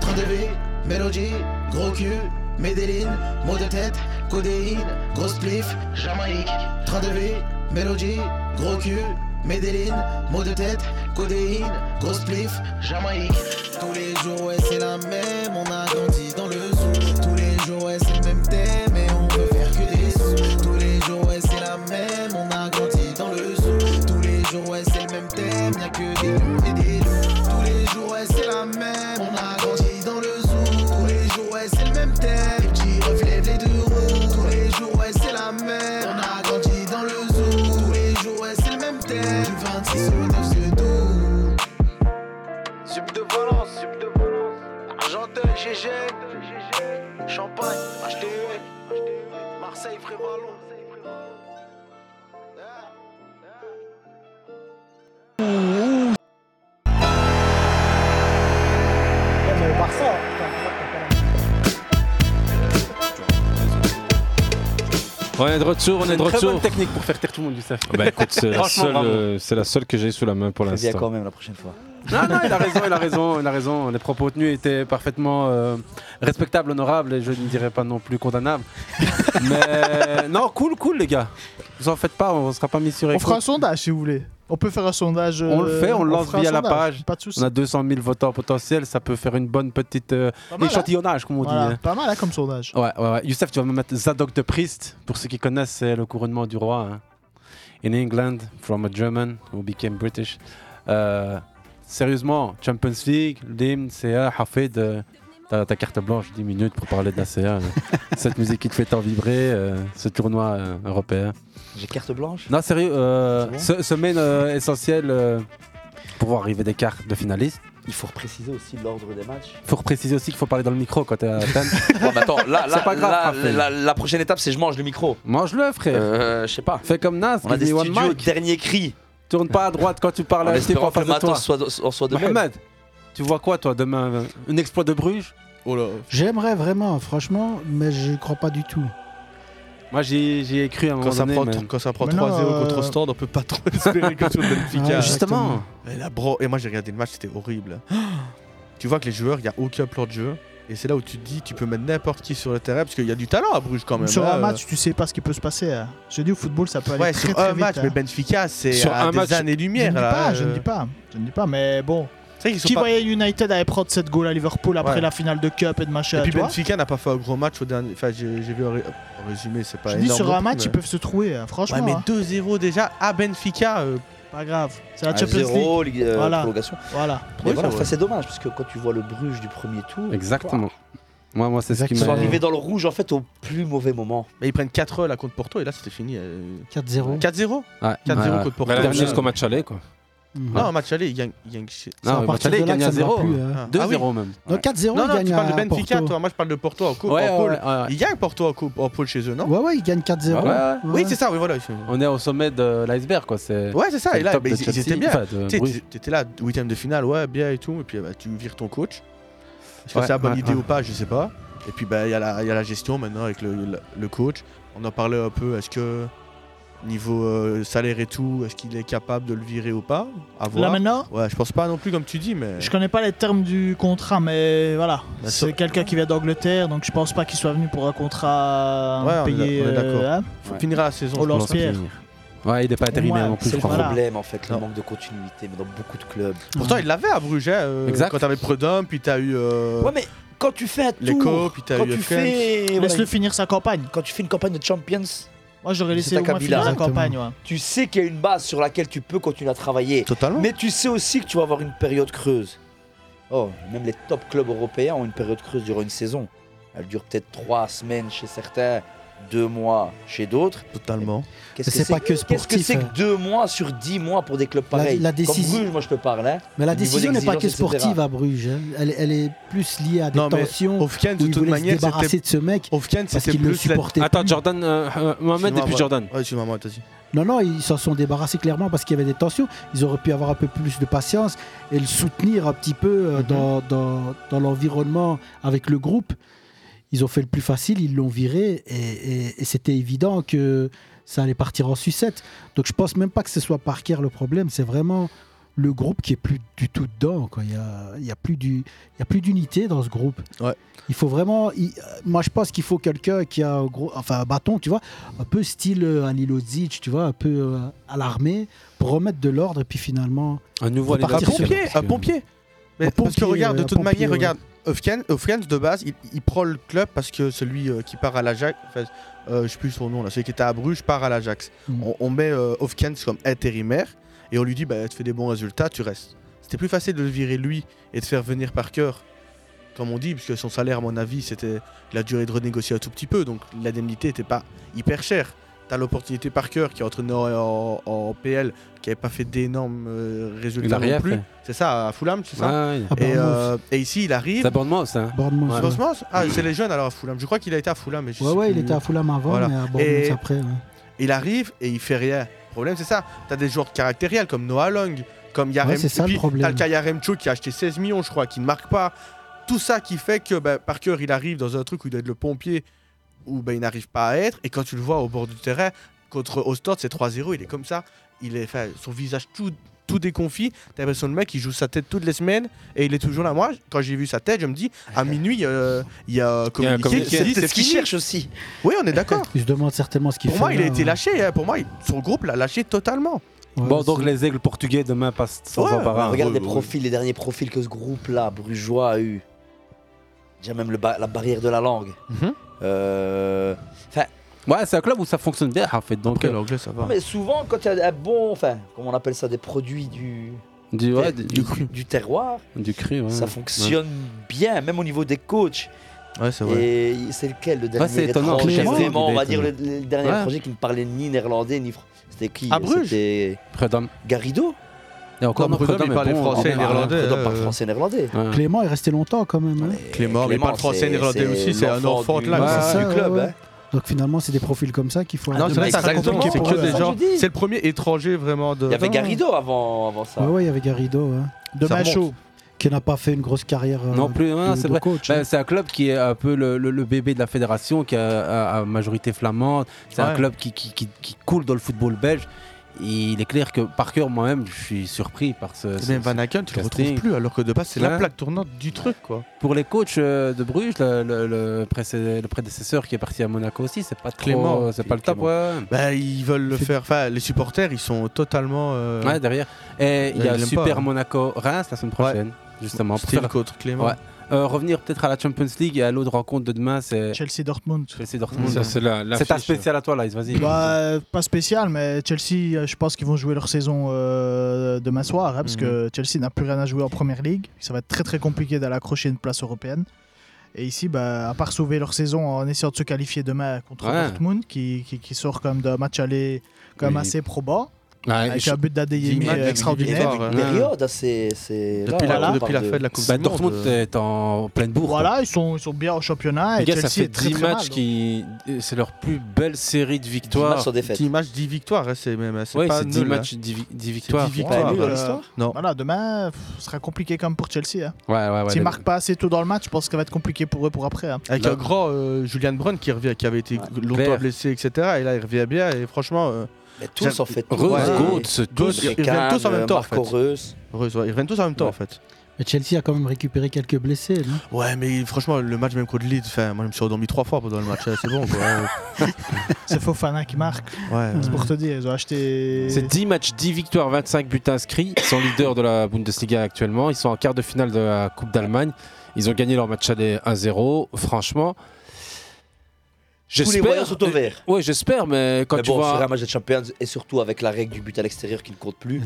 Speaker 20: Train de vie, mélodie, gros cul, Medellin, mot de tête, codéine, gros spliff, Jamaïque. Train de vie, mélodie, gros cul, Medellin, mot de tête, codéine, gros spliff, Jamaïque. Tous les jours, ouais, c'est la même, on a grandi dans le zoo. Tous les jours, ouais, c'est le même thème, et on veut faire que des sous. Tous les jours, ouais, c'est la même, on a grandi dans le zoo. Tous les jours, ouais, c'est le même thème, y'a que des loups et des loups. Tous les jours, ouais, c'est la même, on a grandi dans le zoo. Tous les jours, ouais, c'est le même thème, les petits reflèvent les deux roues. Tous les jours, ouais, c'est la même, on a grandi dans le zoo. Tous les jours, ouais, c'est le même thème, du 26 au 9 août.
Speaker 28: Sub de Valence, sub de Valence. Argenteuil, GG. Champagne, HTE. Marseille, Frévalon.
Speaker 6: On est de retour, on
Speaker 8: C'est
Speaker 6: est de
Speaker 8: une très
Speaker 6: retour.
Speaker 8: bonne technique pour faire taire tout le monde, Youssef.
Speaker 6: Bah écoute, c'est la,
Speaker 8: Franchement,
Speaker 6: seule,
Speaker 8: bravo.
Speaker 6: euh, c'est la seule que j'ai sous la main pour
Speaker 12: Préviens
Speaker 6: l'instant.
Speaker 12: quand même la prochaine fois.
Speaker 8: Non, non, il a raison, il a raison, il a raison. Les propos tenus étaient parfaitement euh, respectables, honorables, et je ne dirais pas non plus condamnables. Mais non, cool, cool, les gars. Vous en faites pas, on sera pas mis sur
Speaker 4: On
Speaker 8: écoute.
Speaker 4: fera un sondage si vous voulez. On peut faire un sondage.
Speaker 8: On le
Speaker 4: euh,
Speaker 8: fait, on le lance
Speaker 4: fera un
Speaker 8: via la
Speaker 4: sondage,
Speaker 8: page.
Speaker 4: Pas de soucis.
Speaker 8: On a 200 000 votants potentiels, ça peut faire une bonne petite euh,
Speaker 4: Pas mal, hein.
Speaker 8: échantillonnage, comme on
Speaker 4: Voilà,
Speaker 8: dit. hein.
Speaker 4: Pas mal hein, comme sondage.
Speaker 8: Ouais, ouais, ouais. Youssef, tu vas me mettre Zadok de Priest. Pour ceux qui connaissent, c'est le couronnement du roi. hein. In England, from a German who became British. Euh, sérieusement, Champions League, l'hymne, CA, Hafid, euh, t'as ta carte blanche, 10 minutes pour parler de la CA. mais Cette musique qui te fait tant vibrer, euh, ce tournoi euh, européen.
Speaker 12: J'ai carte blanche
Speaker 8: Non, sérieux, euh,
Speaker 12: C'est bon
Speaker 8: ce, ce main euh, essentiel euh, pour voir arriver des quarts de finaliste.
Speaker 12: Il faut préciser aussi l'ordre des matchs.
Speaker 8: Faut repréciser aussi qu'il faut parler dans le micro quand t'es à Athènes.
Speaker 12: Ouais, mais attends, là, là,
Speaker 8: C'est pas grave,
Speaker 12: là,
Speaker 8: Raphaël.
Speaker 12: la, la prochaine étape, c'est je mange le micro.
Speaker 8: Mange-le, frère.
Speaker 12: Euh, je sais pas.
Speaker 8: Fais comme Nas.
Speaker 12: On a
Speaker 8: qui
Speaker 12: des
Speaker 8: dit one
Speaker 12: studios
Speaker 8: mic.
Speaker 12: dernier cri.
Speaker 8: Tourne pas à droite quand tu parles
Speaker 12: En
Speaker 8: à type
Speaker 12: espérant
Speaker 8: en
Speaker 12: que
Speaker 8: face
Speaker 12: le
Speaker 8: de toi.
Speaker 12: matos soit, soit- soit de même.
Speaker 8: Mohamed, tu vois quoi toi demain euh, Un exploit de Bruges
Speaker 11: Oh
Speaker 1: J'aimerais vraiment, franchement, mais je crois pas du tout.
Speaker 8: Moi j'y j'y ai cru à un moment
Speaker 11: ça
Speaker 8: donné.
Speaker 11: prend
Speaker 8: mais-
Speaker 11: tr- quand ça prend 3-0 contre Stand, on peut pas trop espérer que tout le
Speaker 8: Euh,
Speaker 11: Benfica.
Speaker 8: Ah, Ouais, justement.
Speaker 11: Et, là, bro, et moi j'ai regardé le match, c'était horrible. tu vois que les joueurs, il n'y a aucun plan de jeu. Et c'est là où tu te dis, tu peux mettre n'importe qui sur le terrain, parce qu'il y a du talent à Bruges quand même.
Speaker 4: Sur
Speaker 11: là,
Speaker 4: un
Speaker 11: euh.
Speaker 4: match, tu sais pas ce qui peut se passer. hein. J'ai dit au football, ça peut aller
Speaker 11: Ouais,
Speaker 4: très,
Speaker 11: sur
Speaker 4: très
Speaker 11: un
Speaker 4: vite,
Speaker 11: match,
Speaker 4: hein.
Speaker 11: mais Benfica, c'est
Speaker 4: Sur
Speaker 11: à
Speaker 4: un
Speaker 11: des
Speaker 4: match, Je
Speaker 11: années-lumière.
Speaker 4: ne dis
Speaker 11: là,
Speaker 4: pas, je
Speaker 11: euh.
Speaker 4: ne dis pas, je ne dis pas, mais bon.
Speaker 11: C'est vrai qu'ils sont
Speaker 4: Qui
Speaker 11: pas-
Speaker 4: voyait United aller prendre cette goal à Liverpool après
Speaker 11: Ouais.
Speaker 4: la finale de Cup et de machin
Speaker 11: Et puis
Speaker 4: tu vois
Speaker 11: Benfica n'a pas fait un gros match au dernier. Enfin, j'ai j'ai vu un ré- un résumé, c'est pas
Speaker 4: Je dis
Speaker 11: énorme
Speaker 4: sur
Speaker 11: non
Speaker 4: un
Speaker 11: plus,
Speaker 4: match,
Speaker 11: mais-
Speaker 4: ils peuvent se trouer, hein, franchement.
Speaker 11: Ouais, mais
Speaker 4: hein.
Speaker 11: 2-0 déjà à Benfica. euh,
Speaker 4: Pas grave. C'est la
Speaker 12: Un
Speaker 4: Champions
Speaker 12: zéro,
Speaker 4: League.
Speaker 12: ligue, euh,
Speaker 4: voilà.
Speaker 12: prolongation.
Speaker 4: Voilà.
Speaker 12: Mais
Speaker 4: Oui,
Speaker 12: voilà,
Speaker 4: c'est
Speaker 12: enfin,
Speaker 4: vrai.
Speaker 12: c'est dommage parce que quand tu vois le Bruges du premier tour.
Speaker 8: Exactement. Moi, moi c'est ce qui
Speaker 12: Ils
Speaker 8: m'a.
Speaker 12: sont arrivés dans le rouge en fait au plus mauvais moment.
Speaker 11: Mais ils prennent 4 là contre Porto et là c'était fini. euh,
Speaker 1: 4-0.
Speaker 11: 4-0
Speaker 8: Ouais.
Speaker 11: 4-0
Speaker 8: Ouais.
Speaker 11: contre
Speaker 8: Bah,
Speaker 11: Porto.
Speaker 8: la même chose qu'au match aller, quoi.
Speaker 4: Mm.
Speaker 11: Non, au match aller, ils gagnent ils gagnent shit.
Speaker 8: Non, C'est à au match partir aller, de ils là gagnent que ça me va 1-0, plus, hein.
Speaker 11: Ah,
Speaker 8: 2-0
Speaker 11: oui.
Speaker 8: même.
Speaker 1: Donc 4-0,
Speaker 11: Non, non,
Speaker 1: ils
Speaker 11: tu
Speaker 1: gagnent
Speaker 11: parles
Speaker 1: à
Speaker 11: de Benfica,
Speaker 1: Porto.
Speaker 11: toi. Moi, je parle de Porto en coupe.
Speaker 8: Ouais,
Speaker 11: en
Speaker 8: ouais,
Speaker 11: pôle.
Speaker 8: ouais, ouais.
Speaker 11: Ils gagnent Porto en coupe, en pôle chez eux, non
Speaker 1: Ouais, ouais, ils gagnent 4-0.
Speaker 8: Ouais, ouais.
Speaker 11: Oui, c'est ça, oui, voilà.
Speaker 8: On est au sommet de l'iceberg, quoi. C'est.
Speaker 11: Ouais, c'est ça.
Speaker 8: le
Speaker 11: Et là,
Speaker 8: top
Speaker 11: mais
Speaker 8: de
Speaker 11: ils, ils
Speaker 8: Chelsea,
Speaker 11: étaient bien.
Speaker 8: enfin, de
Speaker 11: Tu sais,
Speaker 8: Bruges.
Speaker 11: T'étais là, huitième de finale, ouais, bien et tout. Et puis, bah, tu vires ton coach. Est-ce que
Speaker 8: Ouais,
Speaker 11: c'est la bonne
Speaker 8: ouais,
Speaker 11: idée
Speaker 8: ouais.
Speaker 11: ou pas Je sais pas. Et puis, bah, il y, a la il y a la gestion maintenant avec le, le- le coach. On en parlait un peu. Est-ce que niveau euh, salaire et tout, est-ce qu'il est capable de le virer ou pas À voir.
Speaker 4: maintenant
Speaker 11: Ouais, je pense pas non plus, comme tu dis, mais.
Speaker 4: Je connais pas les termes du contrat, mais voilà.
Speaker 11: Bah,
Speaker 4: c'est
Speaker 11: ça-
Speaker 4: quelqu'un qui vient d'Angleterre, donc je pense pas qu'il soit venu pour un contrat
Speaker 11: Ouais, on est
Speaker 4: payé.
Speaker 11: d'ac- on est
Speaker 4: euh,
Speaker 11: d'accord.
Speaker 4: hein.
Speaker 11: Faut finir la saison,
Speaker 4: Au
Speaker 11: je pense.
Speaker 4: lance-pierre.
Speaker 8: Ouais, il n'est pas intérimaire
Speaker 4: Ouais,
Speaker 8: non plus,
Speaker 12: C'est
Speaker 8: je
Speaker 12: le
Speaker 8: crois.
Speaker 12: problème en fait, le manque de continuité mais dans beaucoup de clubs.
Speaker 11: Pourtant, il l'avait à Bruges. hein, euh,
Speaker 12: Exact.
Speaker 11: Quand t'avais Predum, puis t'as eu. euh,
Speaker 12: Ouais, mais quand tu fais un tour,
Speaker 11: Les copes, puis t'as
Speaker 12: quand
Speaker 11: eu
Speaker 12: tu
Speaker 11: Friends.
Speaker 12: fais,
Speaker 11: Laisse-le
Speaker 4: finir sa campagne.
Speaker 12: Quand tu fais une campagne de Champions,
Speaker 4: moi j'aurais laissé
Speaker 12: ta
Speaker 4: au moins finir sa campagne. ouais.
Speaker 12: Tu sais qu'il y a une base sur laquelle tu peux continuer à travailler.
Speaker 11: Totalement.
Speaker 12: Mais tu sais aussi que tu vas avoir une période creuse. Oh, même les top clubs européens ont une période creuse durant une saison. Elle dure peut-être trois semaines chez certains, deux mois chez d'autres.
Speaker 11: Totalement.
Speaker 12: Qu'est-ce
Speaker 1: Mais c'est pas que
Speaker 12: Qu'est-ce que
Speaker 1: sportif,
Speaker 12: c'est
Speaker 1: hein.
Speaker 12: que deux mois sur dix mois pour des clubs
Speaker 1: La-
Speaker 12: pareils
Speaker 1: la
Speaker 12: Comme
Speaker 1: décision-
Speaker 12: Bruges, moi je te parle. hein.
Speaker 1: Mais la
Speaker 12: Au niveau
Speaker 1: décision n'est pas que
Speaker 12: d'exigence, etc.
Speaker 1: sportive à Bruges. hein. Elle, elle est plus liée à des
Speaker 9: Non, mais
Speaker 1: tensions.
Speaker 11: Hofkens,
Speaker 1: où ils voulaient se débarrasser de ce mec. parce
Speaker 11: c'était
Speaker 1: qu'il le
Speaker 11: plus la-
Speaker 1: supportait
Speaker 9: Attends,
Speaker 1: plus.
Speaker 9: Jordan, euh, euh, Mohamed et puis Jordan.
Speaker 11: Ouais, tu moi vas-y.
Speaker 1: Non, non, ils s'en sont débarrassés clairement parce qu'il y avait des tensions. Ils auraient pu avoir un peu plus de patience et le soutenir un petit peu euh, dans, dans- dans l'environnement avec le groupe. Ils ont fait le plus facile, ils l'ont viré et, et- et c'était évident que ça allait partir en sucette. Donc je pense même pas que ce soit Parker le problème, c'est vraiment le groupe qui est plus du tout dedans. quoi. Il n'y a, il y a plus du- il y a plus d'unité dans ce groupe. Il faut vraiment. il- euh, moi, je pense qu'il faut quelqu'un qui a un gros, enfin, un bâton, tu vois, un peu style euh, Anilodzic, tu vois, un peu euh, à l'armée, pour remettre de l'ordre et puis finalement.
Speaker 8: Un nouveau
Speaker 11: un
Speaker 1: repartir sur-
Speaker 11: pompier, un pompier. Mais parce que
Speaker 1: pompier,
Speaker 11: regarde, de
Speaker 1: un
Speaker 11: toute
Speaker 1: pompier,
Speaker 11: manière,
Speaker 1: ouais.
Speaker 11: regarde, Hofkens, Hofkens, de base, il, il prend le club parce que celui euh, qui part à l'Ajax, enfin, euh, je sais plus son nom là, celui qui était à Bruges part à l'Ajax.
Speaker 1: Mm.
Speaker 11: On, on met euh, Hofkens comme intérimaire et on lui dit, bah, tu fais des bons résultats, tu restes. C'était plus facile de le virer lui et de faire venir par cœur, comme on dit, puisque son salaire, à mon avis, c'était la durée de renégocier un tout petit peu, donc l'indemnité n'était pas hyper chère. T'as l'opportunité par cœur qui est entraîné en, en PL, qui n'avait pas fait d'énormes euh, résultats
Speaker 8: Il a rien
Speaker 11: non plus.
Speaker 8: fait.
Speaker 11: C'est ça, à Fulham, c'est ça
Speaker 8: Ouais, ouais. À
Speaker 11: et,
Speaker 8: Bournemouth.
Speaker 11: euh, et ici, il arrive.
Speaker 8: C'est à Bournemouth, ça.
Speaker 1: Ah, Bournemouth,
Speaker 11: C'est
Speaker 1: ouais.
Speaker 11: Bournemouth Ah, c'est les jeunes alors à Fulham. Je crois qu'il a été à Fulham. Mais je
Speaker 1: Ouais,
Speaker 11: sais
Speaker 1: ouais, il
Speaker 11: plus.
Speaker 1: était à Fulham avant,
Speaker 11: Voilà.
Speaker 1: mais à Bournemouth
Speaker 11: Et
Speaker 1: après. ouais.
Speaker 11: Il arrive et il fait rien. Le problème, c'est ça. T'as des joueurs caractériels comme Noah Long, comme Yarem.
Speaker 1: Ouais, c'est ça,
Speaker 11: et
Speaker 1: le
Speaker 11: puis,
Speaker 1: problème.
Speaker 11: T'as le cas Yaremchuk qui a acheté 16 millions, je crois, qui ne marque pas. Tout ça qui fait que bah, Parker, il arrive dans un truc où il doit être le pompier, où bah, il n'arrive pas à être. Et quand tu le vois au bord du terrain, contre Ostort, c'est 3-0, il est comme ça. Il est, enfin, son visage tout, tout déconfit. T'as l'impression que le mec, il joue sa tête toutes les semaines et il est toujours là. Moi, quand j'ai vu sa tête, je me dis, à minuit, euh, il y a un communiqué, qui dit,
Speaker 12: C'est
Speaker 11: c'est
Speaker 12: ce qu'ils
Speaker 11: fini.
Speaker 12: cherchent aussi.
Speaker 11: Oui, on est d'accord.
Speaker 1: Il se demande certainement ce qu'il
Speaker 11: Pour
Speaker 1: fait.
Speaker 11: moi, il a
Speaker 1: là,
Speaker 11: été
Speaker 1: ouais.
Speaker 11: lâché. hein. Pour moi, il- son groupe l'a lâché totalement.
Speaker 8: Bon, donc les aigles portugais demain passent sans embarras.
Speaker 12: Regarde les profils, les derniers profils que ce groupe-là, brugeois, a eu. Déjà même le ba- la barrière de la langue.
Speaker 1: Mhm.
Speaker 12: Euh,
Speaker 8: Ouais, c'est un club où ça fonctionne bien, en fait. Donc, euh,
Speaker 11: Après, l'anglais, ça va.
Speaker 12: Non, mais souvent, quand il y a un bon, enfin, comment on appelle ça, des produits du,
Speaker 8: Du, ouais,
Speaker 12: ter-
Speaker 8: du-
Speaker 12: du, du terroir,
Speaker 8: Du cru, ouais.
Speaker 12: ça fonctionne bien, même au niveau des coachs.
Speaker 11: Ouais, c'est
Speaker 8: vrai.
Speaker 12: Et c'est lequel le dernier
Speaker 8: c'est étonnant,
Speaker 12: étranger,
Speaker 8: Clément,
Speaker 12: Vraiment,
Speaker 8: il
Speaker 12: on
Speaker 8: est
Speaker 12: va dire le,
Speaker 8: étonnant.
Speaker 12: le dernier
Speaker 8: Ouais.
Speaker 12: étranger qui ne parlait ni néerlandais ni français. C'était qui
Speaker 8: À Bruges
Speaker 12: C'était
Speaker 8: Predom.
Speaker 12: Garrido.
Speaker 8: Et encore,
Speaker 12: Non, Predom,
Speaker 8: Predom
Speaker 12: il
Speaker 8: est
Speaker 12: parlait
Speaker 8: bon,
Speaker 12: français et
Speaker 8: en-
Speaker 12: néerlandais,
Speaker 8: Predom
Speaker 12: euh,
Speaker 8: parle
Speaker 12: et néerlandais.
Speaker 1: Clément est resté longtemps quand même. hein.
Speaker 11: Clément, mais pas le français et néerlandais aussi, c'est un enfant de
Speaker 1: Ouais,
Speaker 11: là,
Speaker 1: c'est
Speaker 11: c'est
Speaker 1: ça,
Speaker 11: du club.
Speaker 1: ouais,
Speaker 11: hein. Ah
Speaker 1: ouais. Donc finalement, c'est des profils comme ça qu'il faut.
Speaker 11: Non,
Speaker 1: aller
Speaker 11: c'est vrai,
Speaker 1: mettre.
Speaker 11: t'as raison, c'est que des gens.
Speaker 1: Ouais,
Speaker 11: C'est le premier étranger vraiment de.
Speaker 12: Il y avait Garrido avant, avant ça.
Speaker 1: ouais, ouais, il y avait Garrido. hein.
Speaker 8: De Ça Macho. remonte.
Speaker 1: Qui n'a pas fait une grosse carrière. euh,
Speaker 8: Non plus, hein,
Speaker 1: de-
Speaker 8: c'est
Speaker 1: de
Speaker 8: vrai.
Speaker 1: coach,
Speaker 8: Ben,
Speaker 1: hein.
Speaker 8: c'est un club qui est un peu le, le- le bébé de la fédération, qui a, a- a majorité flamande. C'est un
Speaker 1: Ouais.
Speaker 8: club qui, qui- qui- qui coule dans le football belge. il est clair que par cœur, moi-même, je suis surpris par ce. ce-
Speaker 11: Mais Van
Speaker 8: ce
Speaker 11: Aken, tu le retrouves
Speaker 8: casting.
Speaker 11: plus, alors que de base, Bah, c'est la
Speaker 8: Ouais.
Speaker 11: plaque tournante du truc, quoi.
Speaker 8: Pour les coachs euh, de Bruges, le, le- le précé- le prédécesseur qui est parti à Monaco aussi, c'est pas trop-
Speaker 26: euh,
Speaker 11: Clément.
Speaker 8: c'est pas le top, ouais.
Speaker 11: Bah, ils veulent le faire. Enfin, les supporters, ils sont totalement. euh,
Speaker 8: Ouais, derrière. Et il y
Speaker 11: ils
Speaker 8: a
Speaker 11: l'aiment
Speaker 8: Super
Speaker 11: pas, hein.
Speaker 8: Monaco Reims la semaine prochaine, justement.
Speaker 11: Style contre Clément.
Speaker 8: Ouais.
Speaker 26: Euh, revenir peut-être à la Champions League et à l'autre rencontre de demain, c'est
Speaker 4: Chelsea Dortmund.
Speaker 26: Chelsea Dortmund.
Speaker 8: Ça, c'est la- l'affiche.
Speaker 26: C'est ta spéciale à toi, Lies, vas-y.
Speaker 4: Bah, euh, pas spécial, mais Chelsea, euh, je pense qu'ils vont jouer leur saison euh, demain soir, hein, parce
Speaker 8: Mhm.
Speaker 4: que Chelsea n'a plus rien à jouer en première ligue. Ça va être très très compliqué d'aller accrocher une place européenne. Et ici, bah, à part sauver leur saison en essayant de se qualifier demain contre
Speaker 8: Ouais.
Speaker 4: Dortmund, qui, qui, qui sort quand même d'un match aller quand même
Speaker 8: Oui.
Speaker 4: assez probant,
Speaker 8: Ouais,
Speaker 4: avec
Speaker 8: je-
Speaker 4: un but d'Adeyemi euh,
Speaker 8: Dix matchs,
Speaker 4: extraordinaire.
Speaker 8: dix victoires,
Speaker 12: Une
Speaker 8: hein.
Speaker 12: période assez. assez- là, on parle de-
Speaker 26: Bah,
Speaker 12: euh.
Speaker 26: Dortmund est en pleine bourre.
Speaker 4: Voilà, ils sont, ils sont bien au championnat.
Speaker 8: Les
Speaker 4: et
Speaker 8: gars,
Speaker 4: Chelsea
Speaker 8: ça fait
Speaker 4: est très,
Speaker 8: 10
Speaker 4: très
Speaker 8: matchs
Speaker 4: mal, hein. donc.
Speaker 8: qui. et C'est leur plus belle série de victoires.
Speaker 11: 10 matchs, 10 victoires, hein, c'est même. C'est
Speaker 8: Ouais,
Speaker 11: pas
Speaker 8: c'est 10
Speaker 11: nul,
Speaker 8: matchs,
Speaker 11: hein.
Speaker 8: 10 vi- 10
Speaker 11: C'est
Speaker 8: victoires.
Speaker 11: 10 victoires.
Speaker 4: Ouais,
Speaker 11: hein.
Speaker 4: mais, euh,
Speaker 11: Non.
Speaker 4: Voilà, demain, pff, ce sera compliqué comme pour Chelsea. hein.
Speaker 26: Ouais, ouais, ouais.
Speaker 4: S'ils
Speaker 11: les-
Speaker 4: marquent pas assez tôt dans le match, je pense que ça va être compliqué pour eux pour après. hein.
Speaker 11: Avec un grand euh, Julian Brun qui revient, qui avait été longtemps
Speaker 4: Claire.
Speaker 11: blessé, etc. Et là, il revient bien. Et franchement. euh,
Speaker 12: tous,
Speaker 11: j'aime-
Speaker 12: en fait,
Speaker 11: Ouais.
Speaker 12: tous, ouais.
Speaker 11: Goetz,
Speaker 12: Goetz,
Speaker 11: Goetz, ils reviennent tous en même temps. en fait.
Speaker 12: Marco Reus.
Speaker 11: Reus, ouais, Ils reviennent tous en même temps, en fait.
Speaker 1: Mais Chelsea a quand même récupéré quelques blessés. non
Speaker 11: Ouais, mais franchement, le match même contre Leeds, enfin, moi, je me suis endormi trois fois pendant le match. hein, C'est bon, quoi.
Speaker 4: C'est Fofana qui marque.
Speaker 11: Ouais.
Speaker 4: C'est pour te dire, ils ont acheté.
Speaker 8: C'est 10 matchs, 10 victoires, 25 buts inscrits. Ils sont leaders de la Bundesliga actuellement. Ils sont en quart de finale de la Coupe d'Allemagne. Ils ont gagné leur match aller 1-0. Franchement.
Speaker 12: les voyants sont au vert.
Speaker 8: Oui, j'espère, mais quand
Speaker 12: Mais
Speaker 8: tu
Speaker 12: bon,
Speaker 8: vois.
Speaker 12: sur un match de Champions, et surtout avec la règle du but à l'extérieur qui ne compte plus.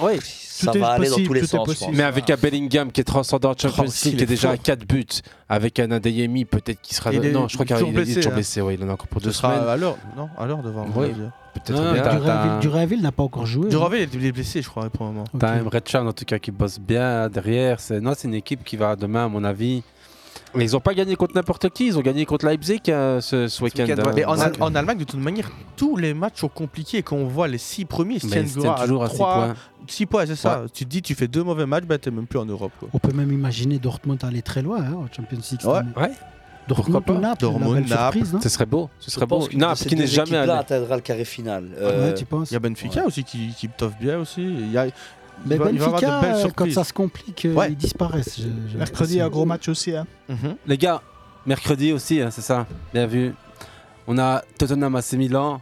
Speaker 8: Oui,
Speaker 12: Ça va aller dans tous les sens, je pense.
Speaker 8: Mais avec un Bellingham qui est transcendant en Champions
Speaker 12: Oh, aussi,
Speaker 8: League,
Speaker 12: il
Speaker 8: qui est
Speaker 12: est
Speaker 8: déjà à
Speaker 12: fort.
Speaker 8: 4 buts, avec un Adeyemi peut-être qui sera.
Speaker 11: Il est
Speaker 8: non, je crois qu'il est
Speaker 11: toujours
Speaker 8: il est
Speaker 11: blessé,
Speaker 8: toujours
Speaker 11: hein.
Speaker 8: blessé, ouais, il en a encore pour
Speaker 11: Ce
Speaker 8: deux
Speaker 11: sera
Speaker 8: semaines.
Speaker 11: à l'heure, non À l'heure devant.
Speaker 8: Ouais,
Speaker 12: hein.
Speaker 11: Ah,
Speaker 8: peut-être bien. T'as- t'as-
Speaker 1: Duraville- Duraville n'a pas encore joué. hein.
Speaker 11: Duraville, il est blessé, je crois, pour le moment.
Speaker 26: T'as un Redchan en tout cas qui bosse bien derrière. C'est non, c'est une équipe qui va demain à mon avis.
Speaker 8: Mais ils n'ont pas gagné contre n'importe qui, ils ont gagné contre Leipzig hein, ce, ce week-end. hein.
Speaker 11: Mais en,
Speaker 8: Ouais.
Speaker 11: Al- en Allemagne, de toute manière, tous les matchs sont compliqués. Quand on voit les 6 premiers, ils se
Speaker 8: Mais
Speaker 11: tiennent
Speaker 8: Bah, ils se tiennent toujours à six
Speaker 11: trois-
Speaker 8: points.
Speaker 11: six points, c'est ça. Tu te dis, tu fais deux mauvais matchs, bah t'es même plus en Europe. Quoi.
Speaker 1: On peut même imaginer Dortmund aller très loin hein, en Champions League. cette année. Dortmund ou Naples, la
Speaker 11: Dortmund,
Speaker 1: belle
Speaker 11: Naples.
Speaker 1: surprise, hein. non
Speaker 8: Ce serait beau, ce
Speaker 12: Je
Speaker 8: serait
Speaker 12: pense
Speaker 8: beau. Euh,
Speaker 12: qu'une de
Speaker 8: Naples
Speaker 12: ces
Speaker 8: qui n'est
Speaker 12: deux
Speaker 8: jamais
Speaker 12: équipes-là
Speaker 8: allé.
Speaker 12: atteindra le carré final.
Speaker 11: Ouais, tu penses Il y a Benfica aussi qui, qui toffe bien aussi. Il y a, il
Speaker 1: Mais
Speaker 11: va- il va y avoir de
Speaker 1: Benfica,
Speaker 11: belles
Speaker 1: euh, quand
Speaker 11: surprises.
Speaker 1: ça se complique, euh,
Speaker 11: Ouais.
Speaker 1: ils disparaissent. je- je-
Speaker 4: Mercredi, un gros match aussi. hein.
Speaker 26: Les gars, mercredi aussi, hein, c'est ça. Bien vu. On a Tottenham AC Milan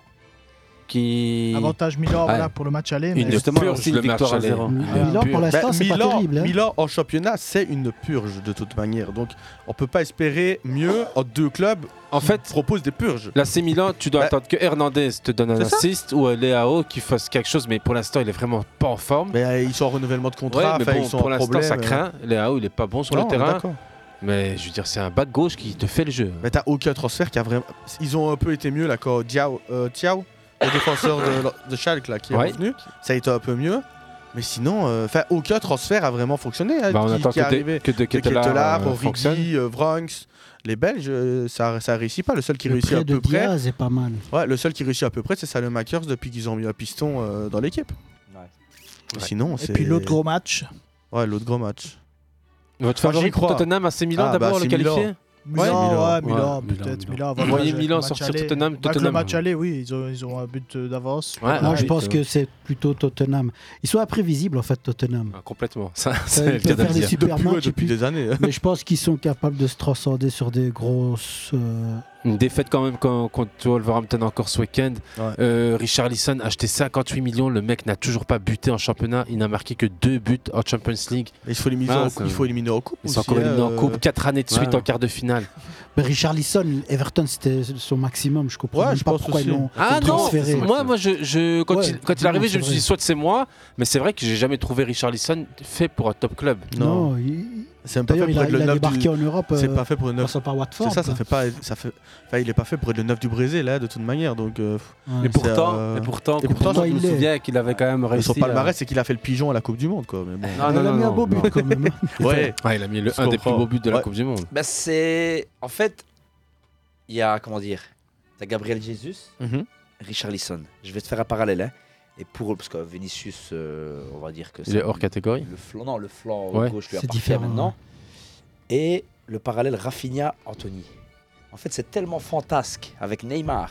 Speaker 26: qui
Speaker 4: Avantage Milan
Speaker 26: Ouais.
Speaker 4: voilà, pour le match aller.
Speaker 26: Une justement
Speaker 11: purge,
Speaker 26: aussi une
Speaker 11: le match
Speaker 26: victoire à
Speaker 8: hein.
Speaker 11: aller.
Speaker 26: zéro.
Speaker 11: Une
Speaker 1: Milan, pour l'instant, c'est pas
Speaker 11: Bah, Milan-
Speaker 1: terrible, hein.
Speaker 11: Milan en championnat, c'est une purge de toute manière. Donc, on peut pas espérer mieux en deux clubs en fait, proposent des purges.
Speaker 8: L'AC Milan, tu dois attendre que Hernandez te donne un
Speaker 11: Bah, C'est ça.
Speaker 8: assist ou euh, Léao qui fasse quelque chose, mais pour l'instant, il est vraiment pas en forme.
Speaker 11: Mais euh, ils sont en renouvellement de
Speaker 8: Ouais,
Speaker 11: contrat,
Speaker 8: mais
Speaker 11: enfin,
Speaker 8: bon,
Speaker 11: ils sont
Speaker 8: pour
Speaker 11: en
Speaker 8: l'instant, ça
Speaker 11: problème, euh,
Speaker 8: craint. Léao, il est pas bon sur
Speaker 11: Non, on
Speaker 8: le
Speaker 11: est
Speaker 8: terrain.
Speaker 11: d'accord.
Speaker 8: Mais je veux dire, c'est un bas de gauche qui te fait le jeu.
Speaker 11: Mais t'as aucun transfert qui a vraiment. Ils ont un peu été mieux là quand Diao, euh, Thiaw, le défenseur de, de Schalke là, qui est
Speaker 8: Ouais.
Speaker 11: revenu, ça a été un peu mieux. Mais sinon, euh, enfin aucun transfert a vraiment fonctionné. hein,
Speaker 8: Bah, on
Speaker 11: qui-
Speaker 8: attend
Speaker 11: qui est
Speaker 8: que de-
Speaker 11: arrivé.
Speaker 8: que de Ketelaere, euh, fonctionne.
Speaker 11: Origi, euh, Vranks, les Belges, euh, ça ça réussit pas. Le seul qui
Speaker 1: Le
Speaker 11: réussit
Speaker 1: prêt
Speaker 11: à
Speaker 1: de
Speaker 11: peu près,
Speaker 1: Diaz est pas mal.
Speaker 11: ouais, le seul qui réussit à peu près, c'est Salemakers depuis qu'ils ont mis un piston euh, dans l'équipe. Mais Sinon,
Speaker 4: Et
Speaker 11: c'est-
Speaker 4: puis l'autre gros match.
Speaker 11: Ouais, l'autre gros match.
Speaker 8: Votre
Speaker 11: Moi, j'y
Speaker 8: favori pour
Speaker 11: crois.
Speaker 8: Tottenham, AC Milan
Speaker 11: Ah,
Speaker 8: d'abord,
Speaker 11: bah,
Speaker 8: le
Speaker 11: c'est Milan.
Speaker 8: qualifié
Speaker 4: Milan, ouais, Milan,
Speaker 8: Ouais,
Speaker 4: peut-être.
Speaker 8: Milan.
Speaker 4: Milan,
Speaker 8: Vous
Speaker 4: voilà,
Speaker 8: voyez
Speaker 4: avec
Speaker 8: Milan
Speaker 4: le match
Speaker 8: sortir
Speaker 4: aller.
Speaker 8: Tottenham,
Speaker 4: Avec Le
Speaker 8: Tottenham.
Speaker 4: match aller, oui, ils ont, ils ont un but euh, d'avance.
Speaker 8: Ouais,
Speaker 1: Moi,
Speaker 8: ouais,
Speaker 1: je pense
Speaker 8: euh,
Speaker 1: que c'est plutôt Tottenham. Ils sont imprévisibles, en fait, Tottenham.
Speaker 8: Ah, Complètement. Ça,
Speaker 1: ils
Speaker 8: c'est le
Speaker 1: peuvent
Speaker 8: cas de le
Speaker 1: faire des
Speaker 8: dire.
Speaker 1: super
Speaker 11: Depuis, ouais,
Speaker 1: matchs, et
Speaker 11: depuis
Speaker 1: puis-
Speaker 11: des années. hein.
Speaker 1: Mais je pense qu'ils sont capables de se transcender sur des grosses. euh,
Speaker 8: Une défaite quand même quand- contre Wolverhampton encore ce week-end. Euh, Richard Lisson a acheté 58 millions. Le mec n'a toujours pas buté en championnat. Il n'a marqué que deux buts en Champions League.
Speaker 11: Il faut éliminer,
Speaker 8: Mince,
Speaker 11: en,
Speaker 8: euh.
Speaker 11: il faut éliminer en coupe.
Speaker 8: Ils sont
Speaker 11: aussi,
Speaker 8: encore
Speaker 11: hein,
Speaker 8: éliminés en
Speaker 11: euh.
Speaker 8: coupe. Quatre années de suite en quart de finale.
Speaker 1: Mais Richarlison, Everton, c'était son maximum. Je comprends
Speaker 8: Ouais,
Speaker 1: même
Speaker 8: je
Speaker 1: pas
Speaker 8: pense
Speaker 1: pourquoi
Speaker 8: aussi.
Speaker 1: ils l'ont
Speaker 8: Ah non,
Speaker 1: transféré.
Speaker 8: moi, moi je, je- quand,
Speaker 1: Ouais,
Speaker 8: il, quand il est
Speaker 1: non,
Speaker 8: arrivé,
Speaker 1: c'est
Speaker 8: je me suis
Speaker 1: vrai.
Speaker 8: dit soit c'est moi, mais c'est vrai que j'ai jamais trouvé Richard Lisson fait pour un top club.
Speaker 1: Non, il-
Speaker 11: C'est même pas
Speaker 1: D'ailleurs,
Speaker 11: fait
Speaker 1: il
Speaker 11: pour
Speaker 1: a,
Speaker 11: être le
Speaker 1: il a
Speaker 11: neuf
Speaker 1: débarqué
Speaker 11: du-
Speaker 1: en Europe.
Speaker 11: C'est
Speaker 1: euh,
Speaker 11: pas fait pour le neuf.
Speaker 1: passant par Watford.
Speaker 11: C'est ça, ça fait pas. Ça fait... Enfin, il est pas fait pour être le neuf du Brésil, hein, de toute manière. Donc. euh,
Speaker 26: Et
Speaker 11: c'est,
Speaker 26: pourtant,
Speaker 11: euh,
Speaker 26: et pourtant,
Speaker 11: et pourtant,
Speaker 26: je me souviens qu'il avait quand même réussi.
Speaker 11: Son palmarès,
Speaker 26: à-
Speaker 11: c'est qu'il a fait le pigeon à la Coupe du Monde, quoi. Mais bon.
Speaker 26: Non, non, Il a non, mis un non, beau but, non. quand même,
Speaker 11: ouais. ouais.
Speaker 8: Ouais, Ah, il a mis le-
Speaker 11: Je
Speaker 8: un des plus
Speaker 11: comprends.
Speaker 8: beaux buts de la
Speaker 11: Ouais.
Speaker 8: Coupe du Monde.
Speaker 12: Bah, c'est. En fait, il y a. Comment dire T'as Gabriel Jesus,
Speaker 8: Mhm.
Speaker 12: Richard Lisson. Je vais te faire un parallèle. hein. Et pour. Parce que Vinicius, euh, on va dire que
Speaker 8: Il
Speaker 12: c'est-
Speaker 8: est hors catégorie.
Speaker 12: Le flanc, non, le flanc
Speaker 8: Ouais.
Speaker 12: gauche lui
Speaker 8: C'est
Speaker 12: appartient
Speaker 8: différent,
Speaker 12: maintenant. Et le parallèle Rafinha-Anthony. En fait, c'est tellement fantasque avec Neymar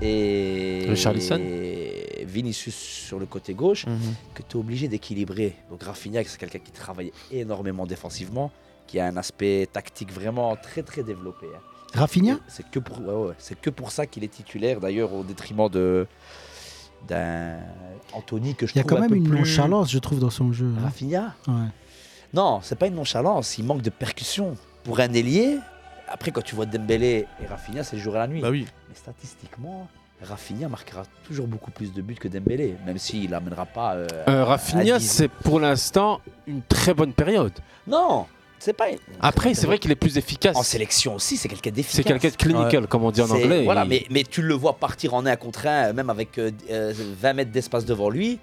Speaker 12: et
Speaker 8: Richarlison.
Speaker 12: et Vinicius sur le côté gauche que tu es obligé d'équilibrer. Donc Rafinha, c'est quelqu'un qui travaille énormément défensivement, qui a un aspect tactique vraiment très très développé. hein.
Speaker 1: Rafinha
Speaker 12: C'est que pour ouais, ouais, c'est que pour ça qu'il est titulaire d'ailleurs au détriment de d'un Anthony que je
Speaker 1: Il y a
Speaker 12: trouve
Speaker 1: quand
Speaker 12: un
Speaker 1: même
Speaker 12: peu
Speaker 1: une
Speaker 12: plus-
Speaker 1: nonchalance, je trouve, dans son jeu. hein.
Speaker 12: Rafinha
Speaker 1: Ouais.
Speaker 12: Non, c'est pas une nonchalance. Il manque de percussion. Pour un ailier, après, quand tu vois Dembélé et Rafinha, c'est le jour et la
Speaker 9: Bah
Speaker 12: nuit. Mais statistiquement, Rafinha marquera toujours beaucoup plus de buts que Dembélé, même s'il n'amènera pas. euh,
Speaker 9: Euh,
Speaker 12: à
Speaker 9: Rafinha,
Speaker 12: 10.
Speaker 9: c'est pour l'instant une très bonne période.
Speaker 12: Non, c'est pas.
Speaker 9: Après, c'est vrai qu'il est plus efficace. En
Speaker 12: sélection aussi, c'est quelqu'un d'efficace.
Speaker 9: C'est quelqu'un de clinical,
Speaker 12: Ouais.
Speaker 9: comme on dit en
Speaker 12: C'est-
Speaker 9: anglais.
Speaker 12: Voilà,
Speaker 9: Il-
Speaker 12: mais, mais tu le vois partir en un contre un, euh, même avec euh, euh, 20 mètres d'espace devant lui.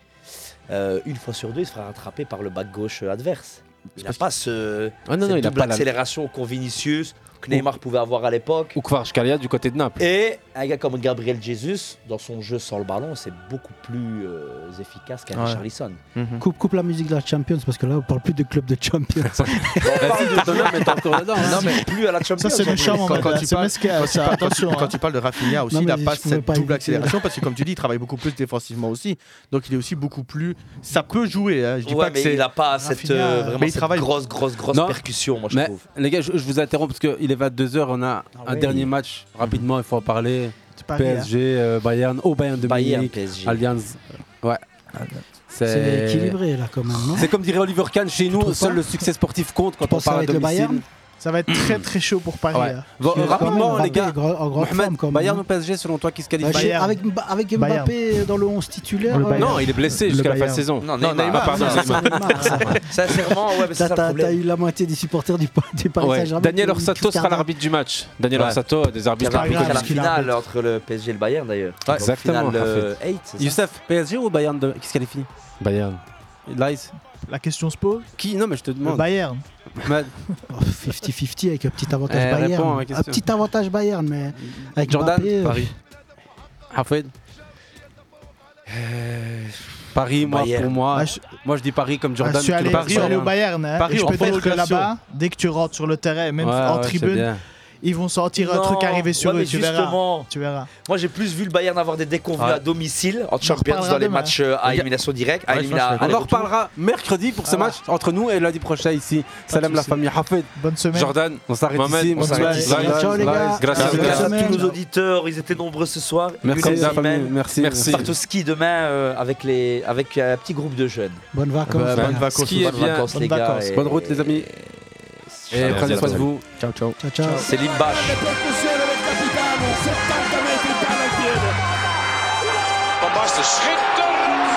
Speaker 12: euh, une fois sur deux, il se fera rattraper par le bac gauche euh, adverse. Il n'a pas ce,
Speaker 9: Ah non, non,
Speaker 12: cette
Speaker 9: il a
Speaker 12: double
Speaker 9: pas la-
Speaker 12: accélération qu'ont Vinicius, que Neymar pouvait avoir à l'époque.
Speaker 9: Ou Kvaratskhelia du côté de Naples.
Speaker 12: Et un gars comme Gabriel Jesus, dans son jeu sans le ballon, c'est beaucoup plus euh, efficace qu'un
Speaker 1: Ouais.
Speaker 12: Charlison.
Speaker 1: coupe, coupe la musique de la Champions parce que là on parle plus de club de Champions. hein.
Speaker 12: Non, mais plus à la Champions.
Speaker 4: c'est le charme, en fait, la SMS qu'il y a,
Speaker 11: quand
Speaker 4: ça,
Speaker 11: tu parles-
Speaker 4: attention,
Speaker 11: quand
Speaker 4: hein.
Speaker 11: tu parles de Rafinha aussi,
Speaker 4: Non,
Speaker 11: il
Speaker 4: mais
Speaker 11: n'a
Speaker 4: je
Speaker 11: pas
Speaker 4: pouvais
Speaker 11: cette
Speaker 4: pas
Speaker 11: double
Speaker 4: éviter.
Speaker 11: accélération parce que, comme tu dis, il travaille beaucoup plus défensivement aussi. Donc, il est aussi beaucoup plus. Ça peut jouer. hein. Je dis
Speaker 12: Ouais,
Speaker 11: pas que
Speaker 12: mais
Speaker 11: c'est-
Speaker 12: il a pas cette, euh, vraiment
Speaker 11: Mais il
Speaker 12: cette
Speaker 11: travaille.
Speaker 12: grosse, grosse, grosse percussion, moi je
Speaker 8: mais
Speaker 12: trouve.
Speaker 8: Les gars, je, je vous interromps parce qu'il est 22h, on a
Speaker 1: Ah
Speaker 8: un
Speaker 12: oui.
Speaker 8: dernier match rapidement, il faut en parler.
Speaker 4: Paris,
Speaker 8: PSG, euh, Bayern, au Bayern de
Speaker 12: Bayern,
Speaker 8: Munich,
Speaker 12: PSG.
Speaker 8: Allianz. Ouais.
Speaker 1: C'est équilibré là quand même, non
Speaker 8: C'est comme dirait Oliver Kahn chez nous,
Speaker 1: trouves
Speaker 8: seul
Speaker 1: pas
Speaker 8: le succès sportif compte quand on
Speaker 1: penses que ça
Speaker 8: parle
Speaker 1: va
Speaker 8: à
Speaker 1: être le
Speaker 8: domicile.
Speaker 1: Bayern
Speaker 4: Ça va être très très chaud pour Paris.
Speaker 8: Hmm. Ouais.
Speaker 4: hein.
Speaker 8: Bon,
Speaker 1: Parce que quand
Speaker 8: rapidement,
Speaker 1: même,
Speaker 8: les gars,
Speaker 1: Mbappé est gro- en grande
Speaker 8: Mohamed,
Speaker 1: forme, quand même,
Speaker 8: Bayern
Speaker 1: hein.
Speaker 8: ou PSG selon toi qui se
Speaker 1: Bah,
Speaker 8: qualifie
Speaker 1: je- avec, Mba- avec Mbappé dans le 11 titulaire. euh,
Speaker 9: Non, il est blessé jusqu'à la fin de saison.
Speaker 12: Non,
Speaker 9: Neymar,
Speaker 12: Neymar,
Speaker 9: ah, pardon,
Speaker 12: non,
Speaker 9: Neymar.
Speaker 12: Sincèrement, ouais, mais c'est
Speaker 1: T'as
Speaker 12: ça le
Speaker 1: t'as-
Speaker 12: problème.
Speaker 1: t'as eu la moitié des supporters du, du Paris
Speaker 9: Ouais.
Speaker 1: Saint-Germain.
Speaker 9: Daniel
Speaker 1: qui-
Speaker 9: Orsato
Speaker 1: qui
Speaker 9: sera
Speaker 1: regardent.
Speaker 9: l'arbitre du match. Daniel
Speaker 12: Ouais.
Speaker 9: Orsato, des
Speaker 12: Il y
Speaker 9: arbitres.
Speaker 12: avait
Speaker 9: un peu
Speaker 12: arbitré à
Speaker 9: comme
Speaker 12: la
Speaker 9: ça.
Speaker 12: finale entre le PSG et le Bayern d'ailleurs.
Speaker 8: Ouais,
Speaker 12: Donc,
Speaker 8: exactement.
Speaker 12: Finale, euh,
Speaker 8: parfait.
Speaker 12: 8, c'est ça
Speaker 8: Youssef, PSG ou Bayern de... qui se qualifie
Speaker 9: Bayern.
Speaker 8: Lies
Speaker 4: La question se pose.
Speaker 8: Qui Non, mais je te demande.
Speaker 4: Le Bayern.
Speaker 8: Ma-
Speaker 1: 50-50 Oh, avec un petit avantage
Speaker 8: Eh, réponds à
Speaker 1: Bayern.
Speaker 8: ma
Speaker 1: Un
Speaker 8: question.
Speaker 1: petit avantage Bayern, mais avec
Speaker 8: Jordan,
Speaker 1: Mbappé, euh,
Speaker 8: Paris. Hafid Euh, Paris, moi,
Speaker 4: Bayern.
Speaker 8: pour moi.
Speaker 4: Bah, je-
Speaker 8: Moi, je dis Paris comme
Speaker 4: Ah,
Speaker 8: Jordan.
Speaker 4: je suis allé,
Speaker 8: Paris,
Speaker 4: je suis allé
Speaker 8: en-
Speaker 4: au Bayern. hein,
Speaker 8: Paris,
Speaker 4: et je
Speaker 8: en
Speaker 4: peux t'être que
Speaker 8: prolongation.
Speaker 4: là-bas, dès que tu rentres sur le terrain, même
Speaker 8: Ouais,
Speaker 4: en
Speaker 8: ouais, c'est
Speaker 4: tribune,
Speaker 8: bien.
Speaker 4: ils vont sortir un
Speaker 12: Non,
Speaker 4: truc arrivé sur
Speaker 12: ouais,
Speaker 4: eux.
Speaker 12: mais
Speaker 4: Tu
Speaker 12: justement.
Speaker 4: verras. Tu verras.
Speaker 12: Moi, j'ai plus vu le Bayern avoir des déconvenus
Speaker 4: Ouais.
Speaker 12: à domicile en
Speaker 4: en
Speaker 12: Champions
Speaker 4: reparlera
Speaker 12: dans les
Speaker 4: demain.
Speaker 12: matchs euh, à élimination directe. à élimina- à
Speaker 8: Ah, on en
Speaker 12: aller-retour.
Speaker 8: reparlera mercredi pour ce
Speaker 9: Ah.
Speaker 8: match entre nous et lundi prochain ici. Salam la famille Hafid.
Speaker 4: Bonne semaine.
Speaker 9: Jordan,
Speaker 8: on s'arrête
Speaker 9: Mohamed,
Speaker 8: ici.
Speaker 9: on s'arrête
Speaker 8: Lies,
Speaker 9: ici. Ciao, les
Speaker 8: Lies,
Speaker 9: gars.
Speaker 8: Lies.
Speaker 9: Grâce à
Speaker 12: Merci
Speaker 9: Grâce à
Speaker 12: à
Speaker 9: tous
Speaker 12: tous nos auditeurs, ils étaient nombreux ce soir.
Speaker 8: Merci,
Speaker 12: Younes
Speaker 8: la famille.
Speaker 12: Imen,
Speaker 8: Merci. Merci.
Speaker 12: Bartoski demain euh, avec, les, avec un petit groupe de jeunes.
Speaker 1: Bonnes vacances.
Speaker 12: Bah,
Speaker 1: voilà.
Speaker 12: bonnes vacances, Skiez bonnes bien. vacances, les Bonnes gars, vacances. et-
Speaker 8: Bonne route, les amis. Et
Speaker 12: Merci
Speaker 8: prenez
Speaker 12: à
Speaker 8: soin de
Speaker 12: vous.
Speaker 8: vous.
Speaker 1: Ciao, ciao. Ciao, ciao.
Speaker 12: C'est Limbash.
Speaker 18: Van Basten, schitterend!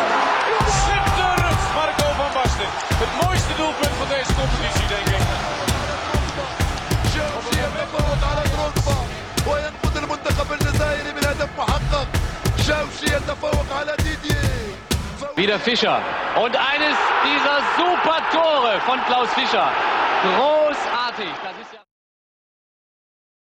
Speaker 18: Schitterend, Marco van Basten. Het mooiste doelpunt van deze competitie, denk ik.
Speaker 3: جاوشي يتفوق على اوروبا وينقذ المنتخب الجزائري من هدف محقق جاوشي يتفوق على ديدييه
Speaker 6: Wieder Fischer. Und eines dieser super Tore von Klaus Fischer. Großartig. Das ist